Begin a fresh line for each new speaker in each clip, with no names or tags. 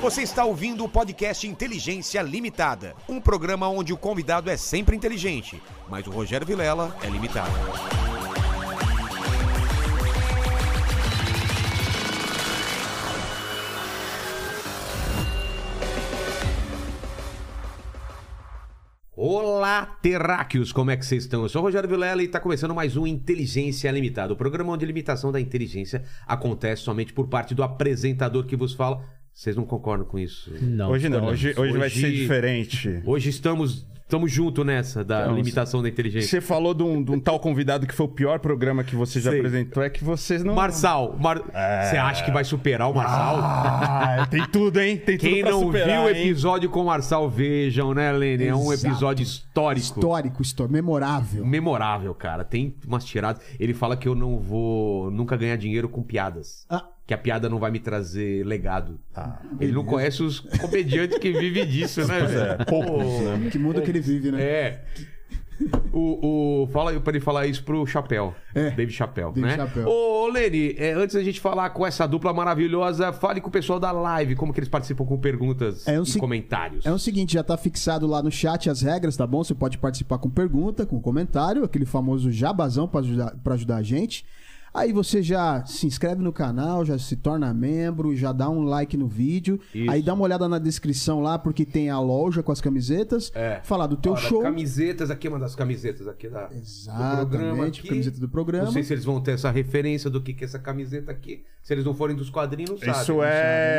Você está ouvindo o podcast Inteligência Limitada, um programa onde o convidado é sempre inteligente, mas o Rogério Vilela é limitado. Olá, terráqueos! Como é que vocês estão? Eu sou o Rogério Vilela e está começando mais um Inteligência Limitada, o programa onde a limitação da inteligência acontece somente por parte do apresentador que vos fala. Vocês não concordam com isso?
Não,
Hoje não,
discordamos.
hoje, hoje,
Então,
vai
Hoje-
ser diferente.
Hoje estamos, estamos junto nessa da
Estamos.
limitação da inteligência.
Você falou de um, de um tal convidado que foi o pior programa que você já
Sei.
apresentou, é que vocês não.
Marçal, Mar-
É.
você acha que vai superar o Marçal?
Ah, tem tudo, hein? Tem tudo
Quem
pra
não
superar,
viu o
hein?
episódio com o Marçal, vejam, né, Lene? É um
Exato.
episódio histórico.
Histórico, histórico, memorável.
Memorável, cara. Tem umas tiradas. Ele fala que eu não vou nunca ganhar dinheiro com piadas.
Ah.
Que a piada não vai me trazer legado.
Tá.
ele não conhece os comediantes que vivem disso, né?
é,
velho?
poucos, né?
Que mundo que ele vive, né?
É. O, o, fala pra ele falar isso pro Chapéu.
É.
David Chapéu,
David
né?
Chapéu.
Ô, Lene, é, antes da gente falar com essa dupla maravilhosa, fale com o pessoal da live, como que eles participam com perguntas
É um
e
se-
comentários.
É o seguinte, já tá fixado lá no chat as regras, tá bom? Você pode participar com pergunta, com comentário, aquele famoso jabazão pra ajudar, pra ajudar a gente. Aí você já se inscreve no canal, já se torna membro, já dá um like no vídeo.
Isso.
Aí dá uma olhada na descrição lá, porque tem a loja com as camisetas.
É.
Falar do teu
Olha,
show.
Camisetas aqui, uma das camisetas aqui da, do programa
Exatamente,
aqui.
camiseta do programa.
Não sei se eles vão ter essa referência do que, que é essa camiseta aqui. Se eles não forem dos quadrinhos, não sabem. né?
Isso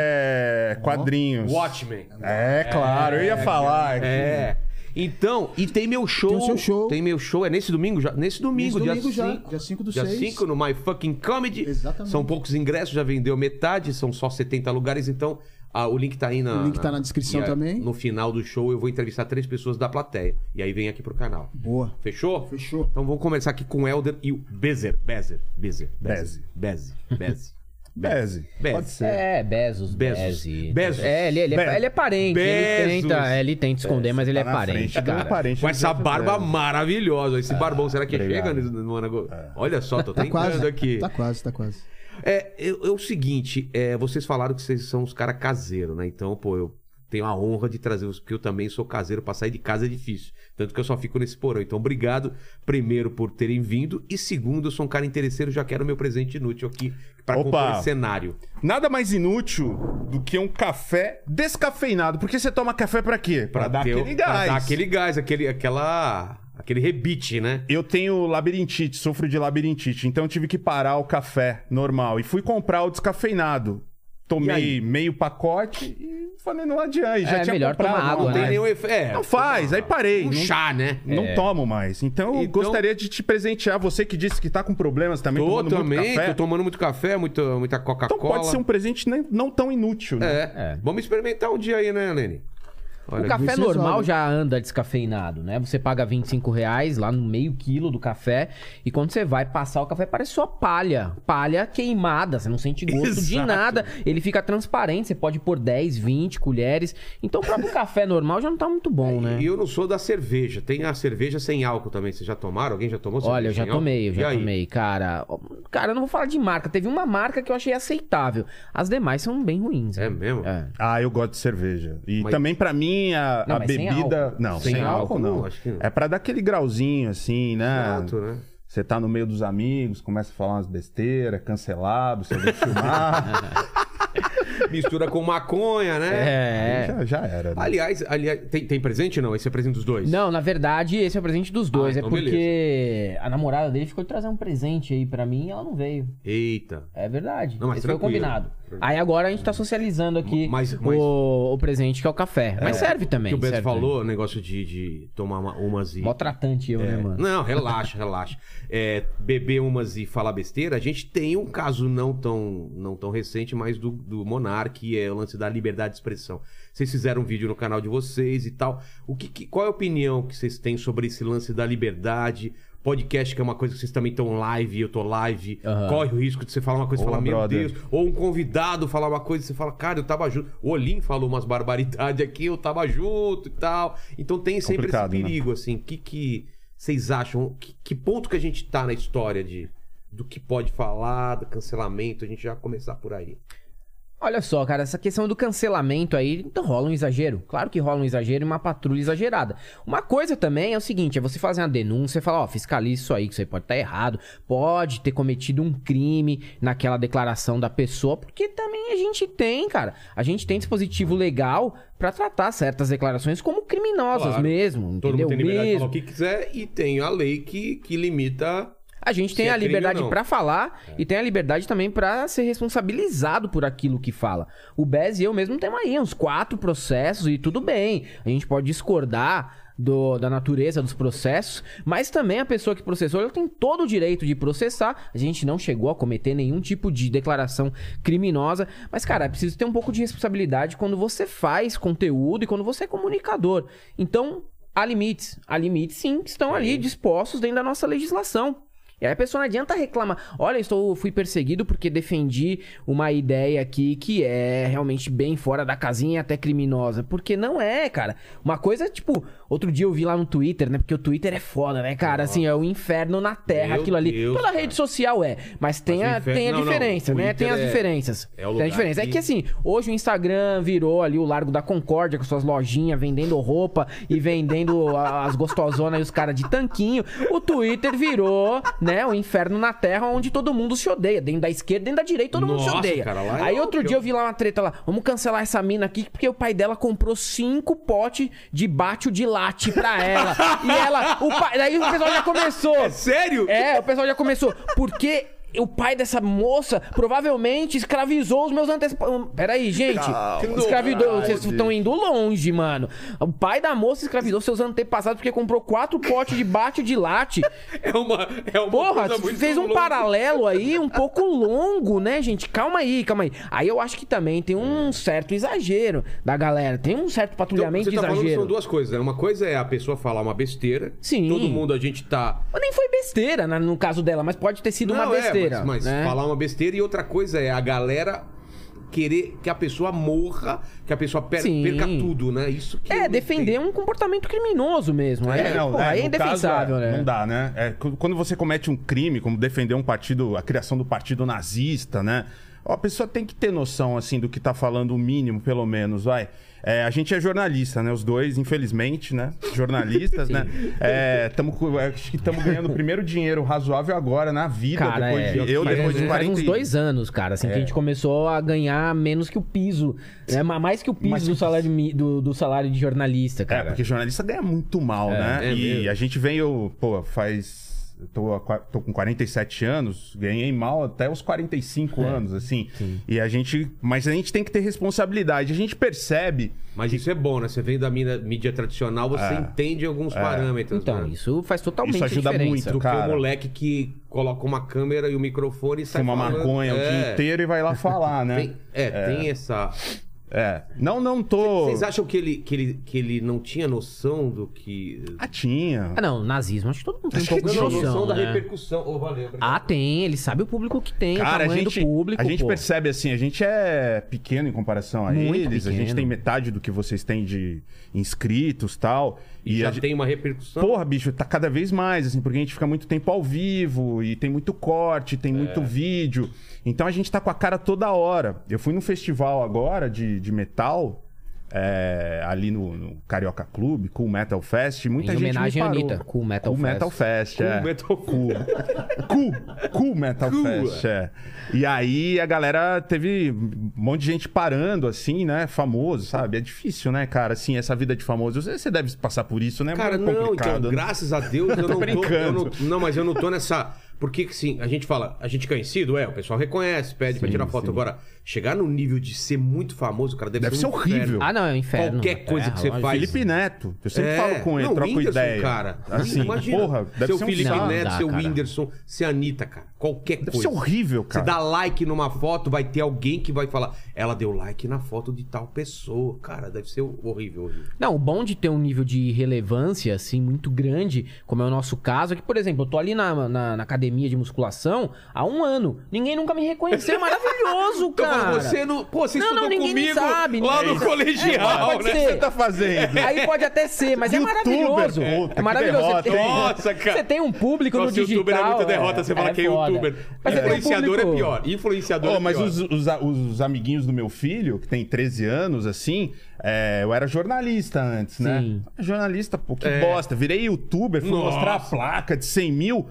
é. quadrinhos.
Watchmen.
É, claro, eu ia falar.
É. Então, e tem meu show.
Tem o seu show.
Tem meu show. É nesse domingo já? Nesse domingo,
Nesse
dia
domingo já,
5.
dia 5 do
Dia
seis.
5 no My Fucking Comedy.
Exatamente.
São poucos ingressos, já vendeu metade, são só 70 lugares, então ah, o link tá aí na.
O link tá na descrição
e, ah,
também.
No final do show eu vou entrevistar três pessoas da plateia. E aí vem aqui pro canal.
Boa.
Fechou?
Fechou.
Então vamos começar aqui com o Helder e o Bezer. Bezer. Bezer.
Beze.
Beze. Beze.
Beze.
Beze.
Pode ser.
É, Bezos.
Bezos.
Beze.
Bezos.
É, ele, ele,
Bezos.
é, ele é parente. Ele
Bezos.
tenta, ele tenta esconder, mas ele
Tá
é
na
parente,
frente do
cara.
parente
Com
do
essa
Jeff
barba
Bezos.
maravilhosa. Esse barbão, será que
É. obrigado. É.
chega no, no Anago? Olha só, tô
Tá
tentando
quase,
aqui.
tá quase, tá quase.
É, eu- é o seguinte, é, vocês falaram que vocês são os caras caseiros, né? Então, pô, eu tenho a honra de trazer os, porque eu também sou caseiro, pra sair de casa é difícil. Tanto que eu só fico nesse porão. Então, obrigado, primeiro, por terem vindo. E segundo, eu sou um cara interesseiro, já quero meu presente inútil aqui pra
Opa!
compor esse cenário.
Nada mais inútil do que um café descafeinado. Porque você toma café pra quê? Pra, dar
ter o-
aquele gás.
Pra dar aquele gás, aquele, aquela, aquele rebite, né?
Eu tenho labirintite, sofro de labirintite, então eu tive que parar o café normal e fui comprar o descafeinado.
E
Tomei meio pacote e falei, não adianta, já
É,
tinha
melhor
comprado,
tomar água,
não,
Não tem
né? É.
nenhum efeito. É,
Não faz, aí parei.
Um
não,
chá, né?
não tomo mais. Então, eu
Então-
gostaria de te presentear, você que disse que tá com problemas também,
É. Tô
tomando muito
também,
café.
tô tomando muito café, muito, muita
Então
Coca-Cola.
pode ser um presente nem- não tão inútil, né?
É.
É.
Vamos experimentar um dia aí, né, Lene? Olha,
O Um café
vocês
normal
olham.
já anda descafeinado, né? Você paga 25 reais lá no meio quilo do café. E quando você vai passar o café, parece só palha. Palha queimada. Você não sente gosto de
Exato.
nada. Ele fica transparente. Você pode pôr 10, 20 colheres. Então o próprio café normal já não tá muito bom, né?
E eu não sou da cerveja. Tem a cerveja sem álcool também. Vocês já tomaram? Alguém já tomou cerveja
Olha, eu já
sem álcool?
tomei, eu
E
já
aí?
tomei, cara. ó, Cara, eu não vou falar de marca. Teve uma marca que eu achei aceitável. As demais são bem ruins.
É
né?
mesmo?
É.
Ah, eu gosto de cerveja. E
Mas-
também pra mim a,
Não,
a
mas sem
bebida,
álcool.
não,
Sem
sem,
álcool,
álcool não.
acho que não.
É pra dar aquele grauzinho assim, né?
Exato, né?
Você tá no meio dos amigos, começa a falar umas besteiras, cancelado, você vai filmar.
Mistura com maconha, né?
já,
É.
já era. né?
Aliás, aliás tem, tem presente não? Esse é presente dos dois?
Não, na verdade, esse é o presente dos dois.
Ah, então
é porque a namorada dele ficou de trazer um presente aí pra mim e ela não veio.
Eita.
É verdade.
Não, mas
esse foi o
tranquilo.
combinado. Aí agora a gente tá socializando aqui
Mas- mas-
O, o presente que é o café. Mas serve também.
que o Beto
serve
falou, o negócio de, de tomar uma- umas e...
também. Mó tratante eu,
É.
né, mano?
Não, relaxa, relaxa. É, beber umas e falar besteira, a gente tem um caso não tão, não tão recente, mas do, do Monark, que é o lance da liberdade de expressão. Vocês fizeram um vídeo no canal de vocês e tal. O que, que- qual é a opinião que vocês têm sobre esse lance da liberdade? Podcast, que é uma coisa que vocês também estão live, eu tô live.
Aham.
Corre o risco de você falar uma coisa e
Boa,
falar, meu
brother."
Deus. Ou um convidado falar uma coisa e você fala, cara, eu tava junto. O Olim falou umas barbaridades aqui, eu tava junto e tal. Então tem sempre esse
Complicado, né?
perigo perigo, assim? O que, que vocês acham? Que, que ponto que a gente tá na história de do que pode falar, do cancelamento? A gente já começar por aí.
Olha só, cara, essa questão do cancelamento aí então, rola um exagero. Claro que rola um exagero e uma patrulha exagerada. Uma coisa também é o seguinte: é você fazer uma denúncia e falar, ó, fiscalize isso aí, que isso aí pode estar errado, pode ter cometido um crime naquela declaração da pessoa, porque também a gente tem, cara, a gente tem dispositivo legal pra tratar certas declarações como criminosas
Claro.
mesmo.
Todo mundo
entendeu?
tem liberdade de
mesmo.
falar o que quiser e tem a lei que, que limita.
A gente tem
Se é
a
crime
liberdade
ou não. É.
pra falar e tem a liberdade também pra ser responsabilizado por aquilo que fala. O Bez e eu mesmo temos aí uns quatro processos e tudo bem. A gente pode discordar do- da natureza dos processos, mas também a pessoa que processou ela tem todo o direito de processar. A gente não chegou a cometer nenhum tipo de declaração criminosa, mas cara, é preciso ter um pouco de responsabilidade quando você faz conteúdo e quando você é comunicador. Então há limites, há limites sim que estão ali dispostos dentro da nossa legislação. E aí a pessoa não adianta reclamar. Olha, eu estou, fui perseguido porque defendi uma ideia aqui que é realmente bem fora da casinha, até criminosa. Porque não é, cara. Uma coisa, tipo, outro dia eu vi lá no Twitter, né? Porque o Twitter é foda, né, cara? Assim, é o inferno na terra,
Meu
aquilo ali.
Deus,
Toda
cara.
rede social é. Mas tem,
Mas o
a,
inferno-
tem a
não, não,
diferença, né?
Twitter
Tem as
é-
diferença.
é o
Tem
lugar
a diferença. É
que-
que assim, hoje o Instagram virou ali o Largo da Concórdia com suas lojinhas vendendo roupa e vendendo a- as gostosonas e os caras de tanquinho. O Twitter virou, né, o inferno na terra onde todo mundo se odeia. Dentro da esquerda, dentro da direita, todo mundo se
Nossa,
odeia.
cara, lá é
Aí
o
outro
pior.
dia eu vi lá uma treta lá, vamos cancelar essa mina aqui porque o pai dela comprou cinco potes de bátio de latte pra ela. e ela, o pai, daí o pessoal já começou.
É sério?
É, o pessoal já começou. Porque o pai dessa moça provavelmente escravizou os meus antepassados. Hum, Peraí, gente. escravidou. Vocês estão indo longe, mano. O pai da moça escravizou seus antepassados porque comprou quatro potes de bate de latte.
É uma. É uma
Porra,
coisa muito
fez um
louca.
paralelo aí um pouco longo, né, gente? Calma aí, calma aí. Aí eu acho que também tem um certo exagero da galera. Tem um certo
Então,
patrulhamento
você tá
de
falando que
exagero.
são duas coisas, né? Uma coisa é a pessoa falar uma besteira.
Sim.
Todo mundo a gente tá.
Mas nem foi besteira né, no caso dela, mas pode ter sido uma
Não, é,
besteira.
mas mas
né?
falar uma besteira e outra coisa é a galera querer que a pessoa morra, que a pessoa per-
Sim.
perca tudo, né? Isso que eu
É,
não
defender
entendo.
um comportamento criminoso mesmo. É, pô, aí é
né, no caso,
indefensável,
é,
né?
Não dá, né? É, qu- quando você comete um crime, como defender um partido, a criação do partido nazista, né? Ó, A pessoa tem que ter noção, assim, do que tá falando, o mínimo, pelo menos, vai. É, a gente é jornalista, né? Os dois, infelizmente, né? Jornalistas, né? É, tamo, com- acho que estamos ganhando o primeiro dinheiro razoável agora na vida.
Cara,
depois
é,
de, eu,
faz,
depois
uns-
de
faz
40
uns
e-
dois anos, cara, assim, que a gente começou a ganhar menos que o piso. Né? Ma- Mais que o piso do salário, mi- do, do salário de jornalista,
É,
cara.
porque jornalista ganha muito mal, né?
é
e
mesmo.
a gente veio, pô, faz. eu Tô, há qua- tô com 47 anos, ganhei mal até os 45 anos, assim. E a gente. Mas a gente tem que ter responsabilidade. A gente percebe.
um
Mas isso é bom, né? Você vem da mídia, mídia tradicional,
É.
você entende alguns parâmetros.
Então,
né?
isso faz totalmente
Isso ajuda
a diferença.
Do
muito.
que
cara.
o moleque que coloca uma câmera e o microfone e sai
Fuma
tá falando.
maconha o dia
É,
inteiro e vai lá falar, né?
Tem, é, tem essa.
É. Não, não tô.
Vocês acham que ele, que, ele, que ele não tinha noção do que.
Ah, tinha.
Ah, não, nazismo, acho que todo mundo tem um pouco de
Não,
noção,
da
né?
repercussão. Ô, valeu. obrigado.
Ah, tem, ele sabe o público que tem,
Cara,
o
a
é tamanho
gente,
do público,
a gente
pô.
percebe assim, a gente é pequeno em comparação a
Muito
eles, a gente
pequeno.
tem metade do que vocês têm de inscritos tal,
E,
e
já
a gente-
tem uma repercussão.
Porra, bicho, tá cada vez mais, assim, porque a gente fica muito tempo ao vivo e tem muito corte,
É.
tem muito vídeo. Então a gente tá com a cara toda hora. Eu fui num festival agora de, de metal, é, ali no, no Carioca Clube, Cool Metal Fest, e muita
Em
gente. me
homenagem à
parou.
Anitta, Cool Metal
Cool
Fest.
Metal Fest.
Cool
é.
Metal-
Cool. cool, Cool Metal
Cool.
Fest. É. E aí a galera teve um monte de gente parando, assim, né? Famoso, sabe? É difícil, né, cara? Assim, essa vida de famoso. Você você deve passar por isso, né? É
Cara,
muito
não, então,
complicado, né?
graças a Deus eu,
Tô
não tô. eu
brincando.
não, não, mas eu não tô nessa. Porque que sim, a gente fala, a gente é conhecido, é, o pessoal reconhece, pede pra tirar foto. Agora, chegar no nível de ser muito famoso, cara, deve,
Deve ser
um
horrível.
inferno.
Ah, não, é um inferno.
Qualquer coisa que você
lógico.
faz.
Felipe Neto. Eu sempre
É.
falo com ele,
Não,
troco
Whindersson,
ideia.
Cara.
Assim,
Imagina,
porra, deve
seu
ser um
Felipe
sarro.
Neto,
Dá,
seu
cara.
Whindersson, seu Anitta, cara. Qualquer
Deve
coisa.
ser horrível,
Você
cara.
dá like numa foto, vai ter alguém que vai falar. Ela deu like na foto de tal pessoa. Cara, deve ser horrível. horrível.
Não, o bom de ter um nível de relevância, assim, muito grande, como é o nosso caso, é que, por exemplo, eu tô ali na, na, na academia de musculação há um ano. Ninguém nunca me reconheceu. É Maravilhoso,
Então,
cara.
você não. Pô, você
Não, não,
estudou
ninguém
comigo
sabe,
lá
ninguém
no
sabe.
colegial,
É, pode
né?
ser.
tá fazendo?
Aí pode até ser, mas
Youtuber,
é maravilhoso.
puta, que
é maravilhoso.
derrota,
Você tem-
hein?
Nossa, cara.
Você tem um público no
Nossa,
digital.
youtuber é muita derrota, você fala que é
foda.
youtuber.
Mas você tem um
Influenciador é
público-
pior. Influenciador
Ô,
é
mas
pior.
os, os- os amiguinhos do meu filho, que tem 13 anos, assim, é, eu era jornalista antes, né?
Sim.
Jornalista, pô, que
É.
bosta. Virei youtuber, fui
Nossa.
mostrar a placa de 100 mil.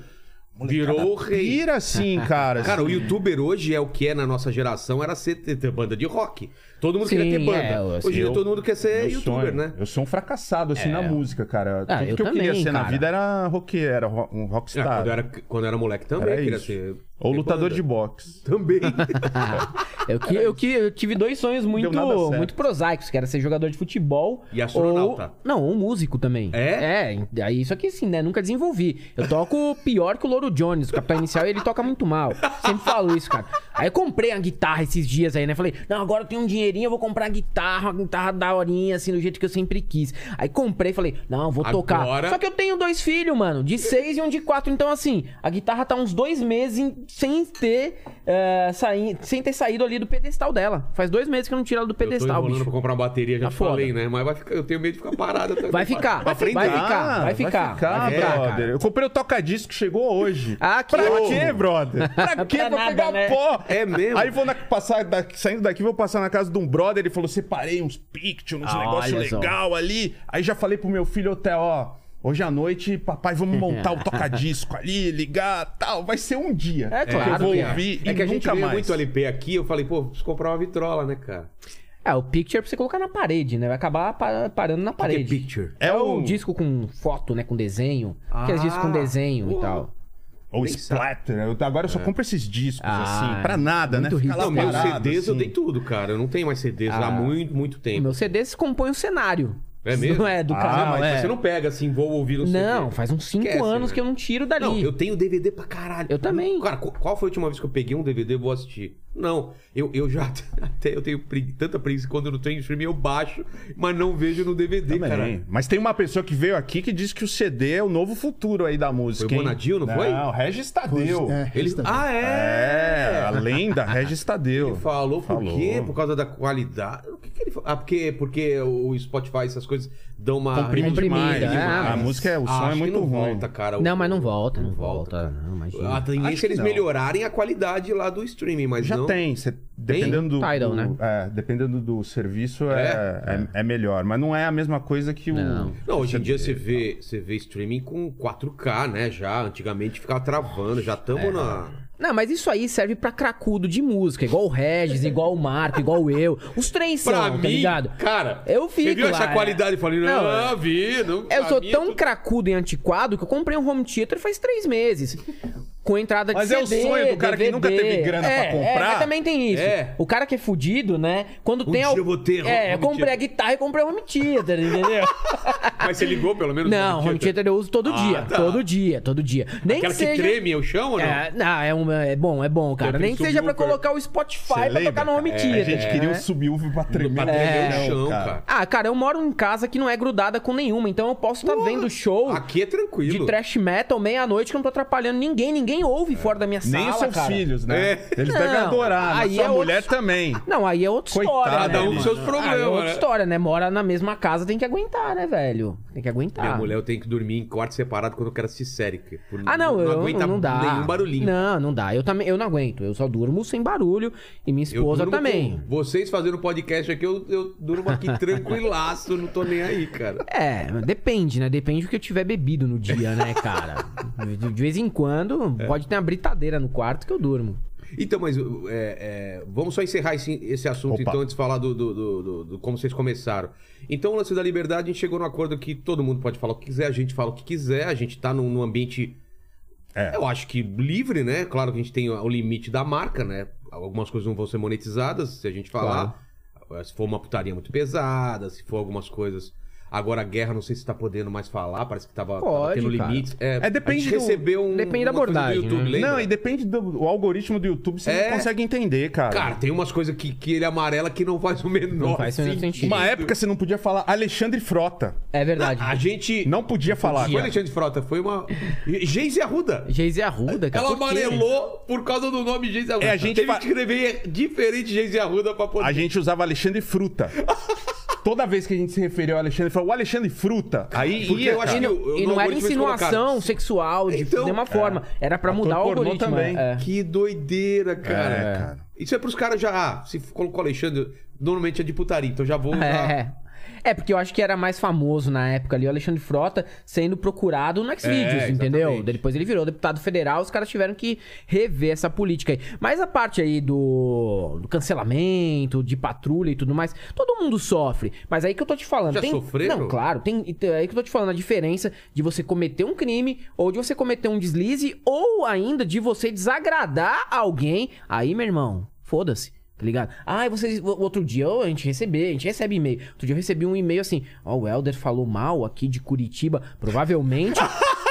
Molecada,
Virou o rei.
Vira assim, cara.
Cara, o youtuber hoje é o que é na nossa geração, era ser ter, ter banda de rock. Todo mundo
Sim,
queria ter
é, eu-
banda. hoje em dia
eu-
todo mundo quer ser
Meu
youtuber,
sonho.
né? É.
Eu sou um fracassado, assim, na música, cara.
Ah,
Tudo
eu
que eu queria
também,
ser na
cara.
vida era roqueiro, era ro- um
É,
rockstar.
quando, eu era, quando eu era moleque também
Era
queria
isso.
ser.
Ou
ter
lutador
banda.
de boxe.
Também.
Eu, que, eu, que, eu tive dois sonhos muito,
nada certo.
muito prosaicos, que era ser jogador de futebol.
E astronauta.
Ou, não, ou músico também.
É?
É, aí isso aqui sim, né? Nunca desenvolvi. Eu toco pior que o Loro Jones, o Capitão Inicial, e ele toca muito mal. Sempre falo isso, cara. Aí eu comprei a guitarra esses dias aí, né? Falei, não, agora eu tenho um dinheirinho, eu vou comprar a guitarra, uma guitarra daorinha, assim, do jeito que eu sempre quis. Aí comprei, falei, não, vou
Agora-
tocar. Só que eu tenho dois filhos, mano, de seis e um de quatro. Então, assim, a guitarra tá uns dois meses em- sem ter eh, saí- sem ter saído ali do pedestal dela. Faz dois meses que eu não tiro ela do
Eu tô
pedestal,
enrolando
bicho.
pra comprar uma bateria, já
Tá
te falei,
foda.
né? Mas vai ficar, eu tenho medo de ficar parada também.
Vai ficar,
Pra
vai
aprender.
ficar. vai ficar, vai ficar, cara.
Ah, brother. Eu comprei o tocadisco que chegou hoje.
Ah, que
pra
ótimo.
quê, brother? Pra quê?
Pra
vou
nada,
pegar
né?
pó.
É mesmo?
Aí vou na- passar daqui- saindo daqui, vou passar na casa de um brother. Ele falou: separei uns pictures, uns
Ah,
negócios
olha só.
legal ali. Aí já falei pro meu filho até, ó. Hoje à noite, papai, vamos montar o tocadisco ali, ligar tal. Vai ser um dia.
É,
que Eu
claro,
vou
cara.
ouvir
É
e
que a gente
nunca
vê
mais.
muito LP aqui, eu falei, pô, preciso comprar uma vitrola, né, cara?
É, o picture é pra você colocar na parede, né? Vai acabar pa- parando na
Que é
parede.
picture.
É
É
o
o-
disco com foto, né? Com desenho. Aqueles
Ah,
discos com desenho e
porra.
tal.
Ou
Nem sabe. É.
splatter. né? Eu- agora eu só compro esses discos,
Ah,
assim, pra nada, né?
muito
Ficar
rico.
Não,
lá
meus
parado,
CDs eu
assim.
dei tudo, cara. Eu não tenho mais CDs
Ah.
há muito, muito
O
tempo.
meu CD se compõe o cenário.
É mesmo?
Não é do
Ah,
canal,
mas
é.
você não pega assim, vou ouvir um CD.
Não, faz uns cinco
Esquece,
anos
né?
que eu não tiro dali.
Não, eu tenho DVD pra caralho.
Eu também.
Cara, qu- qual foi a última vez que eu peguei um DVD e vou assistir? Não, eu, eu já até eu tenho pregui- tanta preguiça que quando eu não tenho streaming eu baixo, mas não vejo no DVD,
Também.
cara.
Mas tem uma pessoa que veio aqui que disse que o CD é o novo futuro aí da música.
Foi o
hein?
Bonadil, não foi?
Não, Regis Tadeu.
É,
Ele...
está-
Ah,
É,
é?
a lenda Regis Tadeu.
Falou por
Falou.
quê? Por causa da qualidade? O que, que ele falou? Ah, porque, porque o Spotify, essas coisas, dão uma.
Comprime
Comprimida,
demais.
é,
A
mas-
música é o som
Ah, acho
é
que
muito
não
ruim.
Volta, cara, o-
Não, mas não volta, não volta. Não,
A
imagina.
tendência é
Acho que
eles
não.
melhorarem a qualidade lá do streaming, mas
Já
não.
tem, cê- dependendo do,
Tidal,
do-
né?
é, dependendo do serviço é, é, é melhor, mas não é a mesma coisa que o
Não.
é, Não, hoje em dia você vê, você vê streaming com 4K, né? Já antigamente ficava travando, já estamos na.
Não, mas isso aí serve pra cracudo de música, igual o Regis, igual o Marco, igual eu. Os três são,
Pra
tá
mim,
ligado?
cara,
Eu
você
fico
viu
lá,
essa
é.
qualidade? Eu falei, não,
Não, é.
não vi, não.
Eu
pra
sou
mim é
tão
tudo-
cracudo e antiquado que eu comprei um home theater faz três meses. Com entrada de
Mas é
CD,
o sonho do cara que
DVD.
nunca teve grana pra
é,
comprar.
É, mas também tem isso.
É.
O cara que é fudido, né? Quando
Um
tem...
dia
al-
eu vou ter home
É, eu comprei a
theater.
guitarra e comprei o home theater, entendeu?
Mas você ligou pelo menos?
não, home theater eu uso todo
Ah,
dia.
tá.
Todo dia, todo dia. Nem
Aquela
que seja...
que treme é o chão ou não?
É, não, é, um, é bom, é bom, cara.
Tem
Nem que seja pra
subwoofer.
colocar o Spotify pra tocar no home
A
theater.
gente queria um
né?
subúrbio pra tremer,
É. Pra tremer
Não,
o chão, cara.
Ah, cara, eu moro em casa que não é grudada com nenhuma, então eu posso estar vendo show
Aqui é tranquilo.
de trash metal meia-noite que eu não tô atrapalhando ninguém, ninguém ouve fora da minha sala,
Nem os seus
cara.
filhos, né?
É.
Eles
Não,
devem adorar, mas
aí
sua
é
mulher também.
Ah,
Não, aí é outra
Coitado,
história.
Cada
né,
um com
mano?
seus
Aí é
problemas.
outra
né?
história, né? Mora na mesma casa, tem que aguentar, né, velho? Tem que aguentar.
Minha mulher, eu tenho que dormir em quarto separado quando eu quero assistir série. porque por-
Ah, não, eu
aguenta
não dá.
nenhum barulhinho.
Não, não dá. Eu também, eu não aguento. Eu só durmo sem barulho e minha
Eu
esposa
durmo
também.
com vocês fazendo podcast aqui, eu, eu durmo aqui tranquilaço, não tô nem aí, cara.
É, depende, né? Depende do que eu tiver bebido no dia, né, cara? De, de vez em quando, pode ter uma britadeira no quarto que eu durmo.
Então, mas é, é, vamos só encerrar esse, esse assunto,
Opa.
então, antes de falar do, do- do- do- do como vocês começaram. Então, o lance da liberdade, a gente chegou num acordo que todo mundo pode falar o que quiser, a gente fala o que quiser, a gente tá num, num ambiente,
É.
eu acho que livre, né? Claro que a gente tem o limite da marca, né? Algumas coisas não vão ser monetizadas, se a gente falar. Se for uma putaria muito pesada, se for algumas coisas... Agora a guerra, não sei se tá podendo mais falar, parece que tava, tava
Pode,
tendo
cara.
limites.
É, depende
a gente
do-
recebeu um,
depende da
uma coisa do
abordagem,
YouTube,
né?
lembra?
Não, e depende do o algoritmo do YouTube, você
É.
não consegue entender, cara.
Cara, tem umas coisas que, que ele amarela que não faz o menor
Não faz o menor sentido.
Uma época você não podia falar Alexandre Frota.
É verdade.
A gente...
Não podia falar.
Foi
cara.
Alexandre Frota, foi uma... Geise Arruda.
Geise Arruda, cara.
Ela
por quê?
amarelou por causa do nome Geise Arruda.
É, a gente
Teve
fa-
que escrever diferente Geise Arruda pra poder...
A gente usava Alexandre Fruta. Toda vez que a gente se referiu ao Alexandre, falou o Alexandre Fruta. Aí
Porque
ia,
eu acho
cara.
que
E não,
Eu- eu
e
não
não era
aguento mais
insinuação
colocar.
sexual, de
Então,
nenhuma forma. Era pra
Ator
mudar o
pornô
algoritmo.
também.
é.
Que doideira, cara.
É, cara.
Isso é pros caras já... Ah, se colocou Alexandre, normalmente é de putaria, então já vou... já-
É. É, porque eu acho que era mais famoso na época ali o Alexandre Frota sendo procurado no Xvideos,
É,
entendeu?
exatamente.
Daí Depois ele virou deputado federal, os caras tiveram que rever essa política aí. Mas a parte aí do, do cancelamento, de patrulha e tudo mais, todo mundo sofre. Mas aí que eu tô te falando.
Já
tem...
sofreram?
Não, claro. Tem... e tem- Aí que eu tô te falando a diferença de você cometer um crime, ou de você cometer um deslize, ou ainda de você desagradar alguém. Aí, meu irmão, foda-se. Tá ligado? Ah, e vocês. o- Outro dia ô, a gente recebeu, a gente recebe e-mail. Outro dia eu recebi um e-mail assim: Ó, o Helder falou mal aqui de Curitiba. Provavelmente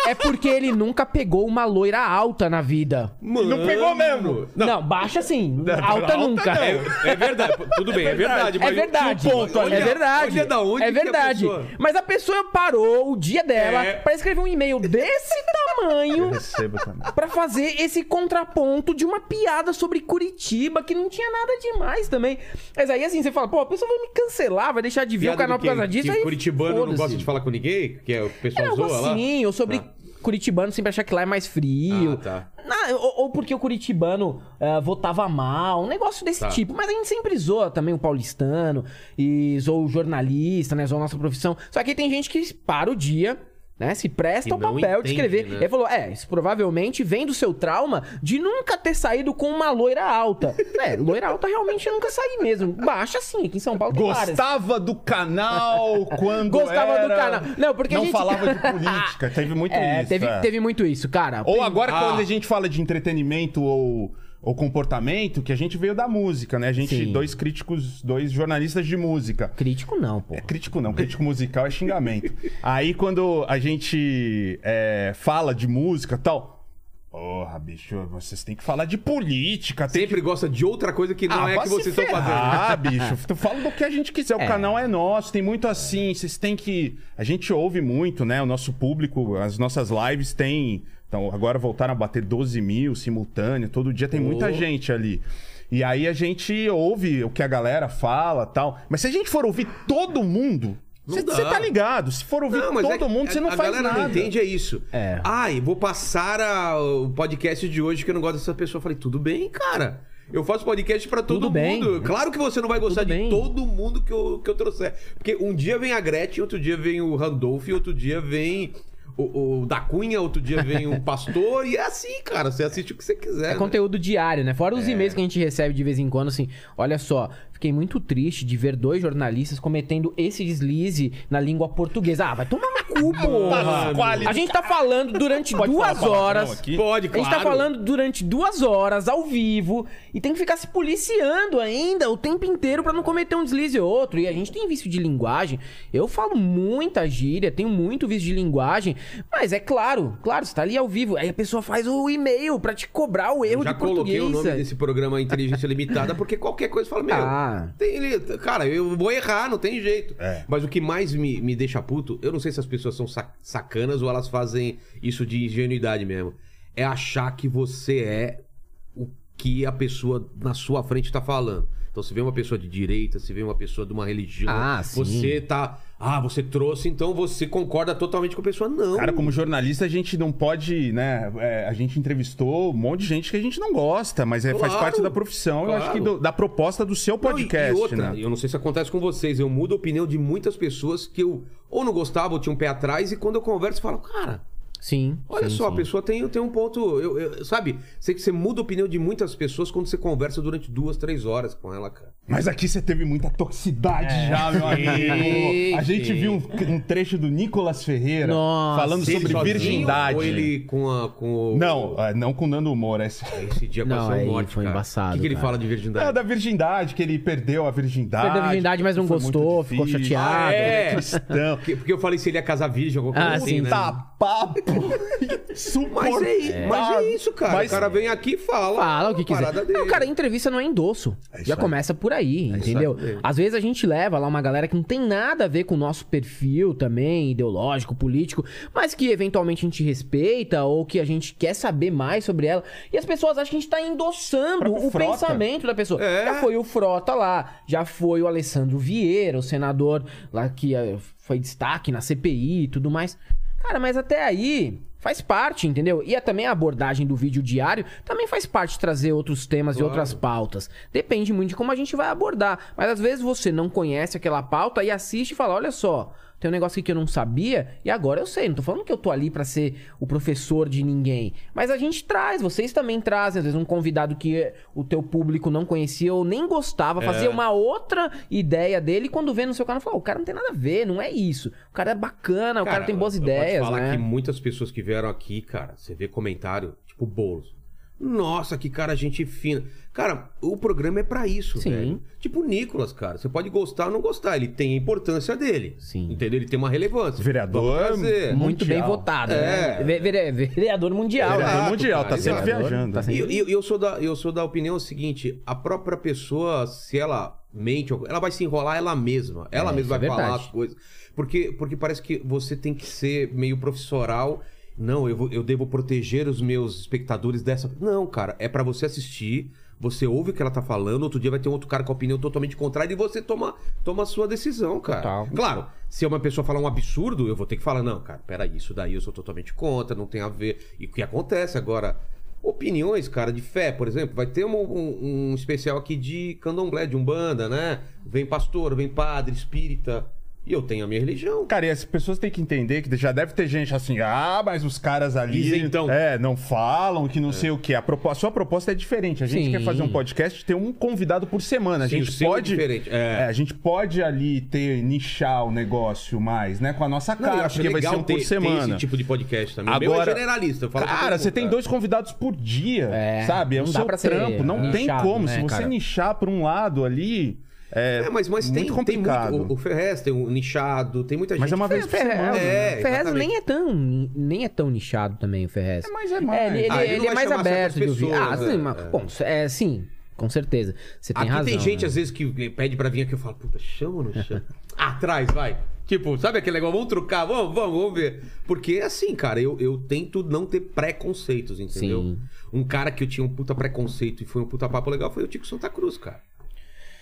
é porque ele nunca pegou uma loira alta na vida.
Mano.
Não pegou mesmo.
Não, baixa sim. alta,
alta
nunca.
não.
É, é verdade, tudo bem, é verdade.
É
mas
verdade.
tinha um ponto ali.
é verdade.
Olha da onde
é
que a
verdade.
pessoa-
Mas a pessoa parou o dia dela
É.
pra escrever um e-mail desse tamanho
Eu recebo também.
pra fazer esse contraponto de uma piada sobre Curitiba que não tinha nada demais também. Mas aí assim, você fala, pô, a pessoa vai me cancelar, vai deixar de ver
Piada
o canal
do
por causa disso.
Que
aí
curitibano não
foda-se.
gosta de falar com ninguém, que é o
É
pessoal
algo
zoa lá. Tá.
assim, ou sobre curitibano sempre achar que lá é mais frio.
Ah, tá.
Na- ou, ou porque o curitibano ah, votava mal, um negócio desse
Tá.
tipo. Mas a gente sempre zoa também o paulistano, e zoa o jornalista, né? Zoa a nossa profissão. Só que aí tem gente que para o dia... Né? Se presta
Que
ao
não
papel de
entende,
escrever.
né?
Ele falou: é, isso provavelmente vem do seu trauma de nunca ter saído com uma loira alta. é, loira alta realmente eu nunca saí mesmo. Baixa sim, aqui em São Paulo tem várias.
Gostava do canal quando
Gostava do
era-
canal. Não, porque a
não
gente-
falava de política. Teve muito
É,
isso.
teve,
é.
teve muito isso, cara.
Ou agora,
Ah.
quando a gente fala de entretenimento ou, ou comportamento, que a gente veio da música, né? A gente,
Sim.
dois críticos, dois jornalistas de música.
Crítico não, pô.
É crítico não, crítico musical é xingamento. Aí quando a gente é, fala de música e tal. Porra, bicho, vocês têm que falar de política. Tem
Sempre gosta de outra coisa que
Ah,
não é que vocês estão fazendo.
Ah, bicho, tu fala do que a gente quiser. O
É.
canal é nosso, tem muito assim. Vocês têm que. A gente ouve muito, né? O nosso público, as nossas lives têm. Então, agora voltaram a bater 12 mil simultâneo, todo dia tem muita
Oh.
gente ali. E aí a gente ouve o que a galera fala tal. Mas se a gente for ouvir todo mundo,
Não
você
dá.
tá ligado. Se for ouvir todo
é que
mundo, você
a-
não
a
faz
galera
nada.
não entende, é isso.
É.
Ai, vou passar a- o podcast de hoje que eu não gosto dessa pessoa. Eu falei, tudo bem, cara. Eu faço podcast pra todo
Tudo bem.
mundo. Claro que você não vai gostar
Tudo
de
bem.
todo mundo que eu, que eu trouxer. Porque um dia vem a Gretchen, outro dia vem o Randolph, outro dia vem o, o da Cunha, outro dia vem o Pastor. e é assim, cara. Você assiste o que você quiser.
É
né?
conteúdo diário, né? Fora os e-mails que a gente recebe de vez em quando, assim, olha só, fiquei muito triste de ver dois jornalistas cometendo esse deslize na língua portuguesa. Ah, vai tomar no cu, porra!
Pasquale.
A gente tá falando durante
Pode falar
duas
palavrão
horas.
aqui?
Pode,
A
claro.
gente tá falando durante duas horas, ao vivo, e tem que ficar se policiando ainda o tempo inteiro pra não cometer um deslize ou outro. E a gente tem vício de linguagem. Eu falo muita gíria, tenho muito vício de linguagem, mas é claro, claro, você tá ali ao vivo. Aí a pessoa faz o e-mail pra te cobrar o erro
já
de
coloquei
português.
o nome
sabe?
desse programa Inteligência Limitada, porque qualquer coisa fala, meu.
Ah.
tem- ele- cara, eu vou errar, não tem jeito.
É.
Mas o que mais me, me deixa puto, eu não sei se as pessoas são sa- sacanas ou elas fazem isso de ingenuidade mesmo. É achar que você é o que a pessoa na sua frente tá falando. Então, se vê uma pessoa de direita, se vê uma pessoa de uma religião,
Ah, sim.
você tá. Ah, você trouxe, então você concorda totalmente com a pessoa. Não.
Cara, como jornalista, a gente não pode, né? é, a gente entrevistou um monte de gente que a gente não gosta, mas é, faz
Claro,
parte da profissão, eu acho
claro.
que do- da proposta do seu
Não, e-
podcast,
e outra,
né?
eu não sei se acontece com vocês, eu mudo a opinião de muitas pessoas que eu ou não gostava ou tinha um pé atrás e quando eu converso eu falo, cara,
Sim.
Olha
sim,
só,
sim.
a pessoa tem, tem um ponto. eu- eu- sabe, você, você muda a opinião de muitas pessoas quando você conversa durante duas, três horas com ela, cara.
Mas aqui você teve muita toxicidade já, meu amigo. A gente
É. sim.
viu um, um trecho do Nicolas Ferreira
Nossa.
falando
Se ele
sobre
sozinho
virgindade.
Ou ele com, a, com o.
Não, ah, não com o Nando Humor. Essa...
Esse dia
Não,
passou
aí
um norte,
foi
cara.
embaçado,
O que, que ele
cara.
fala de virgindade?
É, da virgindade, que ele perdeu a virgindade.
Perdeu a virgindade, mas não
Foi muito
gostou, ficou
difícil.
chateado.
Ah, é?
Cristão.
Porque, porque eu falei se ele ia casar virgem, alguma coisa
Ah,
assim,
sim,
né?
Tá papo.
Mas é, i-
insuportável.
mas é isso, cara.
Mas-
O cara vem aqui e fala.
Fala o que
a
quiser.
parada
Não,
dele.
cara, entrevista não é endosso.
isso
Já
aí.
começa por aí, entendeu?
É aí.
Às vezes a gente leva lá uma galera que não tem nada a ver com o nosso perfil também, ideológico, político, mas que eventualmente a gente respeita ou que a gente quer saber mais sobre ela. E as pessoas acham que a gente tá endossando
Próprio
o
Frota.
pensamento da pessoa.
É.
Já foi o Frota lá, já foi o Alessandro Vieira, o senador lá que eh, foi destaque na CPI e tudo mais. Cara, mas até aí faz parte, entendeu? E é também a abordagem do vídeo diário também faz parte trazer outros temas e outras pautas. Depende muito de como a gente vai abordar. Mas às vezes você não conhece aquela pauta e assiste e fala: olha só. Tem um negócio aqui que eu não sabia e agora eu sei. Não tô falando que eu tô ali pra ser o professor de ninguém. Mas a gente traz, vocês também trazem. Às vezes um convidado que o teu público não conhecia ou nem gostava,
É.
fazia uma outra ideia dele. E quando vê no seu canal, fala: "Ó, o cara não tem nada a ver, não é isso. O cara é bacana, o cara tem boas
eu- eu
ideias,
posso falar
né?
que muitas pessoas que vieram aqui, cara, você vê comentário, tipo, bolos. Nossa, que cara, gente fina. Cara, o programa é pra isso,
Sim.
velho. Tipo o Nicolas, cara. Você pode gostar ou não gostar. Ele tem a importância dele.
Sim.
Entendeu? Ele tem uma relevância.
Vereador,
Vamos trazer.
Muito
Mundial.
bem votado.
É.
né? Ve- vere- Vereador mundial.
Vereador
Exato,
né?
mundial,
cara,
tá sempre
exato.
viajando.
Tá
E
sempre-
eu, eu- eu sou da, eu sou da opinião seguinte: a própria pessoa, se ela mente, ela vai se enrolar ela mesma. Ela
É, isso
mesma
é
vai falar
verdade.
as coisas. Porque, porque parece que você tem que ser meio professoral. Não, eu, vou- eu devo proteger os meus espectadores dessa. Não, cara, é pra você assistir. Você ouve o que ela tá falando, outro dia vai ter outro cara com a opinião totalmente contrária e você toma, toma a sua decisão, cara.
Total.
Claro, se uma pessoa falar um absurdo, eu vou ter que falar, não, cara, peraí, isso daí eu sou totalmente contra, não tem a ver. E o que acontece agora? Opiniões, cara, de fé, por exemplo, vai ter um, um- um especial aqui de candomblé, de umbanda, né? Vem pastor, vem padre, espírita. E eu tenho a minha religião.
Cara, e as pessoas têm que entender que já deve ter gente assim, ah, mas os caras ali
Isentão.
é, não falam, que não sei o quê. A, propo- a sua proposta é diferente. A gente
Sim.
quer fazer um podcast e ter um convidado por semana. A
Sim,
gente
o seu é
pode.
diferente, é.
a gente pode ali ter, nichar o negócio mais, né? Com a nossa
Não, eu
cara,
acho
porque vai ser
legal
um por
ter- ter
semana.
esse tipo de podcast também. O meu
Agora-
é generalista. Eu falo pra
Cara,
todo
você
mundo, é.
tem
cara.
dois convidados por dia,
É,
sabe? É
não
o
dá
seu
pra ser
trampo, não tem
nichado,
como.
né,
Se você
cara?
nichar por um lado ali, é,
É, mas, mas
muito
tem,
complicado.
tem muito. O, o Ferrez tem o nichado, tem muita gente.
Mas é uma
que
vez
faz-
por semana.
É,
o Ferrez
exatamente.
nem é tão nem é tão nichado também o Ferrez.
É, mas é mais.
ele, ele-
Ah, ele não
ele é
vai
mais
chamar
aberto de
certas
ouvir.
pessoas,
ah, sim,
é,
mas,
é.
bom, é sim, com certeza. Você tem
Aqui
razão.
tem gente, assim,
né?
às vezes, que pede pra vir aqui. Eu falo, puta, chama ou não chama? Atrás, vai. Tipo, sabe aquele negócio? Vamos trocar, vamos, vamos, vamos ver. Porque, assim, cara, eu, eu tento não ter preconceitos, entendeu?
Sim.
Um cara que eu tinha um puta preconceito e foi um puta papo legal foi o Tico Santa Cruz, cara.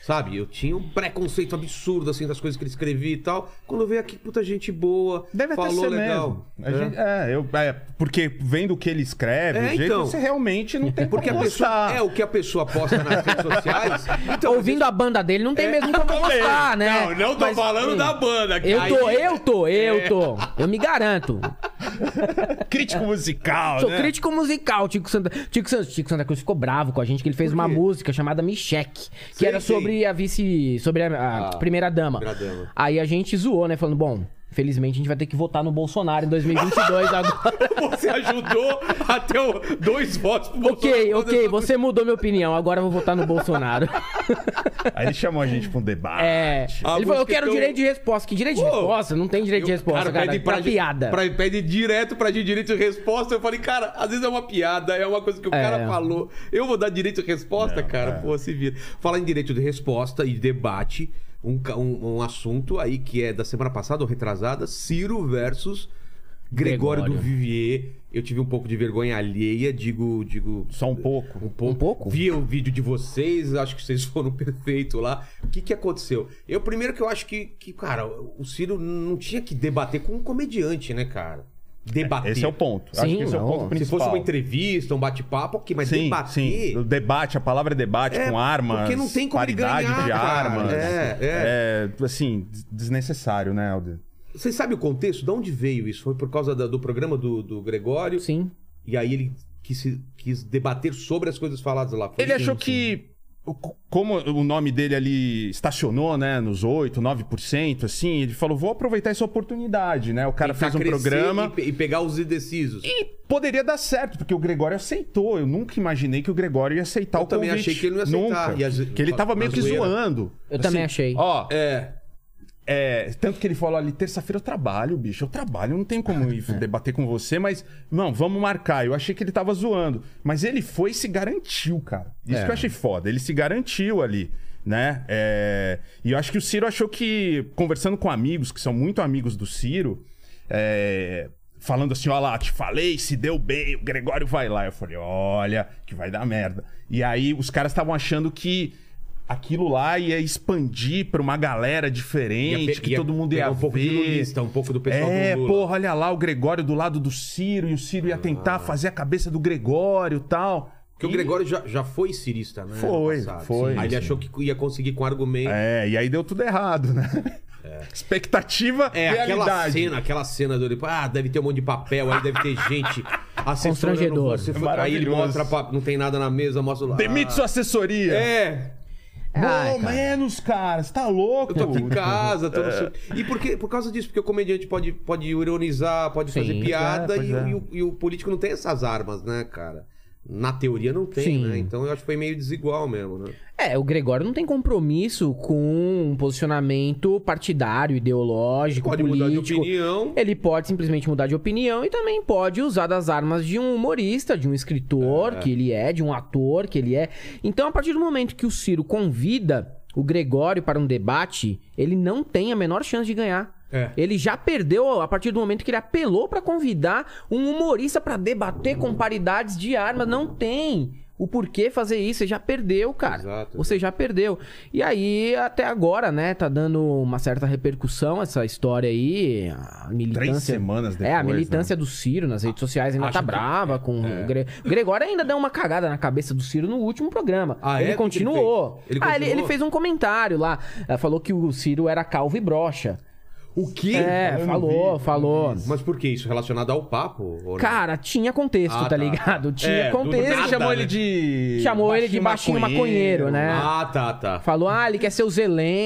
Sabe? Eu tinha um preconceito absurdo, assim, das coisas que ele escrevia e tal. Quando veio aqui, puta gente boa,
Deve até
falou
ser
legal.
mesmo. A gente- é. eu, é, porque vendo o que ele escreve,
É,
o jeito,
então.
você realmente não tem
Porque a
como
pessoa,
gostar.
é o que a pessoa posta nas redes sociais. Então, É.
Ouvindo a banda dele, não tem mesmo como gostar, né? Mas, sim,
banda.
Eu
aí- É.
tô, eu tô, eu tô. Eu me garanto.
Crítico musical,
Sou
né?
crítico musical, Tico Santa, Tico, San- Tico Santa Cruz ficou bravo com a gente, que ele fez uma música chamada Me Cheque, que
Sim,
era
sim.
sobre a vice. sobre a, a
Ah,
primeira dama.
primeira-dama.
Aí a gente zoou, né? Falando, bom, infelizmente a gente vai ter que votar no Bolsonaro em 2022 agora.
Você ajudou a ter o- dois votos pro
ok,
Bolsonaro.
ok, você mudou minha opinião, agora eu vou votar no Bolsonaro.
Aí ele chamou a gente pra um debate.
É.
A
ele falou,
música
eu quero
que eu-
direito de resposta. Que direito de
Pô,
resposta? Não tem direito de resposta, cara.
pede
pra piada.
pra- pede direto pra gente direito de resposta. Eu falei, cara, às vezes é uma piada, é uma coisa que o cara falou. Eu vou dar direito de resposta, cara. Pô, se vira. Falar em direito de resposta e debate, um, ca- um- um assunto aí que é da semana passada ou retrasada, Ciro versus Gregório,
Gregório.
do Vivier. Eu tive um pouco de vergonha alheia, digo, digo,
Só um pouco.
Um pouco.
Um pouco?
Vi o vídeo de vocês, acho que vocês foram perfeito lá. O que, que aconteceu? Eu, primeiro que eu acho que, que, cara, o Ciro não tinha que debater com um comediante, né, cara? Debater.
Esse é o ponto. Acho
Sim,
que esse é
não.
o ponto
Se
Se
principal.
fosse uma entrevista, um bate-papo, ok, mas
Sim,
debater.
sim. O debate, a palavra é debate
É,
com armas.
porque não tem como ele
paridade
ganhar,
de
cara.
armas.
É,
É, assim, des- desnecessário, né, Aldo?
Vocês sabem o contexto? De onde veio isso? Foi por causa da- do programa do, do Gregório?
Sim.
E aí ele quis, se- quis debater sobre as coisas faladas lá. Foi
Ele
isso?
achou que. o- Como o nome dele ali estacionou, né, nos 8, 9%, assim, ele falou: vou aproveitar essa oportunidade, né? O cara
Tentar
fez um
crescer
programa.
E, pe- e pegar os indecisos.
E poderia dar certo, porque o Gregório aceitou. Eu nunca imaginei que o Gregório ia aceitar
Eu
o convite.
também achei que ele não ia aceitar.
Nunca.
E às vezes-
Que ele tava meio
na
que
zoeira.
zoando.
Eu também achei.
Ó,
É.
é, tanto que ele falou ali, terça-feira eu trabalho, bicho. Eu trabalho, não tem como ir debater com você, mas, não, vamos marcar. Eu achei que ele tava zoando. Mas ele foi e se garantiu, cara. Isso que eu achei foda. Ele se garantiu ali, né? É, E eu acho que o Ciro achou que, conversando com amigos, que são muito amigos do Ciro, é, falando assim, ó lá, te falei, se deu bem, o Gregório vai lá. Eu falei, olha, que vai dar merda. E aí os caras estavam achando que aquilo lá ia expandir pra uma galera diferente,
Ia pe-
que
ia
todo mundo ia
pegar um pouco
ver.
de lulista, um pouco do pessoal
É,
do Lula.
porra, olha lá o Gregório do lado do Ciro, e o Ciro ia
Ah.
tentar fazer a cabeça do Gregório e tal.
Porque o
E-
Gregório já, já foi cirista, né?
Foi,
no passado.
foi.
Aí ele
Sim.
achou que ia conseguir com argumento.
É, e aí deu tudo errado, né? Expectativa,
É, aquela
realidade.
cena, aquela cena do tipo, ah, deve ter um monte de papel, aí deve ter gente assessorando
Constrangedor.
você. Aí ele
Maravilhoso.
mostra, pa- não tem nada na mesa, mostra lá.
Demite sua assessoria.
É,
Ai,
Pelo
cara.
menos, cara, você tá louco.
eu tô aqui em casa, tô
É.
no seu... E por, que- por causa disso, porque o comediante pode, pode ironizar, pode
Sim,
fazer
pois
piada
é, pois
e, o-
é.
e o, e o político não tem essas armas, né, cara? Na teoria não tem,
Sim.
né? Então eu acho que foi meio desigual mesmo, né?
É, o Gregório não tem compromisso com um posicionamento partidário, ideológico,
Pode mudar de
político. É.
opinião.
Ele pode simplesmente mudar de opinião e também pode usar das armas de um humorista, de um escritor que ele é, de um ator que ele é. Então, a partir do momento que o Ciro convida o Gregório para um debate, ele não tem a menor chance de ganhar.
É.
Ele já perdeu a partir do momento que ele apelou para convidar um humorista para debater com paridades de armas. Não tem o porquê fazer isso. Você já perdeu, cara.
Exato,
Você já perdeu. E aí, até agora, né, tá dando uma certa repercussão essa história aí. A militância.
Três semanas depois.
É, a militância do Ciro nas redes sociais ainda
Acho
tá
que-
brava com o Gre... o Gregório ainda deu uma cagada na cabeça do Ciro no último programa.
Ah, é? O que
ele,
que ele
continuou.
fez? Ele
Ah, ele,
continuou?
ele fez um comentário lá, eh, falou que o Ciro era calvo e broxa.
O quê?
É,
Eu não vi, eu
falou,
não
falou.
Mas por que isso? Relacionado ao papo? ou não?
Cara, tinha contexto,
Ah,
tá
tá.
ligado? Tinha
É, do
contexto.
nada,
Ele chamou
né?
ele de.
Chamou ele de baixinho maconheiro, né?
Ah, tá, tá.
Falou, ah, ele quer ser o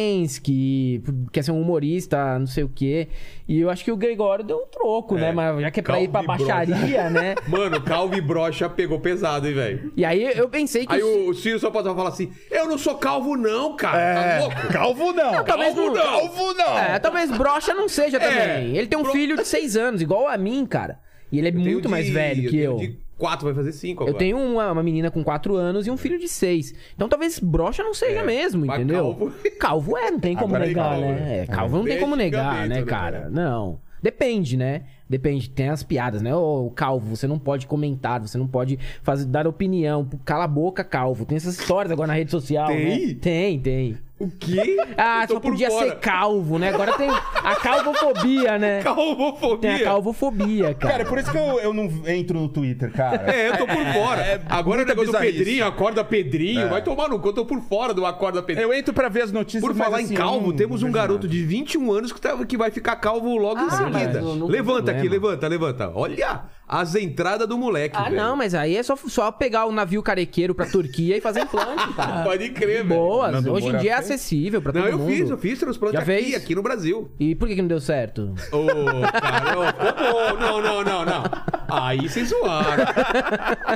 Zelensky, quer ser um humorista, não sei o quê. E eu acho que o Gregório deu um troco, né? Mas já que é pra ir pra
Calvo e
baixaria, né?
Mano, Calvo e Brocha pegou pesado, hein, velho?
E aí eu pensei que.
Aí
o...
o Ciro só pode falar assim: Eu não sou calvo, não, cara. Tá louco?
É, Calvo não.
talvez
calvo
não.
Calvo não.
É, talvez brocha não seja também. ele tem um
É. bro-
filho de seis anos, igual a mim, cara. E ele é
Tenho
muito
de-
mais velho que
tenho
eu.
De 4 vai fazer 5
Eu
agora.
tenho uma, uma menina com 4 anos e um filho de 6. Então talvez brocha não seja mesmo,
É, mas
entendeu?
calvo-
Calvo é, não tem como
Agora é
negar,
calvo,
né?
né?
É, calvo não tem
Desde
como negar,
antigamente,
né,
né,
cara?
cara?
Não. Depende, né? Depende, tem as piadas, né? Ô, calvo, você não pode comentar, você não pode fazer, dar opinião. Cala a boca, calvo. Tem essas histórias agora na rede social,
Tem?
né? Tem, tem.
O quê?
Ah,
Eu tô
só
por
podia
fora.
ser calvo, né? Agora tem a calvofobia, né? Tem
Calvofobia.
a calvofobia, cara.
Cara, é por isso que eu, eu não entro no Twitter, cara.
É, eu tô por fora. Agora é o
muita
negócio do
bizarrice. É.
Pedrinho, acorda Pedrinho, vai tomar no cu, eu tô por fora do acorda Pedrinho.
Eu entro pra ver as notícias.
Por
mas,
falar
assim,
em
eu
calvo,
não
temos um
vejo
garoto
nada.
de 21 anos que, tá- que vai ficar calvo logo em
Ah,
seguida.
mas não- não tem
levanta aqui,
problema.
levanta, levanta. Olha as entradas do moleque,
Ah,
velho.
não, mas aí é só, só pegar o navio carequeiro pra Turquia e fazer implante, cara.
Ah, Pode crer, velho.
Boas.
Nando
Hoje em
Moura
dia é
fez?
acessível pra todo
Não, eu
mundo.
fiz, eu fiz transplante
Já
aqui,
fez?
aqui no Brasil.
E por que, que não deu certo?
Ô, cara, ô, tá bom. Não, não, não, não. Aí vocês zoaram.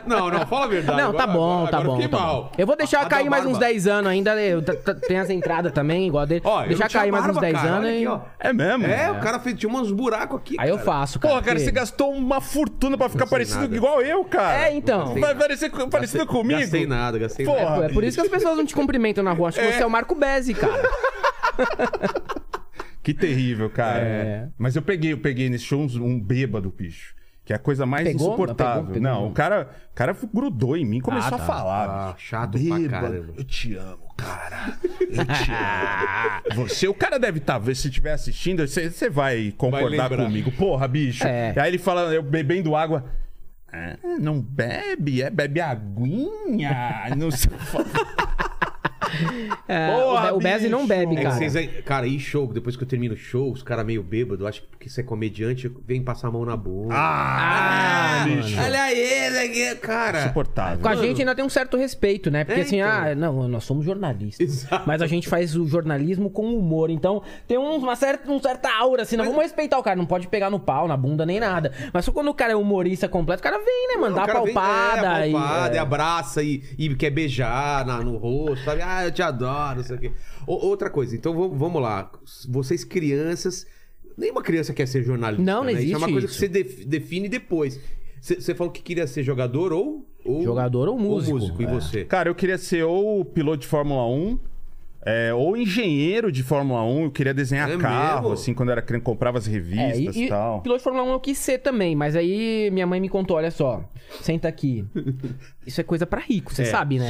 Não, não, fala a verdade.
não, tá
Agora-
bom,
agora-
tá
agora
bom.
fiquei
tá bom.
mal.
Eu vou deixar
A- a
cair
da
mais uns
barba.
10 anos ainda. eu- t- t- tem as entradas também, igual a dele.
Ó, eu não
deixar
tinha
cair mais uns
barba,
10
cara,
anos
olha
e...
aqui, ó.
É mesmo?
É, o cara fez, tinha uns buracos aqui.
Aí eu
cara.
faço, cara.
Porra, cara,
porque-
você gastou uma fortuna pra ficar
Não sei
parecido
nada.
igual eu, cara.
É, então.
Vai parecer co- parecido comigo?
Gastei nada, gastei
Porra.
nada.
É por isso que as pessoas não te cumprimentam na rua. Acho que você é o Marco Bezzi, cara.
Que terrível, cara.
É.
Mas eu peguei, eu peguei nesse show uns- um bêbado, bicho. Que é a coisa mais
Pegou? Não,
insuportável.
pegou, pegou,
não,
não.
o cara, o cara grudou em mim e começou
Ah,
a
tá.
falar.
Ah,
bicho.
chato pra caramba.
Eu te amo, cara. Eu te amo. Você, o cara deve estar, se estiver assistindo, você, você vai concordar
lembrar.
comigo. Porra, bicho.
É.
E Aí ele fala, eu bebendo água. Ah, não bebe, é bebe aguinha. Não sei.
É,
Boa,
o, Be- o Bezzi não
bicho!
bebe,
É que
cara.
vocês aí- cara, e show, depois que eu termino o show, os caras meio bêbado, acho que porque você é comediante, vem passar a mão na bunda.
Ah, lixo.
Olha aí, né, que- cara.
Insuportável.
Com a gente ainda tem um certo respeito, né? Porque
É,
assim,
então.
ah, não, nós somos jornalistas.
Exato.
Mas a gente faz o jornalismo com humor. Então tem um- uma certa, um certa aura, assim, não vamos respeitar o cara. Não pode pegar no pau, na bunda, nem nada. Mas só quando o cara é humorista completo, o cara vem, né, mano?
O
Dá a
cara vem-
palpada.
é,
e-
palpada, e,
é.
abraça e, e quer beijar na- no rosto, sabe? Ah, eu te adoro, não sei o quê. O- outra coisa, então vamos, vamos lá. Vocês crianças, nenhuma criança quer ser jornalista.
Não, não
né? Isso é
existe
uma coisa
isso.
que você def- define depois. Você você falou que queria ser jogador ou... ou-
Jogador ou músico,
e
é.
você?
Cara, eu queria ser ou piloto de Fórmula 1, é, ou engenheiro de Fórmula 1. Eu queria desenhar
É
carro,
mesmo?
assim, quando era criança, comprava as
É,
revistas
e,
assim,
e,
e
tal.
piloto de Fórmula 1 eu quis ser também, mas aí minha mãe me contou, olha só, senta aqui. Isso é coisa pra rico, você sabe, né?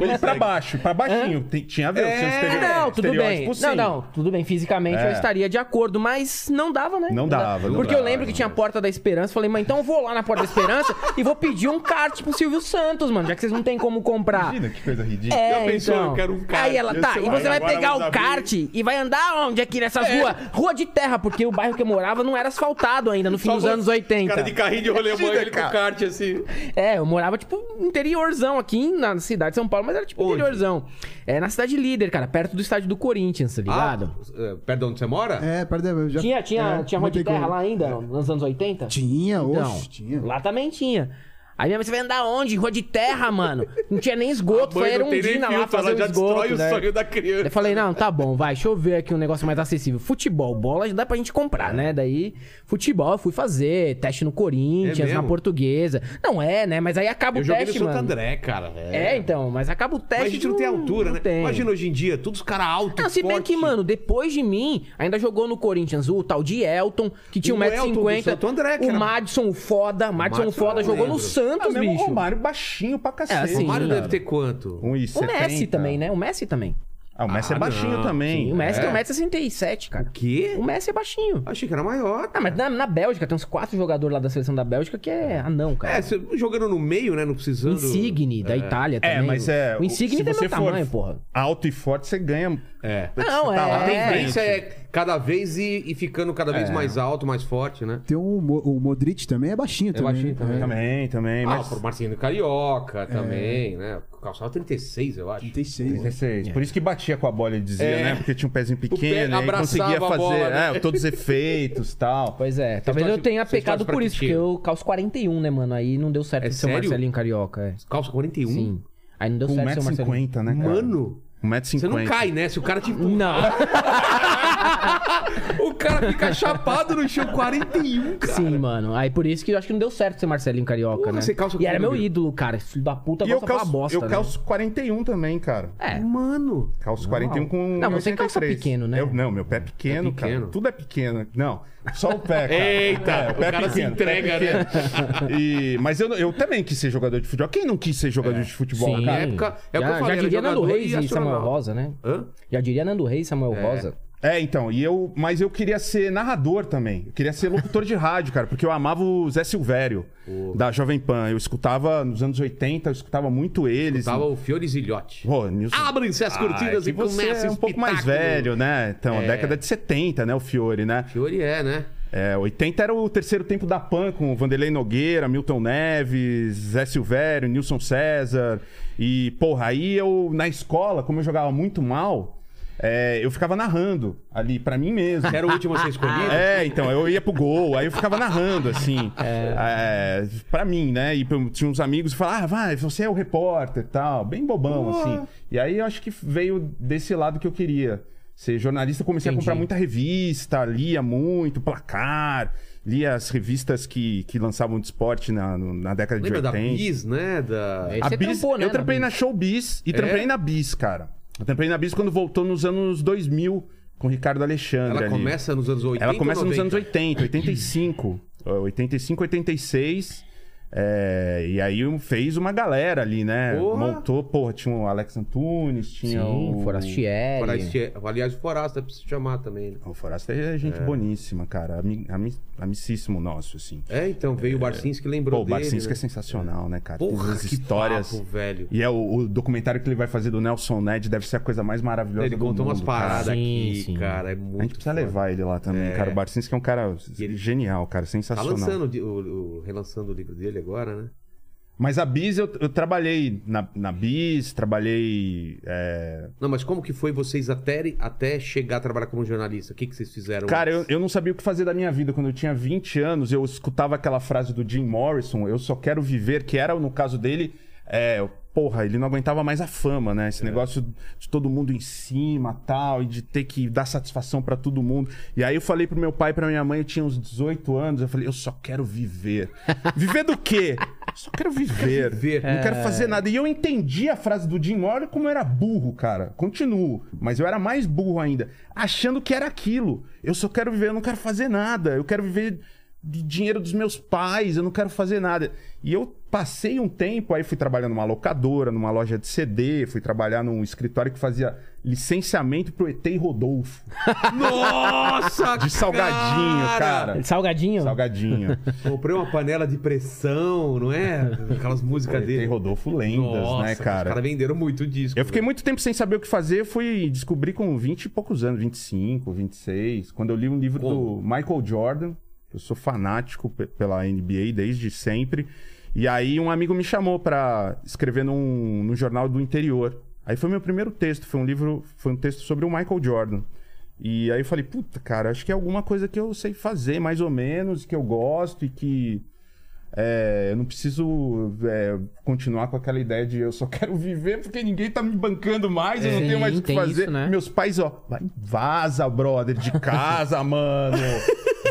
Ele pra baixo, pra baixinho. Tem- tinha a ver. tinha um estere-
É, não, tudo bem.
tipo
estereótipo, sim.
Não,
assim.
não, tudo bem. Fisicamente
É.
eu estaria de acordo, mas não dava, né?
Não dava, não
Porque eu
dava,
lembro que
não
tinha a Porta da Esperança. Falei, mas então eu vou lá na Porta da Esperança e vou pedir um kart pro Silvio Santos, mano, já que vocês não têm como comprar.
Imagina que coisa ridícula.
É,
Já pensou,
então.
eu quero um kart.
Aí ela,
Eu
tá,
sei
e
lá,
você vai
agora um
pegar
vamos
o
abrir.
kart e vai andar onde aqui nessas
É.
ruas? Rua de terra, porque o bairro que eu morava não era asfaltado ainda, no fim
Só
dos
você-
anos 80.
Cara de carrinho de rolemã,
Imagina,
ele com
cara.
kart assim.
É, eu morava, tipo, interiorzão aqui na cidade de São Paulo, mas era, tipo,
Onde?
interiorzão. É, na cidade líder, cara, perto do estádio do Corinthians, tá ligado?
Ah, é, perto de onde você mora?
É, perdão, eu já.
Tinha, tinha,
é,
tinha
não
rua de
tem
terra
como. É.
lá ainda, nos anos 80?
Tinha,
Então,
oxe, tinha.
Lá também tinha. Aí minha mãe, você vai andar onde? Rua de terra, mano. Não tinha nem esgoto,
A mãe
foi
não tem nem
Erundina lá
filtro,
fazer
ela
um
já
esgoto.
destrói o
né?
sonho da criança.
Eu falei, não, tá bom, vai, deixa eu ver aqui um negócio mais acessível. Futebol, bola dá pra gente comprar, né? Daí, futebol, eu fui fazer teste no
É
Corinthians,
mesmo?
na portuguesa. Não é, né? Mas aí acaba o
Eu joguei no
teste,
Santo
mano.
André, cara.
É, então, mas acaba o teste. um
Mas a gente não tem altura, né?
tem.
Imagina hoje em dia, todos os caras altos.
Não, Ah, se bem que, mano, depois de mim, ainda jogou no Corinthians o tal de Elton, que tinha
O Elton do
1,50m.
Santo André, que
O
era-
Madison, o foda. Madison, o
Madison, é
foda,
eu
jogou no
lembro.
Ah,
Santos,
mesmo
bicho.
o Romário baixinho pra cacete. né?
É, assim,
O Mário
cara.
deve ter quanto?
1,70.
O Messi também, né? O Messi também.
Ah, o Messi
Ah,
é baixinho
não.
também.
Sim, o Messi
é?
tem 1,67m, cara.
O quê?
O Messi é baixinho.
Achei que era maior.
Ah, mas na, na Bélgica tem uns quatro jogadores lá da seleção da Bélgica que é anão,
É,
cara.
você- jogando no meio, né? Não precisando.
Insigne da Itália
É,
também.
mas é.
O Insigne
se
tem
você
meu
for
tamanho, porra.
Alto e forte, você ganha.
É.
Não,
Você tá lá
A
na
é.
frente.
tendência é cada vez e, e ficando cada vez mais alto, mais forte, né?
Tem um, Mo- o Modric também, é baixinho também.
baixinho
né?
também.
É.
Também, também.
Ah,
mas-
pro Marcinho
É.
Carioca também, né? Calçava 36, eu acho.
36. né?
16. Por é isso que batia com a bola, ele dizia,
É.
né? Porque tinha um pezinho
pé
pequeno, aí
abraçava
conseguia
a
fazer
bola, né?
é, todos os efeitos e tal.
Pois é, talvez eu
torcem-
tenha
vocês
pecado
torcem pra
por
que
isso, porque
time?
eu calço 41, né, mano? Aí não deu certo
É
o seu
sério? um
Marcelinho Carioca. É.
Calça 41?
Sim. Aí não deu
Com
certo o seu Marcelinho.
1,50m, né, cara?
Mano,
1,50m.
você não cai, né? Se o cara te empurra,
Não,
o cara fica chapado no chão 41, cara.
sim, mano. Aí por isso que eu acho que não deu certo o seu Marcelinho Carioca,
Porra,
né?
você calça
e era meu
número?
ídolo, cara. Esse Filho da puta,
E eu
gosta pra
calço,
bosta,
né?
eu calço 41 também, cara.
Né? É.
Mano.
Calço 41 com.
Não, você calça
83.
pequeno, né?
Eu- não, meu pé é pequeno,
É pequeno.
cara. Tudo é pequeno. Não, só o pé. Cara.
Eita,
é,
o cara se entrega, né?
né? mas eu, eu também quis ser jogador de futebol. Quem não quis ser
É.
jogador de futebol,
Sim.
cara?
época- é o que eu
já,
falei,
já
era
diria Nando
jogador
Reis
e
e Samuel
astronauta.
Rosa, né?
Hã?
Já diria Nando Reis e Samuel Rosa.
É, então, e eu, mas eu queria ser narrador também. Eu queria ser locutor de rádio, cara, porque eu amava o Zé Silvério, da Jovem Pan. Eu escutava nos anos 80, eu escutava muito eles.
Tava o Fiore Zilhote.
Pô, Nilson.
Abrem-se as
Ah,
cortinas
é
e
que você
começa
é um
o
pouco mais
espetáculo. É.
velho, né? Então, década de 70, né, o Fiore, né?
Fiore é, né?
É, 80 era o terceiro tempo da PAN com Vanderlei Nogueira, Milton Neves, Zé Silvério, Nilson César. E, porra, aí eu, na escola, como eu jogava muito mal, é, eu ficava narrando ali pra mim mesmo.
Era o último a ser escolhido.
É, então, eu ia pro gol, aí eu ficava narrando, assim, é. pra mim, né? E pra- tinha uns amigos que falavam, ah, vai, você é o repórter e tal, bem bobão, assim. E aí eu acho que veio desse lado que eu queria ser jornalista. Eu comecei a
Entendi.
comprar muita revista, lia muito, placar, lia as revistas que, que lançavam de esporte na, no- na década
Lembra
de
da
80.
Bis, né? Da...
É. Aí você trampou, né,
Eu
na
trampei
Bis.
na,
É?
Showbiz e trampei na Bis, cara. Eu trampei na Bis quando voltou nos anos 2000 com o Ricardo Alexandre.
Ela
ali.
começa nos anos 80
Ela começa
ou
nos
90?
anos 80, 85. ó, 85, 86. É, e aí um- fez uma galera ali, né?
Porra!
Montou, porra, tinha o Alex Antunes, tinha
Sim, é.
o...
Forastieri.
Forastier- Aliás, o Forasta precisa chamar também. né?
O Forasta é gente boníssima, cara. Ami, ami- amicíssimo nosso, assim.
É, então, veio o Barcinski que lembrou
Pô, o
dele.
Barcinski
né?
é sensacional, né, cara?
Porra,
Tem
que
histórias.
papo, velho.
E é o, o documentário que ele vai fazer do Nelson Ned deve ser a coisa mais maravilhosa
Ele
do
contou
mundo,
umas paradas
cara.
Sim,
aqui,
sim.
cara. É muito
A gente precisa
foda.
levar ele lá também, cara. O Barcinski é um cara
ele-
genial, cara,
Tá
sensacional.
lançando, o di- o- o- relançando o livro dele agora, né?
Mas a Bis, eu, eu trabalhei na, na Bis, trabalhei. é,
Não, mas como que foi vocês até, até chegar a trabalhar como jornalista? O que, que vocês fizeram?
Cara, eu, eu não sabia o que fazer da minha vida. Quando eu tinha 20 anos, eu escutava aquela frase do Jim Morrison, eu só quero viver, que era, no caso dele, é, porra, ele não aguentava mais a fama, né? Esse negócio de todo mundo em cima tal, e de ter que dar satisfação pra todo mundo. E aí eu falei pro meu pai e pra minha mãe, eu tinha uns 18 anos, eu falei, eu só quero viver. viver do quê? Só quero viver.
viver.
Não quero fazer nada. E eu entendi a frase do Jim Morrison como eu era burro, cara. Continuo. Mas eu era mais burro ainda. Achando que era aquilo. Eu só quero viver, eu não quero fazer nada. Eu quero viver de dinheiro dos meus pais, eu não quero fazer nada. E eu passei um tempo, aí fui trabalhar numa locadora, numa loja de CD, fui trabalhar num escritório que fazia licenciamento pro ET e Rodolfo.
Nossa,
De salgadinho, cara.
Salgadinho?
Salgadinho.
Comprei uma panela de pressão, não é? Aquelas músicas
ET e
dele.
Rodolfo, lendas, né,
Os caras venderam muito disco. né?
Eu fiquei muito tempo sem saber o que fazer, fui descobrir com 20 e poucos anos, 25, 26, quando eu li um livro do Michael Jordan. Eu sou fanático pe- pela NBA desde sempre. E aí um amigo me chamou pra escrever num, num jornal do interior. Aí foi meu primeiro texto, foi um livro, foi um texto sobre o Michael Jordan. E aí eu falei, puta, cara, acho que é alguma coisa que eu sei fazer, mais ou menos, que eu gosto e que é, eu não preciso é, continuar com aquela ideia de eu só quero viver porque ninguém tá me bancando mais, eu não
É,
tenho mais
sim,
o que
tem
fazer.
isso, né?
Meus pais, ó, vai, vaza, brother, de casa, mano.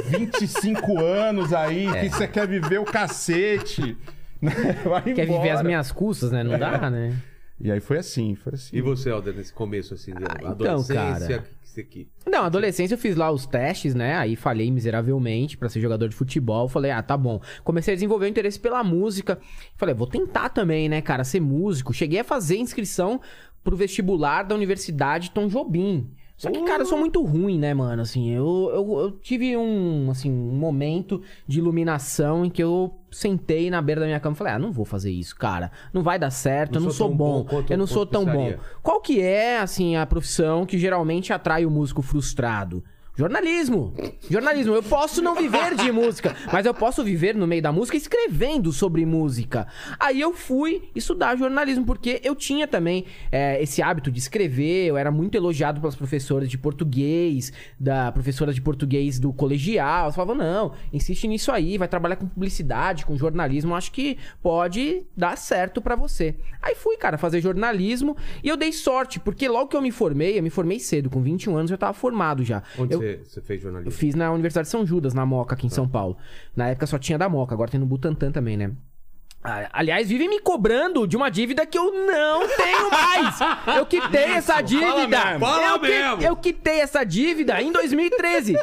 25 anos aí,
É.
que você quer viver o cacete. né? Vai
Quer viver
embora.
às minhas custas, né? Não dá, né?
E aí foi assim, foi assim.
E você, Helder, nesse começo, assim, de
então,
adolescência,
cara.
o que que você quis?
Não, na adolescência eu fiz lá os testes, né? Aí falhei miseravelmente pra ser jogador de futebol. Falei, ah, tá bom. Comecei a desenvolver o interesse pela música. Falei, vou tentar também, né, cara, ser músico. Cheguei a fazer inscrição pro vestibular da Universidade Tom Jobim. Só que, cara, eu sou muito ruim, né, mano? Assim, eu, eu, eu tive um, assim, um momento de iluminação em que eu sentei na beira da minha cama e falei, ah, não vou fazer isso, cara. Não vai dar certo,
Não
eu não
sou
sou,
tão
bom,
bom quanto-
eu não
quanto
sou tão bom.
pensaria.
Qual que é, assim, a profissão que geralmente atrai o músico frustrado? Jornalismo. Jornalismo. Eu posso não viver de música, mas eu posso viver no meio da música escrevendo sobre música. Aí eu fui estudar jornalismo, porque eu tinha também eh, esse hábito de escrever, eu era muito elogiado pelas professoras de português, da professora de português do colegial. Elas falavam, não, insiste nisso aí, vai trabalhar com publicidade, com jornalismo, acho que pode dar certo pra você. Aí fui, cara, fazer jornalismo e eu dei sorte, porque logo que eu me formei, eu me formei cedo, com 21 anos eu tava formado já.
Onde
eu...
você, você fez
Eu
jornalismo?
fiz na Universidade de São Judas, na Moca, aqui em
Tá.
São Paulo. Na época só tinha da Moca, agora tem no Butantan também, né? Ah, Aliás, vivem me cobrando de uma dívida que eu não tenho mais. Eu quitei essa dívida.
mesmo,
fala
eu, qui-
mesmo.
eu quitei essa dívida em 2013.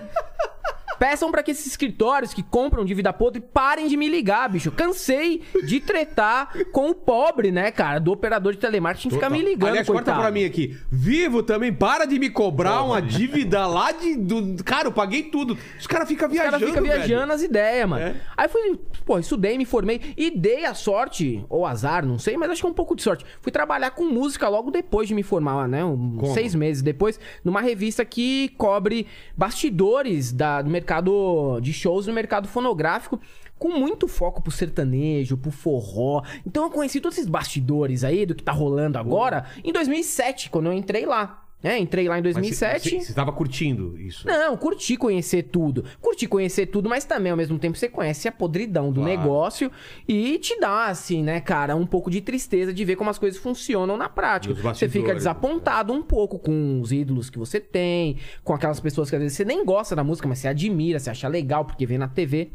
Peçam pra que esses escritórios que compram dívida podre parem de me ligar, bicho. Cansei de tretar com o pobre, né, cara? Do operador de telemarketing ficar me Tá ligando,
Aliás, corta
coitado.
pra mim aqui. Vivo também, para de me cobrar uma dívida lá de. Do... Cara, eu paguei tudo. Os caras ficam
Os
viajando.
caras ficam
velho.
viajando as ideias, mano.
É.
Aí fui, pô, estudei, me formei e dei a sorte, ou azar, não sei, mas acho que um pouco de sorte. Fui trabalhar com música logo depois de me formar, né? um-
Como?
seis meses depois, numa revista que cobre bastidores da- do mercado de shows, no mercado fonográfico. Com muito foco pro sertanejo, pro forró. Então eu conheci todos esses bastidores aí do que tá rolando agora em 2007, quando eu entrei lá. né? entrei lá em
Mas você-
2007.
Você você tava curtindo isso.
Não, curti conhecer tudo. Curti conhecer tudo, mas também ao mesmo tempo você conhece a podridão do
Claro.
negócio e te dá, assim, né, cara, um pouco de tristeza de ver como as coisas funcionam na prática.
E os
Você fica
né?
bastidores,
desapontado um pouco com os ídolos que você tem, com aquelas pessoas que às vezes você nem gosta da música, mas você admira, você acha legal porque vê na TV.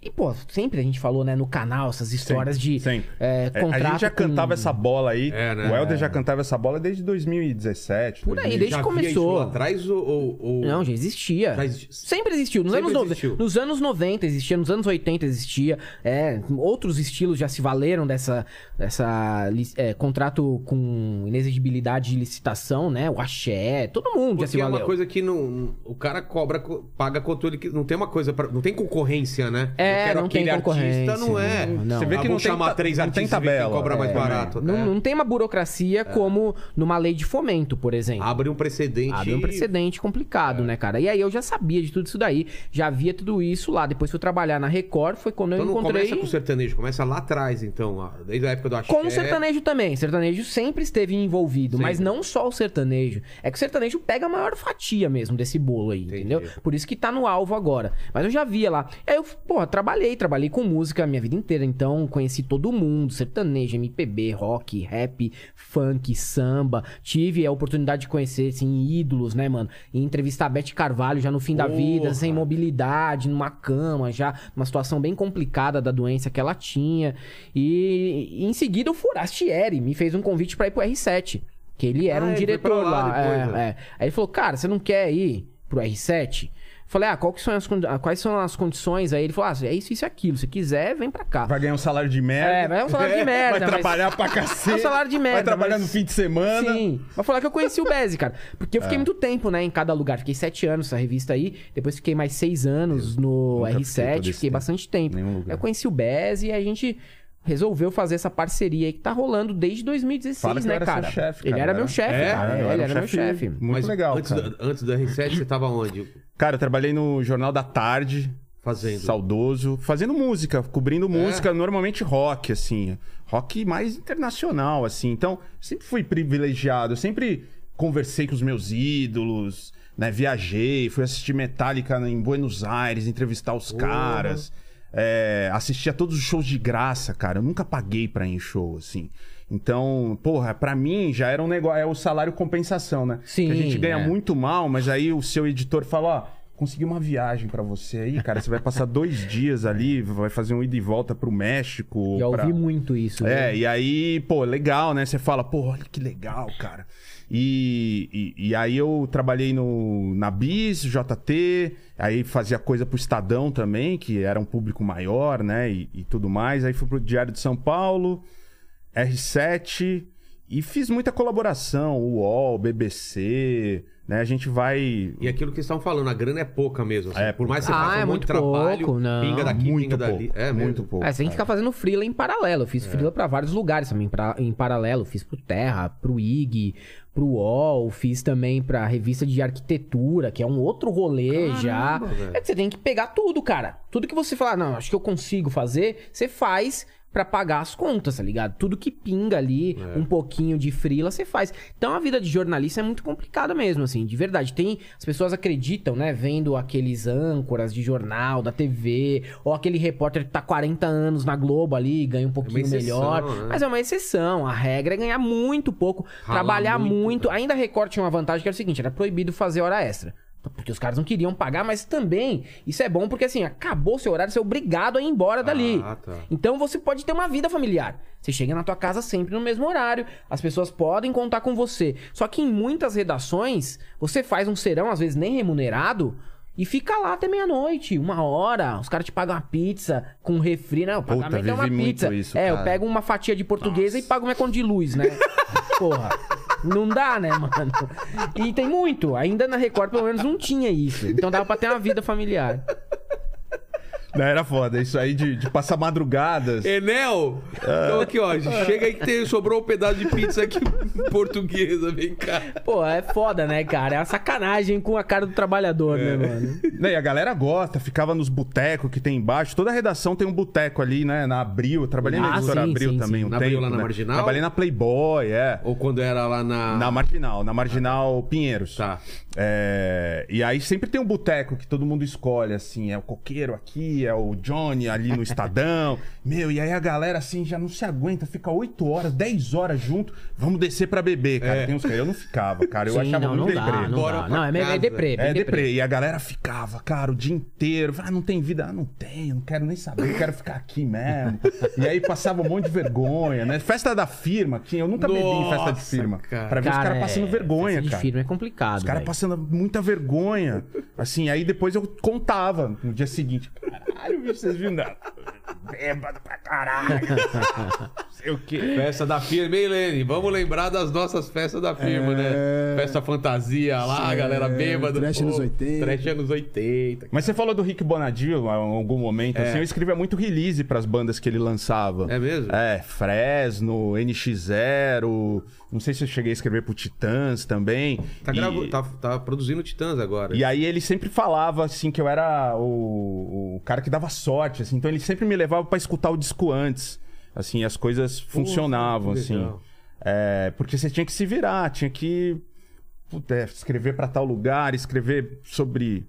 E, pô, sempre a gente falou, né, no canal, essas histórias de
sempre.
é,
É,
contrato
a gente já
com-
cantava essa bola aí.
É, né?
O Helder já cantava essa bola desde 2017,
Por aí, tem desde
já
que
via isso
começou.
lá atrás ou. ou- ou-
Não, já existia.
Tipo, Já existi-
Sempre existiu. Nos,
Sempre
anos
existiu.
No... nos anos 90 existia, nos anos 80 existia. É, outros estilos já se valeram dessa, dessa li- é, contrato com inexigibilidade de licitação, né? O axé, todo mundo já se
Porque é
valeu.
uma coisa que não. O cara cobra, co- paga quanto ele. que- Não tem uma coisa. pra- não tem concorrência, né?
É,
eu quero
não tem
aquele artista,
concorrência,
não é.
não, não. Ah,
Você vê que não
tem
chamar
ta-
três
não tem
artistas e ver
tabela,
quem cobra mais
é,
barato.
Não,
é.
não tem uma burocracia como numa lei de fomento, por exemplo.
Abre um precedente.
Abre um precedente
É.
complicado, né, cara? E aí eu já sabia de tudo isso daí, já via tudo isso lá. Depois fui trabalhar na Record, foi quando
Então
eu
não
encontrei.
começa com sertanejo, começa lá atrás, então. ó, Desde a época do axé.
Com o sertanejo também. O sertanejo sempre esteve envolvido, mas
Sempre.
não só o sertanejo. É que o sertanejo pega a maior fatia mesmo desse bolo aí,
Entendi.
entendeu? Por isso que tá no alvo agora. Mas eu já via lá. Aí eu, porra, trabalhei, trabalhei com música a minha vida inteira, então conheci todo mundo, sertanejo, MPB, rock, rap, funk, samba. Tive a oportunidade de conhecer, assim, ídolos, né, mano? E entrevistar a Beth Carvalho já no fim da
Porra.
vida, sem mobilidade, numa cama, já numa situação bem complicada da doença que ela tinha. E, e em seguida o Forastieri me fez um convite pra ir pro R7, que ele era
Ah,
um
ele foi
diretor
pra
lá.
lá depois,
é,
né?
é. Aí ele falou: "Cara, você não quer ir pro R7?" Falei, ah, qual que são as condi- ah, quais são as condições aí? Ele falou, ah, é isso, isso e aquilo. Se quiser, vem pra cá.
Vai ganhar um salário de merda.
É, vai ganhar um salário de merda,
Vai
mas-
trabalhar pra
É
cacete.
um salário de merda,
Vai trabalhar
mas-
no fim de semana.
Sim. Mas falar que eu conheci o Bezzi, cara. Porque eu
É.
fiquei muito tempo, né, em cada lugar. Fiquei sete anos nessa revista aí. Depois fiquei mais seis anos no
nunca fiquei todo
R7. Fiquei,
esse tempo.
bastante tempo.
Nenhum lugar.
Eu conheci o Bezzi e a gente resolveu fazer essa parceria aí que tá rolando desde 2016,
Fala que eu
né,
era seu
cara?
chefe,
Ele
cara.
era meu chefe,
É?
cara.
Ah, eu
É, Ele
um
era meu chefe.
Muito
Mas
legal,
antes,
cara.
Do, antes do R7, você tava onde?
Cara, eu trabalhei no Jornal da Tarde,
Fazendo.
saudoso, fazendo música,
É.
cobrindo música, normalmente rock, assim. Rock mais internacional, assim. Então, sempre fui privilegiado, sempre conversei com os meus ídolos, né? Viajei, fui assistir Metallica em Buenos Aires, entrevistar os caras. É, assistia todos os shows de graça, cara. Eu nunca paguei pra ir em show, assim. Então, porra, pra mim já era um negócio. É o salário compensação, né?
Sim,
Que a gente ganha
é.
muito mal, mas aí o seu editor fala, ó, consegui uma viagem pra você aí, cara. Você vai passar dois dias ali, vai fazer um ida e volta pro México.
Já
pra...
ouvi muito isso.
É,
né?
e aí, pô, legal, né? Você fala, pô, olha que legal, cara. E, e, e aí eu trabalhei no, na Bis, JT, aí fazia coisa pro Estadão também, que era um público maior, né? E, e tudo mais. Aí fui pro Diário de São Paulo, R7, e fiz muita colaboração, UOL, BBC, né? A gente vai.
E aquilo que vocês estavam falando, a grana é pouca mesmo. assim.
É,
por mais que você
Ah,
faça
é
um monte de
muito
trabalho,
pouco, não.
pinga daqui, pinga
muito
Tá dali.
pouco.
É,
muito
mesmo.
pouco.
É, você tem que ficar fazendo freela em paralelo. Eu fiz freela pra vários lugares também, pra, em paralelo. Fiz pro Terra, pro IG, pro UOL, fiz também pra revista de arquitetura, que é um outro rolê já.
velho.
É que você tem que pegar tudo, cara. Tudo que você falar, "Ah, não, acho que eu consigo fazer, você faz pra pagar as contas, tá ligado? Tudo que pinga ali,
É.
um pouquinho de frila, você faz. Então a vida de jornalista é muito complicada mesmo, assim, de verdade. Tem as pessoas acreditam, né, vendo aqueles âncoras de jornal, da TV, ou aquele repórter que tá 40 anos na Globo ali, ganha um pouquinho
É exceção,
melhor,
né?
mas é uma exceção. A regra é ganhar muito pouco,
Ralar
trabalhar
muito,
muito, Ainda a Record tinha uma vantagem que era o seguinte: era proibido fazer hora extra. Então, Porque os caras não queriam pagar, mas também isso é bom porque assim, acabou seu horário, você é obrigado a ir embora dali.
Ah, tá.
Então você pode ter uma vida familiar. Você chega na tua casa sempre no mesmo horário, as pessoas podem contar com você. Só que em muitas redações, você faz um serão, às vezes nem remunerado, e fica lá até meia-noite, uma hora. Os caras te pagam uma pizza com refri, né? O
Puta,
pagamento é uma
vivi muito
pizza.
isso,
é, eu
cara.
pego uma fatia de portuguesa e pago minha conta de luz, né? Porra. Não dá, né, mano? E tem muito. Ainda na Record, pelo menos, não tinha isso. Então dava pra ter uma vida familiar.
Não, Né, era foda, isso aí de, de passar madrugadas.
Enel, então aqui, ó, chega aí que tem- sobrou um pedaço de pizza aqui portuguesa, vem cá.
Pô, é foda, né, cara? É uma sacanagem com a cara do trabalhador, né, mano?
Né, e a galera gosta, ficava nos botecos que tem embaixo. Toda a redação tem um boteco ali, né? Na Abril. Eu trabalhei na
Ah,
editora
sim,
Abril
sim,
também.
sim.
Um
Na
tempo,
Abril lá na
né?
Marginal?
Trabalhei na Playboy, é.
Ou quando era lá na...
Na Marginal, na Marginal Pinheiros.
Tá.
É, e aí sempre tem um boteco que todo mundo escolhe, assim. É o coqueiro aqui, aí é o Johnny ali no Estadão. Meu, e aí a galera assim já não se aguenta, fica 8 horas, 10 horas junto. Vamos descer pra beber, cara. Tem uns que eu não ficava, cara. Eu
É. Sim,
achava
não, não
muito
dá,
deprê.
não
Bora
dá.
pra
Não, é, meio- é
casa.
deprê, bem
É, deprê. E a galera ficava, cara, o dia inteiro. Ah, não tem vida. Ah, não tem, eu não quero nem saber, eu quero ficar aqui mesmo. e aí passava um monte de vergonha, né? Festa da firma, que eu nunca bebi em festa de
Nossa,
firma.
cara.
Pra ver os caras
é,
passando vergonha,
festa de
cara.
firma é complicado.
Os caras
velho.
passando muita vergonha. Assim, aí depois eu contava no dia seguinte. Caralho, bicho, vocês viram? da- Bêbado pra caralho. Sei o quê.
Festa da firma, hein, Lene? Vamos lembrar das nossas festas da firma,
É.
né? Festa fantasia lá, a galera bêbada.
trash anos
Pô,
80.
Trash anos 80.
Mas você falou do Rick Bonadio em algum momento, assim, eu escrevia muito release pras bandas que ele lançava.
É mesmo?
É, Fresno, NX0, não sei se eu cheguei a escrever pro Titãs também.
Tá,
E-
gravo- tá- tá produzindo Titãs agora.
E aí ele sempre falava, assim, que eu era o, o cara que dava sorte, assim. Então ele sempre me levava pra escutar o disco antes. Assim, as coisas funcionavam,
que
assim.
legal.
É, porque você tinha que se virar, tinha que puta, é, escrever pra tal lugar, escrever sobre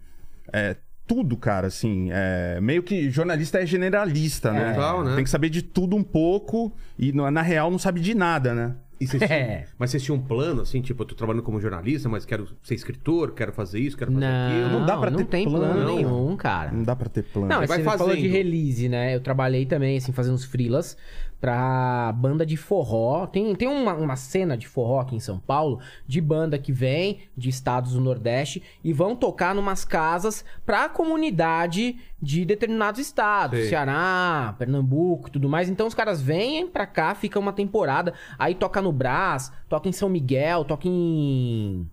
é, tudo, cara, assim. é, meio que jornalista é generalista, né?
Total, né?
Tem que saber de tudo um pouco e, na na real, não sabe de nada, né?
E vocês tinham-
É.
Mas vocês tinham um plano, assim, tipo, eu tô trabalhando como jornalista, mas quero ser escritor, quero fazer isso, quero fazer
Não,
aquilo.
não,
Não dá pra ter
tem plano,
plano, não,
nenhum, cara.
Não dá pra ter plano.
Não,
Você
mas
vai
você falou de
fazendo.
release, né? Eu trabalhei também, assim, fazendo uns freelas pra banda de forró. Tem, tem uma, uma cena de forró aqui em São Paulo, de banda que vem de estados do Nordeste e vão tocar numas casas pra comunidade de determinados estados.
Sei.
Ceará, Pernambuco e tudo mais. Então os caras vêm pra cá, fica uma temporada, aí toca no Brás, toca em São Miguel, toca em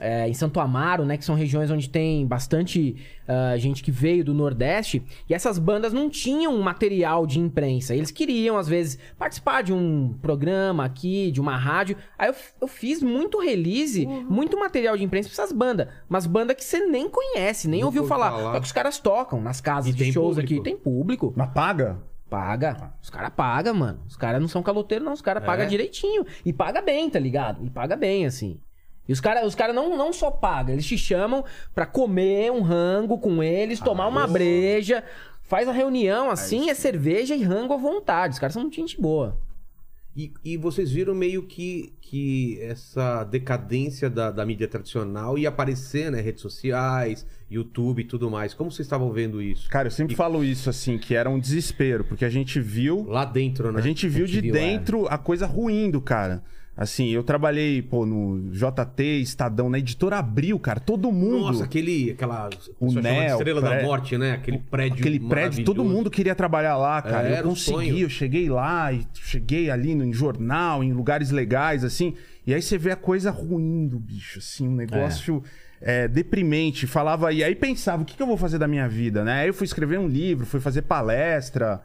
é, em Santo Amaro, né? Que são regiões onde tem bastante ah, gente que veio do Nordeste. E essas bandas não tinham material de imprensa. Eles queriam, às vezes, participar de um programa aqui, de uma rádio. Aí eu, f- eu fiz muito release,
Uhum.
muito material de imprensa pra essas bandas. Mas banda que você nem conhece, nem
Nunca
ouviu
ouvi
falar.
falar.
Só que os caras tocam nas casas
E
de
tem
shows
público?
aqui. Tem público.
Mas paga?
Paga. Os caras pagam, mano. Os caras não são caloteiro, não. Os caras
É.
pagam direitinho. E paga bem, tá ligado? E paga bem, assim. E os caras os cara não, não só pagam, eles te chamam pra comer um rango com eles, tomar
Ah,
uma breja. Faz a reunião assim, é cerveja e rango à vontade. Os caras são muito gente boa.
E, e vocês viram meio que, que essa decadência da, da mídia tradicional e aparecer, né? Redes sociais, YouTube e tudo mais. Como vocês estavam vendo isso?
Cara, eu sempre falo isso, assim, que era um desespero, porque a gente viu
Lá dentro, né?
A gente viu de
viu, é.
dentro a coisa ruim do cara. Assim, eu trabalhei, pô, no JT, Estadão, na editora Abril, cara. Todo mundo.
Nossa, aquele, aquela
O
pessoa chama de
Neo,
estrela
o
da
prédio.
morte, né? Aquele prédio
Aquele prédio, todo
maravilhoso.
mundo queria trabalhar lá, cara.
É,
eu
era um sonho.
consegui, eu cheguei lá e cheguei ali no, em jornal, em lugares legais, assim. E aí você vê a coisa ruim do bicho, assim, um negócio é, deprimente. Falava, e aí pensava, o que, que eu vou fazer da minha vida, né? Aí eu fui escrever um livro, fui fazer palestra,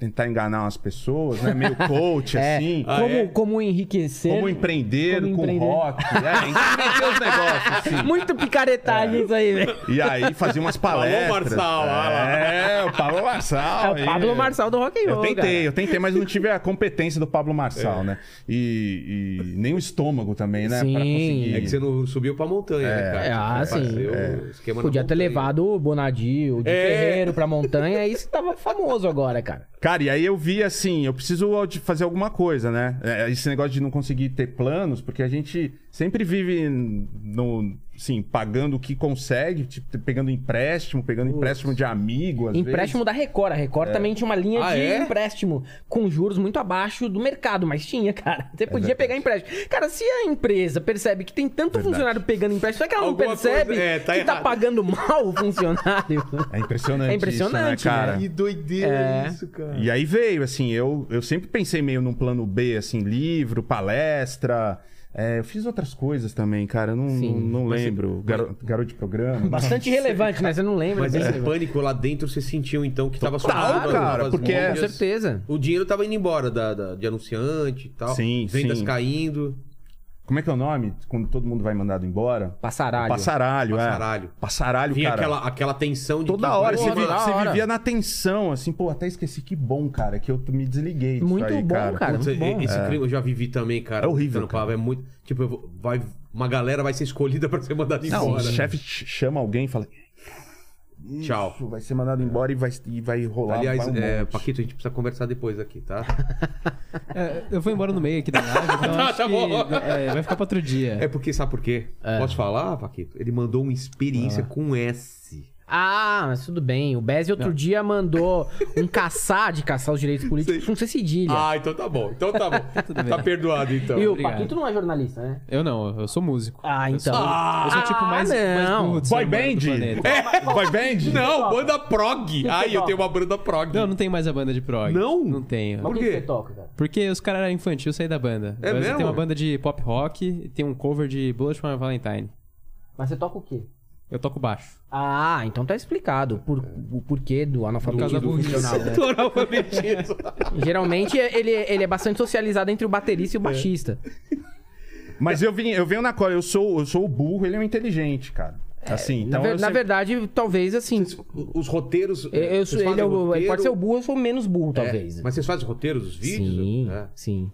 tentar enganar umas pessoas, né? Meio coach,
É.
assim.
Ah,
como, como enriquecer.
Como empreender,
Como
com
empreender.
rock, é, empreender os negócios, assim.
Muito
É.
picaretagem isso aí, né? velho.
E aí fazia umas palestras.
Marçal, olha lá.
é, o Pablo
É
Marçal.
o Pablo
aí.
Marçal do Rock and
Ah, Eu
Roll.
tentei,
cara. É.
eu tentei, mas não tive a competência do Pablo Marçal, né? E, e nem o estômago também, né?
Sim.
Pra
É que você
conseguir.
não subiu pra montanha, né, cara?
É, ah,
Você
sim.
fazer o
É.
esquema na
Podia ter
montanha.
levado o Bonadio, o de
É.
Ferreiro pra montanha, aí você tava famoso agora, cara.
Cara, e aí eu vi assim, eu preciso de fazer alguma coisa, né? É, Esse negócio de não conseguir ter planos, porque a gente sempre vive no, assim, pagando o que consegue, tipo, pegando empréstimo, pegando empréstimo de amigo, às vezes.
Empréstimo da Record. A Record também tinha uma linha
Ah,
de
é?
empréstimo com juros muito abaixo do mercado, mas tinha, cara. Você podia pegar empréstimo. Cara, se a empresa percebe que tem tanto funcionário pegando empréstimo, será que ela não
Alguma
percebe
coisa- é, tá
que tá
errado.
pagando mal o funcionário?
É impressionante.
É impressionante,
isso, né, cara?
Que doideira
É.
isso, cara.
E aí veio, assim, eu, eu sempre pensei meio num plano B, assim, livro, palestra. É, eu fiz outras coisas também, cara. Eu não,
Sim.
não não lembro. Garo- garoto de programa.
Bastante relevante, né? Você não lembra.
É Mas é
né?
esse pânico lá dentro, vocês sentiam então que tava
É. Total,
subindo as
cara,
novas
porque-
Com
mídias?
certeza.
O dinheiro tava indo embora da, da- de anunciante e tal.
Sim,
Vendas
sim.
caindo.
Como é que é o nome? Quando todo mundo vai mandado embora?
Passaralho.
Passaralho,
Passaralho.
é. Passaralho,
Vinha
cara.
aquela, aquela tensão de
Toda
que-
hora,
Porra,
você, "Ah, vi-
toda
você
hora.
vivia na tensão, assim, pô, até esqueci que bom, cara, que eu t- me desliguei disso
Muito
aí,
bom, cara.
Putz,
muito bom.
Esse crime eu já vivi também, cara.
É horrível,
Trampava, é muito. Tipo, eu vou- vai, uma galera vai ser escolhida pra ser mandada
Não, o
embora.
chefe ch- chama alguém e fala. "Cara, Isso,
né? Tchau.
Vai ser mandado embora e vai, e vai rolar.
Aliás,
vai um
é,
monte.
Paquito, a gente precisa conversar depois aqui, tá?
É, eu vou embora no meio aqui da live, então
Tá,
acho
tá
que,
bom.
é, vai ficar pra outro dia.
É porque, sabe por quê? Posso falar, Paquito? Ele mandou uma experiência
Ah.
com S.
Ah, mas tudo bem. O Bez outro dia mandou um caçar de caçar os direitos políticos com cedilha.
Ah, então tá bom. Então tá bom.
bem.
tá perdoado, então.
e o
obrigado.
Paquito não é jornalista, né?
Eu não, eu sou músico.
Ah,
Eu sou-
então.
Eu sou, o tipo
Ah,
mais, mais
não.
burro do ser
Boy
humano do
Band?
planeta.
É, Boy Band?
Não, banda prog. Ai, eu tenho uma banda prog.
Não, não tenho mais a banda de prog.
Não?
Não tenho.
Por
Por que
quê?
você toca, cara?
Porque os caras eram infantil, eu saí da banda.
É
Agora
mesmo?
Tem uma banda de pop rock e tem um cover de Bullet for My Valentine.
Mas você toca o quê?
Eu toco baixo.
Ah, então tá explicado por, o porquê do
causa
analfabetismo
da burrice.
funcional. né?
Doutor Alfabetismo.
Geralmente ele, ele é bastante socializado entre o
É.
baterista e o baixista.
Mas eu, vim, eu venho na cola, eu sou, eu sou o burro, ele é o inteligente, cara. Assim, então.
É, na, ver-
eu
na
sempre-
verdade, talvez assim.
Os roteiros.
eu- eu
vocês
sou- ele
fazem
é o-
roteiro?
pode ser o burro, eu sou o menos burro,
É,
talvez.
Mas vocês fazem roteiros dos vídeos?
sim,
É.
sim.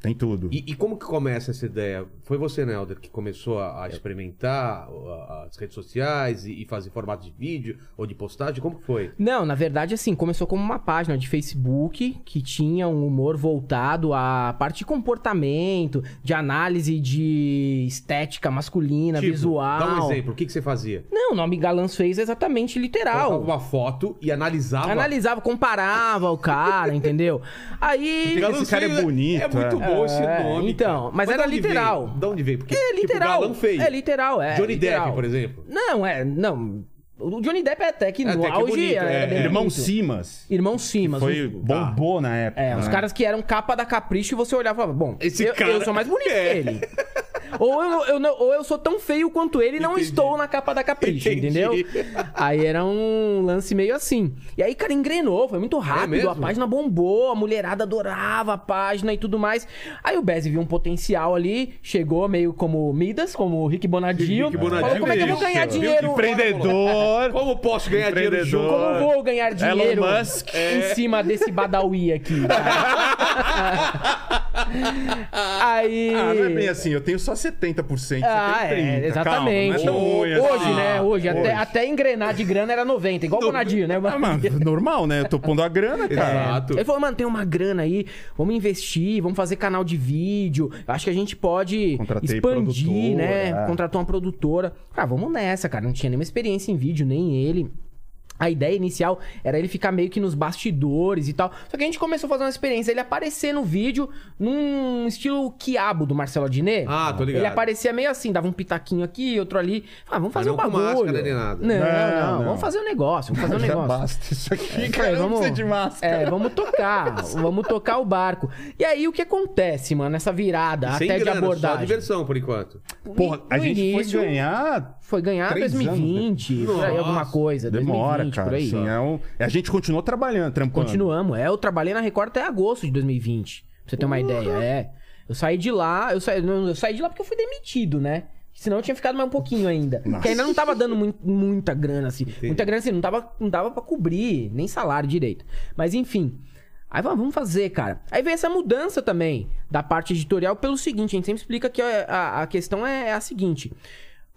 Tem tudo.
E, e como que começa essa ideia? Foi você, né, Helder, que começou a, a experimentar ó, as redes sociais e, e fazer formato de vídeo ou de postagem? Como que foi?
Não, na verdade, assim, começou como uma página de Facebook que tinha um humor voltado à parte de comportamento, de análise de estética masculina,
Tipo,
visual.
Dá um exemplo, o que, que você fazia?
Não, o nome Galãs fez é exatamente literal.
Colocava uma foto e analisava.
Analisava, comparava o cara, entendeu? Aí.
Galã
Esse cara é
feio
bonito,
É muito
é.
bom esse
É,
nome.
então,
cara.
mas era
da onde
literal.
Veio? Da onde veio? Porque,
É
tipo,
literal.
galã feio.
É literal, é.
Johnny
literal.
Depp, por exemplo.
Não, é. Não. O Johnny Depp é até que
É
no
até que
auge.
bonito,
era
é.
bem
Irmão
bonito.
Simas.
Irmão Simas.
Foi
o-
bombou na época.
É, os
né?
caras que eram capa da Capricho e você olhava e falava, bom,
Esse
eu,
cara-
eu sou mais bonito
É.
que ele. Ou eu, eu não- ou eu sou tão feio quanto ele e não
Entendi.
estou na capa da Capricho,
Entendi.
entendeu? Aí era um lance meio assim. E aí, cara, engrenou, foi muito rápido,
É mesmo?
a página bombou, a mulherada adorava a página e tudo mais. Aí o Bezzi viu um potencial ali, chegou meio como Midas, como o Rick Bonadio.
Rick Bonadio,
falou, como é que eu vou
isso.
ganhar
Viu?
dinheiro? Ah,
Empreendedor.
Como posso ganhar dinheiro
Empreendedor.
junto?
um Como vou ganhar dinheiro
Elon Musk. É.
em cima desse badawi aqui? cara? Aí.
Ah, não é bem assim, eu tenho só 70%. você
Ah,
tem 30.
é, exatamente.
Calma, não é tão ruim assim.
hoje, né? Hoje, Até, até engrenar de grana era 90, igual o Bonadinho, né?
Ah, mano, normal, né? Eu tô pondo a grana, cara.
Exato.
Ele falou, mano, tem uma grana aí, vamos investir, vamos fazer canal de vídeo. Eu acho que a gente pode
Contratei
expandir, né?
é.
produtora.
Contratou uma produtora. Ah, vamos nessa, cara. Não tinha nenhuma experiência em vídeo, nem ele. A ideia inicial era ele ficar meio que nos bastidores e tal. Só que a gente começou a fazer uma experiência. Ele aparecer no vídeo num estilo quiabo do Marcelo Adnet.
Ah, tô ligado.
Ele aparecia meio assim, dava um pitaquinho aqui, outro ali. Ah, vamos fazer
não
um
com
bagulho.
máscara nem nada.
Não,
Não,
não,
não.
Vamos fazer um negócio, vamos fazer um
Já
negócio.
basta isso aqui,
Falei,
cara. Não precisa de máscara.
É, vamos tocar, vamos tocar o barco. E aí o que acontece, mano, nessa virada
Sem
até
grana,
de
Só
abordagem?
diversão, por enquanto.
Porra, a
No
gente
início,
foi ganhar.
Foi ganhar
Três
2020, por aí,
né? Nossa,
alguma coisa,
Demora,
2020,
cara.
por aí. né?
assim, é um- A gente continuou trabalhando, trampando.
Continuamos. É, eu trabalhei na Record até agosto de 2020. Pra você ter uma ideia, é. Eu saí de lá, eu saí, não, eu saí de lá porque eu fui demitido, né? Senão eu tinha ficado mais um pouquinho ainda. Porque ainda não tava dando mui- muita grana, assim. Muita grana, assim, não tava, não dava pra cobrir, nem salário direito. Mas enfim. Aí vamos vamos fazer, cara. Aí veio essa mudança também da parte editorial pelo seguinte, a gente sempre explica que a, a- a questão é, é a seguinte.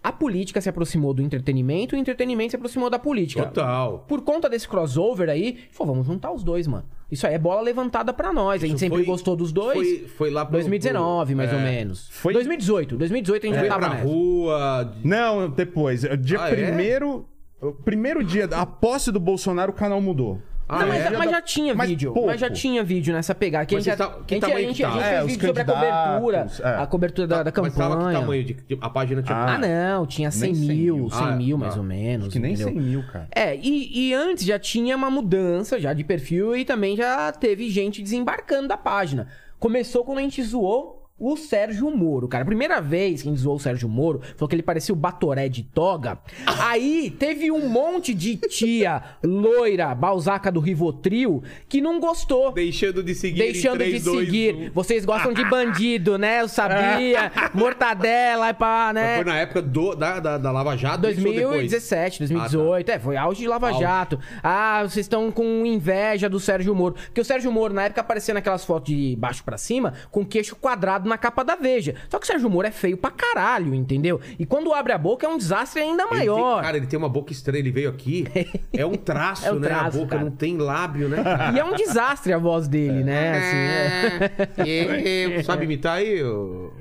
A política se aproximou do entretenimento e o entretenimento se aproximou da política.
Total.
Por conta desse crossover aí, falou, vamos juntar os dois, mano. Isso aí é bola levantada pra nós. a gente
Isso
sempre
foi-
gostou dos dois.
Foi, foi lá pro,
2019, mais
é,
ou menos.
Foi-
2018. 2018 a gente
Foi
já tava
É. pra
nessa.
rua. de-
Não, depois. Dia
Ah, é?
primeiro. o Primeiro dia, a posse do Bolsonaro, o canal mudou.
Ah,
Não, mas,
é?
mas já tinha
Mas
vídeo.
pouco.
Mas já tinha vídeo nessa pegada. Que
Mas
a gente,
que
já-
ta-
a
que tá
gente, a
tamanho
gente,
que
a gente
tava?
fez
É, os
vídeo sobre a cobertura.
candidatos, é.
A cobertura da, da
Mas tava que
campanha.
tamanho? De, de- a página tinha.
Ah,
Ah,
não. Tinha 100
cem
mil,
mil.
100
Ah,
mil mais
ah.
ou menos.
Acho que nem
entendeu?
100 mil, cara.
É, e, e antes já tinha uma mudança já de perfil e também já teve gente desembarcando da página. Começou quando a gente zoou o Sérgio Moro, cara. A primeira vez que a gente zoou o Sérgio Moro, falou que ele parecia o Batoré de toga. Aí teve um monte de tia loira, balzaca do Rivotril, que não gostou.
Deixando de seguir. em
Ah. Deixando
três,
de
dois,
seguir.
um.
Vocês gostam de bandido, né? Eu sabia. Mortadela e pá, né?
Mas Foi na época do, da, da, da Lava Jato. isso ou depois?
2017, 2018, é, foi auge de Lava Jato. Ah, vocês estão com inveja do Sérgio Moro. Porque o Sérgio Moro, na época, aparecia naquelas fotos de baixo pra cima com queixo quadrado na capa da Veja. Só que o Sérgio Moro é feio pra caralho, entendeu? E quando abre a boca é um desastre ainda
Ele tem-
maior.
cara, ele tem uma boca estranha, ele veio aqui. É um traço,
É um
né? A
traço,
boca
cara.
não tem lábio, né? cara?
E é um desastre a voz dele, né? Assim, é.
É, é, Sabe imitar aí? ô?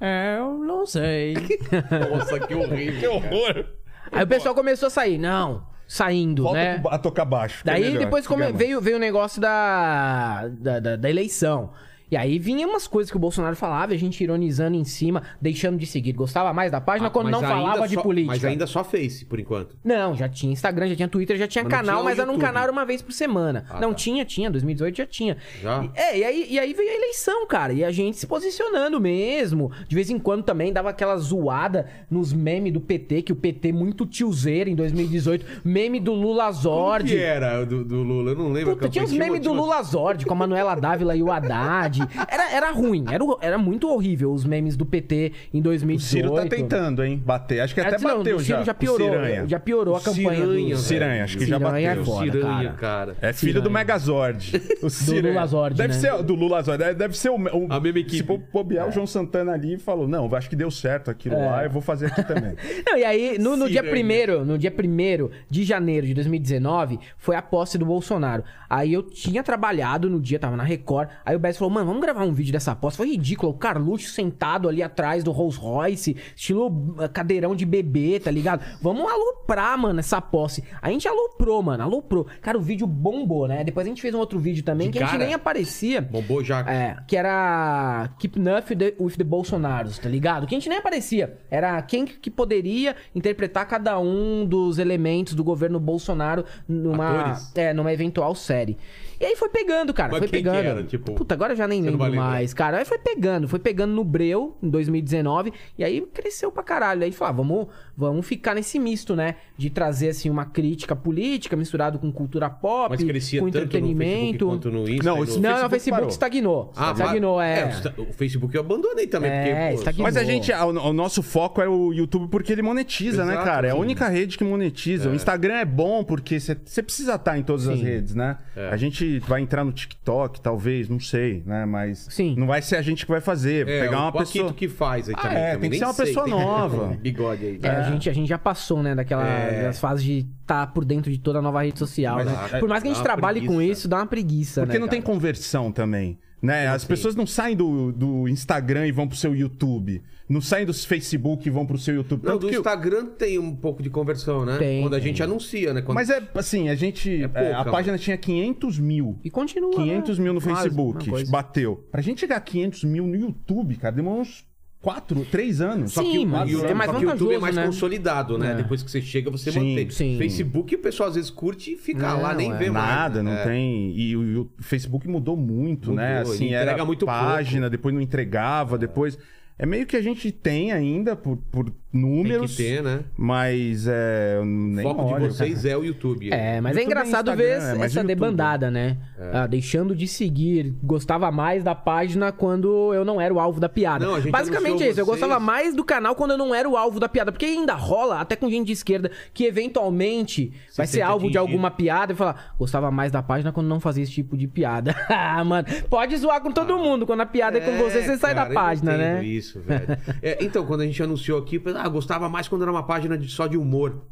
É, eu não sei.
Nossa, que horrível.
Que
Né?
horror!
Aí o pessoal começou a sair. Não, saindo,
Volta
né?
a tocar baixo. que é
Daí
melhor,
depois
fica
come-
mais.
veio, veio o negócio da, da, da- da eleição. E aí vinha umas coisas que o Bolsonaro falava, a gente ironizando em cima, deixando de seguir. Gostava mais da página quando
Ah, Mas
não
ainda
falava de
só-
política.
Mas ainda só Face, por enquanto.
Não, já tinha Instagram, já tinha Twitter, já tinha
Mas não
canal,
tinha o
mas era um
YouTube.
canal uma vez por semana.
Ah,
não
tá.
tinha, tinha, 2018 já tinha.
Já?
E- é, e aí, e aí veio a eleição, cara, e a gente se posicionando mesmo. De vez em quando também dava aquela zoada nos memes do PT, que o PT muito tiozeiro em 2018, meme do Lula
Como
Zord.
que é, era do, do Lula? Eu não lembro. a
Puta, tinha
campanha.
os memes
Tinha
do
uma-
Lula Zord com a Manuela Dávila e o Haddad. Era, era ruim, era, o- era muito horrível os memes do PT em
O
2018.
Ciro tá tentando, hein? Bater. Acho que até
Não,
bateu
o Ciro
já.
já
o
piorou,
Ciranha.
já piorou a campanha do-
Ciranha, velho.
Ciranha, acho que já
Ciranha
bateu.
é foda,
Ciranha,
cara.
assim, cara.
É filho do Megazord. O Ciranha.
Lula Zord,
deve
né? É.
ser Do Lula Zord. É, Deve ser o. o
A mesma equipe.
Se bo- bobear, o João Santana ali falou: Não, acho que deu certo aquilo lá, eu vou fazer aqui também.
Não, e aí, no, no dia
Ciranha.
1 no dia primeiro de janeiro de 2019, foi a posse do Bolsonaro. Aí eu tinha trabalhado no dia, tava na Record. Aí o Bess falou, mano, vamos gravar um vídeo dessa posse. Foi ridículo. O Carluxo sentado ali atrás do Rolls Royce, estilo eh, cadeirão de bebê, tá ligado? Vamos aloprar, mano, essa posse. A gente aloprou, mano, aloprou. Cara, o vídeo bombou, né? Depois a gente fez um outro vídeo também
De
que a gente
cara?
nem aparecia.
Bombou já.
É, que era Keep Nuff the- with the Bolsonaros, tá ligado? Que a gente nem aparecia. Era quem que poderia interpretar cada um dos elementos do governo Bolsonaro numa,
Atores?
é, numa eventual série. E aí foi pegando, cara.
Mas
foi
quem que
pegando.
era, tipo?
Puta, agora eu já nem
Você não
lembro
vai lembrar.
mais, cara. Aí foi pegando, foi pegando no Breu em 2019 e aí cresceu pra caralho. Aí falava, "Ah, vamos, vamos ficar nesse misto, né? De trazer assim uma crítica política misturado com cultura pop,
Mas crescia
com
tanto no Facebook
entretenimento.
quanto no Insta.
Não,
e no-
isso-
Não,
Facebook
não, o Facebook
parou.
estagnou.
Ah,
estagnou,
mas-
é.
o sta- O Facebook eu abandonei também,
É,
porque...
estagnou.
Mas a
Bom.
gente, o, o nosso foco é o YouTube porque ele monetiza, né,
Exato,
cara? É a
sim.
única rede que monetiza. O Instagram é bom porque você precisa estar em todas as redes, né?
É.
A gente vai entrar no TikTok, talvez, não sei, né? Mas
Sim.
não vai ser a gente que vai fazer.
É,
pegar
o
uma
Paquito
pessoa.
que faz aí
Ah,
também.
é,
também
tem que
nem
ser uma
sei,
pessoa
tem que ter um
nova.
Bigode aí.
É, A, gente, a gente já passou, né, daquela, das fases de estar por dentro de toda a nova rede social,
Mas,
né?
é,
Por mais que a
dá
gente
uma
trabalhe com
preguiça.
isso, dá uma preguiça,
Porque
né?
não tem
cara?
conversão também. Né? As pessoas não saem do, do Instagram e vão pro seu YouTube. Não saem do Facebook e vão pro seu YouTube.
Não,
Tanto
do
que o-
Instagram tem um pouco de conversão, né?
Tem,
Quando a
tem.
gente anuncia, né? Quando-
Mas é assim, a gente.
É pouca,
é, a
mano.
página tinha 500 mil.
E continua. né?
500 mil no
Quase,
Facebook.
uma coisa.
Bateu. Pra gente chegar a 500 mil no YouTube, cara, demorou uns 4, 3 anos.
Só que
Sim,
o-
mas
e o-
é mais
só que o YouTube é
vantajoso,
mais
né?
consolidado, né?
É.
Depois que você chega, você
Sim,
mantém.
sim.
Facebook, o pessoal às vezes curte e fica
Não,
lá, nem
é.
vê mais.
Nada, não
É.
tem. E o, e o Facebook mudou muito,
Mudou, ele
né? Assim,
entrega
era
muito
página, depois não entregava, depois. É meio que a gente tem ainda por, por números.
Tem que ter, né?
Mas é. eu Nem
O foco
olho,
de vocês é o YouTube.
É, mas é
YouTube e
engraçado
Instagram,
ver
é, mas
essa
YouTube.
debandada, né?
É.
Ah, deixando de seguir. Gostava mais da página quando eu não era o alvo da piada.
Não, a gente
Basicamente é
anunciou
isso. Eu
vocês.
gostava mais do canal quando eu não era o alvo da piada. Porque ainda rola, até com gente de esquerda, que eventualmente vai ser
sente
alvo
atingido.
de alguma piada e falar, gostava mais da página quando não fazia esse tipo de piada. ah, mano, pode zoar com todo mundo. Quando a piada é, com você, você sai
Ah. cara,
da
eu não
página,
entendo
né?
isso, velho. É, então, quando a gente anunciou aqui, eu falei, ah, gostava mais quando era uma página de- só de humor.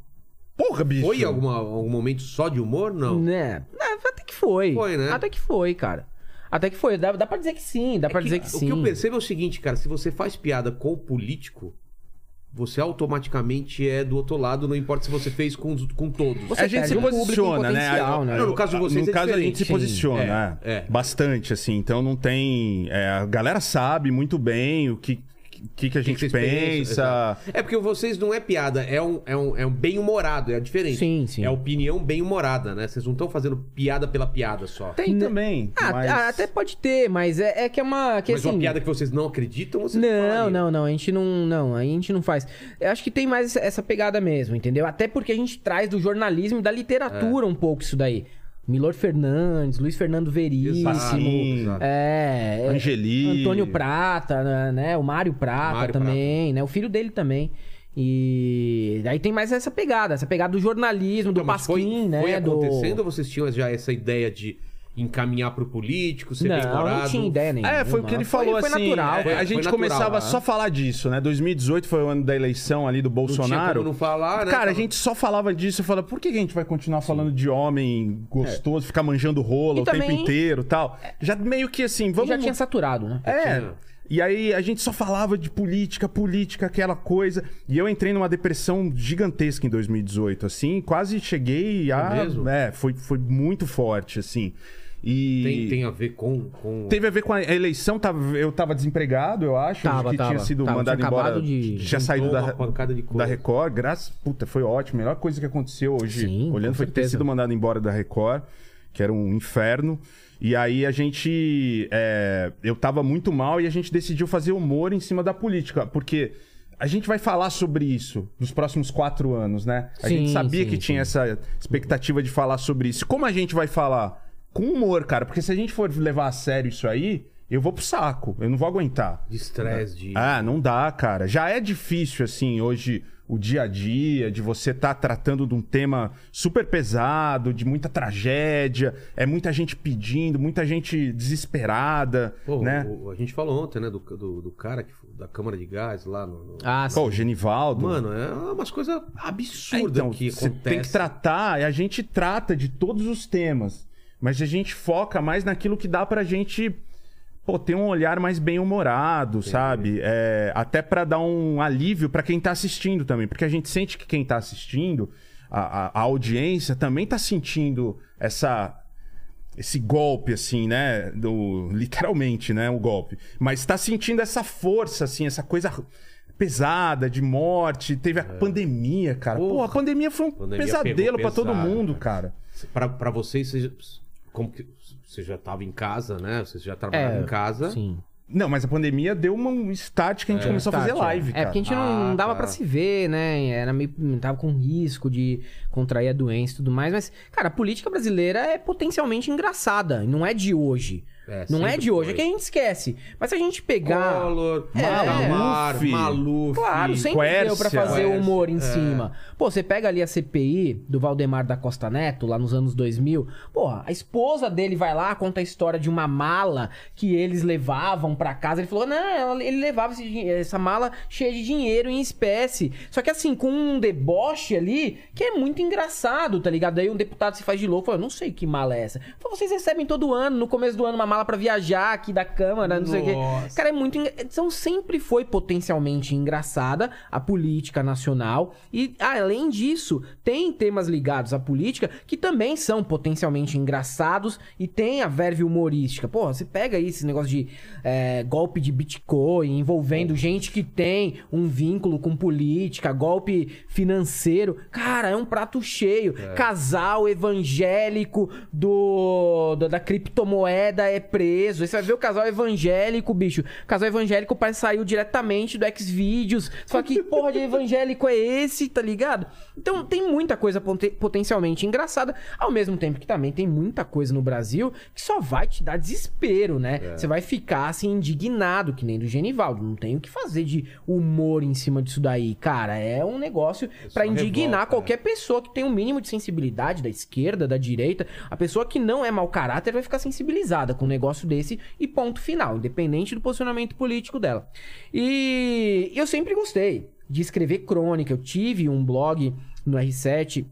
Porra, bicho.
Foi alguma, algum momento só de humor? Não.
Né? Ah, Até que foi.
Foi, né?
Até que foi, cara. Até que foi. Dá, dá pra dizer que sim, dá pra
É
dizer que
o
sim.
que eu percebo é o seguinte, cara, se você faz piada com o político, você automaticamente é do outro lado, não importa se você fez com, os- com todos.
Você
a gente
perde
se
um público em
posiciona, né?
potencial, né?
Não, no caso de vocês
No
é
caso, a
diferente.
gente se
Sim.
posiciona
É, é.
bastante, assim. Então não tem. é, a galera sabe muito bem o que, que, que a
O que
gente
vocês
pensa.
pensam, exato. É porque vocês não é piada, é um, é um, é um bem-humorado, é diferente.
Sim, sim.
É opinião bem-humorada, né? Vocês não estão fazendo piada pela piada só.
Tem também.
Ah,
mas-
ah, até pode ter, mas é, é que é uma. Que,
Mas
assim,
uma piada que vocês não acreditam, vocês
Não,
falariam.
não, não. A gente não. Não, a gente não faz. Eu acho que tem mais essa- essa pegada mesmo, entendeu? Até porque a gente traz do jornalismo e da
É.
literatura um pouco isso daí. Milor Fernandes, Luiz Fernando Veríssimo.
Passinho,
É. é,
Angeli.
Antônio Prata, né? O Mário Prata
Mário
também, né? O filho dele também. E aí tem mais essa pegada, essa pegada do jornalismo, do
Então, Mas
Pasquim,
foi,
né?
Foi
do-
acontecendo ou vocês tinham já essa ideia de encaminhar pro político, ser bem
Não, não
morado.
tinha ideia nenhuma.
É, foi o que ele falou
foi,
assim.
Foi natural.
é,
cara.
a gente
Foi natural,
começava
né?
só a falar disso, né? 2018 foi o ano da eleição ali do
Não tinha
Bolsonaro.
como não falar, né?
Cara, a
Tava-
gente só falava disso. Eu falava, por que a gente vai continuar falando de homem gostoso, ficar manjando rola
É. E
o
também- é.
tempo inteiro tal? Já meio que assim,
E
vamos.
já tinha saturado, né?
É.
tinha.
E aí a gente só falava de política, política, aquela coisa. E eu entrei numa depressão gigantesca em 2018, assim. Quase cheguei a.
mesmo?
É, foi, foi muito forte, assim. E.
Tem, tem a ver com. com...
Teve a ver com a eleição, tava- eu tava desempregado, eu acho.
Tava,
que
tava,
tinha sido
tava,
mandado
tinha
embora.
acabado de-
Tinha saído
Juntou
da,
uma pancada de coisa.
da Record. Graças. Puta, foi ótimo. Melhor coisa que aconteceu hoje,
Sim, com
olhando, foi ter
certeza.
sido mandado embora da Record, que era um inferno. E aí a gente. é, eu tava muito mal e a gente decidiu fazer humor em cima da política, porque. A gente vai falar sobre isso nos próximos quatro anos, né? A gente
Sim,
sabia
sim,
que
sim.
tinha essa expectativa de falar sobre isso. Como a gente vai falar? Com humor, cara. Porque se a gente for levar a sério isso aí, eu vou pro saco. Eu não vou aguentar.
De estresse, de.
Ah, não dá, cara. Já é difícil, assim, hoje, o dia a dia, de você estar tratando de um tema super pesado, de muita tragédia, é muita gente pedindo, muita gente desesperada,
Pô,
né?
o- o- a gente falou ontem, né? Do, do, do cara que, da Câmara de Gás lá no. no-
Ah, sim.
Pô, o Genivaldo.
Mano, é umas coisas absurdas que
você
acontecem.
É, então, tem que tratar, e a gente trata de todos os temas, mas a gente foca mais naquilo que dá pra gente pô, ter um olhar mais bem-humorado, sabe? É, até pra dar um alívio pra quem tá assistindo também, porque a gente sente que quem tá assistindo, a, a- a audiência também tá sentindo essa esse golpe assim, né, do literalmente, né, o golpe. Mas tá sentindo essa força assim, essa coisa pesada de morte, teve a pandemia, cara. Pô,
É. Porra.
a pandemia foi um
Pandemia
pesadelo
pegou
pra todo
pesado,
mundo, cara.
Pra, pra vocês, vocês- como que você já tava em casa, né? Você já trabalhava
É,
em casa.
Sim.
Não, mas a pandemia deu uma- um start que a gente começou a
Start,
fazer live,
é.
cara.
É, porque a gente não,
Ah,
não dava
tá.
pra se ver, né? Era meio, tava com risco de contrair a doença e tudo mais. Mas, cara, a política brasileira é potencialmente engraçada. Não é de hoje.
É,
não é
sempre
de hoje, é
foi.
que a gente esquece. Mas se a gente pegar...
Collor,
É.
Tá
Maluf,
Maluf.
Maluf.
Claro, sempre deu pra
Quércia.
fazer
Quércia,
humor em
é.
cima. Pô, você pega ali a CPI do Valdemar da Costa Neto, lá nos anos 2000. Porra, a esposa dele vai lá, conta a história de uma mala que eles levavam pra casa. Ele falou, não, ela- ele levava esse dinhe- essa mala cheia de dinheiro em espécie. Só que assim, com um deboche ali, que é muito engraçado, tá ligado? Aí um deputado se faz de louco, fala, não sei que mala é essa. Fala, vocês recebem todo ano, no começo do ano, uma mala pra viajar aqui da Câmara, não sei o quê.
Nossa.
Cara, é muito. engra- Então, sempre foi potencialmente engraçada a política nacional. E, além disso, tem temas ligados à política que também são potencialmente engraçados e tem a verve humorística. Porra, você pega aí esse negócio de é, golpe de Bitcoin envolvendo gente que tem um vínculo com política, golpe financeiro. Cara, é um prato cheio. Casal evangélico do, do- da criptomoeda é preso. Aí você vai ver o casal evangélico, bicho. O casal evangélico parece que saiu diretamente do Xvideos. Só que porra de evangélico é esse, tá ligado? Então tem muita coisa ponte- potencialmente engraçada, ao mesmo tempo que também tem muita coisa no Brasil que só vai te dar desespero, né?
É.
Você vai ficar assim indignado, que nem do Genivaldo. Não tem o que fazer de humor em cima disso daí, cara. É um negócio pra indignar
revolta, né?
qualquer qualquer pessoa que tem um mínimo de sensibilidade da esquerda, da direita, a pessoa que não é mau caráter vai ficar sensibilizada com um negócio desse e ponto final, independente do posicionamento político dela. E eu sempre gostei de escrever crônica. Eu tive um blog no R7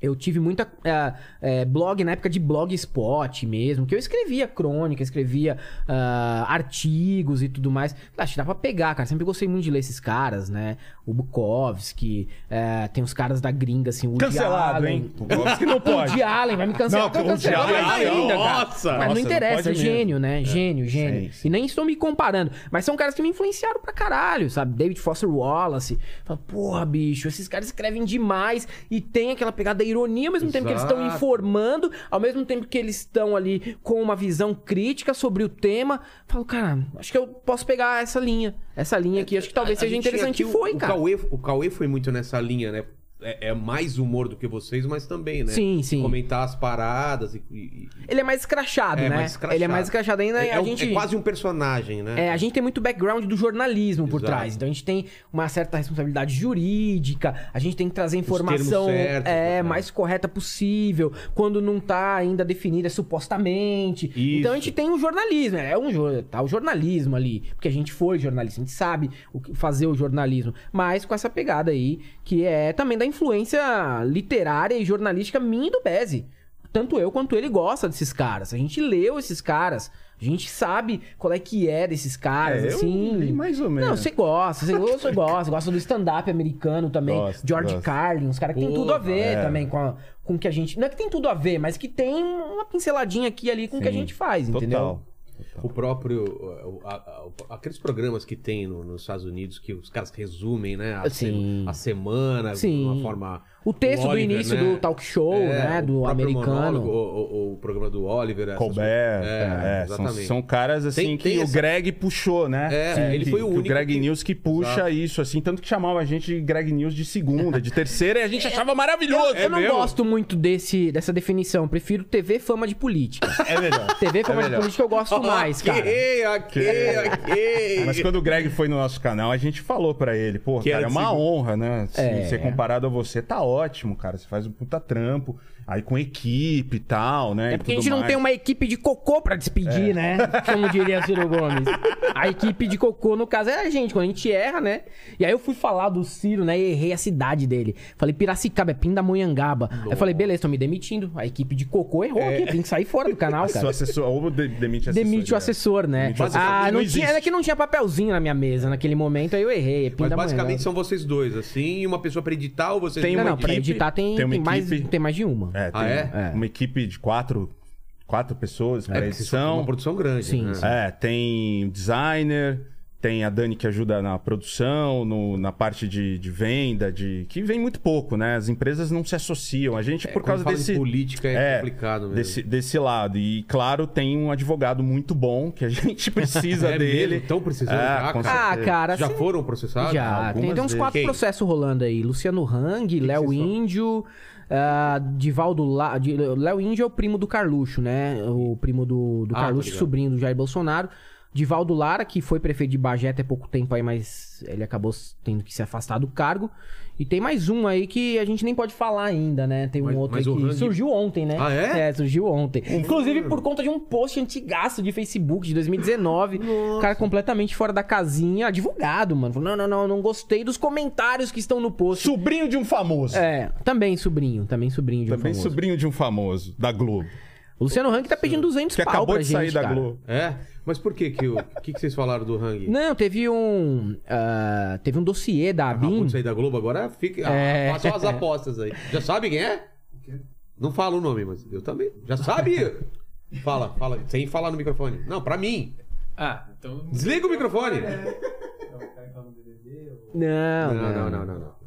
eu tive muita ah, eh, blog na época de blogspot mesmo, que eu escrevia crônica, escrevia ah, artigos e tudo mais. Acho que dá pra pegar, cara. Sempre gostei muito de ler esses caras, né? O Bukowski, eh, tem os caras da gringa, assim, o Woody
Cancelado,
Allen.
hein? Óbvio que não
O
pode.
Woody Allen vai me cancelar.
Não,
Tô
o Woody
cancelando
Allen,
mais ainda, cara.
nossa,
Mas
nossa,
não
não
interessa, é
pode mesmo.
gênio, né? Gênio, gênio.
sim.
E nem estou me comparando. Mas são caras que me influenciaram pra caralho, sabe? David Foster Wallace. Fala, porra, bicho, esses caras escrevem demais e tem aquela pegada da ironia ao mesmo tempo que eles estão
Exato.
informando, ao mesmo tempo que eles estão ali com uma visão crítica sobre o tema. Falo, cara, acho que eu posso pegar essa linha. Essa linha aqui, acho que talvez
A
seja
gente tinha aqui
interessante. E
o-
foi,
o
cara.
Cauê, o Cauê foi muito nessa linha, né? é, é mais humor do que vocês, mas também, né?
Sim, sim.
Comentar as paradas e. e- e-
Ele é mais escrachado, né? Ele é mais escrachado ainda.
É,
e
é
a
um-
gente...
é quase um personagem, né?
É, a gente tem muito background do jornalismo por
Exato.
trás. Então a gente tem uma certa responsabilidade jurídica, a gente tem que trazer
termos
informação
certos,
é,
né?
mais correta possível. Quando não tá ainda definida supostamente.
Isso.
Então a gente tem o jornalismo, é um jor- tá o jornalismo ali, porque a gente foi jornalista, a gente sabe o que fazer o jornalismo, mas com essa pegada aí que é também da influência literária e jornalística minha e do Bezzi. Tanto eu quanto ele gosta desses caras. A gente leu esses caras. A gente sabe qual é que é desses caras,
É, eu li
assim.
mais ou menos.
Não, você gosta. Você gosta, gosta. Gosta do stand-up americano também.
Gosto,
George
gosto.
Carlin. Os caras que tem
Pô,
tudo a ver
é.
também com, a- com o que a gente... Não é que tem tudo a ver, mas que tem uma pinceladinha aqui e ali com o que a
Sim,
gente faz, entendeu?
Total.
O próprio. o- a- a- aqueles programas que tem no- nos Estados Unidos que os caras resumem, né? A,
Sim.
se- a semana,
Sim.
de uma forma. É,
O texto do início do talk show, né, do
próprio
americano.
monólogo, o, o- o programa do Oliver. essas
Colbert,
coisas.
é, são,
exatamente.
são caras assim
Tem-
que
tem
o
essa-
Greg puxou, né?
É,
Que-
ele foi o
que
único
O Greg
que-
News que puxa
Exato.
isso, assim. Tanto que chamava a gente de Greg News de segunda, de terceira, e a gente achava maravilhoso.
É, eu não gosto muito desse, dessa definição. Eu prefiro TV fama de política.
É melhor.
TV fama
É
de
melhor.
política eu gosto mais, cara.
Ok, ok, É, ok.
Mas quando o Greg foi no nosso canal, a gente falou pra ele, pô,
Que
cara,
era
é uma
de-
honra, né? Se-
É.
Ser comparado a você, tá ótimo, cara. Você faz um puta trampo, aí com equipe e tal, né?
É
E
porque a
tudo
gente não
mais. É.
tem uma equipe de cocô pra despedir, né? Como diria Ciro Gomes. A equipe de cocô, no caso, é a gente, quando a gente erra, né? E aí eu fui falar do Ciro, né? E errei a cidade dele. Falei Piracicaba, é Pindamonhangaba. Aí eu falei, beleza, tô me demitindo. A equipe de cocô errou aqui, tem que sair fora do canal,
Seu
cara.
É. assessor, ou de- demite, a
Demite o
assessoria.
assessor, né?
Demite o assessor.
Ah,
Não
não
existe.
tinha, é que não tinha papelzinho na minha mesa naquele momento, aí eu errei. é
Mas
Pindamonhangaba.
basicamente são vocês dois, assim, e uma pessoa pra editar ou vocês
Tem
Não,
uma
não, pra
equipe,
editar tem,
tem
tem,
uma
mais,
equipe.
tem mais de uma.
É, tem
Ah, é?
uma equipe de quatro, quatro pessoas pra
porque É, vocês fazem
edição.
uma produção grande.
Sim,
né?
sim.
É, tem designer, tem a Dani que ajuda na produção, no- na parte de, de venda, de que vem muito pouco, né? As empresas não se associam. A gente, É, por
É, Quando
causa
fala
desse...
de política é, complicado mesmo.
Desse, desse lado. E, claro, tem um advogado muito bom que a gente precisa
É
dele.
mesmo? Tão precisando já,
com
cara?
Ah,
certeza.
cara,
Já
se-
foram processados?
Já, tem,
algumas
tem uns
vezes.
quatro
Quem?
processos rolando aí. Luciano Hang, Léo
vocês falam?
Índio, ah, Divaldo La... Di- Léo Índio é o primo do Carluxo, né? O primo do, do
Ah, tá
Carluxo,
ligado.
sobrinho do Jair Bolsonaro. Divaldo Lara, que foi prefeito de Bagé até pouco tempo aí, mas ele acabou s- tendo que se afastar do cargo. E tem mais um aí que a gente nem pode falar ainda, né? Tem um
Mas-
outro
mas
aí
o
que
Hang-
surgiu ontem, né?
Ah, é?
É, surgiu ontem. Inclusive por conta de um post antigaço de Facebook de 2019. O cara completamente fora da casinha, advogado, mano. Falou, não, não, não, não gostei dos comentários que estão no post.
Sobrinho de um famoso.
É, também sobrinho, também sobrinho de um
Também
famoso.
sobrinho de um famoso, da Globo.
O Luciano Hang tá pedindo 200
Que
pau
acabou
pra
de
gente,
sair da
cara.
Globo.
É? Mas por que que o... que que vocês falaram do Hang?
Não, teve um. ah, teve um dossiê da
Acabou
Abin.
de sair da Globo agora, fica,
É.
ah, façam as apostas aí. Já sabe quem é? Não fala o nome, mas eu também. Já sabe? fala, fala, sem falar no microfone. Não, pra mim.
Ah, então.
Desliga o microfone.
Não,
Não, não, não, não. não.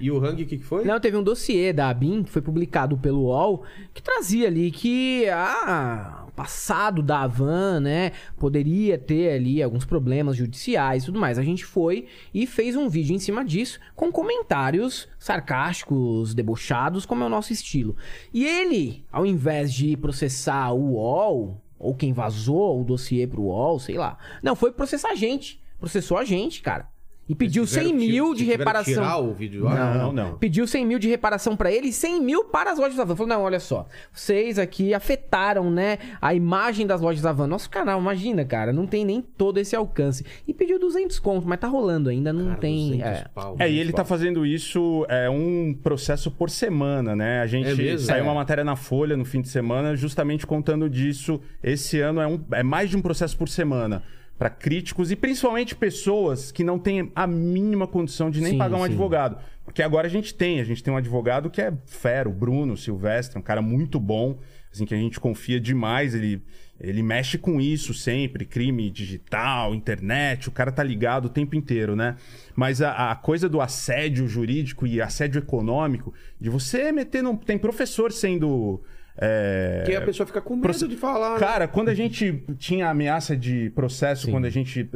E o Hang, o que que foi?
Não, teve um dossiê da ABIN que foi publicado pelo UOL que trazia ali que ah, o passado da Avan, né, poderia ter ali alguns problemas judiciais e tudo mais. A gente foi e fez um vídeo em cima disso com comentários sarcásticos, debochados, como é o nosso estilo. E ele, ao invés de processar o UOL, ou quem vazou o dossiê pro UOL, sei lá, não, foi processar a gente. Processou a gente, cara. E pediu
Tiveram
100
que-
mil de
tiveram que
reparação.
Tirar o vídeo do ar?
Não, não.
Pediu 100 mil de reparação pra ele e 100 mil para as lojas da Van. Falou, não, olha só. Vocês aqui afetaram, né, a imagem das lojas da Van. Nosso canal, imagina, cara. Não tem nem todo esse alcance. E pediu 200 conto, mas tá rolando ainda. Não
Cara,
tem...
200
é.
pau,
É, e
200
ele
pau.
tá fazendo isso, é um processo por semana, né? A
É
gente
mesmo?
saiu
É.
uma matéria na Folha no fim de semana, justamente contando disso. Esse ano é, um- é mais de um processo por semana para críticos e principalmente pessoas que não têm a mínima condição de nem
Sim,
pagar um
sim.
advogado. Porque agora a gente tem, a gente tem um advogado que é fero, Bruno Silvestre, um cara muito bom, assim, que a gente confia demais, ele, ele mexe com isso sempre, crime digital, internet, o cara tá ligado o tempo inteiro, né? Mas a, a coisa do assédio jurídico e assédio econômico, de você meter num... Tem professor sendo... é,
Porque a pessoa fica com medo de falar. né?
Cara, quando a gente tinha a ameaça de processo, quando a gente.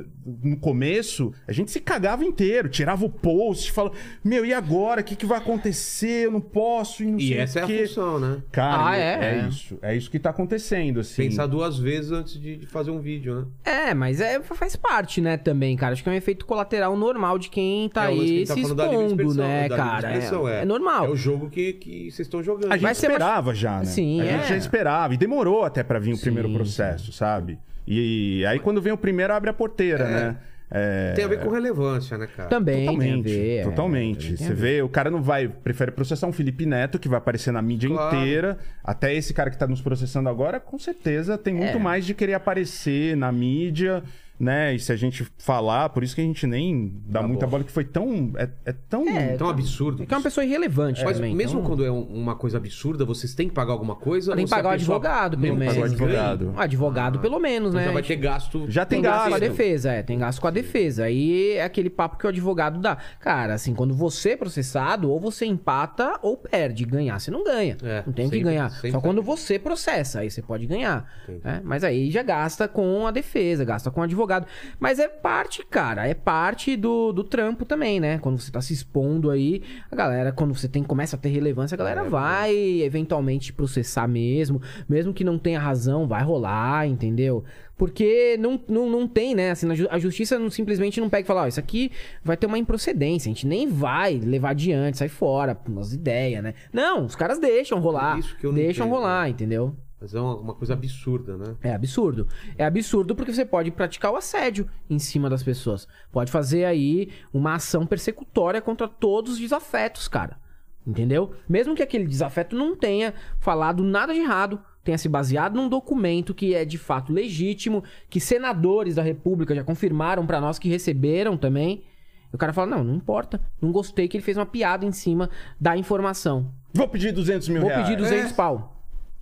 No começo, a gente se cagava inteiro, tirava o post, falava, meu, e agora? O que, que vai acontecer? Eu não posso, e não
E
sei
essa é
o
a
quê.
função, né?
Cara,
Ah,
é,
é?
é isso. É isso que tá acontecendo, assim.
Pensar duas vezes antes de de fazer um vídeo, né?
É, mas é, faz parte, né, também, cara. Acho que é um efeito colateral normal de quem tá
É o lance que a
aí
gente tá
se
falando da livre
expondo,
expressão,
né,
da livre
cara?
expressão,
É,
é.
é normal.
É o jogo que, que vocês estão jogando.
A gente
Vai ser mais-
esperava já, né?
Sim,
a
é.
gente já esperava. E demorou até pra vir o primeiro processo, sabe? E aí quando vem o primeiro, abre a porteira, né? É,
Tem a ver com relevância, né, cara?
Também, tem a
Totalmente,
ver, é.
totalmente. Você vê, o cara não vai, prefere processar um Felipe Neto, que vai aparecer na mídia
Claro.
inteira. Até esse cara que tá nos processando agora, com certeza tem
É.
muito mais de querer aparecer na mídia, né? E se a gente falar, por isso que a gente nem dá
Tá
muita
bom.
bola, que foi tão. É, é tão.
É tão absurdo.
É que é uma pessoa irrelevante
Mas
também.
mesmo
então-
quando é um- uma coisa absurda, vocês têm que pagar alguma coisa?
Tem que
Ou se a
pagar o
pessoa-
advogado, pelo
mesmo que
menos.
vocês ganhem,
Advogado.
Um Advogado, pelo menos, né?
Ah, Então Já vai ter gasto.
Já tem
Tem
gasto.
gasto com a defesa, é, tem gasto com a defesa. Aí é aquele papo que o advogado dá. Cara, assim, quando você é processado, ou você empata ou perde. Ganhar, você não ganha.
É,
não tem o que
sempre-
ganhar.
sempre
Só
é.
quando você processa, aí você pode ganhar. né? Mas aí já gasta com a defesa, gasta com o advogado. Mas é parte, cara, é parte do, do trampo também, né? Quando você tá se expondo aí, a galera, quando você tem, começa a ter relevância, a
É,
galera vai eventualmente te processar mesmo. Mesmo que não tenha razão, vai rolar, entendeu? Porque não, não, não tem, né? Assim, na ju- a justiça não, simplesmente não pega e fala, ó, isso aqui vai ter uma improcedência, a gente nem vai levar adiante, sai fora, nossas ideias, né? Não, os caras deixam rolar.
É Isso que eu não
deixam
entendo,
rolar,
né?
entendeu?
Mas é uma, uma coisa absurda, né?
É absurdo. É absurdo porque você pode praticar o assédio em cima das pessoas. Pode fazer aí uma ação persecutória contra todos os desafetos, cara. Entendeu? Mesmo que aquele desafeto não tenha falado nada de errado, tenha se baseado num documento que é de fato legítimo, que senadores da República já confirmaram pra nós que receberam também. E o cara fala: não, não importa. Não gostei que ele fez uma piada em cima da informação.
Vou pedir 200 mil
Vou
reais. É.
pedir 200 pau.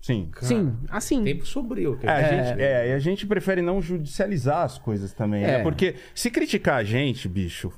Sim.
Sim, assim.
Tempo sobreu.
É, a
né?
gente, é, e a gente prefere não judicializar as coisas também, né?
É.
Porque se criticar a gente, bicho,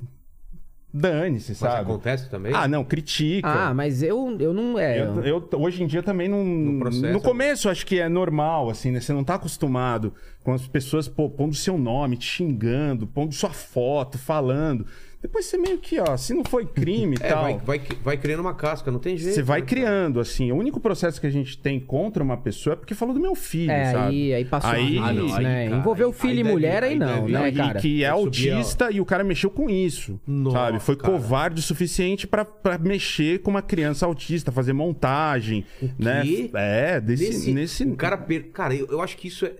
dane-se,
Mas
sabe?
acontece também?
Ah, não, critica.
Ah, mas eu, eu não. É, eu-
Eu, eu- hoje em dia também não. No,
No processo.
começo acho que é normal, assim, né? Você não tá acostumado com as pessoas pô, pondo seu nome, te xingando, pondo sua foto, falando. Depois você meio que, ó, se não foi crime e
É,
tal.
vai, vai, vai criando uma casca, não tem jeito.
então. Você vai
né?
criando, assim. O único processo que a gente tem contra uma pessoa é porque falou do meu filho,
É,
sabe?
aí, aí passou
Aí-
a raiz,
Ah, não,
né?
aí, cara,
Envolveu
aí-
filho
aí
e
deve-
mulher, aí
aí
não,
deve-
né,
aí
E
cara?
que é
Vai subir, ó.
autista e o cara mexeu com isso,
Nossa,
sabe? Foi
cara.
covarde o suficiente pra- pra mexer com uma criança autista, fazer montagem, né?
quê?
É, desse,
Nesse,
nesse...
O cara, per- cara eu, eu acho que isso é.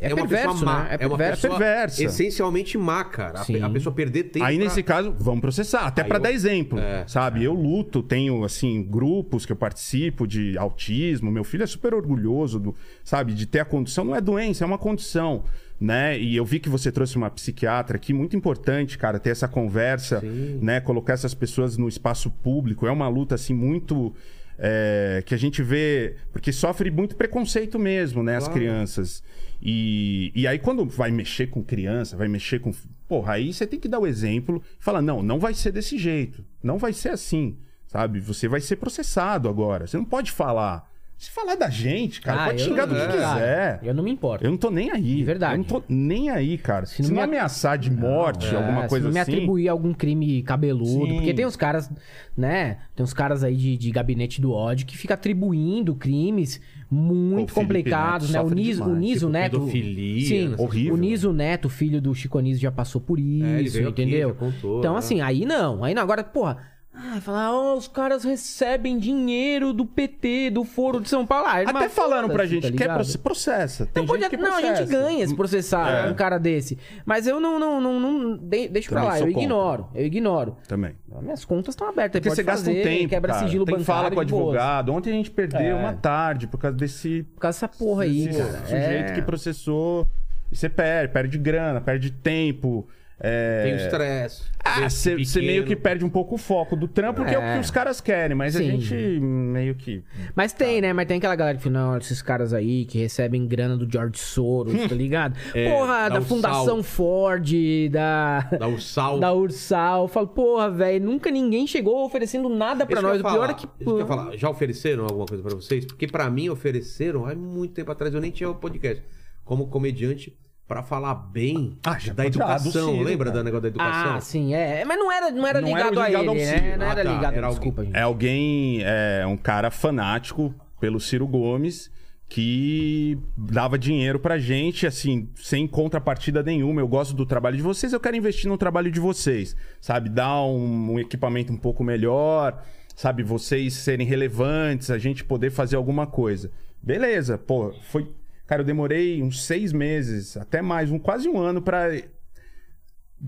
É
uma
perverso,
pessoa má.
né? É
uma
perverso.
pessoa
É perversa.
essencialmente má, cara. A, pe-
Sim.
a pessoa perder tempo.
Aí
pra-
nesse caso, vamos processar, até
Aí
pra
eu-
dar exemplo,
É.
sabe? Eu luto, tenho assim grupos que eu participo de autismo, meu filho é super orgulhoso do, sabe, de ter a condição, não é doença, é uma condição, né? E eu vi que você trouxe uma psiquiatra aqui, muito importante, cara, ter essa conversa, né, colocar essas pessoas no espaço público, é uma luta assim muito é, que a gente vê, porque sofre muito preconceito mesmo, né, as
Claro.
crianças. E, e aí, quando vai mexer com criança, vai mexer com. Porra, aí você tem que dar o exemplo e falar: não, não vai ser desse jeito, não vai ser assim, sabe? Você vai ser processado agora, você não pode falar. Se falar da gente, cara,
Ah,
pode
eu-
xingar do que
é.
quiser.
Eu não me importo.
Eu não tô nem aí.
De verdade.
Eu não tô nem aí, cara. Se,
Se não
não
me at-
ameaçar de morte, alguma
É,
coisa
se não
assim.
me atribuir algum crime cabeludo,
Sim.
porque tem os caras, né? Tem uns caras aí de, de gabinete do ódio que fica atribuindo crimes muito
O Felipe
complicados,
Neto
né? O
sofre
Niso, o
demais,
Niso
tipo,
Neto.
pedofilia,
Sim,
essas
horrível. né? É,
O Niso Neto, filho do Chico Niso, já passou por
ele
isso,
veio aqui,
entendeu?
já contou,
então,
né?
assim, aí não. Aí não. Agora, porra. Ah, falar, ó, os caras recebem dinheiro do PT, do Foro de São Paulo. Ah, irmão,
Até falaram pra
foda-se,
gente,
tá
quer
ligado?
proce- processa. Tem
Não, pode,
gente que
não, a
processa.
gente ganha se processar
É.
um cara desse. Mas eu não, não, não, não de- deixo pra
Também
lá,
sou
eu
contra.
ignoro, eu ignoro.
Também.
Minhas contas estão abertas,
Porque
pode
você gasta
fazer,
um tempo,
quebra
cara.
sigilo
Tem
bancário.
fala com
de boas.
advogado. Ontem a gente perdeu
É.
uma tarde por causa desse
Por causa dessa porra aí,
Esse
cara.
sujeito
É.
que processou. E você perde, perde grana, perde tempo. É...
Tem o estresse.
Ah,
desse
você meio que
pequeno.
perde um pouco o foco do trampo, que é o
É.
que os caras querem, mas a
Sim.
gente meio que.
Mas tem, né? Mas tem aquela galera que fala, não, esses caras aí que recebem grana do George Soros, tá ligado?
É,
porra,
dá
da
um
Fundação
sal.
Ford, da.
Dá o sal.
Da Ursal. Eu falo, porra, velho, nunca ninguém chegou oferecendo nada pra
Isso
nós.
eu
O
ia
pior
falar,
é que.
isso eu ia falar. Já ofereceram alguma coisa pra vocês? Porque pra mim ofereceram há muito tempo atrás, eu nem tinha o podcast. Como comediante, pra falar bem
Ah, já
da
pode falar do
educação.
Ciro,
Lembra
cara.
do negócio da educação?
Ah, sim, é. Mas não era, não era
Não era
ligado a
ligado
ele,
ao
né?
Ciro.
Não era
Ah, tá.
ligado.
Era alguém-
Desculpa, gente.
É alguém, é, um cara fanático pelo Ciro Gomes que dava dinheiro pra gente, assim, sem contrapartida nenhuma. Eu gosto do trabalho de vocês, eu quero investir no trabalho de vocês, sabe? Dar um, um equipamento um pouco melhor, sabe? Vocês serem relevantes, a gente poder fazer alguma coisa. Beleza, pô, foi. Cara, eu demorei uns seis meses, até mais, um, quase um ano pra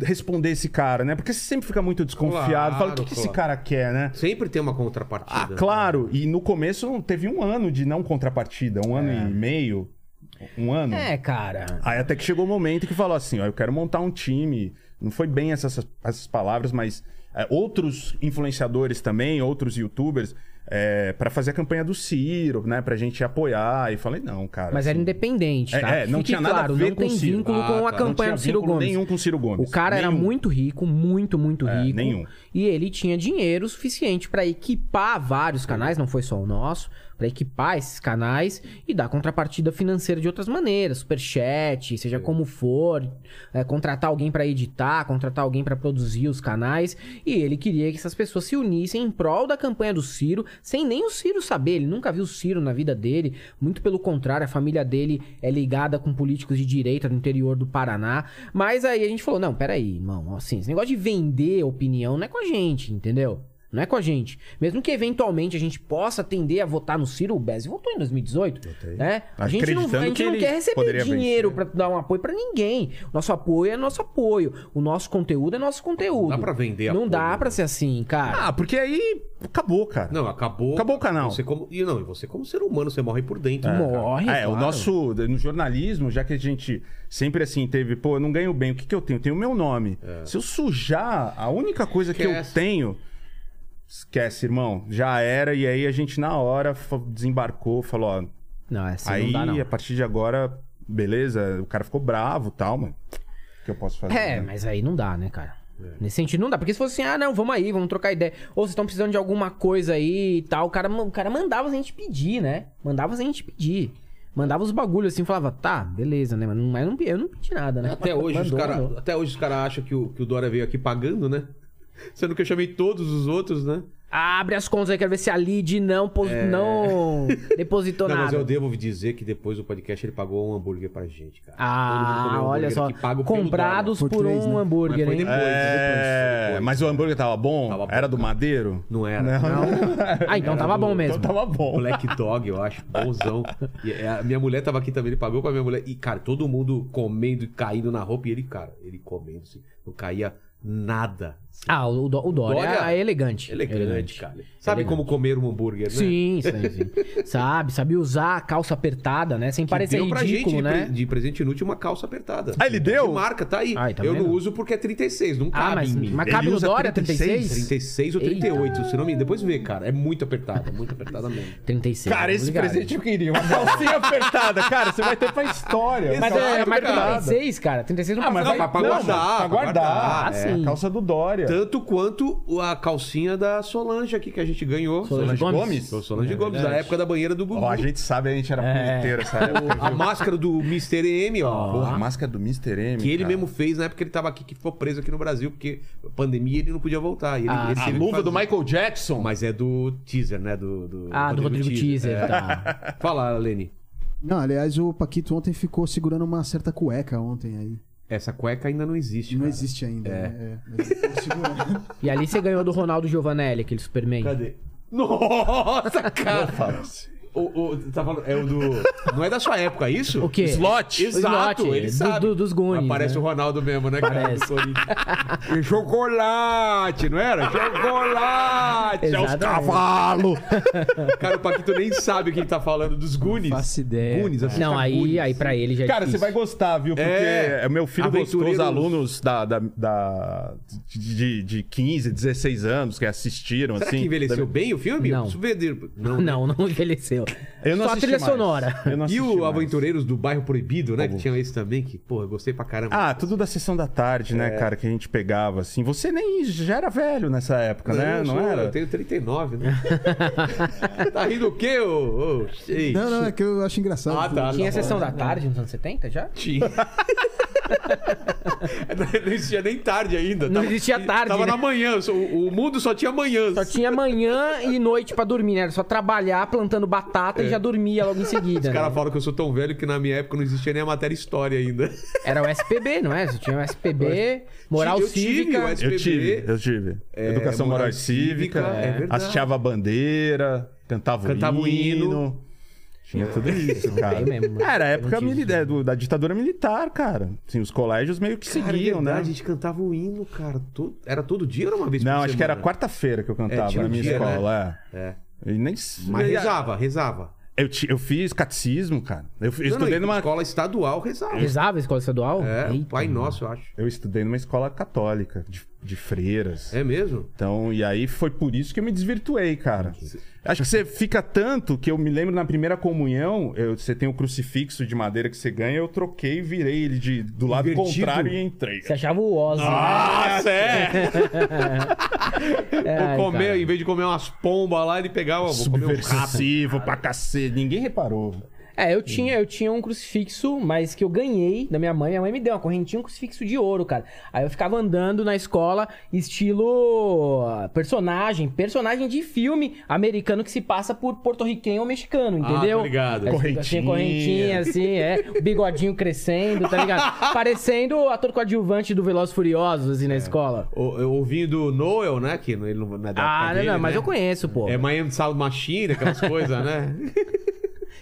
responder esse cara, né? Porque você sempre fica muito desconfiado. Fala, o que, que esse
claro.
cara quer, né?
Sempre tem uma contrapartida.
Ah, claro. E no começo teve um ano de não contrapartida, um ano e meio, um ano.
É, cara.
Aí até que chegou o momento que falou assim, ó, eu quero montar um time. Não foi bem essas, essas palavras, mas é, outros influenciadores também, outros YouTubers, é, para fazer a campanha do Ciro, né, pra gente apoiar. E falei não, cara.
Mas era
assim,
independente,
É,
tá?
é, não
Fique
tinha nada a
claro,
ver
não
com o
tem
Ciro.
vínculo
Ah,
com a
tá, não
não
campanha
tinha
do Ciro
vínculo
Gomes.
nenhum com o Ciro Gomes.
O cara era
Nenhum.
muito rico, muito, muito
É,
rico.
nenhum.
E ele tinha dinheiro suficiente pra equipar vários canais, não foi só o nosso, pra equipar esses canais e dar contrapartida financeira de outras maneiras, superchat, seja como for, é, contratar alguém pra editar, contratar alguém pra produzir os canais. E ele queria que essas pessoas se unissem em prol da campanha do Ciro, sem nem o Ciro saber. Ele nunca viu o Ciro na vida dele. Muito pelo contrário, a família dele é ligada com políticos de direita no interior do Paraná. Mas aí a gente falou: não, peraí, irmão, assim, esse negócio de vender opinião não é com a gente, entendeu? Não é com a gente. Mesmo que eventualmente a gente possa tender a votar no Ciro, o Bez votou em 2018. Né? A gente não,
Acreditando
a gente
que
não
ele
quer
poderia vencer.
receber dinheiro pra dar um apoio pra ninguém. Nosso apoio é nosso apoio. O nosso conteúdo é nosso conteúdo.
Não dá pra vender
Não
apoio,
dá
né?
pra ser assim, cara.
Ah, porque aí acabou, cara.
Não, acabou.
Acabou o canal.
Você como, e não, e você como ser humano, você morre por dentro. né, cara?
Morre.
É, o
claro.
nosso. No jornalismo, já que a gente sempre assim teve, pô, eu não ganho bem, o que, que eu tenho? Eu tenho o meu nome. Se eu sujar, a única coisa que eu
Esquece.
tenho. Esquece, irmão. Já era. E aí a gente, na hora, fa- desembarcou, falou, ó.
Não, é assim
aí,
não dá, não.
a partir de agora, beleza, o cara ficou bravo e tal, mano. O que eu posso fazer?
É,
né?
mas aí não dá, né, cara?
É.
Nesse sentido, não dá. Porque se fosse assim, ah, não, vamos aí, vamos trocar ideia. Ou vocês estão precisando de alguma coisa aí e tal. O cara, o cara mandava a gente pedir, né? Mandava a gente pedir. Mandava os bagulhos assim, falava, tá, beleza, né? Mas não, mas não- eu não pedi nada, né?
Até hoje, os
Mandou,
cara,
mandou.
até hoje os caras acham que o, que o Dória veio aqui pagando, né? Sendo que eu chamei todos os outros, né?
Abre as contas aí, quero ver se a lead não, pos- não depositou
É. Não,
nada.
mas eu devo dizer que depois do podcast ele pagou um hambúrguer pra gente, cara. Todo mundo
Ah,
comeu um
olha
hambúrguer
só.
aqui, pago pelo
Comprados
dólar.
por,
Por três,
um
né?
Mas
hambúrguer,
foi
hein?
depois.
É,
depois.
mas o hambúrguer tava bom?
Tava bom,
era do Madeiro?
Não era.
Ah, então
Era
tava
do-
bom mesmo.
Então tava bom.
Black Dog, eu acho, bonzão. E é, a minha mulher tava aqui também, ele pagou pra minha mulher. E, cara, todo mundo comendo e caindo na roupa. E ele, cara, ele comendo, assim, não caía nada.
Ah, o, Dó- o Dória,
Dória-
é elegante.
Elegante, cara. Sabe
Elegante.
como comer um hambúrguer, né?
Sim, sim, sim. sabe, sabe usar a calça apertada, né? Sem
Que
parecer
deu pra
ridículo,
gente de
né?
pre- de presente inútil uma calça apertada.
Ah, ele deu?
De marca, tá aí.
Ah, tá
eu não
vendo?
uso porque é 36, não cabe
Ah, mas,
em mim.
mas
Ele
cabe no
usa
Dória 36?
36 ou 38, se não me depois vê, cara. É muito apertada, muito apertada mesmo.
36.
Cara, esse
obrigado.
presente eu queria. Uma calcinha apertada, cara. Você vai ter pra história.
Mas,
Calcinha
é, mas
apertada.
36, cara, 36 não
Ah, mas
passa.
vai-
vai
pra guardar,
Pra
pra
guardar.
guardar,
Ah,
é.
sim. calça do Dória.
Tanto quanto a calcinha da Solange aqui que a gente ganhou.
Solange Gomes? É
Sou Solange Gomes, da época da banheira do Gugu.
Ó, a gente sabe, a gente era punheteiro essa época.
A máscara do Mr. M, ó.
Porra, a máscara do Mr. M.
Que ele
cara.
mesmo fez na época que ele tava aqui, que ficou preso aqui no Brasil, porque pandemia ele não podia voltar. E ele,
Ah,
ele
A
teve que
luva
fazer.
do Michael Jackson.
Mas é do teaser, né? Do, do
Ah, do Rodrigo Teaser, tá.
É. Fala, Leni.
Não, aliás, o Paquito ontem ficou segurando uma certa cueca ontem aí.
Essa cueca ainda não existe.
Não
cara.
existe ainda. né? É, mas ele ficou segurando.
E ali você ganhou do Ronaldo Giovanelli, aquele Superman.
é
Cadê? Nossa, cara!
Fala assim.
O, o- tá falando, é o do. Não é da sua época, é isso?
O quê?
Slot.
O
Exato,
slot,
ele
do-
sabe.
do- dos Goonies,
Parece
né?
o Ronaldo mesmo, né, cara?
Parece.
Do Corinthians. E Chocolate, não era? Chocolate! É os
Exatamente.
cavalos! cara, o Paquito nem sabe quem tá falando dos Goonies.
Faço ideia.
Goonies, assista
Não, aí,
Goonies.
aí pra ele já é
Cara, você vai
difícil.
gostar, viu? Porque
É.
é, meu filho gostou,
Aventureiros.
os alunos da, da, da- de, de- de 15, 16 anos que assistiram,
Será
assim.
que envelheceu bem o filme?
Não.
Suvedir- Não.
Não, não envelheceu.
Eu não
Só a
assisti
trilha
mais.
sonora.
Eu
E
não assisti
o
mais.
Aventureiros do Bairro Proibido, né? Que tinha esse também, que, porra, eu gostei pra caramba.
Ah, tudo da sessão da tarde,
É.
né, cara, que a gente pegava, assim. Você nem já era velho nessa época, né?
eu
Não
sou-
era?
Eu tenho 39, né? tá rindo o quê, ô? ô, gente?
Não, não, é que eu acho engraçado.
Ah, tá.
Tinha a
tá bom.
sessão da tarde nos anos 70 já?
Tinha. não existia nem tarde ainda.
Não existia tarde,
Tava
né?
na manhã. só- O, o mundo só tinha manhã.
Só tinha manhã e noite pra dormir, né? Era só trabalhar plantando batata e já dormia logo em seguida.
Os caras
né?
falam que eu sou tão velho que na minha época não existia nem a matéria história ainda.
Era o SPB, não é? Você tinha o SPB, moral
Eu tive
cívica.
o SPB.
Eu tive, eu tive.
É,
Educação moral e
moral cívica,
cívica,
é verdade.
hasteava a bandeira, cantava,
Cantava
o
o
hino.
hino. É.
Tinha tudo isso, cara.
tem mesmo, mano.
Era a
Eu
época
não tive
mili- é, do- da ditadura militar, cara. Assim, os colégios meio que
Cara, é
seguiam,
verdade, A
né?
gente cantava o hino, cara. todo- Era todo dia ou era uma vez por
Não, acho que era
semana?
quarta-feira que eu cantava
tinha
na
um
minha
dia,
escola,
É.
é. E nem...
Mas rezava, rezava.
Eu, ti- eu fiz catecismo, cara. Eu, fi-
Não,
eu
não,
estudei
em
numa
escola estadual rezava.
Rezava a escola estadual?
É,
Eita,
Pai Nosso, eu acho.
Eu estudei numa escola católica, de, de freiras.
É mesmo?
Então, e aí foi por isso que eu me desvirtuei, cara. Acho que você fica tanto que eu me lembro na primeira comunhão, eu- você tem o crucifixo de madeira que você ganha, eu troquei e virei ele de, do lado
Invertido.
contrário e entrei. Ah,
Você achava o Ozzy.
Ah, Nossa,
assim?
é!
Ai,
Vou comer,
cara.
em vez de comer umas pombas lá, ele pegava. Vou comer um rato.
Subversivo pra cacete. Ninguém reparou.
É, eu tinha, eu tinha um crucifixo, mas que eu ganhei da minha mãe. Minha mãe me deu uma correntinha, um crucifixo de ouro, cara. Aí eu ficava andando na escola, estilo personagem, personagem de filme americano que se passa por porto-riquenho ou mexicano, entendeu?
Ah, tô ligado.
Aí você fica
Correntinha.
assim, correntinha, assim, é. O bigodinho crescendo, tá ligado? Parecendo o ator coadjuvante do Velozes e Furiosos,
É.
assim, na escola.
O, eu ouvi do Noel, né? Que ele não, não é da
Ah,
época
não,
dele,
não, mas
né?
eu conheço, pô.
É Miami Sound Machine, aquelas coisas, né?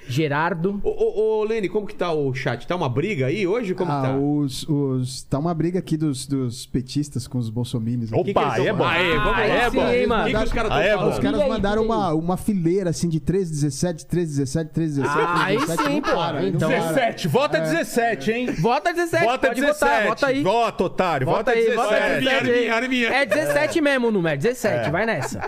Gerardo.
Ô, ô, ô, Lene, como que tá o chat? Tá uma briga aí hoje? Como que
Ah,
tá?
os, os, tá uma briga aqui dos, dos petistas com os bolsominions.
Opa,
Que
aqui.
que eles tão-
aí é bom.
Aê, vamos
Ah,
lá. O
é bom.
que
Sim,
que,
mano.
os caras estão
Ah, é bom.
falando?
Os caras
E aí,
mandaram
tudo
uma, uma fileira assim de 3, 17, 3, 17, 3, 17.
Ah, aí
3, 17,
sim,
não
pô.
para, né? não
Então-
para.
17, vota 17, hein?
Vota 17,
Vota
pode
17.
votar, vota aí.
Vota, otário. Vota,
Vota aí,
17.
vota
Olha,
17.
adivinha, adivinha, adivinha.
É 17 mesmo o número, é 17, vai nessa.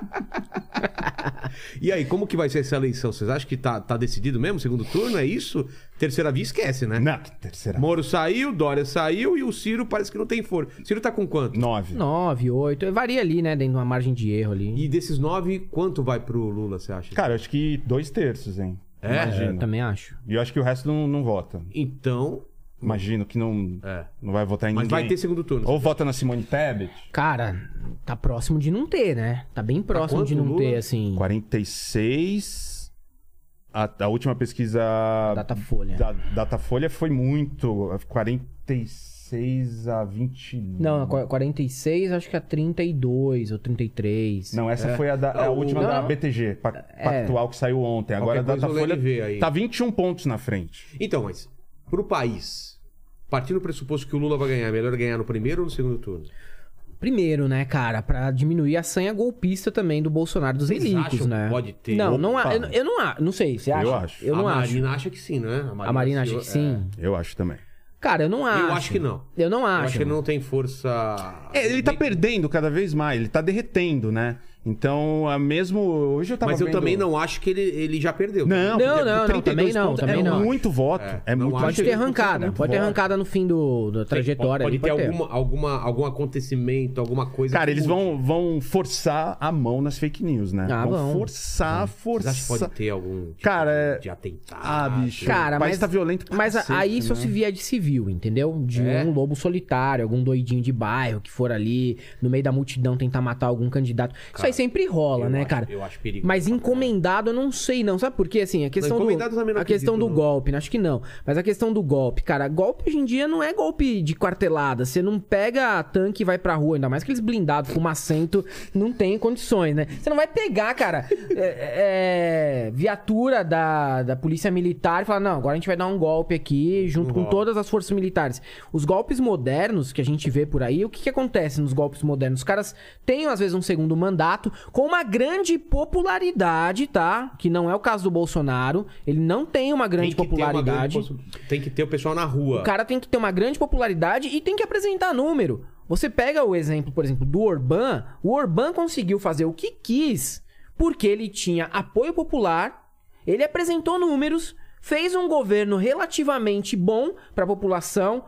E aí, como que vai ser essa eleição? Vocês acham que tá, tá decidido mesmo? Segundo turno, é isso? Terceira via, esquece, né?
Não, que terceira.
Moro saiu, Dória saiu e o Ciro parece que não tem foro. Ciro tá com quanto?
9.
9, 8, varia ali, né, dentro de uma margem de erro ali.
E desses nove, quanto vai pro Lula, você acha?
Cara, eu acho que dois terços, hein?
É?
Eu
Imagino.
também acho.
E eu acho que o resto não, não vota.
Então.
Imagino que não,
É.
não vai votar em
Mas
ninguém.
vai ter segundo turno.
Ou vota na Simone Tebet.
Cara, tá próximo de não ter, né? Tá bem próximo
quanto,
de não
Lula?
ter, assim,
46. A, a última pesquisa
data folha.
da Datafolha foi muito. 46 a 20.
Não, a qua- 46, acho que é a 32 ou 33.
É. Não, essa foi a, da- a
Não,
última
não,
da
não. É.
BTG, pa- pactual que saiu ontem. Agora a
Qualquer coisa eu
Datafolha
leio e ver aí.
tá 21 pontos na frente.
Então, mas. Pro país. Partindo do pressuposto que o Lula vai ganhar, é melhor ganhar no primeiro ou no segundo turno?
Primeiro, né, cara, pra diminuir a sanha golpista também do Bolsonaro dos
Vocês
relíquios,
acham
né?
que pode ter?
Não, não há,
Opa.
eu, eu não acho, não sei, você acha?
Eu acho.
Eu não
a
acho.
Marina acha que sim, né?
A Marina acha que
é.
sim.
Eu acho também.
Cara, eu não acho.
Eu acho que não.
Eu não
É. Eu
acho.
acho que ele não tem força.
É, ele tá perdendo cada vez mais, ele tá derretendo, né? Então, a mesmo. Hoje eu tava
Mas eu
vendo-
também não acho que ele, ele já perdeu.
Não,
Não,
porque é
não, não, também
32
não,
pontos
também
é
não.
muito voto.
É,
É,
não
muito
acho.
Pode
Acho
ter
que
arrancada,
muito
pode ter
voto.
arrancada no fim do, da
Tem-
trajetória.
Pode,
ali,
ter alguma, alguma, algum acontecimento, alguma
é
coisa. que
Cara, eles
mude.
vão, vão forçar a mão nas fake news, né?
Ah,
vão
vão.
forçar,
Vocês acham que
forçar.
pode ter algum. tipo
Cara, é-
De atentado.
Ah, bicho.
Cara,
o país
mas-
tá violento pra
Mas a-
cacete,
aí só
né?
se vier de civil, entendeu? De
É.
um lobo solitário, algum doidinho de bairro que for ali no meio da multidão tentar matar algum candidato. Isso aí sempre rola,
eu
né,
acho-
cara?
eu acho perigoso
Mas
pra
encomendado eu não sei, não. Sabe por quê? Assim, a questão
encomendado eu também
do,
não
a questão do
acredito, não.
golpe, né? acho que não. Mas a questão do golpe, cara, golpe hoje em dia não é golpe de quartelada. Você não pega tanque e vai pra rua, ainda mais aqueles blindados fumacento, não tem condições, né? Você não vai pegar, cara, é, é, viatura da, da polícia militar e falar, não, agora a gente vai dar um golpe aqui junto com todas as forças militares. Os golpes modernos que a gente vê por aí, o que, que acontece nos golpes modernos? Os caras têm, às vezes, um segundo mandato com uma grande popularidade, tá? Que não é o caso do Bolsonaro. Ele não tem uma grande
ter uma
popularidade.
grande possi- tem que ter o pessoal na rua.
O cara tem que ter uma grande popularidade e tem que apresentar número. Você pega o exemplo, por exemplo, do Orbán. O Orbán conseguiu fazer o que quis porque ele tinha apoio popular, ele apresentou números, fez um governo relativamente bom para a população,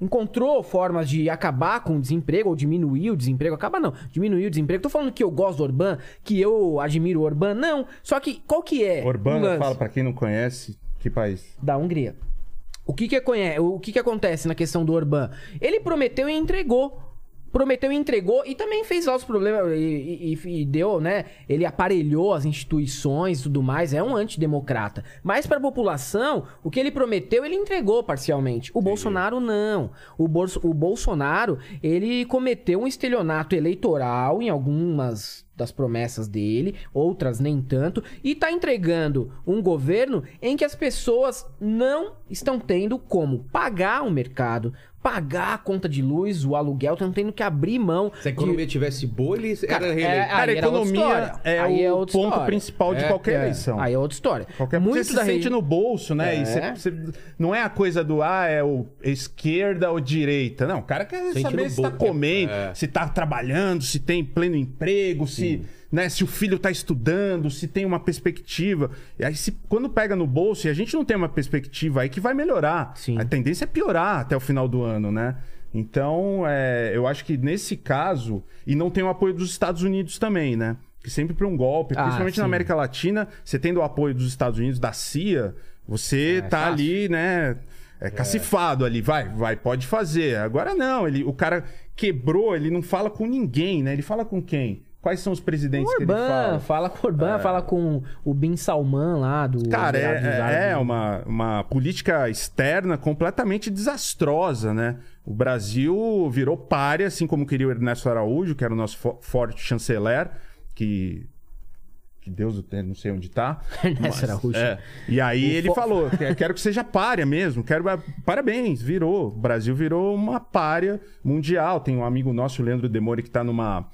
encontrou formas de acabar com o desemprego ou diminuir o desemprego. Acaba não, diminuir o desemprego. Tô falando que eu gosto do Orbán, que eu admiro o Orbán, não. Só que qual que é? o
Urbana,
lance?
fala pra quem não conhece, que país?
da Hungria. O que que, conhe- o que que acontece na questão do Orbán? Ele prometeu e entregou. Prometeu e entregou e também fez lá os problemas e, e- e deu, né? Ele aparelhou as instituições e tudo mais. É um antidemocrata. Mas para a população, o que ele prometeu, ele entregou parcialmente. O Bolsonaro não. O, Bolso- o Bolsonaro, ele cometeu um estelionato eleitoral em algumas das promessas dele, outras nem tanto, e tá entregando um governo em que as pessoas não estão tendo como pagar o mercado, pagar a conta de luz, o aluguel, estão tendo que abrir mão.
Se
é
a
de-
economia tivesse boa, ele
Cara,
era reeleito.
é- Aí
Cara, a
era outra
economia
história.
é
Aí é
o
outra
ponto
história.
principal de
É,
qualquer
É,
eleição.
Aí é outra história.
Qualquer
Muito
você
da
se sente
rede-
no bolso, né? E
É.
você- você- não é a coisa do ah, é o esquerda ou direita. Não, o cara quer
Sente
saber
no
se tá
bolso.
comendo,
É.
se tá trabalhando, se tem pleno emprego, se, né, se o filho tá estudando, se tem uma perspectiva. E aí se, quando pega no bolso e a gente não tem uma perspectiva aí que vai melhorar.
Sim.
A tendência é piorar até o final do ano, né? Então, é, eu acho que nesse caso, e não tem o apoio dos Estados Unidos também, né? Que sempre para um golpe,
Ah,
principalmente na
sim.
América América Latina, você tendo o apoio dos Estados Unidos, da CIA, você tá
É, fácil.
ali, né? É cacifado ali, vai, vai, pode fazer. Agora não, ele, o cara quebrou, ele não fala com ninguém, né? Ele fala com quem? Quais são os presidentes que ele
Orbán, fala.
fala? É.
com o Orbán, fala com o Bin Salman lá do
Cara,
dos Emirados
é- é, é
Árabes.
uma, uma política externa completamente desastrosa, né? O Brasil virou párea, assim como queria o Ernesto Araújo, que era o nosso fo- forte chanceler, que. Que Deus o tenha, não sei onde tá.
Ernesto Araújo.
é. E aí ele
fo-
falou: "Que- quero que seja párea mesmo. Quero. é, Parabéns, virou. O Brasil virou uma párea mundial. Tem um amigo nosso, o Leandro Demore, que tá numa.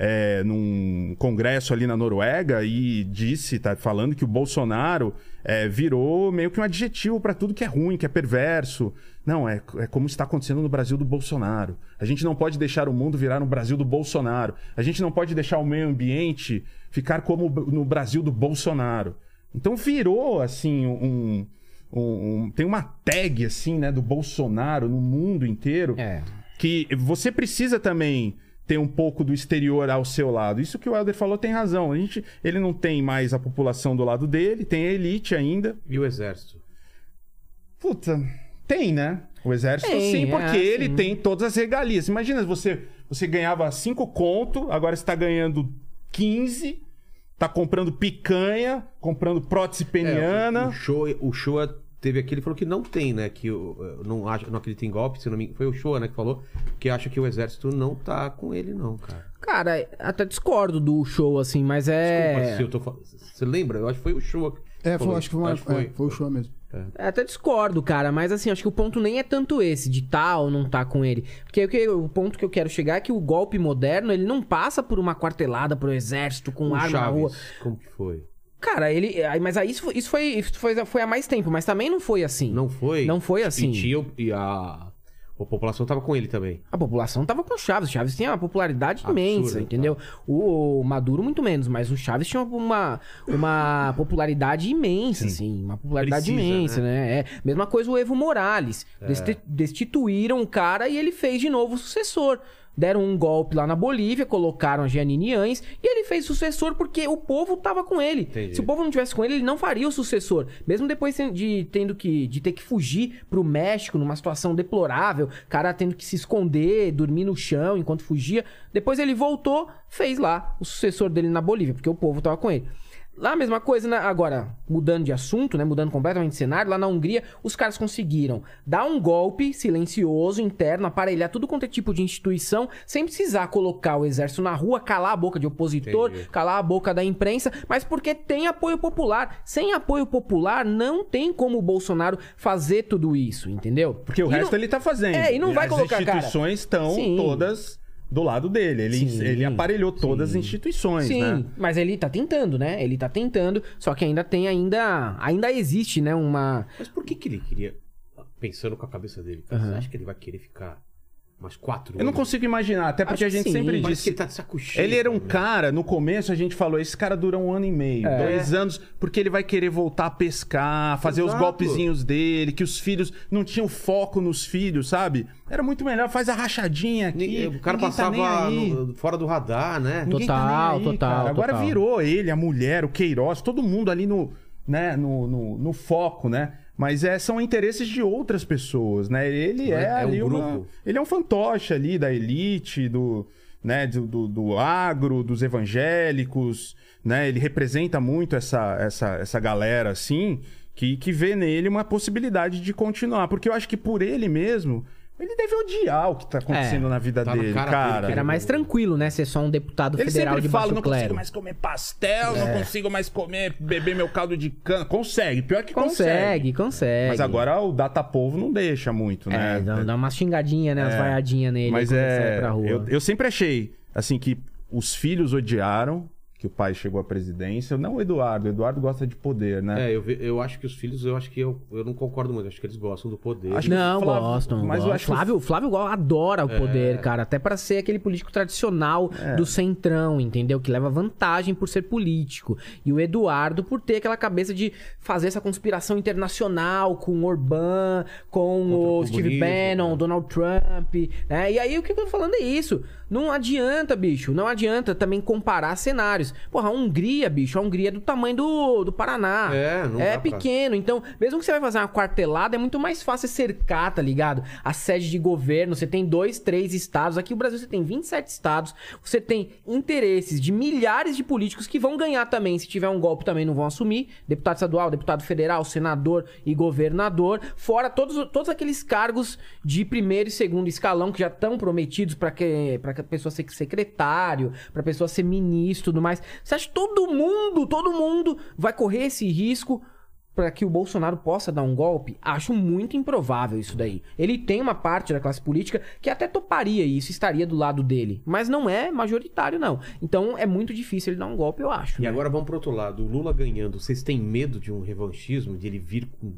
é, num congresso ali na Noruega e disse, tá falando que o Bolsonaro é, virou meio que um adjetivo para tudo que é ruim, que é perverso. Não, é, é como está acontecendo no Brasil do Bolsonaro. A gente não pode deixar o mundo virar no Brasil do Bolsonaro. A gente não pode deixar o meio ambiente ficar como no Brasil do Bolsonaro. Então virou assim um, um- um- tem uma tag assim, né, do Bolsonaro no mundo inteiro
É.
que você precisa também ter um pouco do exterior ao seu lado. Isso que o Helder falou tem razão. A gente, ele não tem mais a população do lado dele, tem a elite ainda.
E o exército?
Puta, tem, né? O exército
Tem,
sim,
é,
porque ele
sim.
tem todas as regalias. Imagina, você, você ganhava 5 conto, agora você tá ganhando 15, tá comprando picanha, comprando prótese
É,
peniana.
o, o Shoa, o Shoa teve aqui, ele falou que não tem, né? Que o- não, acha, não acredita em golpe, se não me engano. Foi o Shoa, né, que falou que acha que o exército não tá com ele, não, cara.
Cara, até discordo do show, assim, mas é.
Desculpa se eu tô falando. Você lembra? Eu acho que foi o Shoa. que
É, foi,
falou
acho que
isso.
foi, uma,
foi.
é, foi o show mesmo.
É, Até discordo, cara, mas assim, acho que o ponto nem é tanto esse, de tá ou não tá com ele. Porque o, que, o ponto que eu quero chegar é que o golpe moderno, ele não passa por uma quartelada pro exército com
O
arma na
Chaves,
rua.
como que foi?
Cara, ele. aí- Mas aí isso, foi- isso, foi, isso foi, foi há mais tempo, mas também não foi assim.
Não foi?
Não foi assim.
E, tinha o- e a, a população tava com ele também.
A população tava com o Chaves. O Chaves tinha uma popularidade
Absurdo,
imensa, entendeu? O, o Maduro muito menos, mas o Chaves tinha uma, uma popularidade imensa, assim. Uma popularidade
Precisa, É.
imensa, né? É. Mesma coisa o Evo Morales. Desti- Destituíram o cara e ele fez de novo o sucessor. deram um golpe lá na Bolívia, colocaram a Giannini Anes e ele fez sucessor porque o povo tava com ele.
Entendi.
Se o povo não tivesse com ele, ele não faria o sucessor. Mesmo depois ten- de tendo que de ter que fugir pro México numa situação deplorável, cara tendo que se esconder, dormir no chão enquanto fugia, depois ele voltou, fez lá o sucessor dele na Bolívia, porque o povo tava com ele. Lá a mesma coisa, né? agora, mudando de assunto, né? Mudando completamente de cenário, lá na Hungria, os caras conseguiram dar um golpe silencioso, interno, aparelhar tudo quanto é tipo de instituição, sem precisar colocar o exército na rua, calar a boca de opositor,
Entendi.
calar a boca da imprensa, mas porque tem apoio popular. Sem apoio popular, não tem como o Bolsonaro fazer tudo isso, entendeu?
Porque o
E
resto
não-
ele tá fazendo.
É, e não
E
vai colocar,
As
cara.
instituições estão
Sim.
todas do lado dele. Ele,
Sim.
ele aparelhou todas as instituições,
Sim,
né?
mas ele tá tentando, né? Ele tá tentando, só que ainda tem, ainda, ainda existe, né? Uma,
Mas por que, que ele queria. Pensando com a cabeça dele, cara, você acha que ele vai querer ficar umas quatro
Eu não
horas?
consigo imaginar, até porque a
Acho
gente
que sim.
sempre
Parece que
disse.
ele tá de saco cheio.
Ele era um
né?
cara, no começo a gente falou, esse cara dura um ano e meio,
É.
dois anos, porque ele vai querer voltar a pescar, fazer os
Exato.
golpezinhos dele, que os filhos não tinham foco nos filhos, sabe? Era muito melhor, faz a rachadinha aqui.
Ninguém- O cara
ninguém tá
passava
nem aí.
no- fora do radar, né?
Ninguém
Total,
tá nem aí,
total,
cara. Agora
total.
virou ele, a mulher, o Queiroz, todo mundo ali no, né, no, no, no foco, né? Mas é, são interesses de outras pessoas, né? Ele é,
É, é um
ali uma-
grupo.
ele é um fantoche ali da elite, do, né, do, do, do agro, dos evangélicos, né? Ele representa muito essa, essa, essa galera, assim, que, que vê nele uma possibilidade de continuar. Porque eu acho que por ele mesmo, ele deve odiar o que tá acontecendo na vida
tá na
dele,
cara dele
cara.
que
Era mais tranquilo, né? Ser só um deputado
Ele
federal
sempre
de
fala,
baixo
não consigo
clero. É.
mais comer pastel, não consigo mais comer, beber meu caldo de cana. Consegue, pior que consegue.
Consegue, consegue.
Mas agora o data povo não deixa muito, né? É.
É, dá, dá uma xingadinha, né? As vaiadinhas nele
Mas
quando ele sai
é,
pra rua.
eu, eu sempre achei, assim, que os filhos odiaram, que o pai chegou à presidência. Não o Eduardo, o Eduardo gosta de poder, né?
É, eu, ve- eu acho que os filhos, eu acho que eu, eu não concordo muito, acho que eles gostam do poder.
Acho que
Não,
o Flávio-
gostam.
mas eu
gostam.
acho que o-
Flávio, Flávio Gol adora
É.
o poder, cara. Até pra ser aquele político tradicional
É.
do centrão, entendeu? Que leva vantagem por ser político. E o Eduardo por ter aquela cabeça de fazer essa conspiração internacional com o Orbán, com
Contra
o,
o
Steve
comunismo,
Bannon,
né?
Donald Trump, né? E aí o que eu tô falando é isso. Não adianta, bicho. Não adianta também comparar cenários. Porra, a Hungria, bicho, a Hungria é do tamanho do, do Paraná.
É, não dá
É
pra-
pequeno pequeno. Então, mesmo que você vai fazer uma quartelada, é muito mais fácil você cercar, tá ligado? A sede de governo, você tem dois, três estados. Aqui no Brasil você tem 27 estados. Você tem interesses de milhares de políticos que vão ganhar também. Se tiver um golpe também não vão assumir. Deputado estadual, deputado federal, senador e governador. Fora todos, todos aqueles cargos de primeiro e segundo escalão que já estão prometidos para que, pra que a pessoa ser secretário, pra pessoa ser ministro e tudo mais. Você acha que todo mundo, todo mundo vai correr esse risco para que o Bolsonaro possa dar um golpe, acho muito improvável isso daí. Ele tem uma parte da classe política que até toparia isso, estaria do lado dele, mas não é majoritário não. Então é muito difícil ele dar um golpe, eu acho.
E
né?
agora vamos pro outro lado. O Lula ganhando, vocês têm medo de um revanchismo, de ele vir com,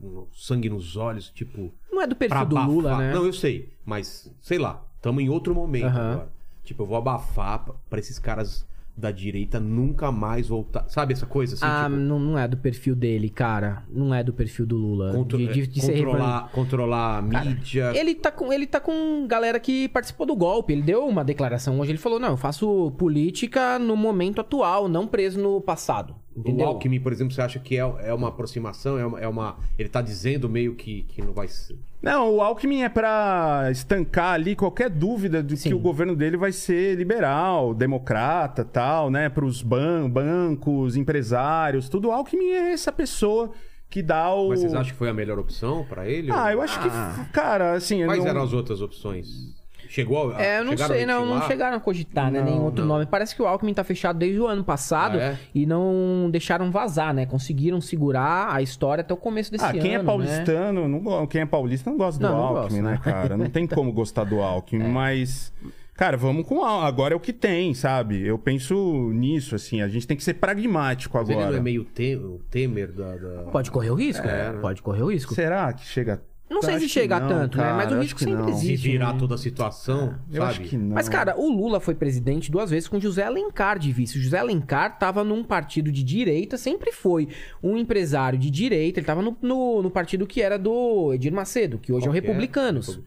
com sangue nos olhos, tipo.
não é do
pra
perfil do
abafar?
Lula, né?
Não, eu sei, mas sei lá, estamos em outro momento
Aham.
agora. Tipo, eu vou abafar pra- pra esses caras da direita nunca mais voltar. Sabe essa coisa assim?
ah,
tipo,
não, não é do perfil dele, cara. Não é do perfil do Lula.
contro- é,
de, de- de ser revan-
controlar, controlar a mídia.
Ele tá, com, ele tá com galera que participou do golpe. Ele deu uma declaração hoje. Ele falou: Não, eu faço política no momento atual, não preso no passado. Entendeu?
O Alckmin, por exemplo, você acha que é, é uma aproximação? É uma, é uma- Ele tá dizendo meio que, que não vai ser.
Não, o Alckmin é pra estancar ali qualquer dúvida de
Sim.
que o governo dele vai ser liberal, democrata, tal, né? Para os ban bancos, empresários, tudo. O Alckmin é essa pessoa que dá o.
Mas vocês acham que foi a melhor opção pra ele? Ah,
Ah, eu acho que, cara, assim. eu
Quais
não-
eram as outras opções? Chegou
Tá.
a.
É, eu não
chegaram a
sei, não, não
ventilar?
chegaram a cogitar, né?
Não,
Nenhum outro
não.
nome. Parece que o Alckmin tá fechado desde o ano passado
Ah, é?
e não deixaram vazar, né? Conseguiram segurar a história até o começo desse
Ah,
ano.
quem é
né?
paulistano, não go- quem é paulista não gosta
Não,
do
não
Alckmin,
gosto,
né, cara? Não tem como gostar do Alckmin, mas. Cara, vamos com o Al- agora é o que tem, sabe? Eu penso nisso, assim, a gente tem que ser pragmático
Mas ele não
agora.
é meio te- o temer da. da-
Pode correr o risco?
É, né?
Pode correr o risco.
Será que chega?
Não sei
Acho
se
que
chega
não,
tanto, né? Mas o
eu
risco
acho que
sempre
não.
existe.
Se virar
né?
toda a situação,
Eu
sabe?
acho que não.
Mas, cara, o Lula foi presidente duas vezes com José Alencar de vice. O José Alencar tava num partido de direita, sempre foi um empresário de direita. Ele tava no, no, no partido que era do Edir Macedo, que hoje é
Qual
o
que é?
Republicanos.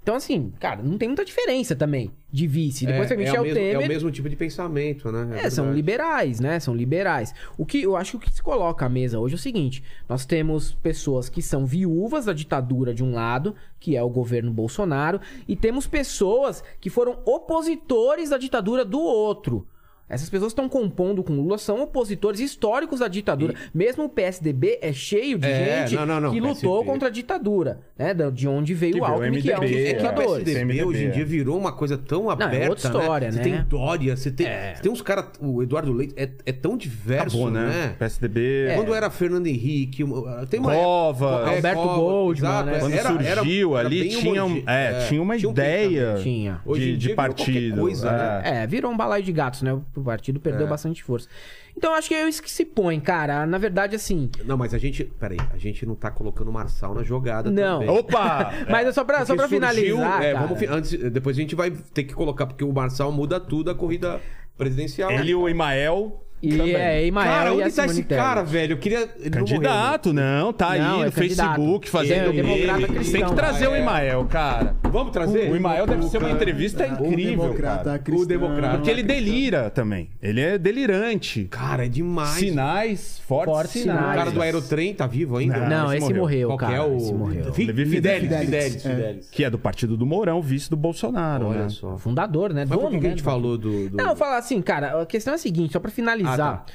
Então, assim, cara, não tem muita diferença também de vice. Depois
é,
que a Michel
é o mesmo,
Temer.
é o mesmo tipo de pensamento, né?
É, são
verdade.
liberais, né? São liberais. O que eu acho que o que se coloca à mesa hoje é o seguinte: nós temos pessoas que são viúvas da ditadura de um lado, que é o governo Bolsonaro, e temos pessoas que foram opositores da ditadura do outro. Essas pessoas que estão compondo com o Lula são opositores históricos da ditadura. Mesmo o PSDB é cheio de
É,
gente
não, não, não,
que lutou
PSDB.
contra a ditadura, né? Da- De onde veio
Que
o
veio o
Alckmin, que é um dos
MDB,
É que o
ditadores.
PSDB
PSDB,
hoje
é.
em dia virou uma coisa tão aberta,
outra história,
Você
né?
tem Dória, você tem, você tem uns caras... O Eduardo Leite é, é tão diverso,
Acabou, né?
né?
PSDB.
É.
Quando é, era Fernando Henrique, uma- tem uma
Covas.
época-
Alberto Goldman,
exato,
né?
é,
Quando surgiu ali,
bem
tinha, um-
homoge-
é, tinha uma
um
ideia
pensamento.
Tinha.
Hoje em
de, de
dia virou qualquer
partido.
coisa, né?
É, virou um balaio de gatos, né? O partido perdeu
É.
bastante força. Então acho que é isso que se põe, cara. Na verdade, assim.
Não, mas a gente... Peraí, a gente não tá colocando o Marçal na jogada
Não.
também.
Opa!
Mas é só pra, só
Porque
pra
surgiu-
finalizar.
é,
cara.
vamos fi- antes, depois a gente vai ter que colocar, porque o Marçal muda tudo a corrida presidencial.
É. Ele e o Emael.
E
também.
é, Imael
Cara,
e a
onde tá
Simone
esse
Tebet.
cara, velho? Eu queria. ele não morreu, né?
Candidato, não, tá aí
Não,
no
é candidato.
Facebook fazendo
Ele é democrata
meme.
cristão.
Tem que trazer o Emael, cara.
né? Vamos trazer?
O Emael deve ser uma
cara.
entrevista Tá incrível, cara.
cristão.
O democrata.
Porque ele delira também. Ele é delirante.
Cara, é demais.
Sinais, fortes
Fortes
sinais.
O
sinais.
cara do Aerotrem tá vivo ainda?
Ah,
Não,
esse
esse, morreu,
morreu.
Qual que
cara.
é o.
Esse morreu.
Fi-
Levi
Fidelis,
Fidelis.
Fidelis,
É.
Fidelis.
Que é do partido do Mourão, vice do Bolsonaro, né?
Olha só.
O fundador, né?
Mas por
Dono,
que que a
né,
gente
do-
falou do. do-
Não, fala assim, cara, a questão é a seguinte, só pra finalizar.
Ah, tá.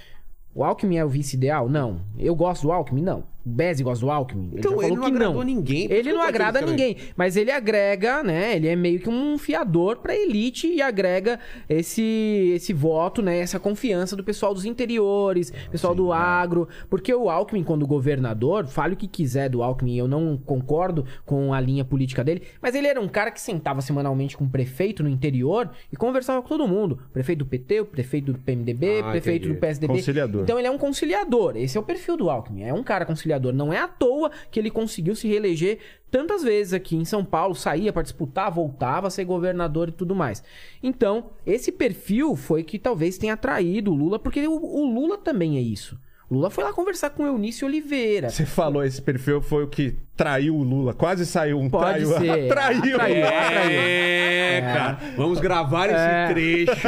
O Alckmin é o vice ideal? Não. Eu gosto do Alckmin? Não. O Bezzi gosta do Alckmin? Ele
Então,
já
ele
falou
não
que
agradou
não.
ninguém. Por que
Ele
eu
não
tô
agrada
aqui
ninguém, mas ele agrega, né? Ele é meio que um fiador pra elite e agrega esse esse voto, né? Essa confiança do pessoal dos interiores, pessoal
é.
do agro, porque o Alckmin quando governador, fale o que quiser do Alckmin, eu não concordo com a linha política dele, mas ele era um cara que sentava semanalmente com o prefeito no interior e conversava com todo mundo, prefeito do PT, o prefeito do PMDB,
Ah,
prefeito
entendi.
do PSDB.
Conciliador.
Então então ele é um conciliador. Esse é o perfil do Alckmin. É um cara conciliador. Não é à toa que ele conseguiu se reeleger tantas vezes aqui em São Paulo, saía pra disputar, voltava a ser governador e tudo mais. Então, esse perfil foi que talvez tenha atraído o Lula, porque o, o Lula também é isso. O Lula foi lá conversar com o Eunício Oliveira.
Você falou, esse perfil foi o que traiu o Lula. Quase saiu um
Pode
traiu.
ser.
traiu. um.
Atraiu, atraiu.
É, cara. Vamos gravar esse
É.
trecho,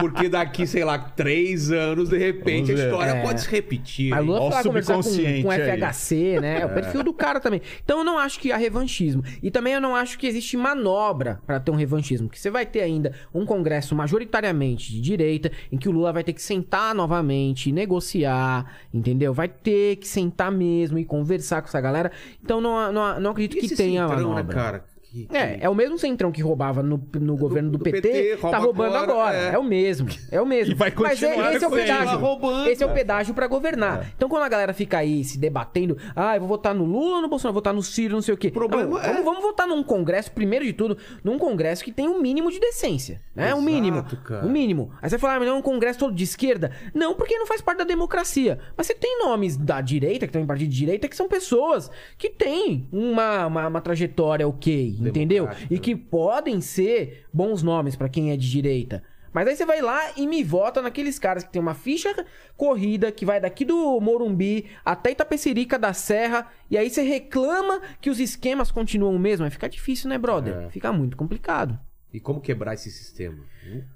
porque daqui, sei lá, três anos, de repente, a
Vamos ver.
história
É.
pode se repetir.
Mas o Lula
Ó,
foi lá conversar com,
subconsciente
com
aí.
FHC, né? É o perfil do cara também. Então eu não acho que há revanchismo. E também eu não acho que existe manobra pra ter um revanchismo. Que você vai ter ainda um congresso majoritariamente de direita, em que o Lula vai ter que sentar novamente, negociar, entendeu? Vai ter que sentar mesmo e conversar com essa galera. Então não, não, não acredito
E
que
esse
tenha
centrão, né,
manobra.
cara? Que-
É, é o mesmo centrão que roubava no, no governo do,
do
PT,
PT, rouba
tá roubando
agora,
agora.
é.
É. o mesmo, é o mesmo.
E vai continuar
Mas é- esse é o
sendo,
pedágio.
roubando. É.
Esse é o pedágio pra governar. Então quando a galera fica aí se debatendo, ah, eu vou votar no Lula ou no Bolsonaro, vou votar no Ciro, não sei o quê.
Problema
Não,
é-
vamos, vamos votar num congresso, primeiro de tudo, num congresso que tem um mínimo de decência, né? um
Exato,
mínimo.
cara.
Um mínimo. Aí você fala, ah, mas não é um congresso todo de esquerda? Não, porque não faz parte da democracia. Mas você tem nomes da direita, que estão em partido de direita, que são pessoas que têm uma, uma, uma trajetória ok, entendeu? E que podem ser bons nomes pra quem é de direita. Mas aí você vai lá e me vota naqueles caras que tem uma ficha corrida que vai daqui do Morumbi até Itapecerica da Serra e aí você reclama que os esquemas continuam o mesmo. Aí fica difícil, né, brother? Fica muito complicado.
E como quebrar esse sistema?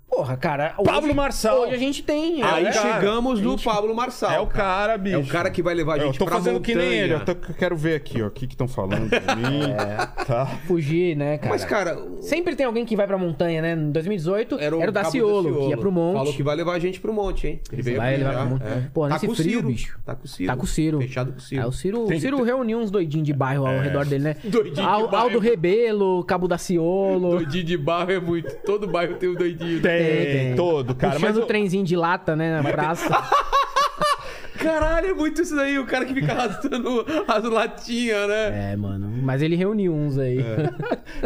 Porra, cara. hoje-
Pablo Marçal.
Hoje a gente tem. né?
Aí
é o cara.
chegamos no Pablo Marçal.
É o cara, bicho.
É o cara que vai levar a
Eu
gente
tô
pra
fazendo que nem
montanha. É.
ele. Eu tô- eu quero ver aqui, ó. O que que estão falando de mim. Tá.
fugir, né, cara?
Mas, cara, um
Sempre tem alguém que vai pra montanha, né? Em 2018 era o,
cabo
Daciolo, que ia pro monte.
Falou que vai levar a gente pro monte, hein? Ele veio
vai
aqui
levar
já,
pro monte.
é.
Pô,
tá
nesse
com o
frio,
Ciro,
bicho.
Tá com o Ciro.
Tá com o Ciro.
Fechado com o Ciro.
Ah, o Ciro,
Tem
o
que
Ciro
ter-
reuniu uns doidinhos de bairro ao redor dele, né?
Doidinho de
Al-
bairro.
Aldo Rebelo, Cabo Daciolo.
Doidinho de barro é muito. Todo bairro tem um doidinho.
Tem, É, todo, cara.
puxando
mas
o
eu-
trenzinho de lata, né? Na praça.
Caralho, é muito isso daí. O cara que fica arrastando as latinhas, né?
É, mano. Mas ele reuniu uns aí.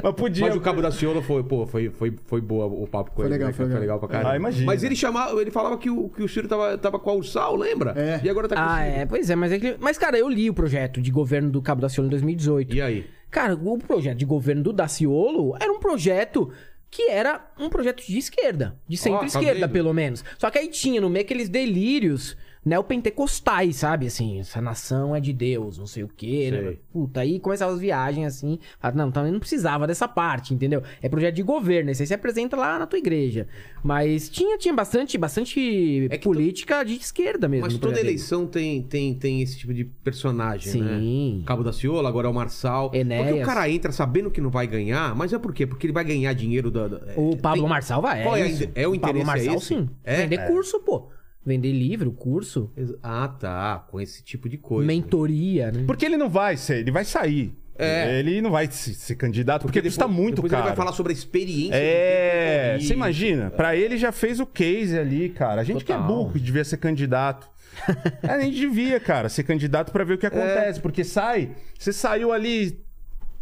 mas podia.
Mas o Cabo da Ciolo foi, pô, foi, foi, foi boa o papo com
Foi
ele.
legal,
né?
foi legal.
pra caralho.
Ah, imagina.
Mas ele chamava, ele falava que o, que o Ciro tava, tava com a Ursal, lembra?
É.
E agora tá com o
ah,
Ciro.
é. Pois é, mas é que... Mas, cara, eu li o projeto de governo do Cabo Daciolo em 2018.
E aí?
Cara, o projeto de governo do Daciolo era um projeto que era um projeto de esquerda, de
Ó, tá
centro-esquerda,
vendo?
pelo menos. Só que aí tinha no meio aqueles delírios neopentecostais, sabe? Assim, essa nação é de Deus, não sei o quê. né?
Sei.
Puta, aí começavam as viagens assim. Ah, não, também não precisava dessa parte, entendeu? É projeto de governo, esse aí se apresenta lá na tua igreja. Mas tinha, tinha bastante, bastante
É que to-
política de esquerda mesmo.
Mas
no
toda
projeto dele.
eleição tem, tem, tem esse tipo de personagem, né?
Sim.
Cabo da Ciola, agora é o Marçal. Porque o
Enéas.
cara entra sabendo que não vai ganhar, mas é por quê? Porque ele vai ganhar dinheiro da. da-
O
é,
Pablo
tem-
Marçal vai.
Qual é a
isso.
ide- é o interesse
Pablo
é
Marçal,
esse?
sim.
É?
Vender
É.
curso, pô. Vender livro, curso,
Ex- Ah, tá. Com esse tipo de coisa.
mentoria, né?
Porque ele não vai ser, ele vai sair.
É.
Ele não vai se, se candidato, porque,
depois-
custa muito
depois
caro.
Ele vai falar sobre a experiência.
É,
do-
você imagina? Pra ele já fez o case ali, cara. A gente que é
Total.
burro que devia ser candidato. É, A gente devia, cara, ser candidato pra ver o
É.
que acontece, porque sai, você saiu ali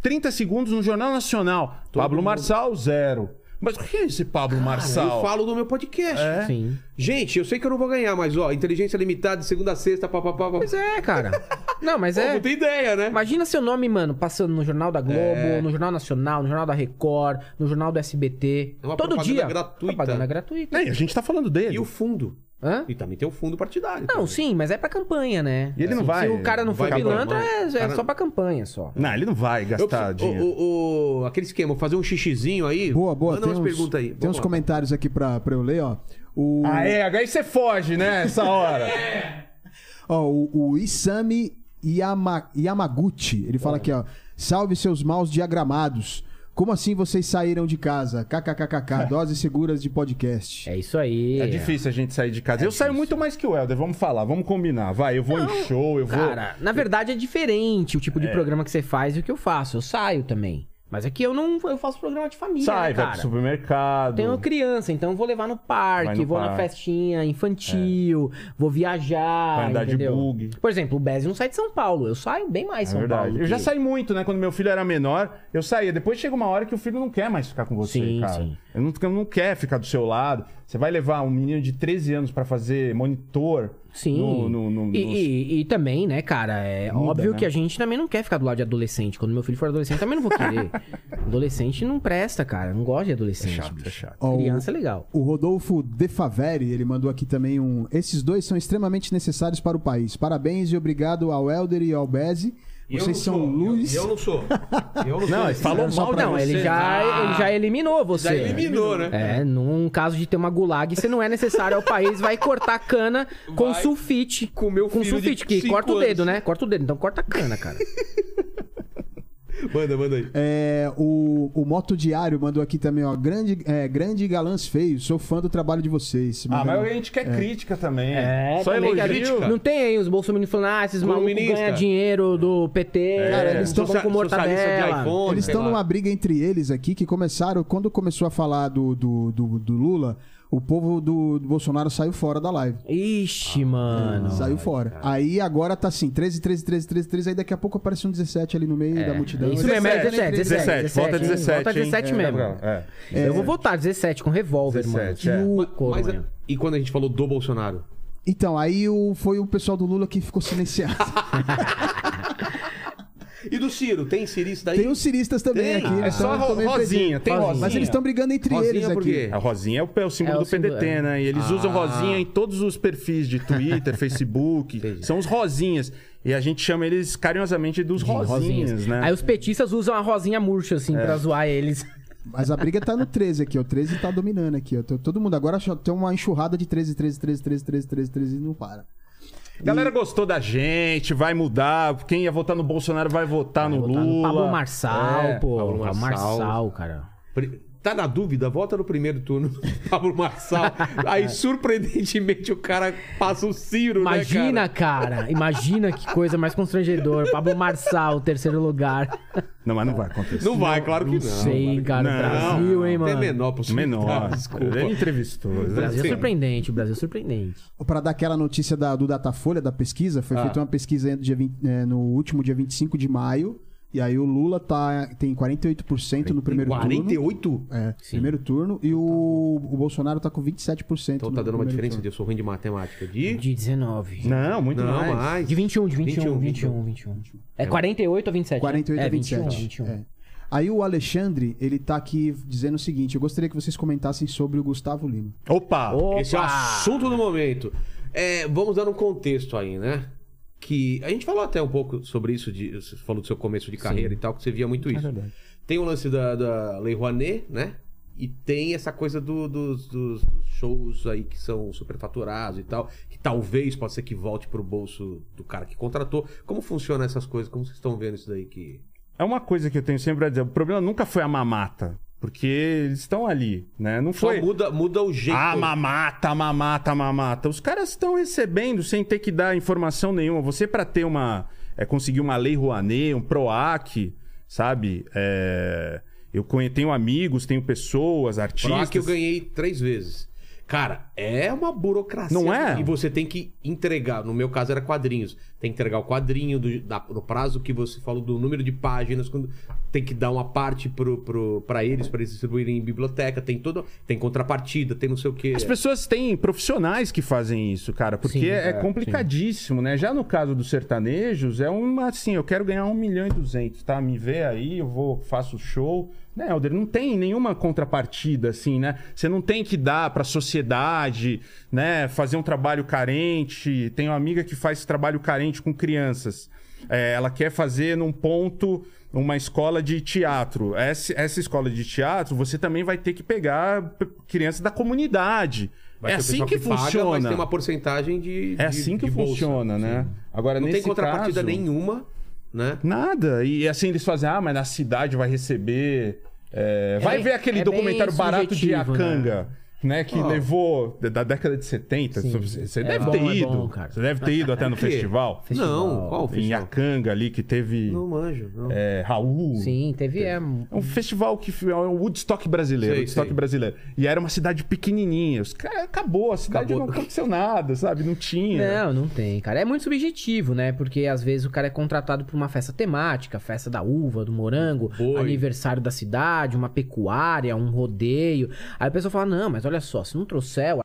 30 segundos no Jornal Nacional. Pablo Marçal zero. Mas o que é esse Pablo Marçal?
Eu falo no meu podcast.
É.
Sim.
Gente, eu sei que eu não vou ganhar, mas ó, inteligência limitada de segunda a sexta, papapá.
Pois é, cara. Não, mas
Pô,
é.
não tem ideia, né?
Imagina seu nome, mano, passando no Jornal da Globo,
É.
no Jornal Nacional, no Jornal da Record, no Jornal do SBT.
É uma
todo
propaganda
dia.
gratuita.
Propaganda gratuita.
Nem, a gente tá falando dele.
E o fundo.
Hã?
E também tem o fundo partidário.
Não,
também.
sim, mas é pra campanha, né?
E ele não
Assim,
vai-
Se o cara não,
não
vai
for
pra
pilantra,
campanha.
é, é
Cara-
só pra campanha só.
Não, ele não vai
Eu
gastar
preciso-
dinheiro.
o, o- aquele esquema, fazer um xixizinho aí.
Boa, boa.
Manda
tem
umas
uns,
perguntas aí.
Tem
Vamos
uns
lá.
comentários aqui pra, pra eu ler, ó. O,
Ah, é, aí você foge, né, essa hora.
É.
ó, o, o Isami Yama- Yamaguchi, ele fala aqui, ó. Salve seus maus diagramados. Como assim vocês saíram de casa? KKKKK, doses seguras de podcast.
É isso aí.
É difícil a gente sair de
É
casa. eu saio muito mais que o Helder, vamos falar, vamos combinar. Vai, eu vou em show, eu vou. É.
Cara, na verdade é diferente o tipo de programa que você faz e o que eu faço. Eu saio também. Mas é que eu não eu faço programa de família,
Sai, vai
né,
pro
cara?
supermercado.
Tenho criança, então eu vou levar no parque,
Vai no
vou na
parque.
festinha infantil, vou viajar,
Vai andar de
entendeu?
bug.
Por exemplo, o Bez não sai de São Paulo, eu saio bem mais de
É
São
verdade.
Paulo.
Eu já
que-
saí muito, né? Quando meu filho era menor, eu saía. Depois chega uma hora que o filho não quer mais ficar com você,
Sim,
cara.
sim.
Ele não, não quer ficar do seu lado. Você vai levar um menino de 13 anos pra fazer monitor.
Sim.
No, no- no-
e,
nos-
e- e também, né, cara, é
Muda,
óbvio
né?
que a gente também não quer ficar do lado de adolescente. Quando meu filho for adolescente, eu também não vou querer. adolescente não presta, cara. eu Não gosto de adolescente.
chato,
bicho.
é chato.
Ó, o-
Criança é legal.
O Rodolfo De Faveri, ele mandou aqui também um. Esses dois são extremamente necessários para o país. Parabéns e obrigado ao Helder e ao Beze.
E eu
Vocês
não
são
sou,
luz.
Eu, eu não sou. Eu não sou.
Não, ele falou
Só
mal
pra-
de
Não,
você.
ele já, ele já eliminou você.
Ah. Já eliminou, né?
É, num caso de ter uma gulag, você não é necessário ao país, vai cortar cana com
Vai
sulfite. Com
meu
Com
filho de
sulfite, que
cinco
corta o
anos.
dedo, né? Corta o dedo, então corta a cana, cara.
Manda, manda aí.
É, o, o Moto Diário mandou aqui também, ó. Grande, é, grande galãs feios, sou fã do trabalho de vocês.
Ah,
Mandando-
mas a gente quer crítica também.
É,
Só
É, também, cara.
elogio.
Não tem aí os bolsominions falando, ah, esses malucos
Comunista.
ganham dinheiro do PT,
Cara, eles
estão
É, Socia-
com
socialista de
mortadela.
iPhone,
Eles
sei
estão
lá.
numa briga entre eles aqui que começaram, quando começou a falar do, do, do, do Lula, o povo do, do Bolsonaro saiu fora da live.
Ah,
Ixi, mano.
saiu fora. Aí agora tá assim, 13, 13, 13, 13, 13, aí daqui a pouco aparece um 17 ali no meio da multidão.
Isso mesmo, é
né?
17,
17,
17.
volta 17.
Volta
hein?
17
É,
mesmo.
Gabriel, é.
Eu vou votar 17 com revólver,
17, é.
mano.
Mas-
Louco,
mas-
mano.
e quando a gente falou do Bolsonaro?
Então, aí o, foi o pessoal do Lula que ficou silenciado.
E do Ciro? Tem cirista aí?
Tem os ciristas também
Tem.
aqui.
Ah,
eles
É só
tão-
ro-
tão meio
rosinha, tem
Rosinha.
rosinha.
Mas eles estão brigando entre
Rosinha
eles
por
aqui.
quê?
A rosinha é o, é o símbolo
É o
do
símbolo,
PDT,
é.
né? E eles usam rosinha em todos os perfis de Twitter, Facebook. São os rosinhas. E a gente chama eles carinhosamente dos rosinhas, né?
Aí os petistas usam a rosinha murcha, assim, pra zoar eles.
Mas a briga tá no 13 aqui, ó. O 13 tá dominando aqui, ó. Tô- Todo mundo agora só tem uma enxurrada de 13, 13, 13, 13, 13, 13, 13 e não para.
Galera gostou da gente, vai mudar. Quem ia votar no Bolsonaro vai votar no
Botar no
Lula.
Pablo Marçal,
É,
pô.
Pablo
Pablo Marçal.
Marçal.
cara.
Pre- Tá na dúvida? Volta no primeiro turno do Pablo Marçal.
É.
Aí, surpreendentemente, o cara passa o Ciro,
Imagina,
né,
cara. Imagina que coisa mais constrangedora. Pablo Marçal, terceiro lugar.
Não, mas não vai acontecer.
cara? Não vai, claro que não.
Sei, hein, cara.
Não,
Brasil, hein,
Até
mano. é.
menor possibilidade.
Menor.
Desculpa.
Ele entrevistou. né?
O Brasil é
Sim.
surpreendente, o Brasil é surpreendente.
Para dar aquela notícia da- do Datafolha, da pesquisa,
Ah.
foi feita uma pesquisa no, dia 20 eh, no último dia 25 de maio. E aí o Lula tá, tem 48% no primeiro turno.
48?
É, primeiro turno. E o, o Bolsonaro tá com 27%.
Então
no
tá dando uma
primeiro
diferença de
turno.
eu sou ruim de matemática. De.
De 19.
Não, muito
Não,
mais.
mais.
De 21, de 21,
21,
21, 21. É 48 ou 27?
48
é,
a 27.
21, 21.
É. Aí o Alexandre, ele tá aqui dizendo o seguinte: eu gostaria que vocês comentassem sobre o Gustavo Lima.
Opa!
Opa!
Esse é o assunto do momento. É, vamos dar um contexto aí, né? Que a gente falou até um pouco sobre isso, de, você falou do seu começo de carreira e tal, que você via muito isso.
É verdade.
tem o lance da, da Lei Rouanet, né? E tem essa coisa do- dos, dos shows aí que são superfaturados e tal, que talvez possa ser que volte pro bolso do cara que contratou. Como funciona essas coisas? Como vocês estão vendo isso daí que.
É uma coisa que eu tenho sempre a dizer. O problema nunca foi a mamata. Porque eles estão ali, né? Não foi.
Só muda, muda o jeito.
Ah, mamata, mamata, mamata. Os caras estão recebendo sem ter que dar informação nenhuma. Você, pra ter uma. é, conseguir uma lei Rouanet, um PROAC, sabe? É, eu conhe- tenho amigos, tenho pessoas,
Pro
artistas.
que eu ganhei três vezes. Cara, é uma burocracia.
Não é?
E você tem que entregar. No meu caso era quadrinhos. Tem que entregar o quadrinho do, da- no prazo que você falou do número de páginas. quando- tem que dar uma parte pro, pro, pra eles, pra eles distribuírem em biblioteca. Tem todo, tem contrapartida, tem não sei o quê.
As pessoas têm profissionais que fazem isso, cara, porque
Sim,
é,
é,
complicadíssimo, né? Já no caso dos sertanejos, é uma assim, eu quero ganhar um milhão e duzentos, tá? Me vê aí, eu vou, faço show. Né, Helder, não tem nenhuma contrapartida, assim, né? Você não tem que dar pra sociedade, né? Fazer um trabalho carente. Tenho uma amiga que faz trabalho carente com crianças. É, ela quer fazer num ponto uma escola de teatro. Essa, essa escola de teatro, você também vai ter que pegar p- crianças da comunidade.
Vai
é
ter o
assim
pessoal
que,
Paga, mas
funciona.
tem uma porcentagem de.
É
de-
assim que
de bolsa.
funciona, né? Agora,
Não
nesse
tem contrapartida
caso,
nenhuma, né?
Nada. E assim, eles fazem, ah, mas na cidade vai receber. é, vai
bem-
ver aquele
é bem
documentário barato de
subjetivo,
Iacanga. Né, que levou da- da década de 70.
Sim.
Você você
É
deve
bom,
ter
é
ido.
bom, cara.
Você deve ter ido até no
quê?
festival.
Não, qual
Em
festival?
Iacanga ali, que teve
Não manjo, não.
é, Raul.
Sim, teve. É, um-
É um festival que é um Woodstock brasileiro,
Sei,
Woodstock
sei.
brasileiro. E era uma cidade pequenininha. Os caras acabou, a cidade
Acabou.
não aconteceu nada, sabe? Não tinha.
Não, não tem, cara. É muito subjetivo, né? Porque às vezes o cara é contratado pra uma festa temática, festa da uva, do morango,
Boi.
aniversário da cidade, uma pecuária, um rodeio. Aí a pessoa fala: "Não, mas olha só, se não trouxer o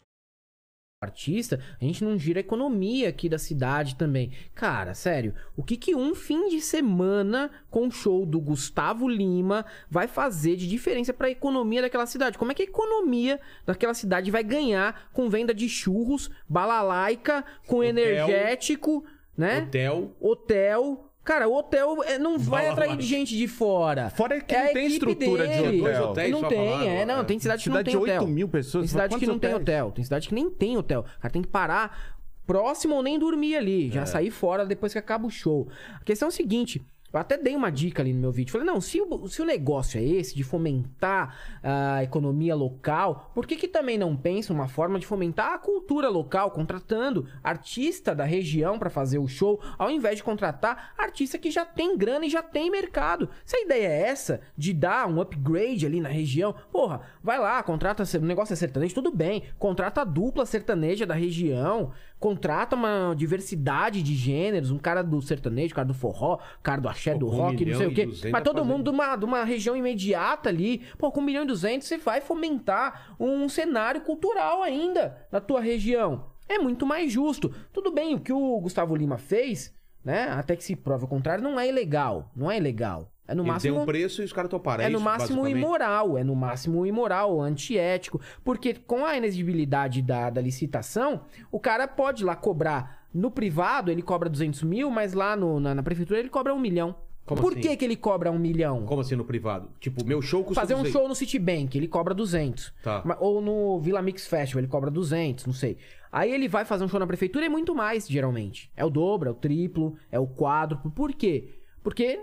artista, a gente não gira a economia aqui da cidade também". Cara, sério, o que que um fim de semana com o show do Gustavo Lima vai fazer de diferença pra economia daquela cidade? Como é que a economia daquela cidade vai ganhar com venda de churros, balalaica, com
Hotel.
energético, né?
Hotel.
Hotel. Cara, o hotel é, não vai
Balalaica.
atrair gente de fora.
Fora que
É
não
a
tem
equipe
estrutura de
dele.
Dois
hotel.
hotéis
não
só
tem,
falaram,
é, não.
é.
Tem
Cidade
cidade, que não
de
tem
8
hotel.
mil pessoas,
Tem cidade que
quantos
não tem
hotéis?
hotel. Tem cidade que nem tem hotel. O cara tem que parar próximo ou nem dormir ali.
É.
Já sair fora depois que acaba o show. A questão é o seguinte. Eu até dei uma dica ali no meu vídeo. Falei, não, se o, se o negócio é esse, de fomentar a economia local, por que, que também não pensa uma forma de fomentar a cultura local, contratando artista da região pra fazer o show, ao invés de contratar artista que já tem grana e já tem mercado? Se a ideia é essa, de dar um upgrade ali na região, porra, vai lá, contrata, o negócio é sertanejo, tudo bem, contrata a dupla sertaneja da região, contrata uma diversidade de gêneros, um cara do sertanejo, um cara do forró, um cara do axé,
Pô,
do
com
rock,
um
não
milhão
sei o
e
quê.
duzentos
Mas todo
fazendo-
mundo de uma, de uma região imediata ali, pô, com 1 milhão e 200 você vai fomentar um cenário cultural ainda na tua região. É muito mais justo. Tudo bem, o que o Gustavo Lima fez, né? Até que se prove o contrário, não é ilegal. Não é ilegal. É no
Ele
máximo.
tem um preço e os caras toparam.
É no
isso,
máximo
basicamente?
imoral, é no máximo imoral, antiético. Porque com a inexigibilidade da, da licitação, o cara pode lá cobrar. No privado ele cobra 200 mil, mas lá no- na, na prefeitura ele cobra um milhão.
Como
Por
assim?
que, que ele cobra um milhão?
Como assim no privado? Tipo, meu show custa
Fazer um
200.
show no Citibank, ele cobra 200.
Tá.
Ma- Ou no Vila Mix Festival, ele cobra 200, não sei. Aí ele vai fazer um show na prefeitura e é muito mais, geralmente. É o dobro, é o triplo, é o quádruplo. Por quê? Porque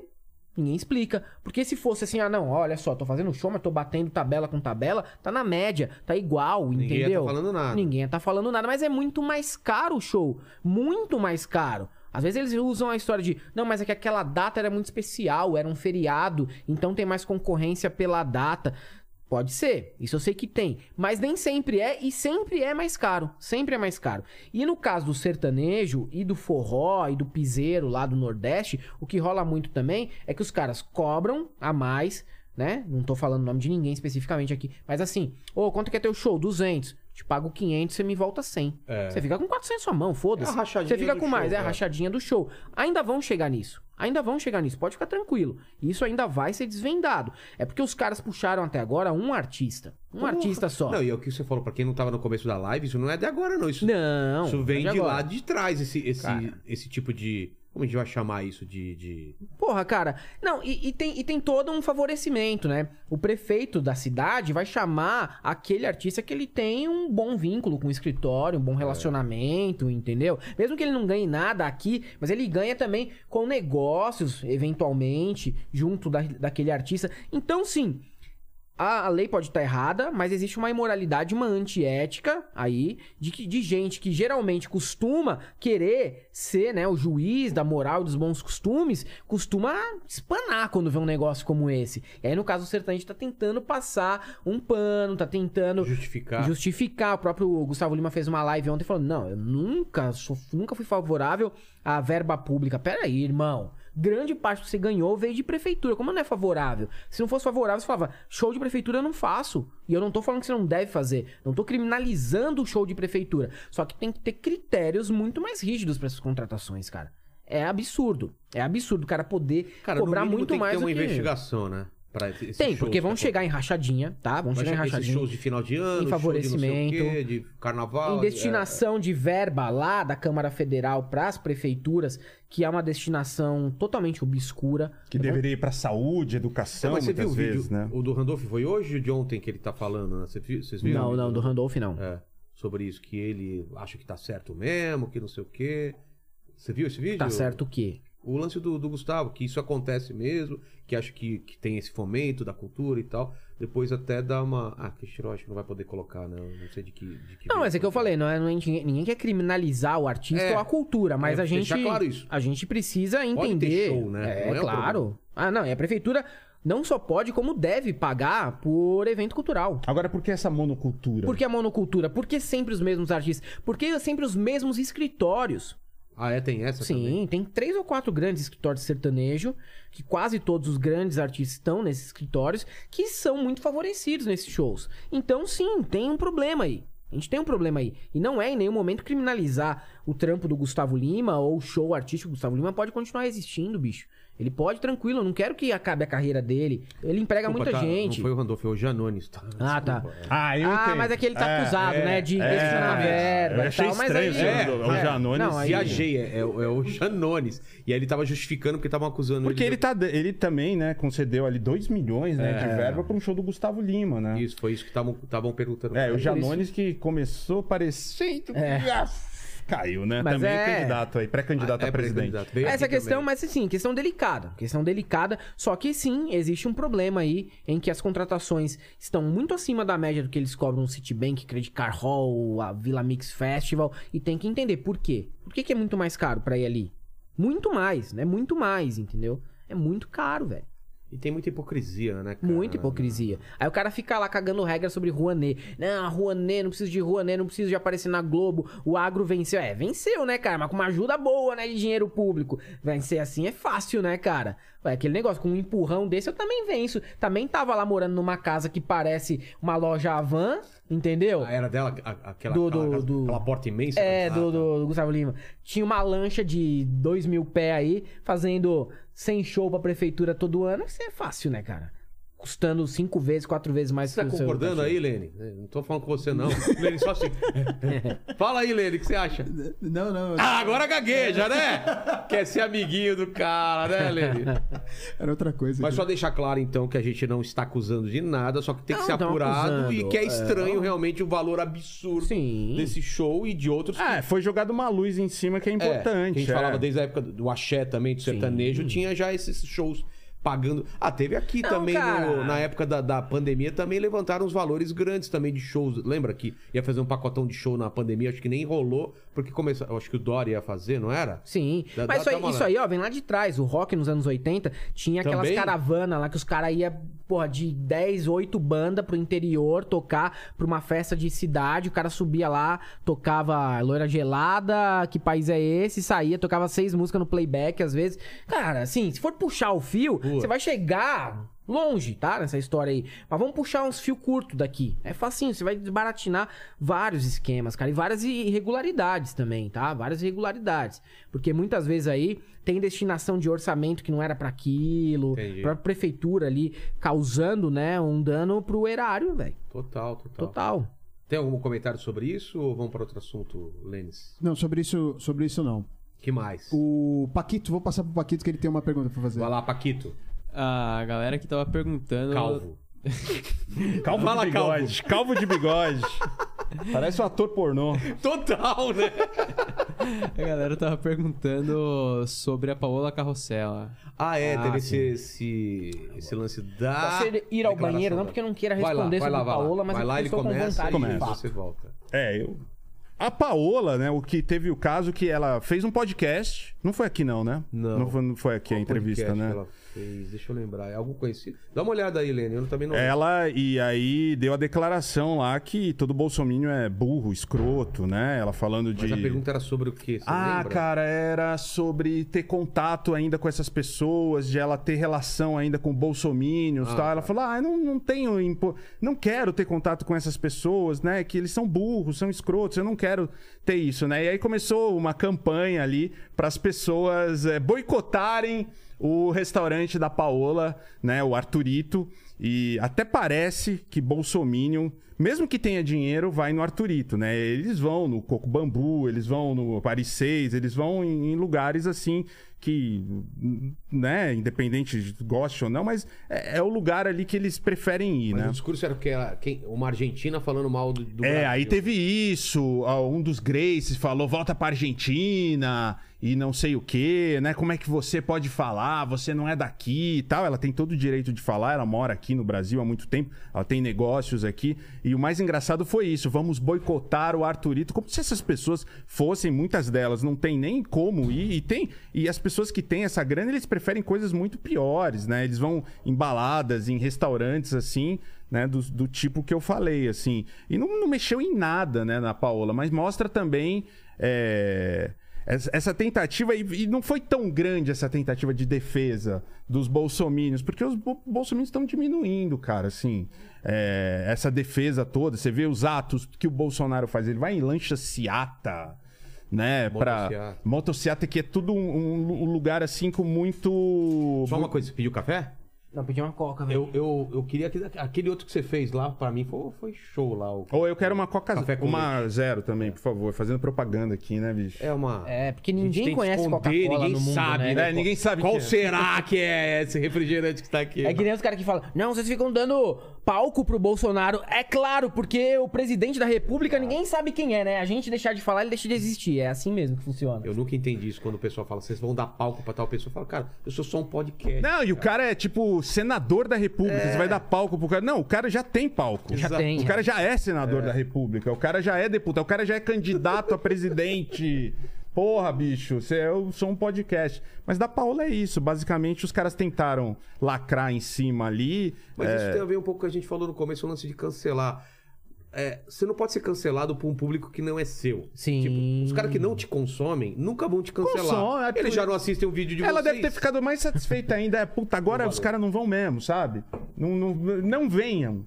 ninguém explica. Porque se fosse assim, ah, não, olha só, tô fazendo show, mas tô batendo tabela com tabela, tá na média, tá igual,
Ninguém ia
entendeu?
tá falando nada.
Ninguém tá falando nada, mas é muito mais caro o show. Muito mais caro. Às vezes eles usam a história de, não, mas é que aquela data era muito especial, era um feriado, então tem mais concorrência pela data. Pode ser, isso eu sei que tem, mas nem sempre é e sempre é mais caro, sempre é mais caro. E no caso do sertanejo e do forró e do piseiro lá do Nordeste, o que rola muito também é que os caras cobram a mais, né? Não tô falando o nome de ninguém especificamente aqui, mas assim, ô, quanto que é teu show? 200. Te pago 500, você me volta 100.
É.
Você fica com 400 sua mão, foda-se.
É a rachadinha
você fica
do
com mais,
show,
é a
é.
rachadinha do show. Ainda vão chegar nisso. Ainda vão chegar nisso, pode ficar tranquilo. Isso ainda vai ser desvendado. É porque os caras puxaram até agora um artista. Um artista só.
Não, e é o que você falou, pra quem não tava no começo da live, isso não é de agora, não. Isso,
Não.
isso vem
é
de
agora.
lá de trás, esse, esse,
Cara.
esse tipo de. Como a gente vai chamar isso de. de-
Porra, cara. Não, e, e tem, e tem todo um favorecimento, né? O prefeito da cidade vai chamar aquele artista que ele tem um bom vínculo com o escritório, um bom relacionamento, entendeu? Mesmo que ele não ganhe nada aqui, mas ele ganha também com negócios, eventualmente, junto da, daquele artista. Então, sim, a, a lei pode estar errada, mas existe uma imoralidade, uma antiética aí, de, que, de gente que geralmente costuma querer ser né, o juiz da moral e dos bons costumes, costuma espanar quando vê um negócio como esse. E aí, no caso, o sertanejo tá tentando passar um pano, tá tentando
Justificar.
justificar. O próprio Gustavo Lima fez uma live ontem falando: não, eu nunca, sou, nunca fui favorável à verba pública. Peraí, irmão. Grande parte do que você ganhou veio de prefeitura. Como não é favorável? Se não fosse favorável, você falava: show de prefeitura eu não faço. E eu não tô falando que você não deve fazer. Não tô criminalizando o show de prefeitura. Só que tem que ter critérios muito mais rígidos para essas contratações, cara. É absurdo. É absurdo o cara poder
Cara,
cobrar
no mínimo
muito
tem
mais
que ter uma
do que-
investigação, né? Pra esses
Tem,
shows
porque
que
vão
tá
chegar em rachadinha, tá? Vão
Vai
chegar em
chegar esses
rachadinha.
shows de final de ano, show de não
Em
sei o
favorecimento.
quê, de carnaval. é.
em destinação de verba lá da Câmara Federal para as prefeituras, que é uma destinação totalmente obscura.
Que deveria ir pra saúde, educação,
Não, mas você
muitas
viu o vídeo?
vezes, né?
O do Randolph foi hoje ou de ontem que ele tá falando, né? Você viu- Vocês viram?
Não, não, do Randolph não.
É, sobre isso, que ele acha que tá certo mesmo, que não sei o quê. Você viu esse
É.
vídeo?
Tá certo o quê?
O lance do, do Gustavo, que isso acontece mesmo, que acho que, que tem esse fomento da cultura e tal. Depois até dá uma. Ah, que cheiro, acho que não vai poder colocar, né? Eu Não sei de que. De que
Não, mas é que eu falei, não é, não é- ninguém quer criminalizar o artista
É.
ou a cultura, mas
É,
a gente
deixar claro isso.
a gente precisa
Pode ter
entender.
show, né?
É,
Não é o
claro. Ah, não, e a prefeitura não só pode como deve pagar por evento cultural.
Agora, por que essa monocultura?
Por que a monocultura? Por que sempre os mesmos artistas? Por que sempre os mesmos escritórios?
Ah, é, tem essa
Sim,
também?
tem três ou quatro grandes escritórios de sertanejo, que quase todos os grandes artistas estão nesses escritórios, que são muito favorecidos nesses shows. Então, sim, tem um problema aí. A gente tem um problema aí. E não é em nenhum momento criminalizar o trampo do Gustavo Lima ou o show artístico do Gustavo Lima. Pode continuar existindo, bicho. Ele pode, tranquilo. Eu não quero que acabe a carreira dele. Ele emprega
Desculpa,
muita
tá?
gente.
Não foi o Randolph, foi o Janones. Tá?
Ah, tá.
Desculpa.
Ah, eu
ah,
entendo.
mas é que ele tá
É,
acusado,
é,
né? De
é,
questionar
é.
verba
Eu
e
achei
tal. Mas
estranho
aí.
esse
É,
Randolph. O
é.
Janones
Não, aí-
Viajei, é, é o é o Janones. E aí ele tava justificando porque estavam acusando
Porque ele,
do-
tá, ele também, né, concedeu ali 2 milhões né, de verba para um show do Gustavo Lima, né?
Isso, foi isso que estavam perguntando.
É, o Janones que começou parecendo. Ah, Caiu, né?
É. Mas
também
é-
candidato aí, pré-candidato
Ah, é,
a tá presidente.
pré-candidato. Veio
Essa
aqui
questão,
também.
mas assim, questão delicada. Questão delicada. Só que sim, existe um problema aí em que as contratações estão muito acima da média do que eles cobram no Citibank, Credit Card Hall, a Villa Mix Festival. E tem que entender por quê. Por que, que é muito mais caro pra ir ali? Muito mais, né? Muito mais, entendeu? É muito caro, velho.
E tem muita hipocrisia, né? cara?
Muita hipocrisia. Aí o cara fica lá cagando regra sobre Rouanet. Não, Rouanet, não preciso de Rouanet, não preciso de aparecer na Globo. O agro venceu. É, venceu, né, cara? Mas com uma ajuda boa, né, de dinheiro público. Vencer assim é fácil, né, cara? Ué, aquele negócio, com um empurrão desse eu também venço. Também tava lá morando numa casa que parece uma loja Havan, entendeu?
A era dela, a- aquela,
Do-
aquela,
do-
casa-
do-
aquela porta imensa. né?
É, do,
Ah,
do- do Gustavo Lima. Tinha uma lancha de dois mil pé aí, fazendo 100 show pra prefeitura todo ano. Isso é fácil, né, cara? Custando cinco vezes, quatro vezes mais
Você tá
o seu
concordando
cachê.
aí, Lene? Eu Não tô falando com você, não. Lene, só assim. Fala aí, Lene, o que você acha?
Não, não.
Ah, agora gagueja, né? Quer ser amiguinho do cara, né, Lene?
Era outra coisa.
Mas só deixar claro, então, que a gente não está acusando de nada, só que tem que
Ah, Não,
ser
tão
apurado e
acusando,
que é
é.
estranho realmente o valor absurdo
Sim.
desse show e de outros. que-
Ah, foi jogada uma luz em cima que é
É,
importante.
que a gente
é.
falava desde a época do- do axé também, do sertanejo, tinha já esses shows pagando. Ah, teve aqui
Não,
também, no-
cara.
na época da, da pandemia, também levantaram uns valores grandes também de shows. Lembra que ia fazer um pacotão de show na pandemia, acho que nem rolou, porque começou, eu acho que o Dória ia fazer, não era?
Sim.
Dá- dá-
Mas isso
dá uma
aí, isso
olhada.
aí, ó, vem lá de trás. O rock nos anos 80 tinha aquelas
Também?
caravanas lá que os caras iam, porra, de 10, 8 bandas pro interior tocar pra uma festa de cidade. O cara subia lá, tocava Loira Gelada, que país é esse? Saía, tocava seis músicas no playback às vezes. Cara, assim, se for puxar o fio, você vai chegar. longe, tá? Nessa história aí. Mas vamos puxar uns fio curto daqui. É facinho, você vai desbaratinar vários esquemas, cara. E várias irregularidades também, tá? Várias irregularidades. Porque muitas vezes aí tem destinação de orçamento que não era pra aquilo.
Entendi.
Pra prefeitura ali causando, né, um dano pro erário, velho.
Total, total.
Total.
Tem algum comentário sobre isso ou vamos para outro assunto, Lênis?
Não, sobre isso, sobre isso não.
que mais?
O Paquito, vou passar pro Paquito que ele tem uma pergunta pra fazer.
Vai lá, Paquito.
A galera que tava perguntando.
Calvo.
Calvo
Fala,
de bigode. Calvo. de bigode. Parece um ator pornô.
Total, né?
A galera tava perguntando sobre a Paola Carrossela.
Ah, é,
Ah,
teve esse, esse, esse lance da.
Você Tá ir ao
Ah, declaração
banheiro, não
da-
porque eu não queira
Vai lá,
responder
vai
sobre
lá,
a
vai lá.
Paola, mas
vai
eu
lá, ele
estou com
começa,
vontade
começa.
de falar.
você volta.
É, eu. A Paola, né? O que teve o caso que ela fez um podcast. Não foi aqui, não, né?
Não.
Não foi, não foi aqui a
Qual
entrevista,
podcast
né?
que Ela fez? Deixa eu lembrar. É algo conhecido? Dá uma olhada aí, Lênin. Eu também
É
não.
Ela e aí deu a declaração lá que todo bolsominion é burro, escroto, né? Ela falando de
Mas a pergunta era sobre o quê? Você
Ah,
lembra?
cara, era sobre ter contato ainda com essas pessoas, de ela ter relação ainda com bolsominions e tal. Ela falou: ah, eu não, não tenho. impo- Não quero ter contato com essas pessoas, né? Que eles são burros, são escrotos, eu não quero ter isso, né? E aí começou uma campanha ali para as pessoas eh, boicotarem o restaurante da Paola, né? O Arturito. E até parece que Bolsominion, mesmo que tenha dinheiro, vai no Arturito, né? Eles vão no Coco Bambu, eles vão no Paris 6, eles vão em, em lugares assim que, né, independente de goste ou não, mas é, é o lugar ali que eles preferem ir,
Mas o
né?
discurso era porque ela- quem- uma Argentina falando mal do, do
É,
Brasil.
aí teve isso, ó, um dos Graces falou, volta pra Argentina e não sei o que, né? Como é que você pode falar? Você não é daqui e tal. Ela tem todo o direito de falar, ela mora aqui no Brasil há muito tempo, ela tem negócios aqui. E o mais engraçado foi isso: vamos boicotar o Arturito, como se essas pessoas fossem, muitas delas, não tem nem como ir, e tem. E as pessoas que têm essa grana, eles preferem coisas muito piores, né? Eles vão em baladas, em restaurantes, assim né, do, do tipo que eu falei, assim. E não, não mexeu em nada, né, na Paola, mas mostra também é, essa, essa tentativa, e, e não foi tão grande essa tentativa de defesa dos bolsomínios, porque os bo bolsomínios estão diminuindo, cara, assim, é, essa defesa toda. Você vê os atos que o Bolsonaro faz, ele vai em lancha ciata, né, para
Motociata.
motociata, que é tudo um, um- um lugar, assim, com muito...
Só uma coisa, você pediu café?
Não, pedi uma coca, velho.
Eu, eu, eu queria que aquele outro que você fez lá, pra mim, foi, foi show lá. o-
Ou eu quero uma coca
Café com
uma zero também, por favor. Fazendo propaganda aqui, né, bicho?
É uma.
É, porque
A gente tem
ninguém
que
conhece
esconder,
Coca-Cola
ninguém
no mundo,
sabe,
né?
né?
É, ninguém sabe
Qual
que é.
será que é esse refrigerante que tá aqui?
É que nem os caras que falam, não, vocês ficam dando palco pro Bolsonaro. É claro, porque o presidente da república, ninguém sabe quem é, né? A gente deixar de falar, ele deixa de existir. É assim mesmo que funciona.
Eu nunca entendi isso quando o pessoal fala, vocês vão dar palco pra tal pessoa. Eu falo, cara, eu sou só um podcast.
Não, e o cara é tipo senador da república. Você vai dar palco pro cara. Não, o cara já tem palco.
É. Já tem,
O
é.
cara já é senador da república. O cara já é deputado. O cara já é candidato a presidente. Porra, bicho, você é eu sou um podcast. Mas da Paula é isso. Basicamente, os caras tentaram lacrar em cima ali.
Mas
é,
isso tem a ver um pouco com o que a gente falou no começo, o lance de cancelar. É, você não pode ser cancelado por um público que não é seu.
Sim.
Tipo, os caras que não te consomem nunca vão te cancelar.
Consome, é
Eles
por-
já não assistem um vídeo de
Ela
vocês.
deve ter ficado mais satisfeita ainda. É, puta, agora os caras não vão mesmo, sabe? Não, não, não venham.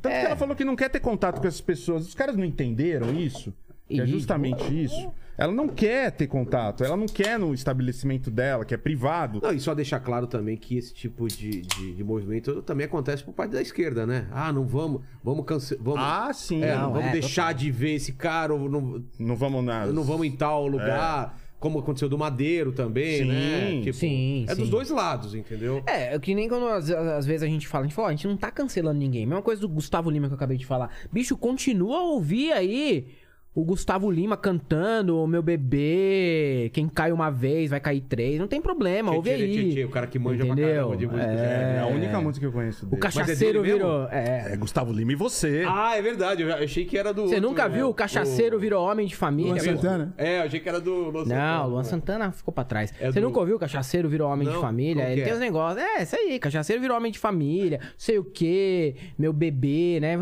Tanto que ela falou que não quer ter contato com essas pessoas. Os caras não entenderam isso? Que é
Ih.
justamente isso. Ela não quer ter contato. Ela não quer no estabelecimento dela, que é privado.
Não, e só deixar claro também que esse tipo de, de, de movimento também acontece por parte da esquerda, né? Ah, não vamos, vamos cancelar. Vamos,
Ah, sim.
é,
não,
vamos
é,
deixar de ver esse cara, ou não,
não vamos nada.
não vamos em tal lugar, como aconteceu do Madeiro também,
é. Sim.
né?
Sim,
é
sim.
dos dois lados, entendeu?
É, é que nem quando às, às vezes a gente fala, a gente fala, ó, a gente não tá cancelando ninguém. Mesma coisa do Gustavo Lima que eu acabei de falar. Bicho, continua a ouvir aí o Gustavo Lima cantando, o meu bebê, quem cai uma vez vai cair três, não tem problema, ouve
Tchê, tchê, tchê, tchê,
aí.
o cara que manja
Entendeu?
pra caramba de música.
É,
É.
a única música que eu conheço
O
dele.
cachaceiro
dele mesmo?
virou. É.
É Gustavo Lima e você.
Ah, é verdade, eu achei que era do.
Você
outro,
nunca viu
né?
o cachaceiro virou homem de família?
Luan Santana?
É, eu achei que era do. Luan Santana.
Não, Luan Santana ficou pra trás.
É
Você
do-
nunca ouviu o Cachaceiro virou homem de
Não,
família?
qual
Ele
que
tem
é?
os negócios. É, isso aí, Cachaceiro virou homem de família, sei o quê, meu bebê, né?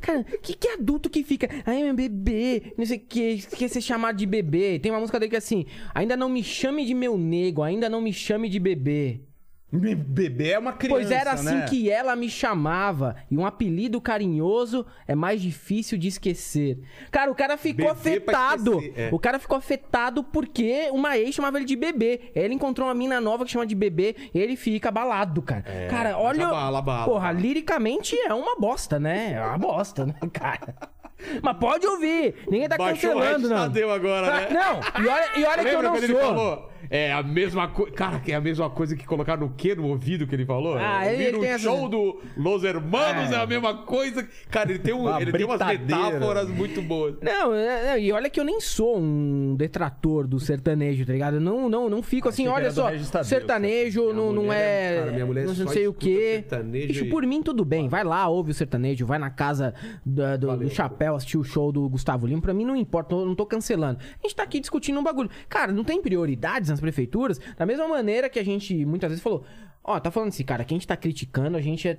Cara, que, que adulto que fica? Ai, meu bebê, não sei o quê, quer ser chamado de bebê. Tem uma música dele que é assim: ainda não me chame de meu nego, ainda não me chame de bebê.
Me- Bebê é uma criança.
Pois era assim
né?
que ela me chamava. E um apelido carinhoso é mais difícil de esquecer. Cara, o cara ficou
Bebê pra
afetado.
esquecer, é.
O cara ficou afetado porque uma ex chamava ele de bebê. Ele encontrou uma mina nova que chama de bebê e ele fica abalado, cara. cara, olha.
É, abala, abala.
Porra, liricamente é uma bosta, né? É uma bosta, né, cara? Mas pode ouvir. Ninguém tá
Baixou
cancelando,
o
não.
Tadeu agora, né?
Não, e olha, e olha que eu
Lembra
não
quando
sou.
ele falou? É a mesma coisa. Cara, que é a mesma coisa que colocar no quê? No ouvido que ele falou?
Ah,
é,
ele-
ouvir
ele
um
tem essa-
show do Los Hermanos é. a mesma coisa. Cara, ele tem, um,
Uma
ele tem umas
britadeira.
metáforas muito boas.
Não, é, é, e olha que eu nem sou um detrator do sertanejo, tá ligado? Eu Não, não, não fico assim,
que
olha
era do
só,
Regis Tadeu,
sertanejo não, não
mulher
é,
é- cara, minha mulher
não
só
sei o
escuta
quê.
sertanejo
Bicho,
e-
por mim tudo bem, vai lá, ouve o sertanejo, vai na casa da- do, do Chapéu assistir o show do Gustavo Lima, pra mim não importa, eu não tô cancelando. A gente tá aqui discutindo um bagulho. Cara, não tem prioridades nas prefeituras, da mesma maneira que a gente muitas vezes falou... Ó, tá falando esse cara que a gente tá criticando, a gente é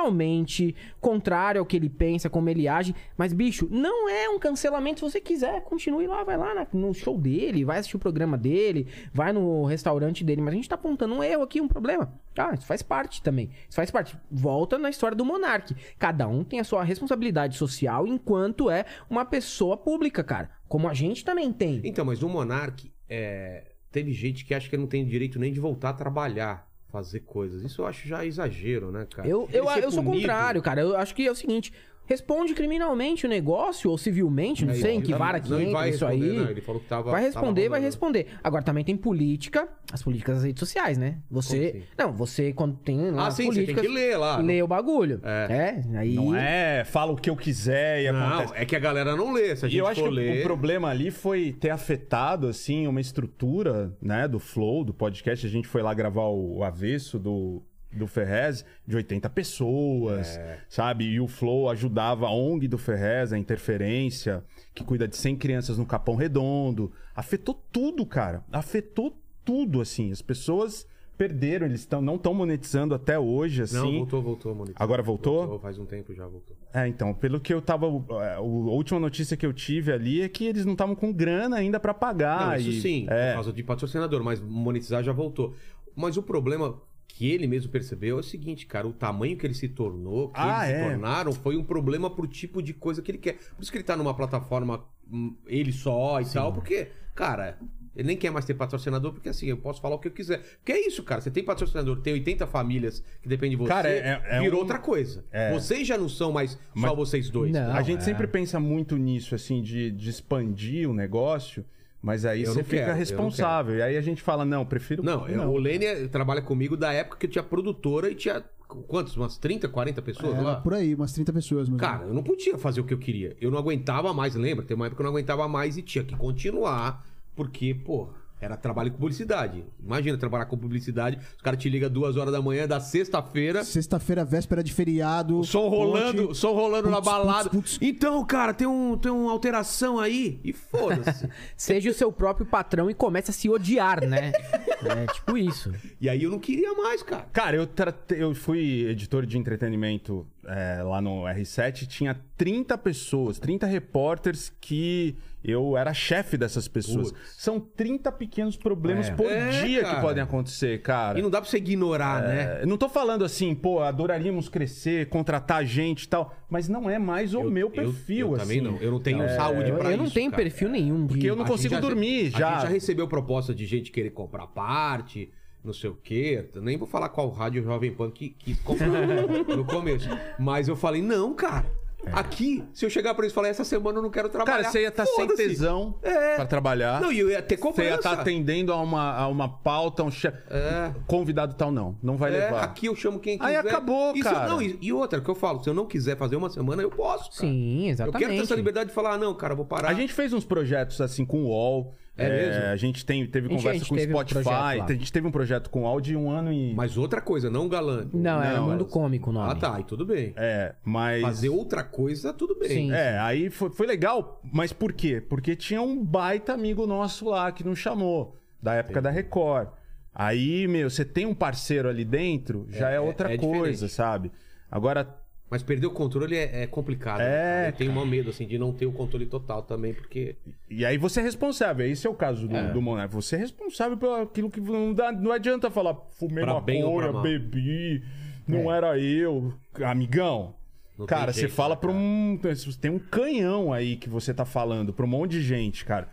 frontalmente contrário ao que ele pensa, como ele age. Mas, bicho, não é um cancelamento. Se você quiser, continue lá, vai lá na- no show dele, vai assistir o programa dele, vai no restaurante dele. Mas a gente tá apontando um erro aqui, um problema. Ah, isso faz parte também. Isso faz parte. Volta na história do monarque. Cada um tem a sua responsabilidade social enquanto é uma pessoa pública, cara. Como a gente também tem.
Então, mas o Monark é, teve gente que acha que ele não tem direito nem de voltar a trabalhar, fazer coisas. Isso eu acho já exagero, né, cara?
Eu,
Ele
eu,
ser
eu sou
punido-
contrário, cara. Eu acho que é o seguinte: responde criminalmente o negócio ou civilmente, não
É,
sei em
ele
que
tá-
vara que
não, ele
entra
vai
isso
responder,
aí.
não, ele falou que tava-
vai responder,
tava
vai
rolando.
responder. Agora também tem política, as políticas das redes sociais, né? Você,
Como assim?
não, você quando tem lá
Ah,
as
sim, você tem
políticas,
que ler lá.
lê o bagulho. É,
É.
aí
Não é, fala o que eu quiser e acontece.
Não, é que a galera não lê. Se a
E
gente
eu acho
for
que o-
ler...
o problema ali foi ter afetado, assim, uma estrutura, né, do Flow, do podcast. A gente foi lá gravar o, o avesso do, do Ferrez, de 80 pessoas,
É.
sabe? E o Flow ajudava a ONG do Ferrez, a Interferência, que cuida de 100 crianças no Capão Redondo. Afetou tudo, cara. Afetou tudo, assim. As pessoas perderam, eles tão, não estão monetizando até hoje, assim.
Não, voltou, voltou, Monitor.
Agora voltou?
Faz um tempo já voltou.
É, então, pelo que eu tava. é, o- A última notícia que eu tive ali é que eles não estavam com grana ainda pra pagar.
não, isso
e-
sim, por
É,
causa de patrocinador, mas monetizar já voltou. Mas o problema que ele mesmo percebeu é o seguinte, cara, o tamanho que ele se tornou, que
Ah,
eles
é.
se tornaram, foi um problema pro tipo de coisa que ele quer. Por isso que ele tá numa plataforma hum, ele só e tal, porque, cara, ele nem quer mais ter patrocinador, porque assim, eu posso falar o que eu quiser. Porque é isso, cara, você tem patrocinador, tem 80 famílias que dependem de você,
Cara, é- é
virou
um-
outra coisa. Vocês já não são mais
Mas-
só vocês dois.
Não.
a gente
é.
sempre pensa muito nisso, assim, de, de expandir o negócio, mas aí
Eu
você
não
fica
quero, eu não
responsável. E aí a gente fala, não, prefiro.
Não, eu- o Lênia trabalha comigo da época que eu tinha produtora e tinha quantos? Umas 30, 40 pessoas
É, Era
lá?
por aí, umas 30 pessoas. Mas
Cara, eu não podia fazer o que eu queria. Eu não aguentava mais, lembra? Tem uma época que eu não aguentava mais e tinha que continuar, porque, pô, era trabalho com publicidade. Imagina trabalhar com publicidade, os caras te ligam duas horas da manhã, da sexta-feira,
Sexta-feira, véspera de feriado.
o som rolando,
ponte-
som rolando na
Putz, putz,
balada.
putz.
Então, cara, tem, um, tem uma alteração aí e foda-se.
seja o seu próprio patrão e comece a se odiar, né? é tipo isso.
e aí eu não queria mais, cara.
Cara, eu, tratei- eu fui editor de entretenimento é, lá no R7, tinha 30 pessoas, 30 repórteres que eu era chefe dessas pessoas.
Putz.
São 30 pequenos problemas
É.
por
É,
dia que
cara.
podem acontecer, cara.
E não dá pra você ignorar, né?
É, Não tô falando assim, pô, adoraríamos crescer, contratar gente e tal, mas não é mais o
Eu-
meu
eu-
perfil,
eu,
assim.
também não. Eu não tenho saúde
Eu,
É pra
eu
isso.
não tenho
cara.
perfil nenhum de
Porque eu não
A
consigo
gente
dormir, já.
A gente já recebeu proposta de gente querer comprar parte, não sei o quê. Eu Nem vou falar qual rádio Jovem Pan que, que comprou no começo. Mas eu falei, não, cara. Aqui, se eu chegar pra eles e falar, essa semana eu não quero trabalhar.
É. Cara, você ia estar sem
foda-se.
tesão
É.
pra trabalhar.
Não, e eu ia ter
Você ia
cobrança.
tá estar atendendo a uma, a uma pauta, um chefe.
É.
Convidado tal, não. Não vai
É,
levar.
aqui eu chamo quem quiser.
Aí acabou,
Isso-
cara.
não, e, e outra, que eu falo, se eu não quiser fazer uma semana, eu posso, cara.
Sim,
Eu
exatamente.
quero ter essa liberdade de falar, ah, não, cara, eu vou parar.
A gente fez uns projetos assim com o UOL.
É mesmo?
A gente tem, teve
A gente-
conversa
a gente
com o
teve um
Spotify.
projeto lá.
a gente teve um projeto com o UOL de um ano e.
Mas outra coisa, não galante.
Não, era
Não,
mundo
mas-
cômico o nome.
Ah, tá, e tudo bem.
É, mas.
Fazer outra coisa, tudo bem.
Sim.
É, aí foi, foi legal, mas por quê? Porque tinha um baita amigo nosso lá que não chamou, da época da Record. Aí, meu, você tem um parceiro ali dentro, já é, outra
é
coisa,
diferente.
sabe? Agora,
Mas perder o controle é, é complicado. né,
É,
cara? Eu tenho um medo, assim, de não ter o controle total também, porque.
E aí você é responsável. Esse é o caso do, do Monark. Você é responsável por aquilo que não, dá- não adianta falar fumei
Pra bem ou pra
maconha,
mal. É.
bebi, não era eu, amigão.
Não tem
cara, você
jeito,
fala
né,
pra um. Tem um canhão aí que você tá falando pra um monte de gente, cara.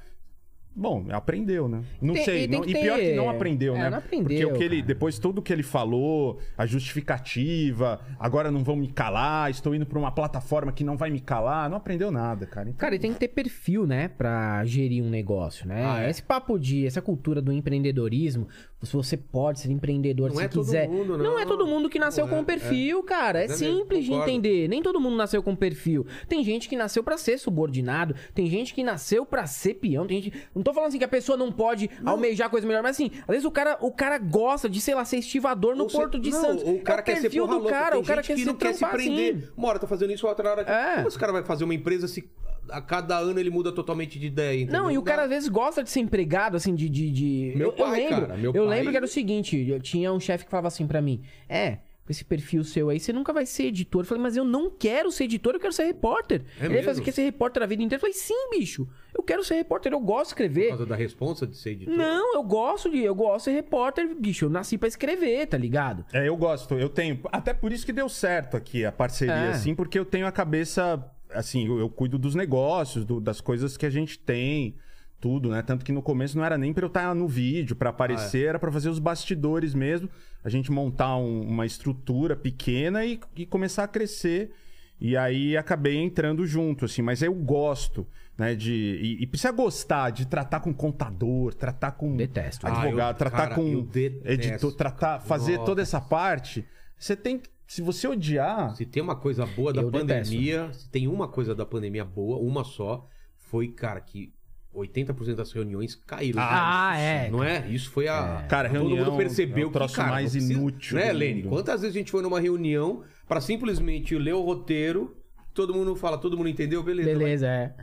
Bom, aprendeu, né? Não
Tem-
sei.
e
E,
tem
não,
que
e
ter-
pior que não aprendeu,
é,
né?
não aprendeu,
Porque o que ele,
cara.
depois tudo que ele falou, a justificativa, agora não vão me calar, estou indo pra uma plataforma que não vai me calar, não aprendeu nada, cara. Então,
Cara, e tem que ter perfil, né, pra gerir um negócio, né?
Ah, é.
Esse papo de, essa cultura do empreendedorismo, se você pode ser empreendedor
Não
se
é todo
quiser.
mundo,
não.
não.
é todo mundo que nasceu
Não
com
é,
um perfil, cara. É,
Mas é mesmo,
simples de
concordo.
entender. Nem todo mundo nasceu com perfil. Tem gente que nasceu pra ser subordinado, tem gente que nasceu pra ser peão, tem gente... Não tô falando assim que a pessoa não pode almejar coisa melhor, mas assim, às vezes o cara, o cara gosta de, sei lá, ser estivador no
Ou você-
Porto de
não,
Santos.
ou O cara
é o
quer ser
perfil
porra
do
louca,
cara,
tem
o cara
gente
quer
que
se
não quer se
trampar assim.
prender. Uma hora tá fazendo isso, outra hora...
É.
Como esse cara vai fazer uma empresa se a cada ano ele muda totalmente de ideia, entendeu?
Não, e o
dá.
cara às vezes gosta de ser empregado, assim, de. de, de-
Meu
eu, eu
pai,
lembro,
cara, meu
eu
pai-
lembro que era o seguinte: eu tinha um chefe que falava assim pra mim: É, com esse perfil seu aí, você nunca vai ser editor. Eu falei, mas eu não quero ser editor, eu quero ser repórter.
É
Ele
mesmo?
falou assim: quer ser repórter a vida inteira? Eu falei, sim, bicho, eu quero ser repórter, eu gosto de
Por
escrever.
causa da responsa de ser editor.
Não, eu gosto de. Eu gosto de ser repórter, bicho. Eu nasci pra escrever, tá ligado?
É, eu gosto, eu tenho. Até por isso que deu certo aqui a parceria,
É.
assim, porque eu tenho a cabeça. Assim, eu, eu cuido dos negócios, do- das coisas que a gente tem, tudo, né? Tanto que no começo não era nem pra eu estar no vídeo, pra
Ah,
aparecer,
é.
era pra fazer os bastidores mesmo, a gente montar um- uma estrutura pequena e, e começar a crescer. E aí acabei entrando junto, assim, mas eu gosto, né? De, e, e precisa gostar de tratar com contador, tratar com
Detesto.
advogado,
Ah, eu-
tratar
cara, eu
com
detesto.
editor, tratar, fazer
Nossa.
toda essa parte, você tem que. Se você odiar.
Se tem uma coisa boa da
Eu detesto.
pandemia, se tem uma coisa da pandemia boa, uma só, foi, cara, que 80% das reuniões caíram.
Ah,
Cara,
é,
Não é? Isso foi a.
Cara,
Todo
reunião
mundo percebeu
é o
que
troço
cara,
mais
não precisa-
inútil
Né,
do
Lene?
mundo.
Quantas vezes a gente foi numa reunião pra simplesmente ler o roteiro, todo mundo fala, todo mundo entendeu, beleza.
Beleza, é.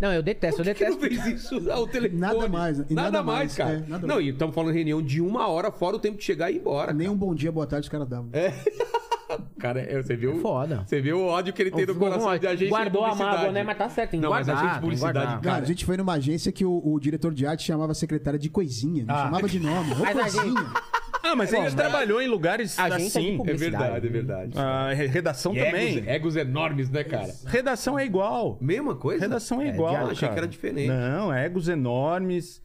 Não, eu detesto, eu
Por que
detesto.
não fez isso ao telefone?
Nada mais, né? E
Nada,
nada
mais,
mais,
cara.
é, nada
não, e estamos falando de reunião de uma hora, fora o tempo de chegar e ir embora.
Nem um bom dia, boa tarde os caras davam.
É, Cara, é, você viu?
É foda.
Você viu o ódio que ele tem no
Ficou com
coração
ódio.
de agência de
Guardou a mágoa,
publicidade.
né? Mas tá certo, tem que
Não, mas
guardar,
agência de
tem que
publicidade,
guardar.
Cara, a gente foi numa agência que o, o diretor de arte chamava a secretária de coisinha, não
Ah.
chamava de nome. Ô,
Mas a gente-
coisinha.
Ah, mas ele trabalhou em lugares
A gente é de
assim.
É
publicidade.
verdade, é verdade.
Ah, re- redação
E
também.
Egos, egos enormes, né, cara?
Redação é igual.
Mesma coisa?
Redação é
de-
igual.
eu achei
cara.
que era diferente.
Não, egos enormes,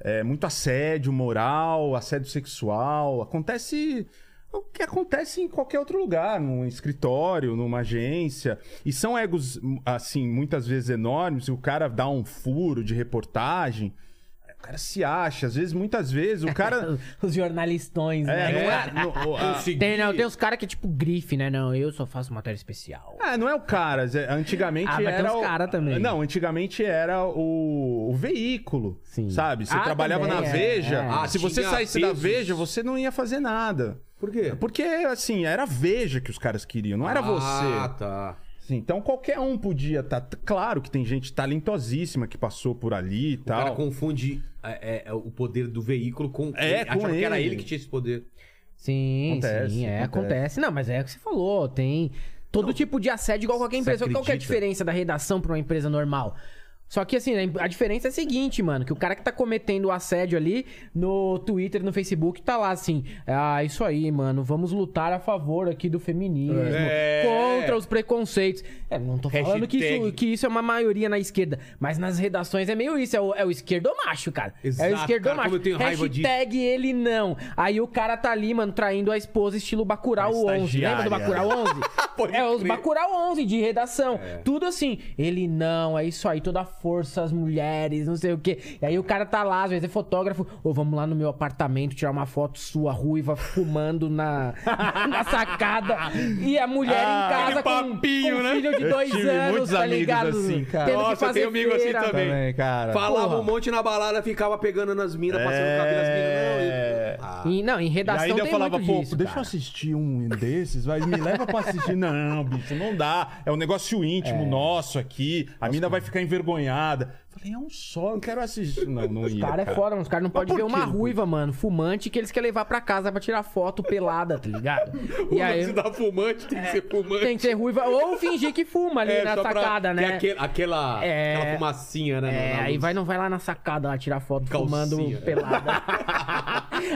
é, muito assédio moral, assédio sexual. Acontece o que acontece em qualquer outro lugar, num escritório, numa agência. E são egos, assim, muitas vezes enormes, e o cara dá um furo de reportagem. O cara se acha, às vezes, muitas vezes, o cara.
Os jornalistões,
É,
né?
não
cara?
é, não, a-
Consegui.
Tem, não, tem uns caras que é tipo grife, né? Não, eu só faço matéria especial.
Ah, não é o cara. Zé. Antigamente
Ah, mas tem
era.
uns
o-
cara também.
Não, antigamente era o, o veículo.
Sim.
Sabe? Você
Ah,
trabalhava
também,
na
é,
Veja.
é.
Ah, se você
Tinha
saísse da
pesos.
Veja, você não ia fazer nada.
Por
É.
quê?
Porque, assim, era a Veja que os caras queriam, não era
Ah,
você.
tá.
Sim, então qualquer um podia estar. Claro que tem gente talentosíssima que passou por ali e
O cara
tal.
confunde é, é, é, o poder do veículo com...
É, com
achava que era
ele.
ele que tinha esse poder.
Sim,
Acontece,
sim, é, acontece.
acontece.
Não, mas é o que você falou, tem todo tipo de assédio igual qualquer
Você
empresa. Qual que é a
acredita?
diferença da redação pra uma empresa normal? Só que assim, a diferença é a seguinte, mano, que o cara que tá cometendo o assédio ali no Twitter, no Facebook, tá lá assim, ah, isso aí, mano, vamos lutar a favor aqui do feminismo,
É.
contra os preconceitos. É, não tô falando que isso,
Hashtag.
que isso é uma maioria na esquerda, mas nas redações é meio isso, é o, é o esquerdomacho, cara. é
Exato,
o esquerdomacho.
cara, como eu tenho raiva
Hashtag
disso.
Pegue ele não. Aí o cara tá ali, mano, traindo a esposa estilo Bacurau
Uma
11. Lembra do
estagiária.
Bacurau 11?
Pode
é, os
crer.
Bacurau 11 de redação.
É.
Tudo assim. Ele não, é isso aí, toda a força, as mulheres, não sei o quê. E aí o cara tá lá, às vezes é fotógrafo. Ô, vamos lá no meu apartamento tirar uma foto sua, ruiva, fumando na, na sacada. E a mulher
Ah,
em casa
aquele
com,
papinho,
com um
né?
filho de
Eu
dois
tive
anos,
muitos
tá
amigos
ligado?
assim, cara.
Tendo que
Nossa, eu
fazer
tenho amigo assim
feira.
também.
cara.
Falava
Porra.
um monte na balada, ficava pegando nas minas, tá passando o cabelo nas
É.
minas. Não, eu- Ah,
E, não, em
E
redação
ainda eu
tem
falava,
muito
pô,
disso,
deixa eu
cara.
assistir um desses, vai, me leva pra assistir.
É.
não, bicho, não dá. É um negócio íntimo nosso aqui. A mina vai ficar envergonhada. Fala, Falei, é um só, eu não quero assistir. Não, não ia.
Os caras é foda, mano. Os caras não
Mas
podem
por
ver uma
quê?
ruiva, mano, fumante, que eles querem levar pra casa pra tirar foto pelada, tá ligado? E aí
Se dá fumante, É, tem que ser fumante. É,
tem que ser ruiva ou fingir que fuma ali na
só pra-
sacada, né?
tem aquele- aquela,
É.
aquela fumacinha, né?
É,
na- na
aí
luz.
vai, não vai lá na sacada lá tirar foto
Calcinha.
fumando pelada.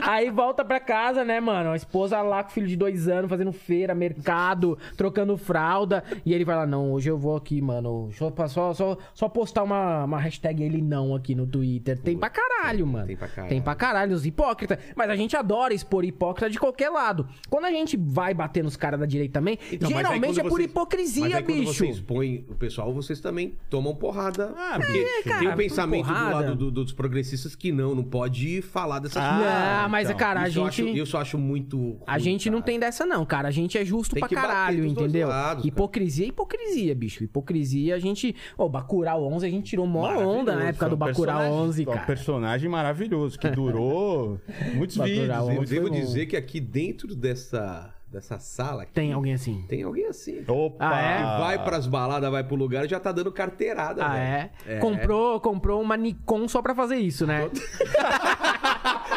aí volta pra casa, né, mano? A esposa lá com o filho de dois anos, fazendo feira, mercado, trocando fralda. E ele vai lá, não, hoje eu vou aqui, mano. Só, pa- só, só, só postar uma, uma hashtag ele não aqui no Twitter. Tem pra caralho, mano.
tem pra caralho.
Tem pra caralho, os hipócritas. Mas a gente adora expor hipócrita de qualquer lado. Quando a gente vai bater nos caras da direita também,
Então, mas aí
geralmente é
quando
por
vocês- mas
hipocrisia,
aí Quando
bicho.
vocês põem o pessoal, vocês também tomam porrada.
Ah,
porque
bicho.
cara,
tem um
tudo
pensamento do
porrada.
lado do- do- dos progressistas que não, não pode falar dessas
Ah,
não, mas,
então,
cara, a
Isso eu
gente.
acho- eu só acho muito. ruim,
A gente não
cara.
tem dessa, não, cara. A gente é justo
Tem
pra
que bater
caralho,
dos dois
entendeu?
lados, cara.
hipocrisia é hipocrisia, bicho. Hipocrisia, a gente. Ô, Bacurau 11, a gente tirou mó onda na
Maravilhoso.
época
É
do
um
Bacurau
personagem-
11,
é um
cara.
personagem maravilhoso, que durou muitos
Bacurau,
vídeos.
Eu
Foi
devo
bom.
dizer que aqui dentro dessa, dessa sala aqui,
Tem alguém assim.
tem alguém assim.
Opa!
Ah, é?
Que vai pras baladas, vai pro lugar e já tá dando carteirada.
Ah,
velho.
é? Comprou, comprou uma Nikon só pra fazer isso, né?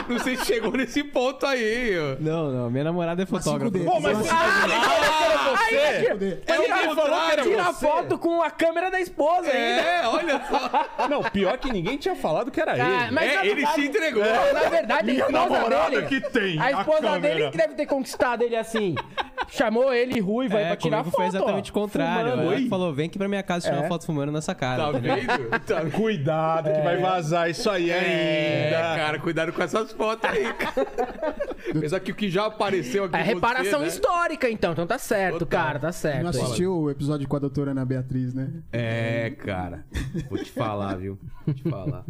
Não sei se chegou nesse ponto aí. ó.
Não, não, minha namorada é fotógrafa.
5D.
Pô, mas
Mas-
você falou que era você!
Tira-
É o
tira-
contrário, era
Tira
você.
foto com a câmera da esposa ainda.
É, olha só.
Não, pior que ninguém tinha falado que era
Ah,
ele.
mas na
É, ele se
verdade-
entregou.
Não, na verdade, a
Minha
esposa
namorada
dele.
que tem
A
a
esposa
câmera.
dele que deve ter conquistado ele assim. Chamou ele ruivo aí
É,
pra tirar
comigo
foto.
foi
ó,
exatamente o contrário.
fumando. É.
Ela que falou, vem aqui pra minha casa tirar uma foto fumando nessa
Tá
cara.
vendo? Tá vendo?
Cuidado que vai vazar isso aí
É,
ainda.
cara, cuidado com essas fotos aí, cara. Apesar que o que já apareceu aqui.
É
em você,
reparação
né?
histórica, então. Então tá certo,
Total.
cara, tá
Não
certo.
assistiu o episódio com a doutora Ana Beatriz, né?
É, cara. Vou te falar, viu? Vou te falar.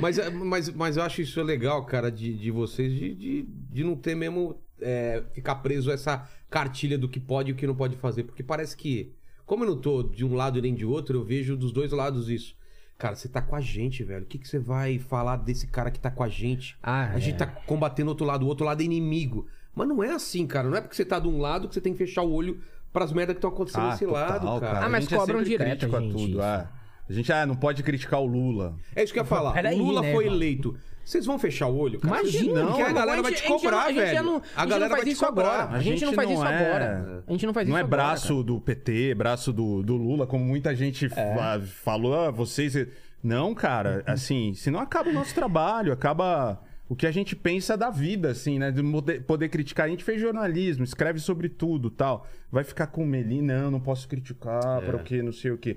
Mas, é, mas, mas eu acho isso legal, cara, de, de vocês, de, de, de não ter mesmo. é, ficar preso a essa cartilha do que pode e o que não pode fazer. Porque parece que, como eu não tô de um lado nem de outro, eu vejo dos dois lados isso. Cara, você tá com a gente, velho. O que, que você vai falar desse cara que tá com a gente?
Ah,
a gente tá
é.
combatendo outro lado, o outro lado é inimigo. Mas não é assim, cara. Não é porque você tá de um lado que você tem que fechar o olho pras merdas que estão acontecendo desse lado, cara.
Ah, mas
Ah, A gente é
cobram
sempre
direto,
crítico a
gente,
tudo,
isso.
ah. A gente, ah, não pode criticar o Lula.
É isso que eu ia falar.
Peraí,
Lula
né,
foi
mano?
eleito. Vocês vão fechar o olho? Cara?
Imagina,
Porque a
mano,
galera
a
vai
gente-
te
a gente
cobrar,
não- a gente
velho.
já não- a
a
gente
galera
não faz
vai te
isso
cobrar.
agora. A gente não faz
é
isso agora. A gente não faz isso
Não é
agora,
braço do PT, braço do, do Lula, como muita
É.
gente fa- falou, ah, vocês. Não, cara, assim, senão acaba o nosso trabalho, acaba o que a gente pensa da vida, assim, né? De poder, poder criticar. A gente fez jornalismo, escreve sobre tudo tal. Vai ficar com o Melim, não, não posso
É.
criticar, para o quê, não sei o quê.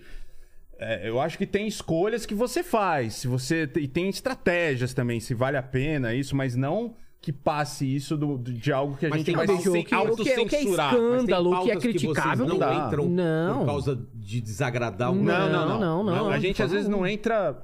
É, eu acho que tem escolhas que você faz, se você e tem estratégias também, se vale a pena isso, mas não que passe isso do, do- de algo que a
Mas
gente
tem
vai
pautas
Bicho,
sem
o que, o que- o que é
autocensurar, mas tem
escândalo, o que é
pautas vocês
criticável,
não
dá.
entram
Não.
por causa de desagradar o
Não, não,
Não,
não.
não, não,
a
de
gente às
forma
vezes não entra.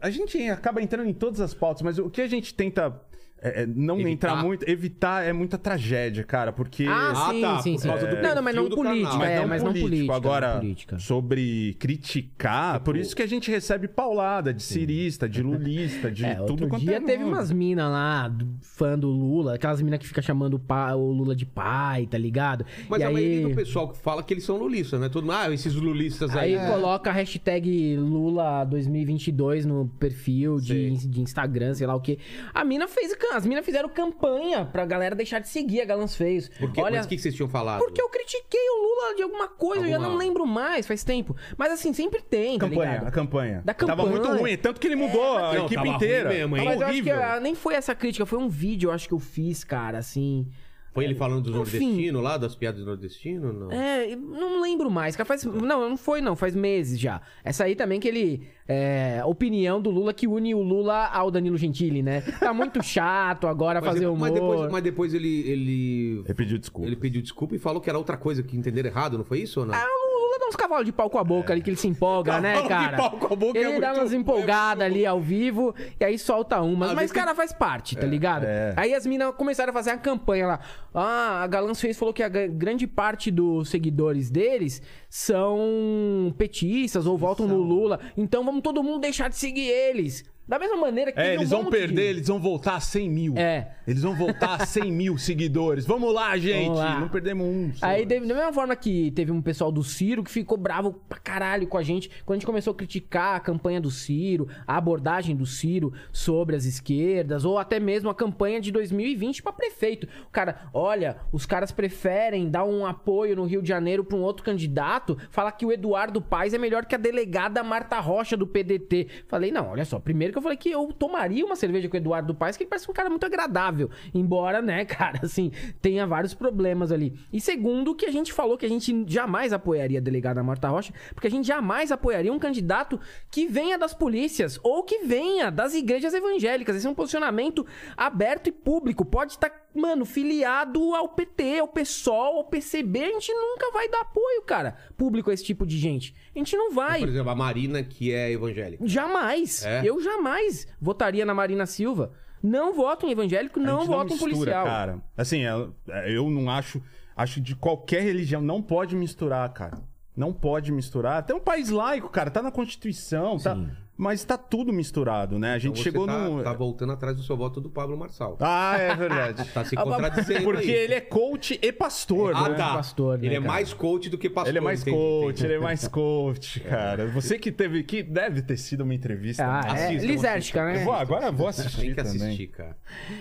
A, a gente acaba entrando em todas as pautas, mas o que a gente tenta é, é, não
Evitar.
entrar muito, evitar é muita tragédia, cara, porque.
Ah,
Ah,
sim,
tá,
sim,
por
sim.
causa do
Não, não, mas não
perfil do
política,
canal.
é, mas não política.
um Agora,
não política.
sobre criticar, por isso que a gente recebe paulada de cirista, de lulista, de
É,
tudo
outro
quanto
dia
é
teve
nome.
umas minas lá, do- fã do Lula, aquelas minas que fica chamando o, pa- o Lula de pai, tá ligado?
Mas
e
a
é
aí,
maioria do pessoal que fala que eles são lulistas, né? Todo mundo, ah, esses lulistas aí. né?"
aí
né?
coloca a hashtag Lula 2022 no perfil de, de Instagram, sei lá o quê. A mina fez, cam- as minas fizeram campanha pra galera deixar de seguir, a Galãs fez.
Por quê?
Olha,
Mas o que que vocês tinham falado?
porque eu critiquei o Lula de alguma coisa, eu já
Alguma-
não lembro mais, faz tempo. Mas assim, sempre tem, tá
Campanha,
ligado?
a campanha.
Da
Tava
campanha. É,
muito ruim, tanto que ele mudou a
Não,
equipe
tava ruim
inteira.
mesmo, hein?
Tava
Mas eu acho que
é horrível.
ah, nem foi essa crítica, foi um vídeo, eu acho que eu fiz, cara, assim.
Foi ele falando dos
Enfim.
nordestinos lá, das piadas do nordestino? Não.
É, eu não lembro mais, cara. Faz, não, não foi não, faz meses já. Essa aí também que ele... É, opinião do Lula que une o Lula ao Danilo Gentili, né? Tá muito chato agora
Mas
fazer
depois-
humor.
mas depois, mas depois ele, ele,
Ele pediu desculpa.
ele pediu desculpa e falou que era outra coisa, que entenderam errado, não foi isso ou não?
Ah, o Lula dá uns cavalos de pau com a boca ali, que ele se empolga, né,
né? É. Cavalo de
cara?
pau com a boca é
ele dá
muito
umas
bom,
empolgadas ali ao vivo, e aí solta uma.
Às
Mas,
vezes É,
cara, faz parte, tá ligado? Aí as minas começaram a fazer a campanha lá. Ah, a Galãs fez, falou que a gra- grande parte dos seguidores deles são petistas ou votam no Lula. Então vamos todo mundo deixar de seguir eles. Da mesma maneira que
É,
teve um
eles vão
monte de-
perder, eles vão voltar a 100 mil.
É.
Eles vão voltar a 100 mil seguidores. Vamos lá, gente.
Vamos lá.
Não perdemos um. só.
Aí, teve- da mesma forma que teve um pessoal do Ciro que ficou bravo pra caralho com a gente, quando a gente começou a criticar a campanha do Ciro, a abordagem do Ciro sobre as esquerdas, ou até mesmo a campanha de 2020 pra prefeito. O cara, olha, os caras preferem dar um apoio no Rio de Janeiro pra um outro candidato, falar que o Eduardo Paes é melhor que a delegada Marta Rocha do PDT. Falei, não, olha só, primeiro que eu falei que eu tomaria uma cerveja com o Eduardo Paes, que ele parece um cara muito agradável. Embora, né, cara, assim, tenha vários problemas ali. E segundo, que a gente falou que a gente jamais apoiaria a delegada Marta Rocha, porque a gente jamais apoiaria um candidato que venha das polícias ou que venha das igrejas evangélicas. Esse é um posicionamento aberto e público. Pode estar, mano, filiado ao PT, ao PSOL, ao PCB. A gente nunca vai dar apoio, cara, público a esse tipo de gente. A gente não vai.
Por exemplo, a Marina, que é evangélica.
Jamais.
É?
Eu jamais votaria na Marina Silva. Não voto em evangélico,
A
não
gente
voto em
mistura,
policial.
Cara. Assim, eu, eu não acho. Acho de qualquer religião. Não pode misturar, cara. Não pode misturar. Até um país laico, cara. Tá na Constituição, tá. Mas tá tudo misturado, né? A gente
Então você
chegou
tá,
num.
Tá voltando atrás do seu voto do Pablo Marçal.
Ah, é verdade.
Tá se contradizendo aí.
Porque ele é coach e pastor,
Ah,
né?
tá.
pastor, né,
ele é
cara?
mais coach do que pastor.
Ele é mais
entendi,
coach,
entendi.
ele é mais coach, cara. Você que teve, que deve ter sido uma entrevista.
Ah,
né?
é.
Assistam,
Lisérgica, né?
Eu vou, agora vou assistir
Tem que
também.
assistir, cara.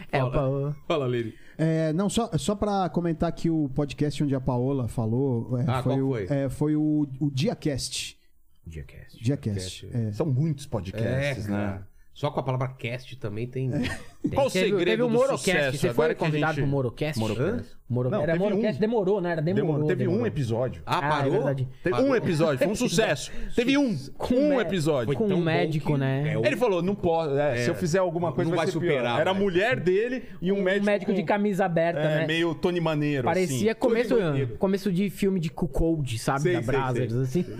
É,
Fala.
Paulo.
Fala, Lili.
É, não, só, só pra comentar que o podcast onde a Paola falou é,
Ah,
foi,
qual
o,
foi?
é, foi o, o DiaCast.
Diacast.
DiaCast. é.
São muitos
É,
podcasts, né?
cara. Só com a palavra cast também tem.
É.
tem.
Qual o
Teve-
segredo
teve o
do
Morocast,
sucesso?
você
Agora
foi
que a
convidado
gente-
pro Morocast?
Morocast.
Moro...
Não,
era
teve
Morocast,
um.
demorou, né? Era demorou.
Demorou, teve
demorou.
um episódio.
Ah,
Ah, é
parou?
verdade.
Teve
Parou?
um episódio, foi um sucesso. Teve um,
Com
um
mé-
episódio.
Foi com
Tão
um
bom
médico,
que-
né?
É, o-
Ele falou, não posso, é, se eu fizer alguma coisa
não vai
ser
superar,
pior. Era a
vai.
mulher dele e um,
Um
médico
médico, de
com-
camisa aberta,
é,
né?
meio Tony Maneiro,
Parecia
assim.
começo,
Tudo maneiro.
começo de filme de Cuckold, sabe?
Sei,
da
sei,
Brazzers,
sei.
assim.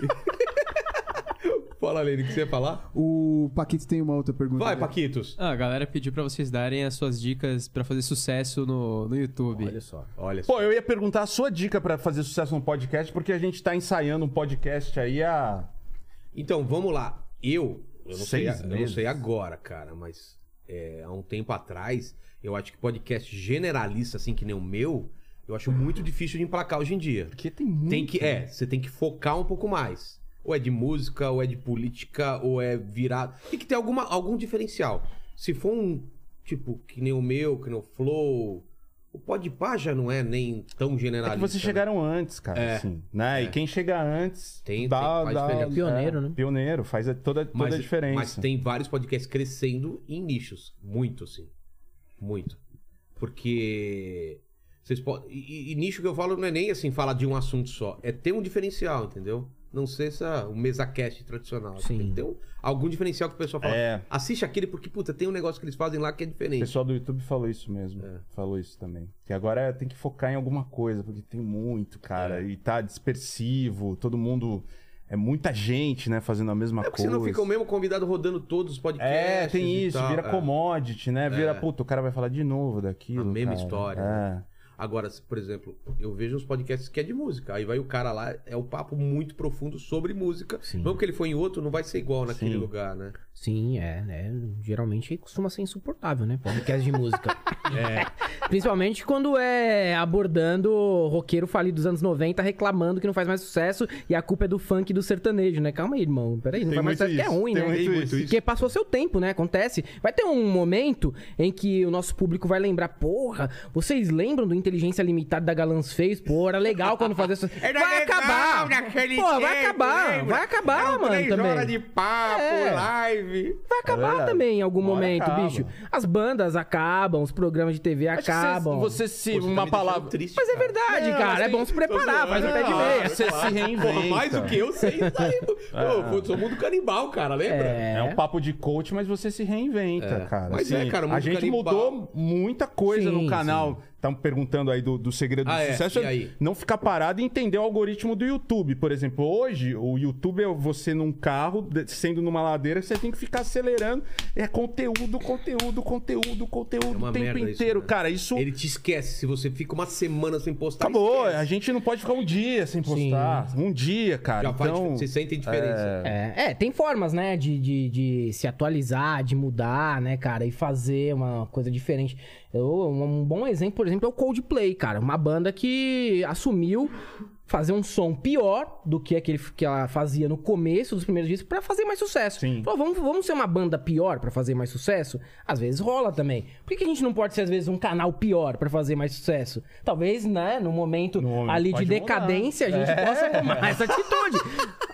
Fala, Lili, o que você ia falar?
O Paquito tem uma outra pergunta.
Vai,
né?
Paquitos.
Ah, a galera pediu pra vocês darem as suas dicas pra fazer sucesso no, no YouTube.
Olha só, olha só.
Pô, eu ia perguntar a sua dica pra fazer sucesso no podcast, porque a gente tá ensaiando um podcast aí há
Então, vamos lá. Eu, eu não, sei,
Seis
eu não
meses.
sei agora, cara, mas é, há um tempo atrás, eu acho que podcast generalista, assim, que nem o meu, eu acho muito difícil de emplacar hoje em dia.
Porque tem muito.
Tem que, é, você tem que focar um pouco mais. Ou é de música, ou é de política, ou é virado. Tem que ter alguma, algum diferencial. Se for um, tipo, que nem o meu, que nem o Flow, o Podpah já não é nem tão
É
generalista.
que vocês chegaram antes, cara,
né? É.
assim, né?
É.
E quem chega antes
Tem-
dá,
tem- faz
dá- um
diferença.
Pioneiro, né?
Pioneiro, faz a- toda, toda a diferença.
Mas tem vários podcasts crescendo em nichos. Muito, assim. Muito. Porque. Vocês podem. E, e nicho que eu falo não é nem assim, falar de um assunto só. É ter um diferencial, entendeu? Não ser essa, o mesa-cast tradicional.
Sim.
Tem que ter um- algum diferencial que o pessoal fala.
É.
Assiste aquele porque, puta, tem um negócio que eles fazem lá que é
O
diferente.
pessoal do YouTube falou isso mesmo.
É.
Falou isso também. Que agora é- tem que focar em alguma coisa, porque tem muito,
É.
cara. E tá dispersivo, todo mundo. É muita gente, né, fazendo a mesma
É porque
coisa.
senão fica o mesmo convidado rodando todos os podcasts.
É, tem
e
isso,
tal.
vira
É.
commodity, né? Vira, puta, o cara vai falar de novo daquilo.
A mesma
cara.
história,
É.
Agora, se, por exemplo, eu vejo uns podcasts que é de música. Aí vai o cara lá, é um papo muito profundo sobre música.
Sim.
Não que ele foi em outro, não vai ser igual naquele
Sim.
lugar, né?
Sim, é, né? Geralmente costuma ser insuportável, né? Podcast de música.
É.
Principalmente quando é abordando roqueiro falido dos anos 90 reclamando que não faz mais sucesso e a culpa é do funk e do sertanejo, né? Calma aí, irmão. Peraí, não
Tem
faz mais
muito
sucesso que é
isso,
ruim,
tem
né?
muito Tem muito isso. isso.
Porque passou seu tempo, né? Acontece. Vai ter um momento em que o nosso público vai lembrar, porra, vocês lembram do Inteligência Limitada da Galãs fez? Pô, era legal quando fazia isso. Vai
Era legal
acabar!
naquele
Pô, vai
tempo,
acabar!
lembra?
Vai
Ah,
acabar,
Eram
mano,
três
também.
horas de papo,
É.
live.
Vai acabar
É verdade.
também em algum
Uma hora
momento,
acaba.
bicho. As bandas acabam, os programas de TV
Acho que
acabam.
Você, você se
Pô, você tá
uma
me
palavra.
deixando Triste,
Mas é
cara.
verdade,
Não,
cara.
mas
É
tem-
bom se preparar, faz um pé de
Não, assim,
meia.
Você se reinventa.
Porra, mais do que eu sei, isso aí. pô. Pô, putz, sou mundo canibal, cara, lembra?
É.
É um papo de coach, mas você se reinventa, cara. Assim,
Mas é, cara,
a
muito
gente
canibal.
mudou muita coisa
Sim,
no canal. Estão perguntando aí do, do segredo
Ah,
do
é.
sucesso.
E aí?
Não ficar parado e entender o algoritmo do YouTube. Por exemplo, hoje, o YouTube é você num carro, descendo numa ladeira, você tem que ficar acelerando. É conteúdo, conteúdo, conteúdo,
É
conteúdo
uma
o tempo
merda isso,
inteiro.
né?
cara, isso.
Ele te esquece. Se você fica uma semana sem postar,
Acabou,
esquece.
a gente não pode ficar um dia sem postar. Um dia, cara.
Já faz,
então,
dif- você sente a diferença.
É, é, tem formas, né, de, de, de se atualizar, de mudar, né, cara, e fazer uma coisa diferente. Eu, um bom exemplo, por exemplo, é o Coldplay, cara. Uma banda que assumiu fazer um som pior do que aquele que ela fazia no começo dos primeiros discos pra fazer mais sucesso.
Sim.
Falou, vamos, vamos ser uma banda pior pra fazer mais sucesso? Às vezes rola também. Por que, que a gente não pode ser, às vezes, um canal pior pra fazer mais sucesso? Talvez, né, no momento
No momento
ali de
pode mudar.
decadência, a
É.
gente possa tomar essa atitude.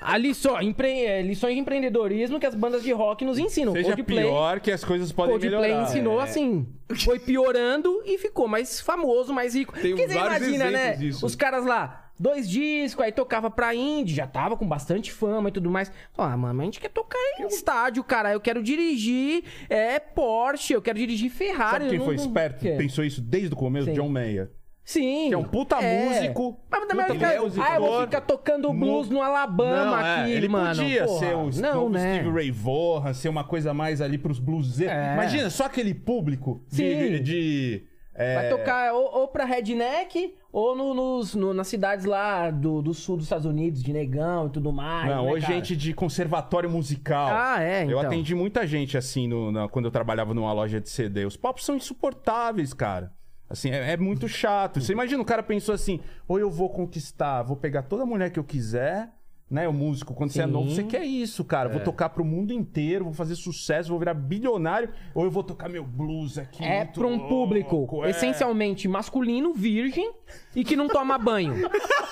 Ali só, empre- eh, lições de empreendedorismo que as bandas de rock nos ensinam.
seja
Coldplay,
pior que as coisas podem
Coldplay
melhorar. É.
ensinou assim, foi piorando e ficou mais famoso, mais rico.
Tem
Porque você
vários
imagina, né?
exemplos disso.
Os caras lá, dois discos, aí tocava pra indie, já tava com bastante fama e tudo mais. Ah, mano, a gente quer tocar em estádio, cara. Eu quero dirigir é Porsche, eu quero dirigir Ferrari.
Sabe
eu
quem
não-
foi
não-
esperto?
Quê?
Pensou isso desde o começo?
Sim.
John Mayer.
Sim.
Que é um puta músico, é um
Mas também
puta
o cara,
compositor.
ah, eu vou ficar tocando blues no Alabama
é,
aqui,
ele
mano.
podia
Porra,
ser o
não,
novo
né?
Steve Ray Vaughan, ser uma coisa mais ali pros bluseiros.
É.
Imagina, só aquele público de...
Sim.
de- é,
Vai tocar ou, ou pra redneck ou no- nos, no- nas cidades lá do, do sul dos Estados Unidos, de negão e tudo mais.
Não,
né,
hoje
cara?
gente de conservatório musical.
Ah, é,
Eu
então.
atendi muita gente, assim, no- na- quando eu trabalhava numa loja de CD. Os papos são insuportáveis, cara. Assim, é, é muito chato. Você imagina, o cara pensou assim, ou eu vou conquistar, vou pegar toda mulher que eu quiser, né? O músico, quando você é novo, você quer isso, cara.
É.
Vou tocar pro mundo inteiro, vou fazer sucesso, vou virar bilionário, ou eu vou tocar meu blues aqui.
É
muito
pra um público
louco, é.
essencialmente masculino, virgem e que não toma banho.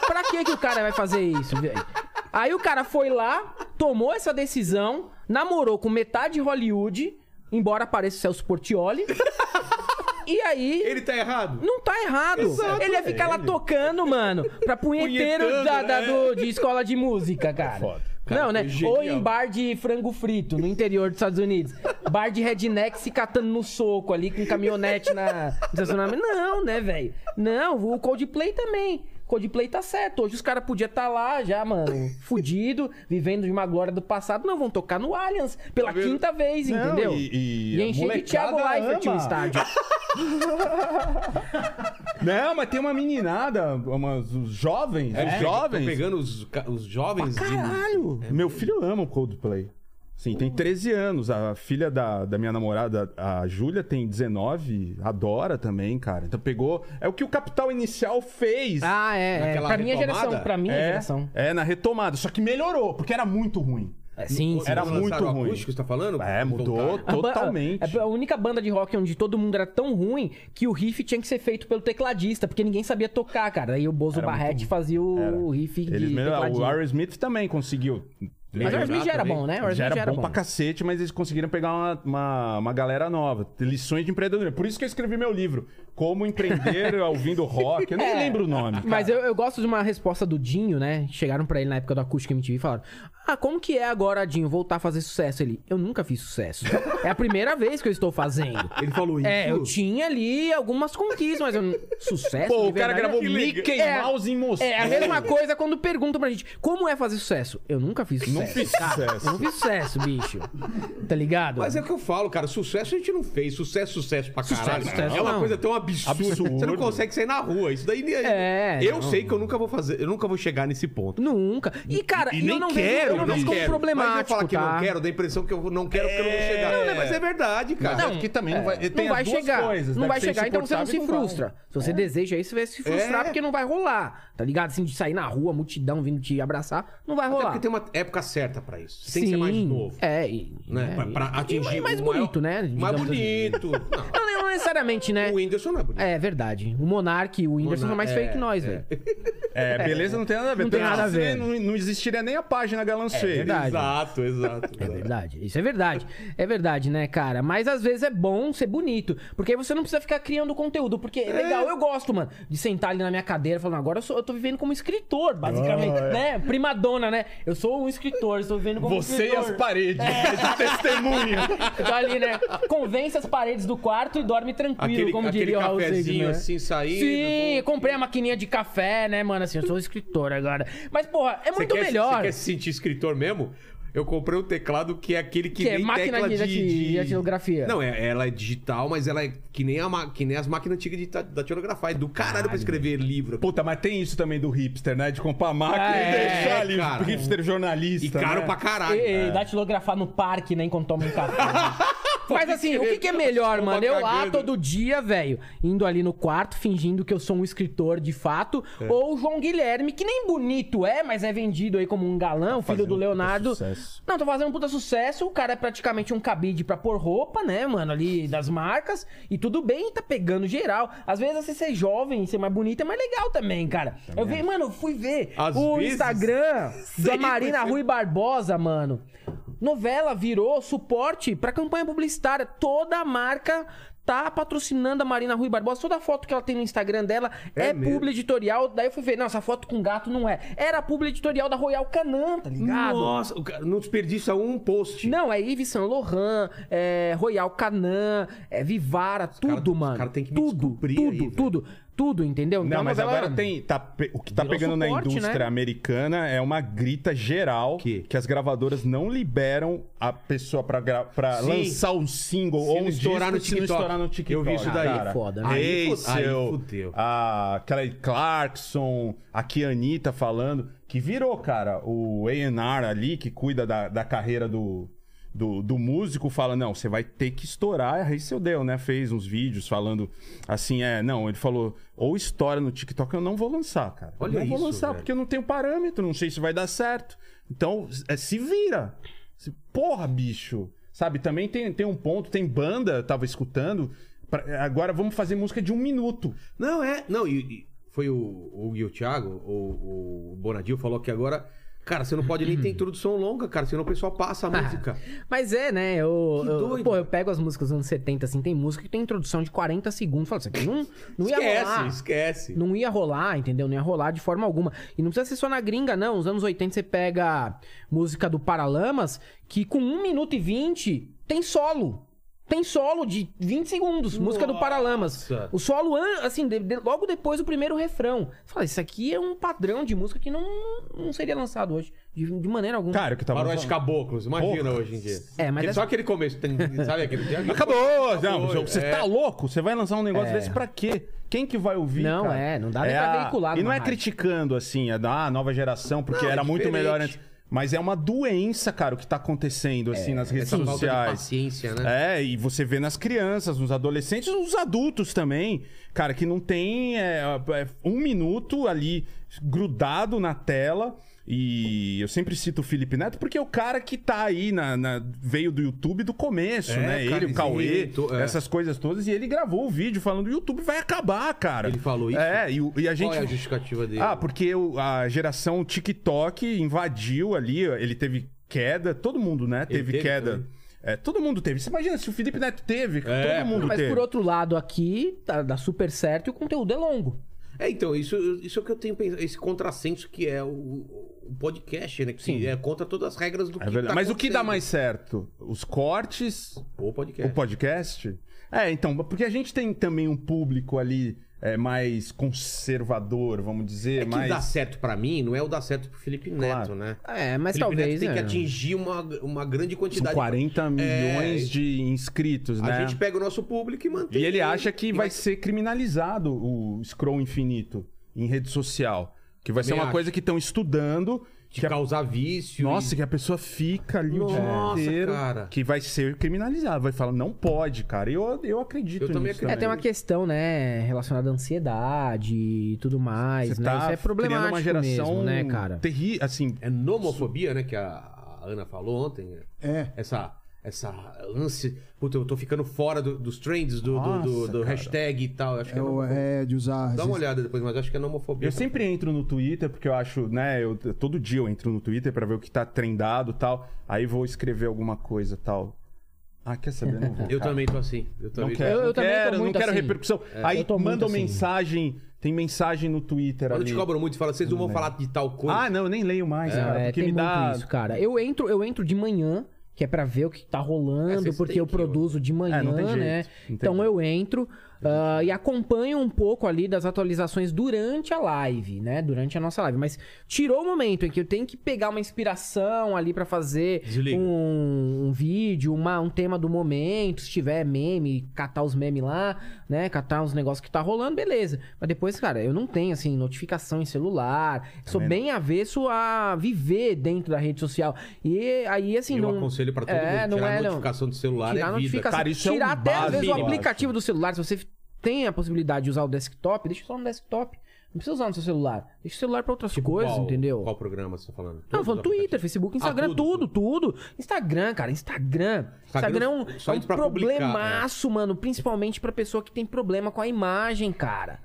pra que que o cara vai fazer isso, velho? Aí o cara foi lá, tomou essa decisão, namorou com metade de Hollywood, embora pareça o Celso Portioli. e aí
é.
Ele tá errado?
Hum,
Não tá errado. ele ia ficar lá tocando, mano, pra punheteiro
Punhetando,
da, da-
né?
do- de escola de música, cara.
foda.
Cara,
não, né?
foi
Ou
genial.
em bar de frango frito no interior dos Estados Unidos. Bar de redneck se catando no soco ali com caminhonete na no estacionamento. Não, né, velho? Não, o Coldplay também. Coldplay tá certo. Hoje os caras podiam estar lá já, mano, fudido, vivendo de uma glória do passado. Não, vão tocar no Allianz pela
vendo?
quinta vez,
Não,
entendeu?
e- e
e
a
encher de Thiago
molecada
Leifert
ama.
o estádio.
Não, mas tem uma meninada, umas, os jovens, os
É,
jovens.
tô Pegando os, ca- os jovens. de-
Caralho! É Meu filho ama o Coldplay. Sim, tem 13 anos. A filha da, da minha namorada, a Júlia, tem 19, adora também, cara. Então pegou. É o que o Capital Inicial fez.
Ah, é. é.
Naquela
Pra minha
retomada?
geração. Pra minha
é,
geração.
é, na retomada. Só que melhorou, porque era muito ruim.
É, sim, sim.
Era
Quando lançaram
muito
o
ruim.
Acústico, você tá falando?
É, mudou
Voltaram.
A ba-
totalmente.
A, a única banda de rock onde todo mundo era tão ruim que o riff tinha que ser feito pelo tecladista, porque ninguém sabia tocar, cara. Aí o Bozo
Era muito
Barrete fazia o
Era.
riff de
Eles melhoraram. O
tecladinho.
Aerosmith também conseguiu.
Mas o Aerosmith já era
também.
bom, né? O
Já
Aerosmith
era, bom, pra cacete, mas eles conseguiram pegar uma, uma, uma galera nova. Lições de empreendedorismo. Por isso que eu escrevi meu livro. Como empreender ouvindo rock. Eu nem
É.
lembro o nome. cara.
Mas eu, eu gosto de uma resposta do Dinho, né? Chegaram pra ele na época do Acústica MTV e falaram: Ah, como que é agora, Dinho, voltar a fazer sucesso? Ele, eu nunca fiz sucesso. É a primeira vez que eu estou fazendo.
Ele falou isso.
É, eu tinha ali algumas conquistas, mas eu... não- sucesso.
Pô,
de
o cara
verdade,
gravou
eu-
Mickey
É,
Mouse em Moscou.
É a mesma coisa quando perguntam pra gente como é fazer sucesso. Eu nunca fiz sucesso.
Não fiz
cara.
sucesso.
Eu não fiz sucesso, bicho. Tá ligado?
Mas é o que eu falo, cara. Sucesso a gente não fez. Sucesso, sucesso pra caralho.
sucesso
é uma
não.
coisa tão absurda.
Absurdo.
Você não consegue sair na rua. Isso daí nem.
É,
eu
não.
sei que eu nunca vou fazer. Eu nunca vou chegar nesse ponto.
Nunca. E, cara,
E
eu
nem
não
quero,
vejo, eu não vejo como
quero. Mas eu
problemático,
falar que
tá?
não quero, dá a impressão que eu não quero porque eu não vou chegar. Não, né, mas é verdade, cara.
Não, que também não vai, tem
é, Não vai
as duas
chegar.
coisas,
não
né?
vai
Que ser
chegar, então você não se
insuportável e vai.
frustra. Se você deseja isso, você vai se frustrar
É.
porque não vai rolar. Tá ligado? Assim, de sair na rua, multidão vindo te abraçar, não vai
Até
rolar.
porque tem uma época certa pra isso. Você tem que ser mais
Sim.
novo.
É, e,
Né?
é,
pra, pra
e-
atingir
e mais
o maior-
bonito, né?
Mais
Digamos assim.
bonito.
Não, não necessariamente, né?
Não, o Whindersson não é bonito.
É verdade. O Monark, o Whindersson são mais
Monar-
feio
é,
que nós,
é.
velho.
É, beleza, não tem nada a ver.
Não tem
Então,
nada a
assim,
ver.
Não, não existiria nem a página Galanceiro.
É verdade.
Exato, exato.
É verdade, isso é verdade. É verdade, né, cara? Mas às vezes é bom ser bonito. Porque aí você não precisa ficar criando conteúdo. Porque é legal, eu gosto, mano, de sentar ali na minha cadeira falando, agora eu, sou- eu tô vivendo como escritor, basicamente.
Ah, é.
né? Prima dona, né? Eu sou um escritor, estou vivendo como É.
Você e
escritor. Tá
as paredes. de Testemunha.
Eu tô ali, né? Convence as paredes do quarto e dorme dorme tranquilo,
Aquele-
como
aquele
diria o Raul
cafezinho
Seixas, né?
assim, saindo,
Sim,
pô.
eu comprei a maquininha de café, né, mano? Assim, eu sou escritor agora. Mas, porra, é muito
quer, Você
melhor.
quer se sentir escritor mesmo? Eu comprei um teclado que é aquele que,
Que é
nem
máquina
tecla
de
de,
dati- de datilografia.
Não, é, ela é digital, mas ela é que nem, a, ma- que nem as máquinas antigas de ta- datilografar. É do caralho pra escrever livro.
Puta, mas tem isso também do hipster, né? De comprar máquina
Ah,
e
é,
deixar ali
cara.
o hipster jornalista.
E caro
né?
pra caralho.
E, e datilografar no parque, né? Enquanto toma um café. Mas assim, o que, que é melhor,
Toma
mano? Eu lá
cagando.
todo dia, velho, indo ali no quarto, fingindo que eu sou um escritor de fato, ou o João Guilherme, que nem bonito é, mas é vendido aí como um galã, o filho
fazendo
do
um puta
Leonardo.
sucesso.
Não, tô fazendo um puta sucesso, o cara é praticamente um cabide pra pôr roupa, né, mano, ali das marcas, e tudo bem, tá pegando geral. Às vezes assim, você ser jovem, ser mais bonito é mais legal também, cara. eu vi, mano, eu fui ver
Às
o
vezes-
Instagram da
Sim,
Marina
mas-
Rui Barbosa, mano. Novela virou suporte pra campanha publicitária. Toda a marca tá patrocinando a Marina Rui Barbosa. Toda foto que ela tem no Instagram dela é,
É
publi
mesmo?
editorial. Daí eu fui ver, não, essa foto com gato não é. Era a publi editorial da Royal Canin, tá ligado?
Nossa, o cara não
é
desperdiça um post.
Não, é Yves Saint Laurent, é Royal Canin, é Vivara, tudo,
cara- os
mano.
cara tem que me
tudo,
descobrir
tudo,
aí, velho.
tudo, tudo, entendeu?
Não,
Então a
mas
novela-
agora tem. tá pe- o que tá
Virou
pegando na
suporte,
indústria
né?
americana é uma grita geral
Que?
as gravadoras não liberam a pessoa pra, gra- pra
Sim.
lançar um single
Se
ou
não
um
estourar
disco
no
se não
TikTok.
estourar no TikTok.
Eu vi isso daí.
Cara.
Foda, né?
Aí fu- aí
Hazel,
fudeu.
a Kelly Clarkson, aqui a Anitta falando, que virou, cara, o A&R ali, que cuida da, da carreira do, do, do músico, fala, não, você vai ter que estourar. A Hazel deu, né? Fez uns vídeos falando assim, é, não, ele falou, ou estoura no TikTok, eu não vou lançar, cara.
Olha
eu não
isso,
vou lançar,
velho.
porque eu não tenho parâmetro, não sei se vai dar certo. Então, é, se vira. Se- Porra, bicho. Sabe, também tem, tem um ponto, tem banda, eu tava escutando. pra- agora vamos fazer música de um minuto.
Não, é. Não, e, e foi o, o Gui, o Thiago, o, o Bonadil falou que agora. Cara, você não pode nem ter introdução longa, cara, senão o pessoal passa a
Ah,
música.
Mas é, né? Eu,
Que
eu-
doido,
pô,
cara.
eu pego as músicas dos anos 70, assim, tem música que tem introdução de 40 segundos. Fala, isso aqui não, não ia
esquece,
rolar.
esquece.
Não ia rolar, entendeu? Não ia rolar de forma alguma. E não precisa ser só na gringa, não. Nos anos 80 você pega música do Paralamas, que com 1 minuto e 20 tem solo. Tem solo de 20 segundos, música do Paralamas.
Nossa.
O solo, an- assim, de- de- logo depois do primeiro refrão. Você fala, isso aqui é um padrão de música que não, não seria lançado hoje, de, de maneira alguma.
Cara, o que tava
Faroeste Caboclos, imagina hoje em dia.
É, mas
Aquele-
é-
Só aquele começo, tem- sabe aquele dia?
Acabou! Não,
Acabou,
você
é.
tá louco? Você vai lançar um negócio desse pra quê? Quem que vai ouvir?
Não,
cara?
é, não dá nem pra veicular
E não
numa
é
rádio.
criticando, assim, é da ah, nova geração, porque
Não, é
era muito
diferente.
melhor antes. Mas é uma doença, cara, o que tá acontecendo, assim, nas redes
Essa falta de
sociais.
paciência, né?
É, e você vê nas crianças, nos adolescentes, nos adultos também, cara, que não tem é, é, um minuto ali grudado na tela. E eu sempre cito o Felipe Neto porque é o cara que tá aí, na, na- veio do YouTube do começo,
É,
né?
cara,
Ele, o Cauê,
isento, é.
essas coisas todas. E ele gravou o vídeo falando: o YouTube vai acabar, cara.
Ele falou isso?
É, e, o- e a gente.
Qual é a justificativa dele?
Ah, porque o- a geração TikTok invadiu ali, ele teve queda, todo mundo, né? Teve,
teve
queda.
também.
É, todo mundo teve. Você imagina se o Felipe Neto teve,
É,
todo mundo
Mas
teve.
por outro lado, aqui tá, dá super certo e o conteúdo é longo.
É, então, isso, isso é o que eu tenho pensado, esse contrassenso que é o, o podcast, né? Que
Sim.
é contra todas as regras do
É
que
verdade.
tá
Mas o que dá
acontecendo.
mais certo? Os cortes,
O podcast.
o podcast? É, então, porque a gente tem também um público ali é, mais conservador, vamos dizer,
É que
mais.
dá certo pra mim não é o dar certo pro Felipe Neto,
Claro. né?
né?
É, mas
Felipe Neto
talvez.
tem que
é.
atingir uma, uma grande
São
quantidade.
40 milhões
É,
de inscritos,
A
né?
gente pega o nosso público e mantém.
E ele acha que vai ser criminalizado o scroll infinito em rede social. Que vai ser
Também
uma
acho.
coisa que estão estudando.
De
que a-
causar vício.
Nossa, que a pessoa fica ali o
Nossa,
dia inteiro.
cara.
Que vai ser criminalizado. Vai falar, não pode, cara. Eu, eu acredito
Eu também
nisso
acredito.
É, tem uma questão, né, relacionada à ansiedade e tudo mais,
Você
né?
tá
Isso é
criando
problemático
uma geração
mesmo, né, cara?
Terri... Assim,
É nomofobia, né? Que a a Ana falou ontem. né?
É.
Essa. Essa ânsia. Puta, eu tô ficando fora do- dos trends, do, do- do,
Nossa,
do
cara.
hashtag e tal. Acho que
É,
é
o-
nomofobia.
é de usar.
Dá uma olhada depois, mas acho que é nomofobia.
Eu sempre entro no Twitter, porque eu acho, né? Eu, todo dia eu entro no Twitter pra ver o que tá trendado e tal. Aí vou escrever alguma coisa e tal. Ah, quer saber? Não vou,
Eu
cara.
também tô assim. Eu
Não
também tô
quero,
Eu- eu
não
também tô
quero, não
muito
quero
assim.
repercussão. Aí
eu tô muito
mandam
assim.
mensagem, tem mensagem no Twitter
Quando
ali.
te cobram muito, fala, vocês não vão falar de tal coisa.
Ah, não, eu nem leio mais,
Não,
cara,
é,
porque
tem
me dá
muito isso, cara. Eu entro, eu entro de manhã que é pra ver o que tá
É,
rolando,
vocês
porque
têm
eu
que-
produzo de manhã,
É, não tem jeito,
né?
não tem
Então
jeito.
eu entro ah, e acompanho um pouco ali das atualizações durante a live, né? Durante a nossa live. Mas tirou o momento em que eu tenho que pegar uma inspiração ali pra fazer
Desliga.
um, um vídeo, uma, um tema do momento, se tiver meme, catar os memes lá, né? Catar os negócios que tá rolando, beleza. Mas depois, cara, eu não tenho, assim, notificação em
Tá
celular. Sou
Também
bem avesso a viver dentro da rede social. E aí, assim,
eu
não...
aconselho pra todo
É,
mundo.
não
Tirar
é,
a
não.
notificação do celular
tirar a
é vida.
notificação,
Cara, isso é um
tirar até às vezes o
básico, eu
aplicativo do celular, se você tem a possibilidade de usar o desktop, deixa só no desktop. Não precisa usar no seu celular. Deixa o celular pra outras
Tipo,
coisas,
qual-
entendeu?
Qual programa você tá falando?
Não,
Todos os
falando Twitter,
aplicativos.
Facebook, Instagram,
Ah,
tudo, tudo, Instagram, cara, Instagram. Instagram,
Instagram
é um,
só
é um
isso pra publicar, né?
problemaço, mano. Principalmente pra pessoa que tem problema com a imagem, cara.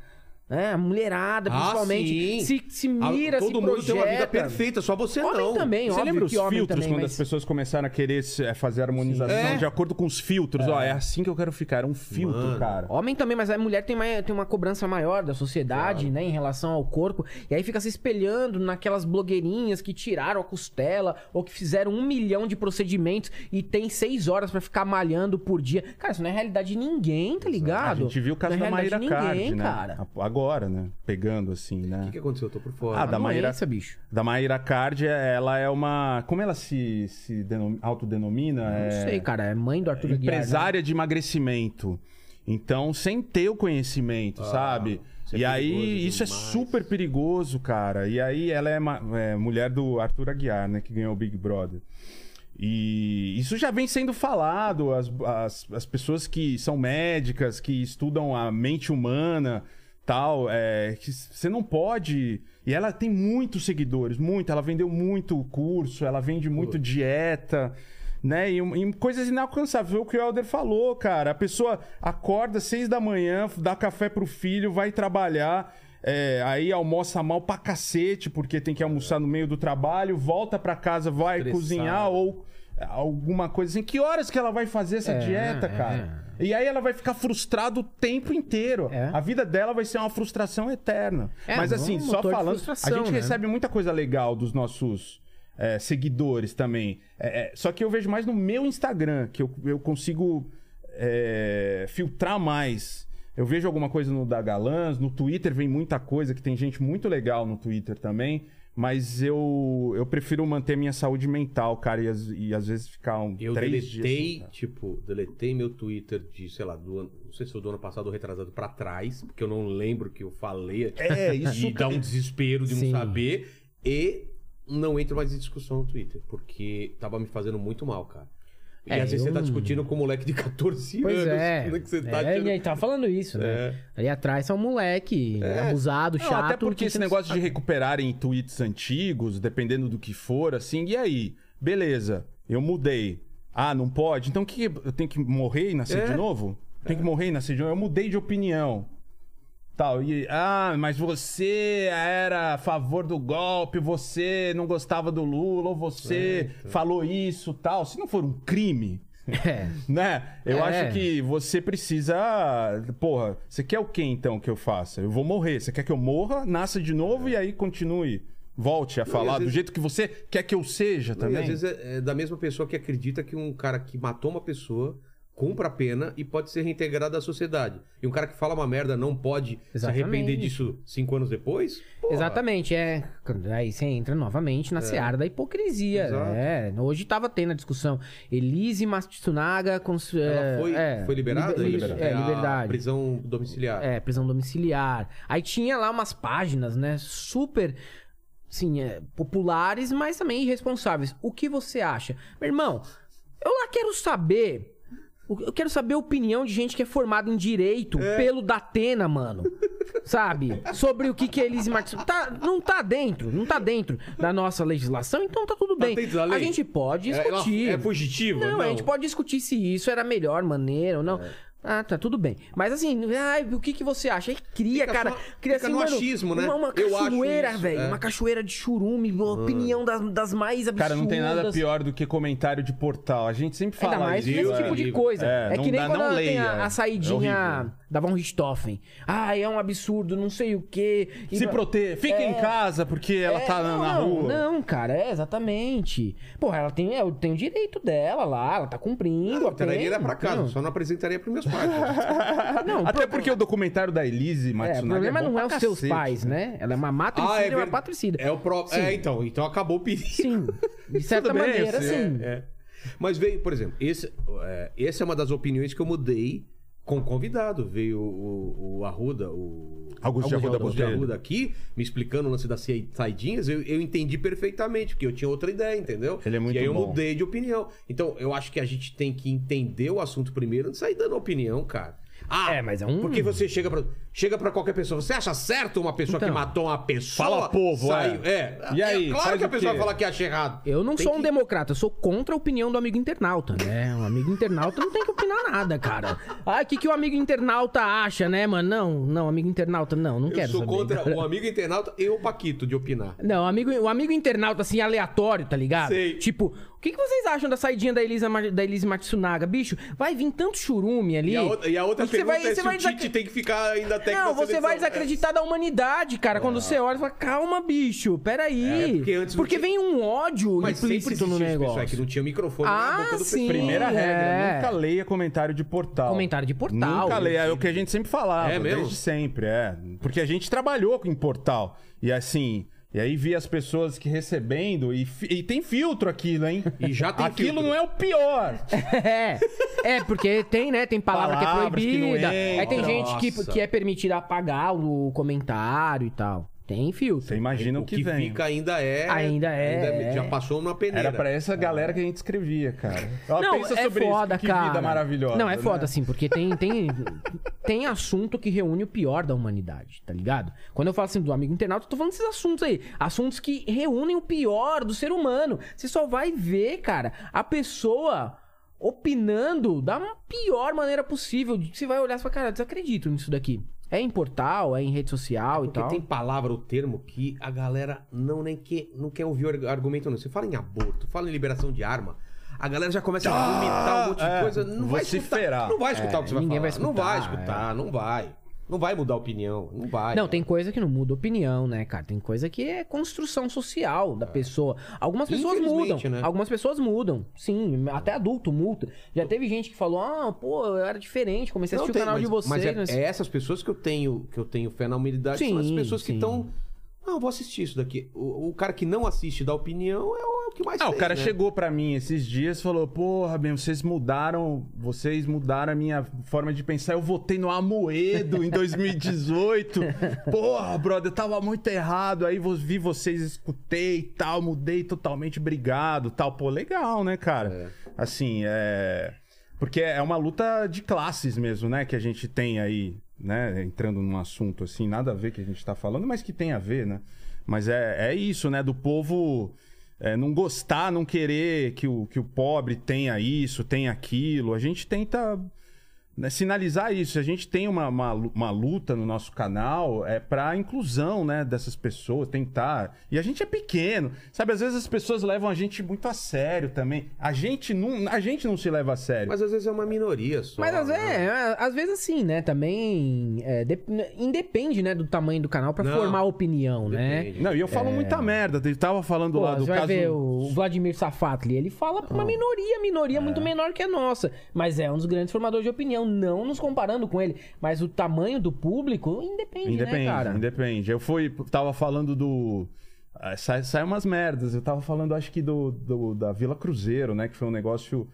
É, a mulherada,
Ah,
principalmente.
sim.
se, se
Ah,
mira,
todo
se
mundo
Assim, projeta.
tem uma vida perfeita, só você
Homem
não.
também,
Você
óbvio
lembra os
que homem
filtros
também,
quando
mas-
as pessoas começaram a querer eh, fazer harmonização
Sim. É.
de acordo com os filtros? Ó, é assim que eu quero ficar, um filtro,
Mano.
cara.
Homem também, mas a mulher tem, mais, tem uma cobrança maior da sociedade, né, em relação ao corpo. E aí fica se espelhando naquelas blogueirinhas que tiraram a costela ou que fizeram um milhão de procedimentos e tem seis horas pra ficar malhando por dia. Cara, isso não é realidade de ninguém, tá ligado?
A gente viu o caso
Não
da
é realidade
Maíra
de
Card,
ninguém,
né?
cara.
Agora, né? Pegando assim, né?
O que, que aconteceu? Eu tô por fora.
Ah, da
Uma
Maíra,
doença, Tá bicho.
da Maíra Card, é- ela é uma. Como ela se, se denom- autodenomina?
Não
É
sei, cara. É mãe do Arthur Aguiar. né?
empresária de emagrecimento. Então, sem ter o conhecimento, sabe?
Ah, isso é
E aí,
perigoso
isso é
demais.
super perigoso, cara. E aí, ela é, ma- é, mulher do Arthur Aguiar, né? Que ganhou o Big Brother. E isso já vem sendo falado. As, as, as pessoas que são médicas, que estudam a mente humana, tal, é, que s- você não pode. E ela tem muitos seguidores, muito. Ela vendeu muito curso, ela vende muito dieta, né? E, um- e coisas inalcançáveis. Foi O que o Helder falou, cara. A pessoa acorda às seis da manhã, dá café pro filho, vai trabalhar. é, aí almoça mal pra cacete, porque tem que almoçar no meio do trabalho, volta pra casa, vai
Estressado.
cozinhar ou é, alguma coisa assim. Que horas que ela vai fazer essa dieta, cara? E aí ela vai ficar frustrada o tempo inteiro.
É.
A vida dela vai ser uma frustração eterna.
É,
Mas
um
assim, só
motor de
falando, a
frustração,
gente
né?
recebe muita coisa legal dos nossos é, seguidores também. É, é, só que eu vejo mais no meu Instagram, que eu, eu consigo é, filtrar mais. Eu vejo alguma coisa no da Galãs, no Twitter vem muita coisa, que tem gente muito legal no Twitter também. Mas eu, eu prefiro manter minha saúde mental, cara, e, às- e às vezes ficar um,
Eu
três
deletei,
dias.
tipo, deletei meu Twitter de, sei lá, do ano, não sei se foi do ano passado ou retrasado pra trás, porque eu não lembro o que eu falei.
É, isso,
E dá um desespero de
Sim.
não saber. E não entro mais em discussão no Twitter, porque tava me fazendo muito mal, cara. E
É,
às vezes
eu
você tá
não-
discutindo com um moleque de 14
Pois
anos.
é.
né, que você tá
é
tirando-
e aí tava falando isso, né? Ali atrás é um moleque abusado,
Não,
chato.
até porque
que
esse
tem que-
negócio de recuperarem tweets antigos, dependendo do que for, assim, e aí? Beleza, eu mudei. Ah, não pode? Então o que eu tenho que morrer e nascer
É.
de novo? Tem que morrer e nascer de novo? Eu mudei de opinião. Tal, e, ah, mas você era a favor do golpe, você não gostava do Lula, ou você falou isso, tal. Se não for um crime,
É.
né? Eu
É.
acho que você precisa. Porra, você quer o que então que eu faça? Eu vou morrer. Você quer que eu morra, nasça de novo e aí continue. Volte a falar
às
do
vezes-
jeito que você quer que eu seja
E
também.
às vezes é, é da mesma pessoa que acredita que um cara que matou uma pessoa cumpra a pena e pode ser reintegrado à sociedade. E um cara que fala uma merda não pode se
Exatamente.
arrepender disso cinco anos depois? Porra. É.
Exatamente, é. Aí você entra novamente na seara da hipocrisia.
Exato.
É, hoje tava tendo a discussão. Elise Matsunaga. Cons...
Ela foi,
é,
foi liberada?
liber-
Isso,
É,
a
liberdade.
Prisão domiciliar.
É, prisão domiciliar. Aí tinha lá umas páginas, né? Super. Sim, é, populares, mas também irresponsáveis. O que você acha? Meu irmão, eu lá quero saber. o- Eu quero saber a opinião de gente que é formada em direito
É.
pelo Datena, mano. Sabe? Sobre o que que eles Martins. Tá, não tá dentro, não tá dentro da nossa legislação, então tá tudo
Tá
bem.
dentro da
a
lei?
gente pode
É, ela-
discutir.
é fugitiva?
Não, tipo
Não. É.
a gente pode discutir se isso era a melhor maneira ou não. Ah, tá, tudo bem. Mas assim, ai, o que, que você acha? Aí cria,
Fica
cara.
só- fica
cria assim,
no
mano,
achismo, né?
Uma, uma
Eu acho
cachoeira,
isso,
velho.
é.
Uma cachoeira de churume, uma opinião das, das mais absurdas.
Cara, não tem nada pior do que comentário de portal. A gente sempre fala
assim. Ainda mais
isso.
nesse
é.
tipo de
horrível.
coisa.
É,
É,
não
que nem
dá-
quando
não
ela tem
leia.
a, a
É
saidinha
horrível.
da Von Richthofen. Ah, é um absurdo, não sei o quê. E
Se
vai-
proteja, fica em casa porque ela
É,
tá na,
não,
na
não,
rua.
Não, cara, é exatamente. Porra, ela tem, é, tem o direito dela lá, ela tá cumprindo.
Eu traria era
ela
é pra casa, só não apresentaria pros meus pais.
Não,
Até porque o documentário da Elise
É, o
Matsunaga
problema
bom
não é os
pra
seus
cacete.
pais, né? Ela é uma matricida e uma
verdade.
patricida.
É o próprio. É, então, então acabou o perigo.
Sim, de certa
Tudo bem,
maneira,
eu sei,
sim.
É. Mas veio, por exemplo, esse, é, essa é uma das opiniões que eu mudei com o convidado. Veio o, o Arruda, o.
Augusto de Arruda
Augusto de
Botelho.
Arruda aqui, me explicando o lance das saidinhas, eu, eu entendi perfeitamente, porque eu tinha outra ideia, entendeu?
Ele é muito
e aí eu
bom.
mudei de opinião. Então, eu acho que a gente tem que entender o assunto primeiro antes de sair dando opinião, cara. Ah,
É, mas é um-
Porque você chega pra, chega pra qualquer pessoa. Você acha certo uma pessoa que
Então.
matou uma pessoa?
Fala, povo,
saiu-
é.
é.
E aí,
É claro
faz
que a
o
pessoa
quê?
fala que acha errado.
Eu não
Tem
sou um
que-
democrata, eu sou contra a opinião do amigo internauta, né? O amigo internauta não tem que opinar nada, cara. Ah, o que, que o amigo internauta acha, né, mano? Não, não, amigo internauta, não, não
Eu
quero
sou
saber.
contra o amigo internauta e o Paquito de opinar.
Não, amigo, o amigo internauta, assim, aleatório, tá ligado?
Sei.
Tipo, o que, que vocês acham da saidinha da Elisa, Ma- da Elise Matsunaga? Bicho, vai vir tanto churume ali.
E a outra, e a outra
Você
pergunta
vai-
é
você
se
vai
o Tite
desac-
tem que ficar ainda até
Não, você vai desacreditar da humanidade, cara. Quando você olha e fala, calma, bicho, peraí.
É, porque antes não tinha-
vem um ódio
É. Mas sempre
implícito no
existiu esse pessoal,
negócio.
é que não tinha microfone
Ah,
na boca do pessoal.
sim.
Primeira
É.
regra, nunca leia comentário de portal.
Comentário de portal.
Nunca leia, é o que a gente sempre falava,
É mesmo?
desde sempre, é. Porque a gente trabalhou em portal. E assim, e aí via as pessoas que recebendo, e, fi- e tem filtro aquilo, hein?
E já tem
Aquilo
filtro.
não é o pior.
É, é, porque tem, né? Tem palavra que é
Palavras que não
proibida. aí tem
entram.
gente que,
Nossa.
que é permitida apagar o comentário e tal. Tem filtro.
Você imagina o
O
que,
que
vem.
fica ainda é...
Ainda é, é.
Já passou numa peneira.
Era pra essa galera que a gente escrevia, cara. Ó,
Não,
pensa
é
sobre
foda,
isso, que
cara.
vida maravilhosa.
Não, é
né?
foda, assim, porque tem, tem, tem assunto que reúne o pior da humanidade, tá ligado? Quando eu falo assim do amigo internauta, eu tô falando desses assuntos aí. Assuntos que reúnem o pior do ser humano. Você só vai ver, cara, a pessoa opinando da pior maneira possível. Você vai olhar e fala, cara, eu desacredito nisso daqui. É em portal, é em rede social e
Porque
tal.
tem palavra ou termo que a galera não nem que, não quer ouvir o arg- argumento não. Você fala em aborto, fala em liberação de arma, a galera já começa a vomitar um monte de
é,
coisa. Não vai
vociferar.
escutar, não vai escutar
É,
o que você vai
ninguém
falar.
vai
não vai
escutar, é.
escutar, não vai. Não vai mudar a opinião, não vai. né?
Não, tem coisa que não muda opinião, né, cara? Tem coisa que é construção social da pessoa. Algumas pessoas mudam.
É. Infelizmente, né?
Algumas pessoas mudam. Sim, até adulto muda. Já teve gente que falou: "Ah, pô, eu era diferente, comecei a
Não
assistir
tem,
o canal
mas-
de vocês".
Mas é,
mas-
é essas pessoas que eu tenho, que eu tenho fé na humanidade, são as
Sim,
pessoas que
sim.
estão. Ah, eu vou assistir isso daqui. O, o cara que não assiste dá opinião é o, é o que mais
Ah, o
tem,
cara
né?
chegou pra mim esses dias e falou: Porra, bem, vocês mudaram, vocês mudaram a minha forma de pensar. Eu votei no Amoedo em 2018. Porra, brother, eu tava muito errado. Aí vo- vi vocês, escutei e tal, mudei totalmente, obrigado tal. Pô, legal, né, cara? Assim, é. Porque é uma luta de classes mesmo, né? Que a gente tem aí, né? Entrando num assunto assim, nada a ver que a gente tá falando, mas que tem a ver, né? Mas é, é isso, né? Do povo é, não gostar, não querer que o, que o pobre tenha isso, tenha aquilo. A gente tenta né, sinalizar isso. A gente tem uma, uma, lu- uma luta no nosso canal é para inclusão né, dessas pessoas, tentar. E a gente é pequeno, sabe? Às vezes as pessoas levam a gente muito a sério também. A gente não, a gente não se leva a sério.
Mas às vezes é uma minoria só.
Mas às
né?
vezes, é, às vezes assim, né? Também é, dep- independe, né, do tamanho do canal pra
Não.
formar opinião, né?
Depende.
Não, e eu falo muita merda. Eu tava falando
Pô,
lá do
você vai
caso.
ver o Vladimir Safatli, ele fala pra uma minoria, minoria
É.
muito menor que a nossa. Mas é um dos grandes formadores de opinião, não nos comparando com ele. Mas o tamanho do público independe,
Independe,
né, cara?
independe. Eu fui, tava falando do. ah, Sai, sai umas merdas. Eu tava falando, acho que do, do- da Vila Cruzeiro, né? Que foi um negócio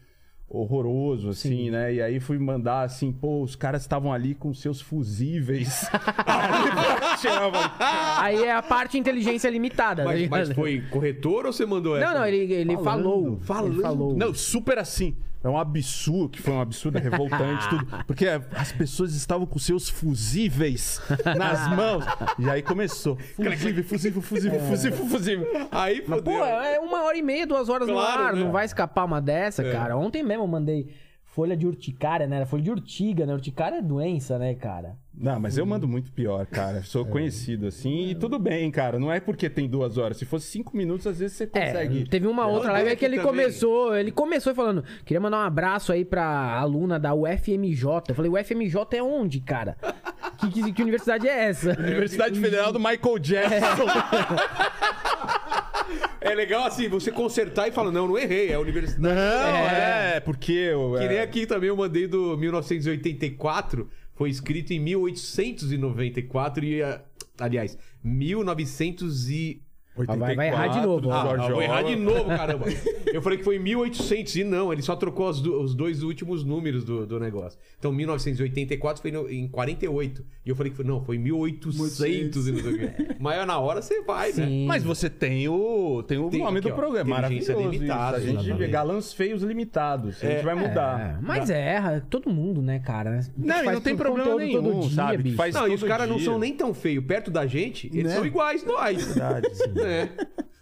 horroroso, assim, né? E aí fui mandar assim, pô, os caras estavam ali com seus fusíveis. Aí pra tirar, eu falei,
Aí é a parte inteligência limitada. tá
Mas, mas
ligado?
foi corretor ou você mandou essa?
Não, não, ele, ele falou.
falando.
Ele falou.
Não, super assim. É um absurdo, que foi um absurdo, é revoltante, tudo. Porque é, as pessoas estavam com seus fusíveis nas mãos. E aí começou. Fusível, fusível, fusível, fusível, fusível.
Aí fodeu.
Pô, é uma hora e meia, duas horas no
Claro,
ar,
né? É.
não vai escapar uma dessa, cara. Ontem mesmo eu mandei Folha de urticária, né? Era folha de urtiga, né? Urticária é doença, né, cara?
Não, mas eu mando muito pior, cara. Sou conhecido assim. E tudo bem, cara. Não é porque tem duas horas. Se fosse cinco minutos, às vezes você consegue.
É, teve uma outra
Olha
live
aqui
que ele
também.
começou, ele começou falando, queria mandar um abraço aí pra aluna da UFMJ. Eu falei, UFMJ é onde, cara? Que, que- que universidade é essa?
Universidade Federal do Michael Jackson.
É legal assim, você consertar e falar, não, não errei, é a universidade.
Não, é, porque eu.
Que nem
É,
aqui também eu mandei do 1984, foi escrito em 1894 e. ah, Aliás, 1900 e.
Ah, vai- vai errar de novo,
Ah,
ó.
ah, vou errar de
novo.
novo, caramba. Eu falei que foi em 1800 e não, ele só trocou as du- os dois últimos números do, do negócio. Então 1984 foi no- em 48. E eu falei que foi, não, foi 1800 e não sei o quê. Mas na hora você vai, né?
Mas você tem o, tem o
Tem
nome
aqui,
do
ó,
programa.
Inteligência
Maravilhoso.
Limitada,
isso. A gente
exatamente.
galãs feios limitados. A gente vai
É,
mudar.
mas erra todo mundo, né, cara?
Não, e
Faz
não tem
tudo-
problema
conteúdo todo
nenhum,
dia,
sabe? Que
bicho.
faz
Não, e os
todo
caras não
dia.
são nem tão feios. Perto da gente, eles
Né?
são iguais nós.
Verdade, sim.
É.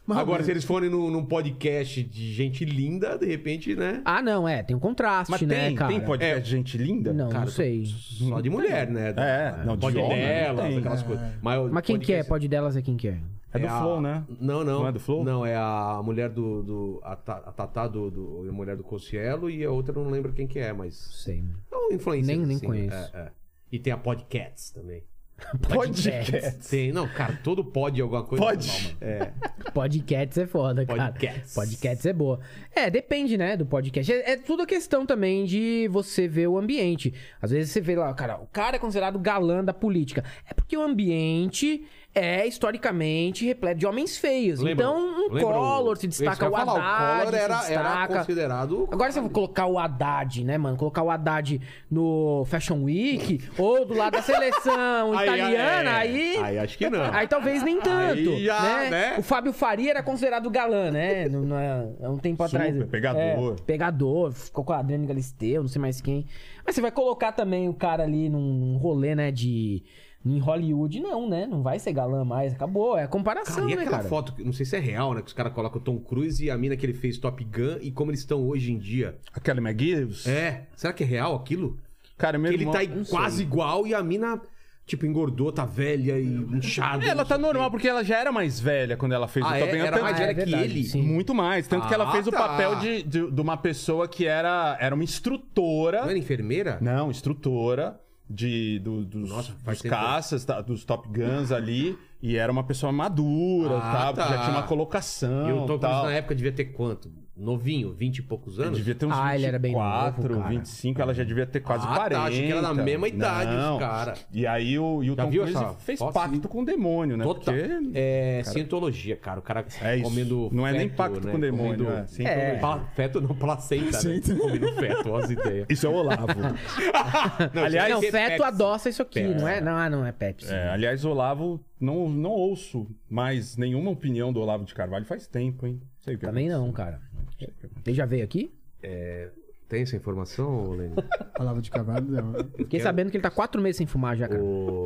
Mas-
Agora, se eles forem num, num podcast de gente linda, de repente, né?
Ah, não, é, tem um contraste,
Mas
né,
tem,
cara?
tem podcast de gente linda?
Não, não sei.
Só de mulher, né?
É, não, de
pode
homem, não
delas,
tem.
aquelas coisas. Mas,
Mas quem que é?
podcast-
Pode delas é quem que é?
É do
a-
Flow, né?
Não, não.
Não é do Flow?
Não, é a mulher do. do a, Ta- a Tatá do, do- A mulher do Cossielo e a outra eu não lembro quem que é,
Não
mas.
sei.
Não, influencer.
Nem- nem conheço.
É, é. E tem a Podcats também.
Podcast.
Tem, não, cara, todo pod é alguma coisa.
Pode.
normal, mano.
Podcasts é foda, cara.
Podcasts.
Podcasts é boa. É, depende, né, do podcast. É, é tudo questão também de você ver o ambiente. Às vezes você vê lá, cara, o cara é considerado galã da política. É porque o ambiente é historicamente repleto de homens feios.
Lembra-
então, um
lembra
Collor se
isso que eu ia
destaca, o
falar,
Haddad
Collor era,
se
era
destaca.
considerado.
Agora você colocar o Haddad, né, mano? Colocar o Haddad no Fashion Week ou do lado da seleção
Aí,
italiana,
é,
aí.
Aí acho que não.
Aí tá talvez nem tanto.
Aí já,
né?
né?
O Fábio Faria era considerado galã, né? No- no- Há um tempo
Super,
atrás.
pegador.
É, pegador, ficou com a Adriane Galisteu, não sei mais quem. Mas você vai colocar também o cara ali num num rolê, né? De. Em Hollywood, não, né? Não vai ser galã mais. Acabou. É a comparação,
Cara, e
né,
aquela
cara?
foto, que- não sei se é real, né? Que os caras colocam o Tom Cruise e a mina que ele fez Top Gun e como eles estão hoje em dia.
Aquela McGills?
É. Será que é real aquilo?
Cara, meu
Que ele
irmão- é
tá
Não sei.
quase igual e a mina, tipo, engordou, tá velha e inchada.
Ela
não
tá
sei o
normal, porque ela já era mais velha quando ela fez
Ah,
o
é?
Top Gun.
Era
tanto-
mais
Ah, é
velha que
verdade,
ele?
sim.
Muito mais. Tanto que ela
Ah,
fez o
tá.
papel de, de, de uma pessoa que era, era uma instrutora.
Não era enfermeira?
Não, instrutora de, do- dos,
Nossa, faz
dos
tempo.
caças, tá, dos Top Guns ali. E era uma pessoa madura,
Ah,
tá?
tá.
já tinha uma colocação.
e o Tom Cruise
tal. É
na época devia ter quanto? Novinho, 20 e poucos
Ele
anos?
devia ter uns
Ah, ele era bem novo,
24,
cara.
25, ela já devia ter quase
Ah, tá,
40.
achei que era da mesma idade, os cara.
E aí o, e o
Já
Tom
viu
Cruise
essa
fez
foto?
pacto com o demônio, né?
Total.
Porque
É cientologia, cara. O cara
É isso.
comendo.
Não é nem
feto,
pacto
né?
com o demônio,
Comendo-
é cientologia.
Pla- Feto não, placenta. Né?
Placenta.
Comendo feto, ó as ideias.
Isso é o Olavo.
Não,
Aliás,
não,
isso é
feto
Pepsi.
adoça isso aqui, não é? Não, ah, não é Pepsi.
É, aliás, o Olavo, não, não ouço mais nenhuma opinião do Olavo de Carvalho faz tempo, hein? Não Sei o que
Também
aconteceu.
não, cara. Ele já veio aqui?
Tem essa informação, Lenny?
Palavra de cavalo, não. né?
Fiquei sabendo que ele tá quatro meses sem fumar já, cara.
Ô,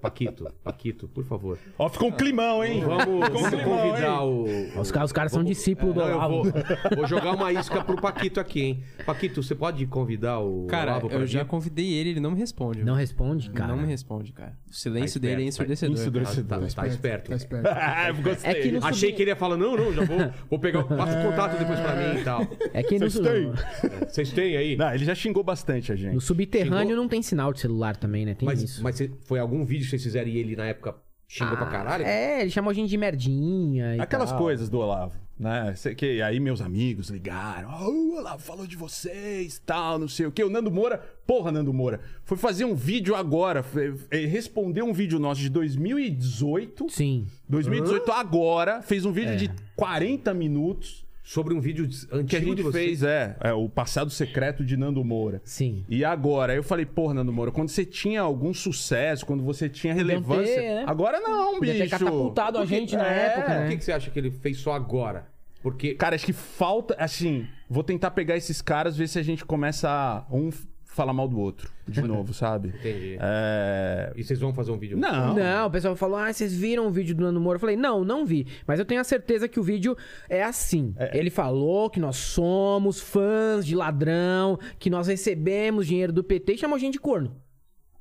Paquito, Paquito, por favor.
Ó, ficou um climão, hein?
Vamos
Ficou um climão, hein?
convidar o.
Os, ca- os caras são discípulos do
É. Não, eu
Olavo.
vou, vou jogar uma isca pro Paquito aqui, hein? Paquito, você pode convidar o
Cara,
Olavo pra
eu já
vir?
convidei ele, ele não me responde.
Não né?
mano.
responde, cara.
Não me responde, cara. O silêncio
Tá
dele é
esperto, tá-
ensurdecedor.
ensurdecedor.
Ah, tá, tá esperto.
Tá esperto.
Ah, eu gostei.
É que no
Achei que ele ia falar, não, não, já vou, vou pegar, passa o contato depois pra mim e tal.
É que no,
Vocês têm?
É, Vocês têm aí?
Não, ele já xingou bastante a gente.
no subterrâneo
Chegou?
não tem sinal de celular também, né? Tem
Mas,
isso.
mas cê- foi algum vídeo que vocês fizeram e ele na época xingou pra caralho?
É, ele chamou a gente de merdinha. e
Aquelas
tal.
coisas do Olavo, né? Sei que aí meus amigos ligaram, "Ah, o Olavo falou de vocês, tal, não sei o quê. O Nando Moura, porra, Nando Moura, foi fazer um vídeo agora, foi- eh, respondeu um vídeo nosso de 2018.
Sim.
2018 agora, fez um vídeo
É.
de 40 minutos
Sobre um vídeo antigo
que a
de
gente
vocês.
fez, é, é, o passado secreto de Nando Moura.
Sim.
E agora? Aí eu falei, porra, Nando Moura, quando você tinha algum sucesso, quando você tinha relevância.
ter, né?
Agora não,
Podia ter
bicho.
catapultado a gente na
É.
época,
Por
né?
que, que você acha que ele fez só agora? Porque
Cara, acho que falta. Assim, vou tentar pegar esses caras, ver se a gente começa a. Um f- falar mal do outro, de novo, sabe?
Entendi.
É...
E vocês vão fazer um vídeo?
Não.
Não, o pessoal falou, ah, vocês viram o vídeo do Nando Moura? Eu falei, não, não vi. Mas eu tenho a certeza que o vídeo é assim. Ele falou que nós somos fãs de ladrão, que nós recebemos dinheiro do PT e chamou a gente de corno.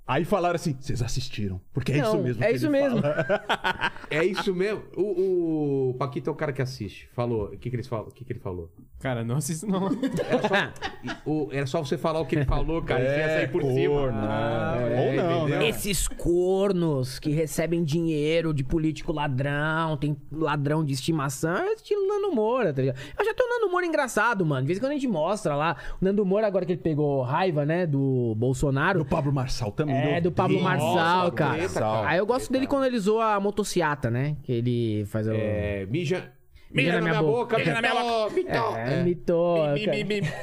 Aí falaram assim, vocês assistiram, porque é
Não,
isso mesmo.
é
que
isso
ele
mesmo.
fala."
É isso mesmo? O, o Paquito é o cara que assiste. Falou. O que, que, eles falam? O que, que ele falou?
Cara, não assisto não.
E o- era só você falar o que ele falou, cara. e você ia
É,
sair por
corno,
cima. Ah,
né? Ou não,
entendeu?
né?
Esses cornos que recebem dinheiro de político ladrão, tem ladrão de estimação, é estilo Nando Moura, tá ligado? Eu já tenho o Nando Moura engraçado, mano. De vez em quando a gente mostra lá. O Nando Moura, agora que ele pegou raiva, né, do Bolsonaro.
Do Pablo Marçal também.
É,
meu
do Pablo
Deus.
Marçal,
Pablo
cara.
Marçal.
Aí eu gosto dele quando ele usou a motociata, né? Que ele faz o.
É, mija. Mija na minha boca, mija na minha boca. Então,
É, mitou. cara.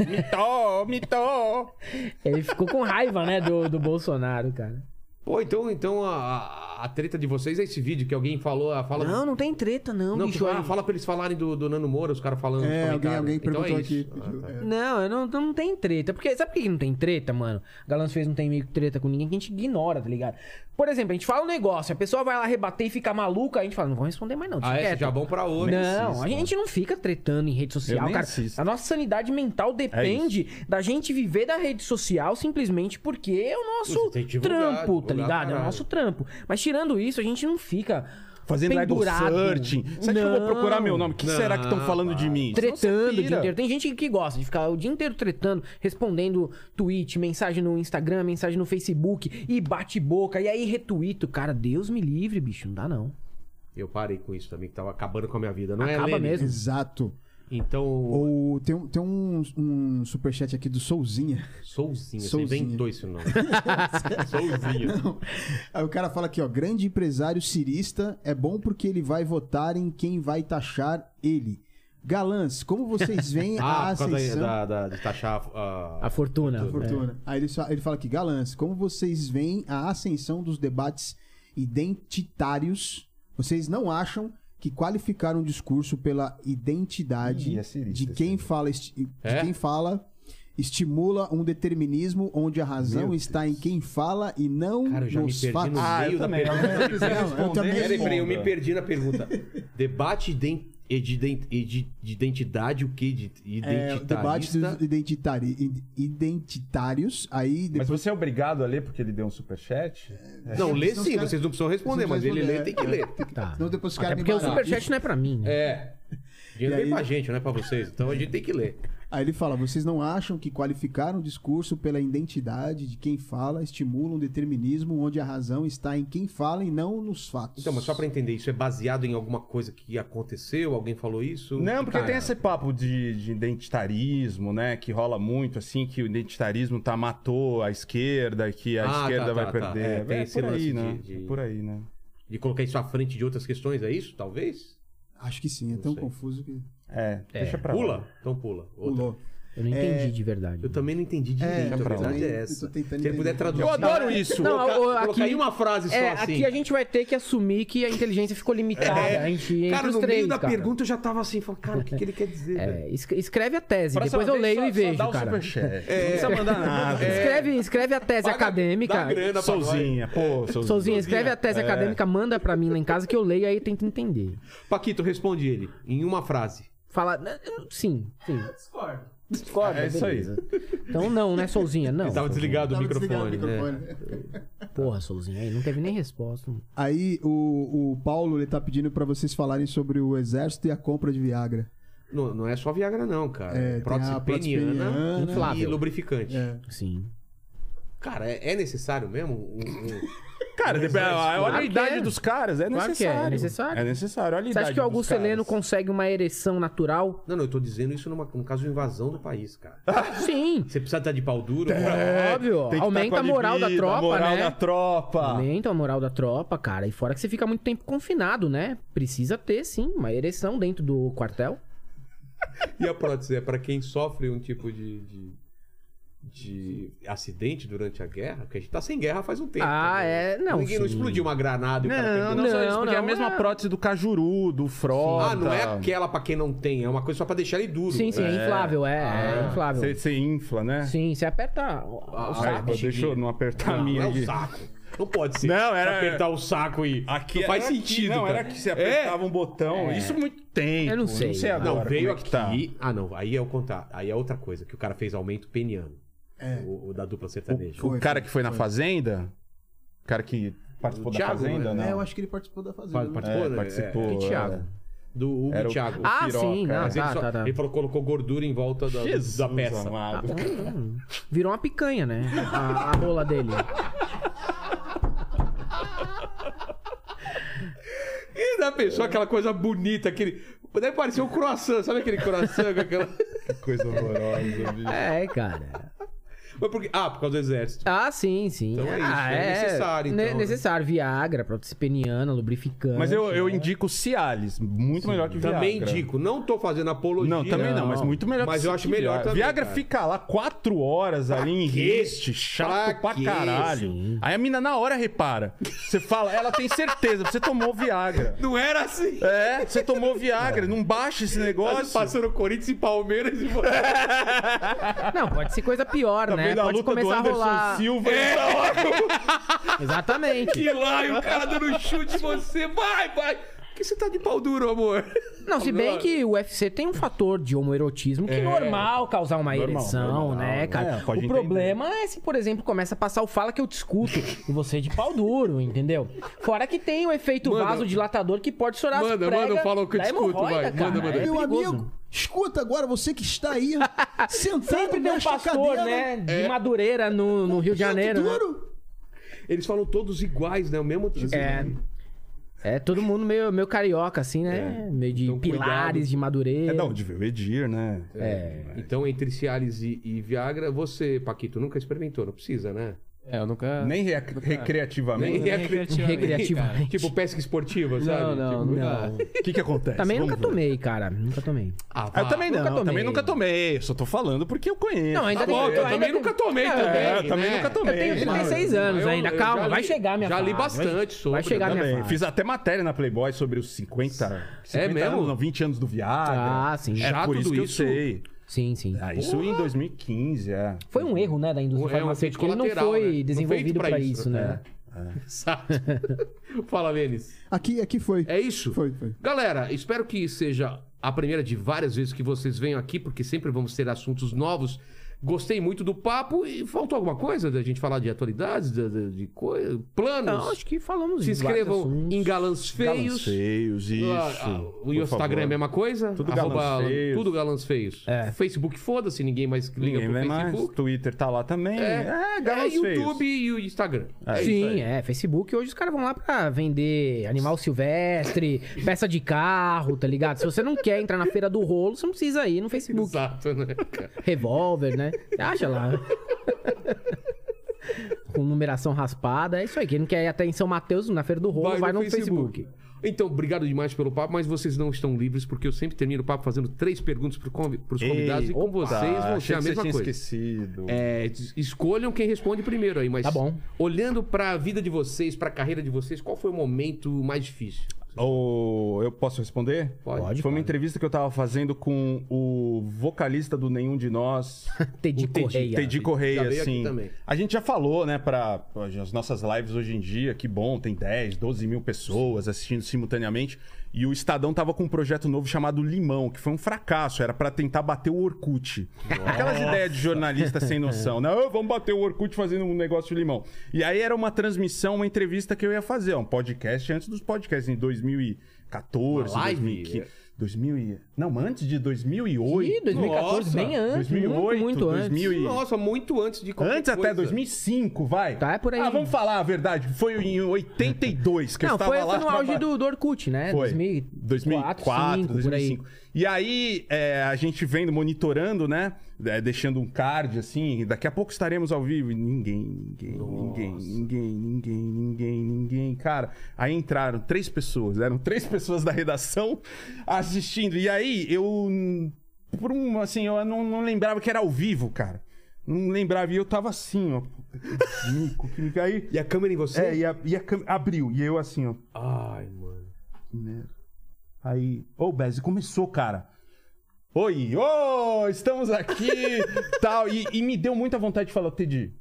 Mitó, mitó.
Ele ficou com raiva, né, do, do Bolsonaro, cara.
Pô, então, então a, a- a treta de vocês é esse vídeo que alguém falou. a Fala
Não, não tem treta, não,
Não,
bicho.
que- ah,
aí.
fala pra eles falarem do, do Nano Moura, os caras falando. nos
É, alguém,
comentários.
alguém
Então é
perguntou aqui.
isso.
pediu, é.
Não, eu não, não tem treta. Porque sabe por que que não tem treta, mano? Galãs fez não tem meio que treta com ninguém que a gente ignora, tá ligado? Por exemplo, a gente fala um negócio, a pessoa vai lá rebater e fica maluca, a gente fala, não vou responder mais não. deixa
Ah, é,
quieto.
já vão pra hoje.
Não,
Isso.
a gente não fica tretando em rede
Eu
social,
nem
cara.
assisto. É
A nossa sanidade mental depende da gente viver da rede social simplesmente porque é o nosso
Você tem que divulgar,
trampo, tá
divulgar
ligado? É o
caralho.
nosso trampo. Mas tirando isso, a gente não fica
Fazendo idol
pendurado.
searching. Será que eu vou
Não.
procurar meu nome? O que será que estão falando de mim? Senão você
Tretando o dia
pira.
inteiro. Tem gente que gosta de ficar o dia inteiro tretando, respondendo tweet, mensagem no Instagram, mensagem no Facebook, e bate boca, e aí retuito. Cara, Deus me livre, bicho. Não dá, não.
Eu parei com isso também, que tava acabando com a minha vida, não é?
Acaba
Lene?
mesmo.
Exato.
Então,
Ou tem, um- tem um, um superchat aqui do Souzinha.
Souzinho, assim, você
Souzinho.
inventou esse nome. Souzinho.
Aí o cara fala aqui, ó. Grande empresário cirista é bom porque ele vai votar em quem vai taxar ele. Galãs, como vocês veem a
Ah, por causa
ascensão...
da, da- de taxar ah,
A fortuna. É.
Fortuna. Aí ele, só- ele fala aqui, Galãs, como vocês veem a ascensão dos debates identitários, vocês não acham que qualificar um discurso pela identidade
Ih, é cirista
de quem
esse
fala esti- de
É?
quem fala estimula um determinismo onde a razão
Meu
está em quem fala e não
Cara, eu já me
nos
perdi
fatos.
no
Ah,
meio
eu
da
também.
pergunta.
Agora, se quiser
Não, eu
responder,
também
responda.
Peraí, peraí, eu me perdi na pergunta. Debate ident- e de, ident- e de- de identidade, o que? De
É, o debate
identitarista?
dos identitari- id- identitários, aí
Mas
depois
você é obrigado a ler porque ele deu um superchat?
Não, lê
Senão os
sim,
caras-
vocês não precisam responder,
não
mas
precisam
ele lê, tem
responder, é.
que ler.
Tá.
senão depois os
Até
caras me
porque o
baralham.
superchat não é pra mim, né?
É. Dinheiro
E
vem
aí-
pra gente, não é pra vocês. Então a gente tem que ler.
Aí ele fala: vocês não acham que qualificar um discurso pela identidade de quem fala estimula um determinismo onde a razão está em quem fala e não nos fatos?
Então, mas só pra entender, isso é baseado em alguma coisa que aconteceu? Alguém falou isso?
Não, porque
Cara,
tem esse papo de, de identitarismo, né? Que rola muito, assim, que o identitarismo tá matou a esquerda, que a
Ah, tá,
esquerda
tá,
vai
tá.
perder.
É,
É,
tem esse
por aí,
lance de-
né?
de-
É por aí, né?
De colocar isso à frente de outras questões, é isso? Talvez?
Acho que sim, é tão
sei.
confuso que.
É, deixa pra lá.
Pula? Então pula. Outra.
Pulou.
Eu não entendi de verdade.
é, Eu também não entendi direito,
eu
a
também-
verdade é
eu
essa.
tô tentando
Se ele puder
entender.
traduzir...
Eu adoro isso.
Não,
colocar,
o-
colocar
aqui-
em uma frase só
É,
assim. É.
aqui a gente vai ter que assumir que a inteligência ficou limitada. A gente, entre
Cara,
os
no
três,
meio da
cara.
pergunta eu já tava assim, falando, cara, o que, que ele quer dizer? velho?
É, es- escreve a tese,
Próxima
depois eu
vez
leio
só-
e vejo,
Só dá o
cara.
superchat.
É.
Não precisa mandar
É.
Ah,
nada.
Escreve, escreve a tese
Paga- dá
acadêmica.
grana pra
Sozinha, pô, sozinha.
Sozinha, escreve a tese
É.
acadêmica, manda pra mim lá em casa que eu leio aí tento entender.
nós. Paquito, responde ele, em uma frase.
Fala, "Né, sim, sim.
Discordo.
Discorda,
É isso aí.
beleza. Então não, né, Solzinha, não.
Ele tava
Solzinha.
desligado o
Tava Tá, desligado
microfone, né?
Porra, Solzinha, aí não teve nem resposta.
Aí o, o Paulo ele tá pedindo pra vocês falarem sobre o exército e a compra de Viagra.
Não, não é só Viagra não, cara.
É, tem
É,
a
prótese peniana
prótese
e
peniana.
lubrificante.
É.
Sim.
Cara, é, é necessário mesmo? Um- um-
Cara, depois- olha
Claro
a
que
idade
é.
dos caras, é
Claro que é,
necessário.
é necessário.
É necessário, olha a
Você
idade
acha que o
dos
Augusto
caras.
Heleno consegue uma ereção natural?
Não, não, eu tô dizendo isso numa, no caso de invasão do país, cara.
Sim.
Você precisa estar de pau
Tá.
duro.
É,
Óbvio,
tem que
aumenta
tá com
a moral da
libido,
tropa,
a moral
né?
da tropa.
Aumenta a moral da tropa, cara. E fora que você fica muito tempo confinado, né? Precisa ter, sim, uma ereção dentro do quartel.
E a prótese é pra quem sofre um tipo de. de- de acidente durante a guerra, porque a gente tá sem guerra faz um tempo.
Ah, é, não,
Ninguém não
sim.
explodiu uma granada e o cara
Não,
pegou.
não, não, só isso,
Não,
porque é a
não,
mesma
é-
prótese do Cajuru, do Frota.
Ah, não é aquela pra quem não tem, é uma coisa só pra deixar ele duro.
Sim, sim, é, inflável, é, é
Ah,
inflável.
Você infla, né?
Sim, você aperta o, o
Ah,
saco.
Ai, deixa eu não apertar a
Não,
minha
é
aqui.
o saco. Não pode ser.
Não, era-
Apertar o saco e. não faz
era aqui,
sentido.
não,
cara. É.
era que você apertava um botão. Isso muito tempo.
Eu não sei.
agora
Não,
como
veio
é que
aqui.
tá.
Ah, não. Aí é o contrário. Aí é outra coisa, que o cara fez aumento peniano. O, o da dupla sertaneja.
O cara que foi na Fazenda? O cara que participou
O
da
Thiago, né?
Fazenda, não?
É, eu acho que ele participou da fazenda.
Faz-
né?
participou,
É,
né?
participou,
É, que Thiago?
é.
Do Hugo
Era o-
Thiago.
Ah,
piroca,
sim, não,
é. Mas ele,
tá,
só-
tá, tá.
ele falou, colocou gordura em volta da, da peça.
Ah.
amado.
tá. Virou uma picanha, né? A, a rola dele.
E da pessoa, aquela coisa bonita, aquele. Deve parecer um croissant, sabe aquele croissant com aquela.
Que coisa horrorosa, bicho.
É, cara.
Mas por quê? Ah, por causa do exército.
Ah, sim, sim.
Então é isso,
Ah,
é necessário,
ne-
então, né?
necessário. Viagra, prótese peniana, lubrificante.
Mas eu, eu indico Cialis, muito melhor que Viagra.
Também indico. Não tô fazendo apologia.
Não, também não, mas muito melhor
Mas
que
eu acho
que
melhor
Viagra.
também,
Viagra é
cara.
fica lá quatro horas ali em
quê?
riste, chato pra,
Pra quê?
caralho. Aí a mina na hora repara. Você fala, ela tem certeza, você tomou Viagra.
Não era assim. Tá
É, você tomou Viagra, não baixa esse negócio. Né,
Passando Corinthians e Palmeiras e você.
Não, pode ser coisa
Tá
pior, né?
vendo a
Pode
luta do
começar a
Anderson
rolar.
Silva. É.
Exatamente.
E lá, e o cara dando um chute em você. Vai, vai. Por que você tá de pau duro, amor?
Não, se bem que o UFC tem um fator de homoerotismo que é normal causar uma
Normal,
ereção,
normal,
né,
é,
cara? o
pode entender.
problema é se, por exemplo, começa a passar o fala que eu discuto e você de pau duro, entendeo? Fora que tem o efeito
Manda.
vasodilatador que pode estourar
Manda,
as pregas
manda o fala que eu
da
discuto,
hemorroida,
vai.
cara.
Manda, manda.
É
Meu
perigoso.
amigo, escuta agora, você que está aí sentado
Sempre tem um
nesta
pastor,
cadeira,
né? De
É.
Madureira, no, no Rio de Janeiro. né?
Duro.
Eles falam todos iguais, né? O mesmo tipo.
É. É todo mundo meio, meio carioca, assim, né? Meio de
Então, cuidado.
pilares de Madureira.
é da onde veio o Edir, né?
É.
Então, entre Cialis e, e Viagra, você, Paquito, nunca experimentou, não precisa, né?
É, eu nunca.
Nem re- recreativamente.
Nem
Nem
recre-
recreativamente,
recreativamente.
Tipo pesca esportiva,
Não,
sabe?
não,
Tipo-
nunca.
O que, que acontece?
Também
Vamos
nunca
ver.
tomei, cara. Nunca tomei.
Ah,
Ah, eu também não,
Nunca tomei.
também nunca tomei. Eu só tô falando porque eu conheço.
Não, ainda
Tá
tem-
bom, eu
ainda
também
tem-
nunca tomei
É,
também.
É, eu também
né?
nunca tomei.
Eu tenho 36 anos
Eu-
ainda,
eu
calma,
já
vai
li-
chegar minha
já li
fase, vai-
bastante sobre, né?
Vai chegar minha
Também.
fase.
Fiz até matéria na Playboy sobre os 50, 50
É mesmo?
anos, não, 20 anos do Viagra.
Ah, sim.
É
Já
por
tudo
isso que eu
isso?
sei.
Sim, sim.
Ah, isso em 2015, é.
Foi um erro, né, da indústria
É, um
farmacêutica.
efeito
Ele não
colateral, né? Não
foi
foi
desenvolvido
feito pra
pra
isso, é.
isso, né?
Exato. Fala, Lênis.
Aqui, aqui foi.
É isso?
Foi, foi.
Galera, espero que seja a primeira de várias vezes que vocês venham aqui, porque sempre vamos ter assuntos novos. Gostei muito do papo e faltou alguma coisa da gente falar de atualidades, de, de, de coisa, planos.
Não, acho que falamos
Se
de vários
inscrevam
assuntos.
em Galãs Feios.
Galãs feios, isso.
Ah, ah, o
Por
Instagram é a
favor.
mesma coisa?
Tudo
Arroba-
Galãs Feios.
Tudo galãs feios.
É.
Facebook, foda-se, ninguém mais liga
Ninguém
pro
vai mais.
Facebook.
Twitter tá lá também. É,
É,
galãs
YouTube
feios.
e o Instagram.
É isso aí.
Sim, é. Facebook, hoje os caras vão lá pra vender animal silvestre, peça de carro, tá ligado? Se você não quer entrar na feira do rolo, você não precisa ir no Facebook.
Exato, né? cara?
Revólver, né? Você acha lá. Com numeração raspada, é isso aí. Quem não quer ir até em São Mateus, na feira do rolo, vai, no, Facebook.
Então, obrigado demais pelo papo, mas vocês não estão livres, porque eu sempre termino o papo fazendo três perguntas pro convi- pros convidados e com
opa,
vocês vão ser
achei
a
que você
mesma
tinha
coisa.
esquecido.
É, es- escolham quem responde primeiro aí, mas
Tá bom.
olhando pra vida de vocês, pra carreira de vocês, qual foi o momento mais difícil?
Ô, eu posso responder?
Pode.
Foi uma entrevista que eu tava fazendo com o vocalista do Nenhum de Nós,
Teddy
O Teddy-
Correia.
Teddy
Já
Correia,
veio aqui
assim.
também.
A gente já falou, né, para as nossas lives hoje em dia, que bom, tem 10, 12 mil pessoas assistindo simultaneamente. E o Estadão tava com um projeto novo chamado Limão, que foi um fracasso, era pra tentar bater o Orkut. Aquelas ideias de jornalista sem noção, né? "Ah, vamos bater o Orkut fazendo um negócio de limão. E aí era uma transmissão, uma entrevista que eu ia fazer, um podcast antes dos podcasts, em 2014,
Uma live?
2015. 2000 e... Não, antes de 2008.
Ih, 2014, bem antes, muito,
2008,
muito antes.
2000 e-
Nossa, muito antes de qualquer
Antes até
coisa.
2005, vai.
Tá, é por aí.
Ah, vamos falar a verdade. Foi em 82 que eu
Não,
estava
foi,
lá.
foi no auge
traba-
do, do Orkut, né?
Foi.
2004,
2004,
2005, por aí.
2005. E aí, é, a gente vendo, monitorando, né? É, deixando um card, assim. Daqui a pouco estaremos ao vivo. E Ninguém, ninguém, ninguém, ninguém, ninguém, ninguém, ninguém. Cara, aí entraram três pessoas. né? Eram três pessoas da redação assistindo. E aí, eu... Por um, assim, eu não, não lembrava que era ao vivo, cara. Não lembrava. E eu tava assim, ó. Puta que mico, que mico. Aí.
E a câmera em você?
É, e a, e a câmera abriu. E eu assim, ó.
Ai, mano.
Que merda. Aí. Ô, Bez, começou, cara. Oi, ô, estamos aqui, tal. E, e me deu muita vontade de falar, Teddy,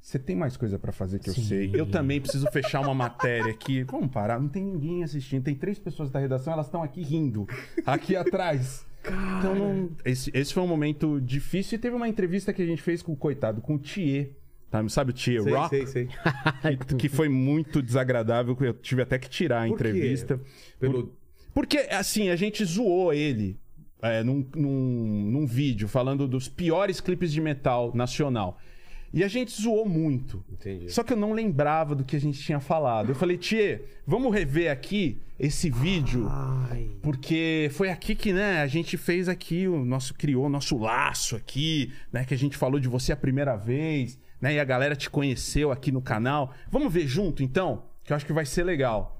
você tem mais coisa pra fazer que eu sei. Eu também preciso fechar uma matéria aqui. Vamos parar, não tem ninguém assistindo. Tem três pessoas da redação, elas estão aqui rindo, aqui atrás. Então, não- esse, esse foi um momento difícil. E teve uma entrevista que a gente fez com o coitado, com o Thier. tá? Sabe o Thier
Sei,
Rock?
sei, sei.
que foi muito desagradável. Eu tive até que tirar a
Por quê?
entrevista.
Pelo-
Por- Porque, assim, a gente zoou ele é, num, num- num vídeo falando dos piores clipes de metal nacional. E a gente zoou muito.
Entendi.
Só que eu não lembrava do que a gente tinha falado. Eu falei, Tchê, vamos rever aqui esse vídeo.
Ai.
Porque foi aqui que, né, a gente fez aqui o nosso criou o nosso laço aqui, né, que a gente falou de você a primeira vez, né, e a galera te conheceu aqui no canal. Vamos ver junto então, que eu acho que vai ser legal.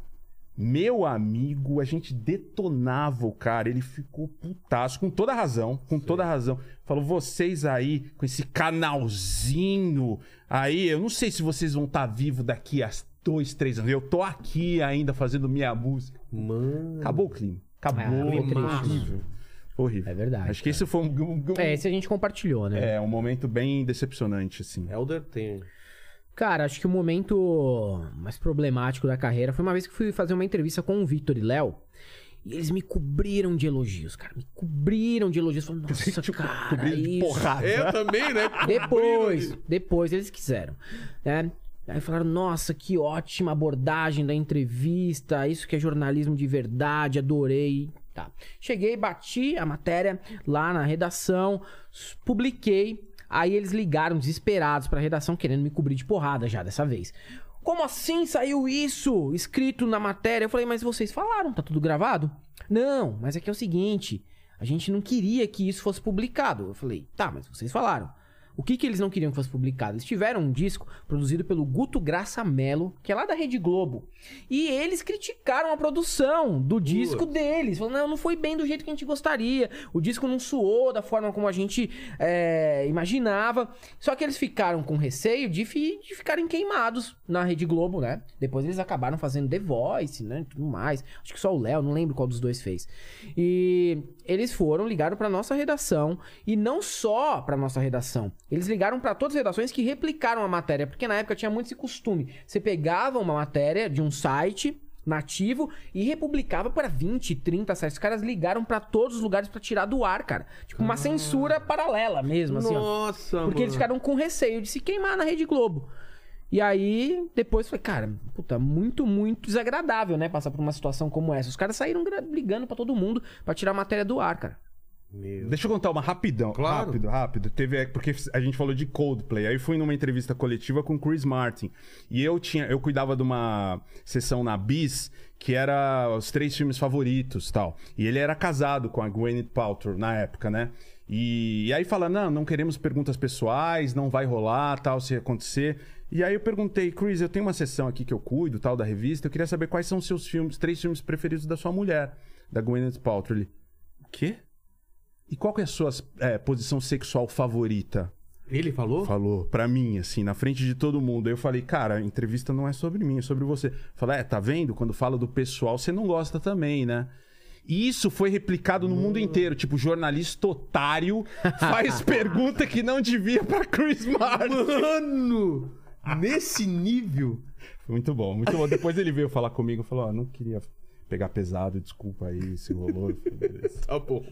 Meu amigo, a gente detonava o cara, ele ficou putaço, com toda razão, com toda razão. Falou, vocês aí, com esse canalzinho aí, eu não sei se vocês vão estar vivos daqui a dois, três anos. Eu tô aqui ainda fazendo minha música.
Mano.
Acabou o clima. Acabou.
Hum. Ah, foi triste.
horrível. Horrível.
É verdade,
Acho que esse foi um, um- um-
É, esse a gente compartilhou, né?
é, um momento bem decepcionante, assim.
Elder tem.
Cara, acho que o momento mais problemático da carreira foi uma vez que fui fazer uma entrevista com o Victor e Léo. E eles me cobriram de elogios, cara. Me cobriram de elogios. Falando, nossa, cara,
Cobrido Tipo, de
É isso.
porrada.
Eu também, né?
Depois, depois eles quiseram, né? Aí falaram, nossa, que ótima abordagem da entrevista, isso que é jornalismo de verdade, adorei. Tá. Cheguei, bati a matéria lá na redação, s- publiquei, aí eles ligaram desesperados pra redação querendo me cobrir de porrada já dessa vez. Como assim saiu isso escrito na matéria? Eu falei, mas vocês falaram, tá tudo gravado? Não, mas é que é o seguinte, a gente não queria que isso fosse publicado. Eu falei, tá, mas vocês falaram. O que, que eles não queriam que fosse publicado? Eles tiveram um disco produzido pelo Guto Graça Mello, que é lá da Rede Globo. E eles criticaram a produção do disco deles. Falando, não, não foi bem do jeito que a gente gostaria. O disco não suou da forma como a gente é, imaginava. Só que eles ficaram com receio de, fi- de ficarem queimados na Rede Globo, né? Depois eles acabaram fazendo The Voice, né? e Tudo mais. Acho que só o Léo, não lembro qual dos dois fez. E eles foram, ligaram pra nossa redação. E não só pra nossa redação. Eles ligaram pra todas as redações que replicaram a matéria. Porque na época tinha muito esse costume. Você pegava uma matéria de um site nativo e republicava pra 20, 30 sites. Os caras ligaram pra todos os lugares pra tirar do ar, cara. Tipo, uma censura paralela mesmo, assim, ó.
Ah. Nossa, mano.
Porque eles ficaram com receio de se queimar na Rede Globo. E aí, depois foi, cara, puta, muito, muito desagradável, né? Passar por uma situação como essa. Os caras saíram gra- ligando pra todo mundo pra tirar a matéria do ar, cara.
Meu.
Deixa eu contar uma rapidão.
Claro.
Rápido, rápido. Teve, é, porque a gente falou de Coldplay. Aí fui numa entrevista coletiva com o Chris Martin. E eu tinha, eu cuidava de uma sessão na Bis que era os três filmes favoritos, tal. E ele era casado com a Gwyneth Paltrow na época, né? E, e aí fala: "Não, não queremos perguntas pessoais, não vai rolar, tal, se acontecer". E aí eu perguntei: "Chris, eu tenho uma sessão aqui que eu cuido, tal da revista, eu queria saber quais são os seus filmes, três filmes preferidos da sua mulher, da Gwyneth Paltrow". Ele: "O quê?" E qual que é a sua é, posição sexual favorita?
Ele falou?
Falou pra mim, assim, na frente de todo mundo. Aí eu falei, cara, a entrevista não é sobre mim, é sobre você. Falei, é, tá vendo? Quando fala do pessoal, você não gosta também, né? E isso foi replicado no mundo inteiro. Tipo, jornalista otário faz pergunta que não devia pra Chris Martin.
Mano! Nesse nível.
Muito bom, muito bom. Depois ele veio falar comigo e falou, ó, não queria pegar pesado, desculpa aí se rolou. Eu falei, beleza.
Tá bom.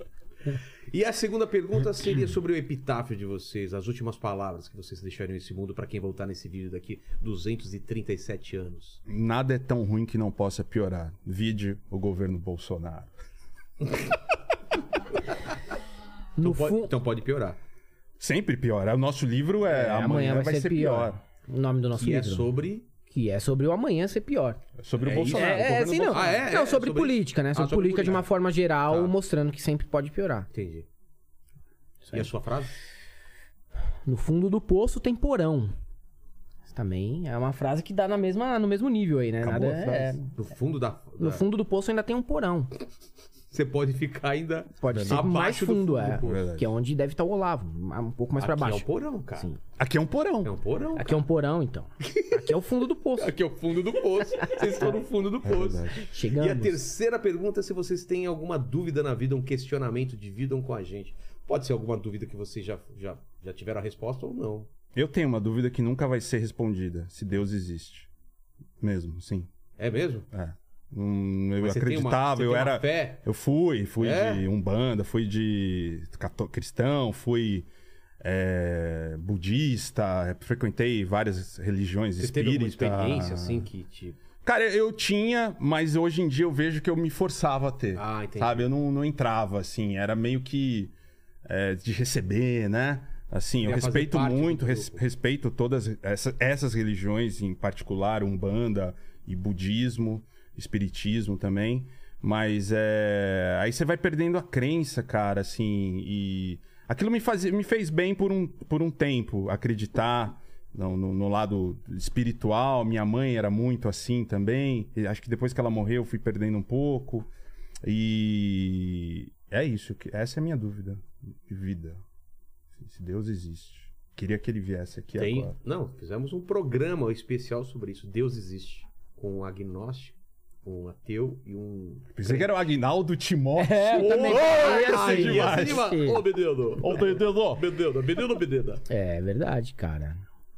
E a segunda pergunta seria sobre o epitáfio de vocês, as últimas palavras que vocês deixaram nesse mundo pra quem voltar nesse vídeo daqui 237 anos.
Nada é tão ruim que não possa piorar. Vide o governo Bolsonaro.
No
então, pode,
fundo.
então pode piorar.
Sempre piora. O nosso livro é, amanhã, vai, ser, pior.
O nome do nosso
Que é
livro.
sobre.
Que é sobre o amanhã ser pior.
Sobre o
É
Bolsonaro.
isso?
o
É, é
governo
assim, não.
Bolsonaro.
Bolsonaro. Ah, é?
não,
É,
sobre,
sobre
política, né?
Ah,
Sobre
sobre
política de uma
política.
forma geral,
Tá.
mostrando que sempre pode piorar.
Entendi. E a sua frase?
No fundo do poço tem porão. Isso também é uma frase que dá na mesma, no mesmo nível aí, né?
Acabou
Nada
a
é-
frase.
No fundo da.
No
da-
fundo do poço ainda tem um porão.
você pode ficar ainda
Pode ser
abaixo
mais
do
fundo, é.
poço.
Verdade.
Que é onde deve estar o Olavo, um pouco mais pra
Aqui
baixo.
É um porão, cara.
Sim.
Aqui é um porão.
É um porão.
Aqui é um porão, então. Aqui é o fundo do poço.
cara. Aqui é o fundo do poço. Vocês estão no fundo do poço.
É Chegamos.
E a terceira pergunta é se vocês têm alguma dúvida na vida, um questionamento, dividam com a gente. Pode ser alguma dúvida que vocês já, já, já tiveram a resposta ou não.
Eu tenho uma dúvida que nunca vai ser respondida, se Deus existe. Mesmo, sim.
É mesmo?
É. Hum, eu
Mas você tem uma-
acreditava,
você
eu
tem uma
era.
fé?
Eu fui, fui
É?
de Umbanda, fui de cató- cristão, fui é, budista, frequentei várias religiões
Você teve alguma
espíritas.
experiência assim que te.
Cara, eu tinha, mas hoje em dia eu vejo que eu me forçava a ter.
Ah, entendi.
Sabe? Eu não, não entrava, assim. Era meio que é, de receber, né? Assim, eu
Queria fazer
respeito
parte do
muito, res-
grupo.
respeito todas essa- essas religiões, em particular Umbanda e Budismo, Espiritismo também. Mas é, aí você vai perdendo a crença, cara, assim. E aquilo me, fazia, me fez bem por um, por um tempo, acreditar no, no- no lado espiritual. Minha mãe era muito assim também. E acho que depois que ela morreu, eu fui perdendo um pouco. E é isso. que- Essa é a minha dúvida de vida. Se Deus existe. Queria que ele viesse aqui
tem...
agora.
Não, fizemos um programa especial sobre isso. Deus existe. Com um agnóstico, um ateu e um.
Pensei que era o Agnaldo Timóteo.
É, eu também.
Ô, ia ser
Ai, ia ser
demais.
demais. Ô, menino! Ô, menino, menino, menina!
É verdade, cara.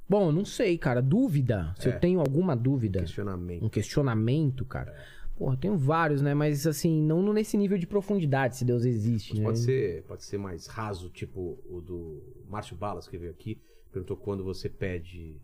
Bom, eu não sei, cara. Dúvida. Se
É.
eu tenho alguma dúvida,
Questionamento.
um questionamento, cara. Porra, eu tenho vários, né? Mas assim, não no- nesse nível de profundidade, se Deus existe,
Mas
né?
pode ser, pode ser mais raso, tipo o do Márcio Balas que veio aqui, perguntou quando você pede,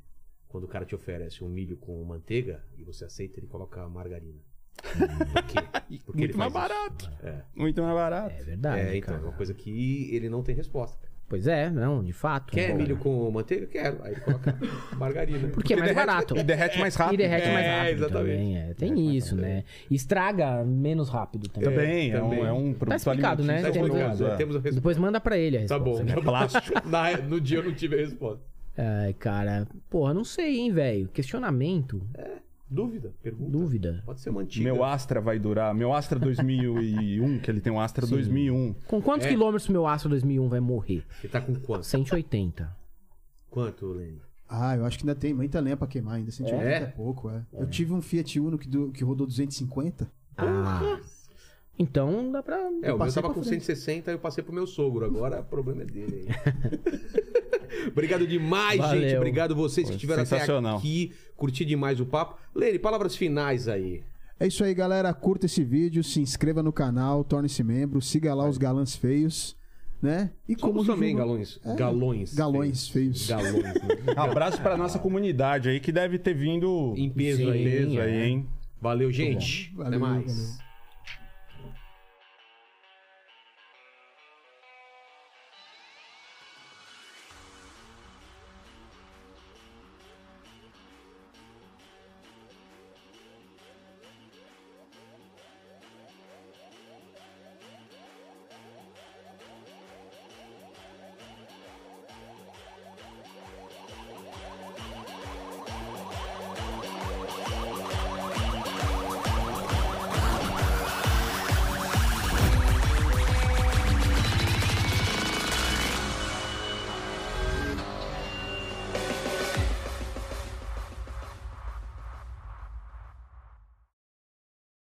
quando o cara te oferece um milho com manteiga e você aceita, ele coloca margarina. Por quê? Porque
Muito mais
faz isso.
barato. Tá,
É.
Muito mais barato.
É verdade,
É, então, é
cara.
uma coisa que ele não tem resposta.
Pois é, não, de
Tá
fato.
Quer
Bom,
milho com manteiga? Quero. Aí ele coloca margarina.
Porque é mais barato.
E derrete mais rápido.
E derrete mais
É,
rápido
exatamente.
também, é. Tem isso, né? Estraga menos rápido também.
Também, é,
também.
Um, é um produto
explicado, né?
Tá
alimentício
Temos-
explicado,
famoso, é.
Temos a resposta.
Depois manda pra ele a
Tá
resposta. né?
bom.
É plástico.
Na- no dia eu não tive a resposta.
Ai, cara, porra, não sei, hein, velho. Questionamento, é
Dúvida? Pergunta?
dúvida.
Pode ser mantido.
Meu Astra vai durar. Meu Astra 2001, que ele tem um Astra 2001.
Com quantos
É.
quilômetros meu Astro 2001 vai morrer?
Ele tá com quanto?
180.
Quanto, Lene?
Ah, eu acho que ainda tem muita lenha pra queimar ainda. 180 é,
É?
pouco, é. Eu tive um Fiat Uno que, do- que rodou 250.
Ah. Então dá pra.
É, o meu
passei
tava
pra
com
frente.
160 eu passei pro meu sogro. Agora o problema é dele aí. Obrigado demais,
Valeu.
gente. Obrigado vocês que
Foi
estiveram até
sensacional.
aqui. Curti demais o papo. Lene, palavras finais aí.
É isso aí, galera. Curta esse vídeo, se inscreva no canal, torne-se membro, siga lá os galãs feios, né? E
Somos
Jujuba-
também galões.
É,
Galões.
galões feios.
Galões. né?
Abraço pra nossa comunidade aí, que deve ter vindo
em peso
Sim.
aí.
peso aí, hein?
Valeu, gente.
bom.
até
Valeu,
mais.
galera.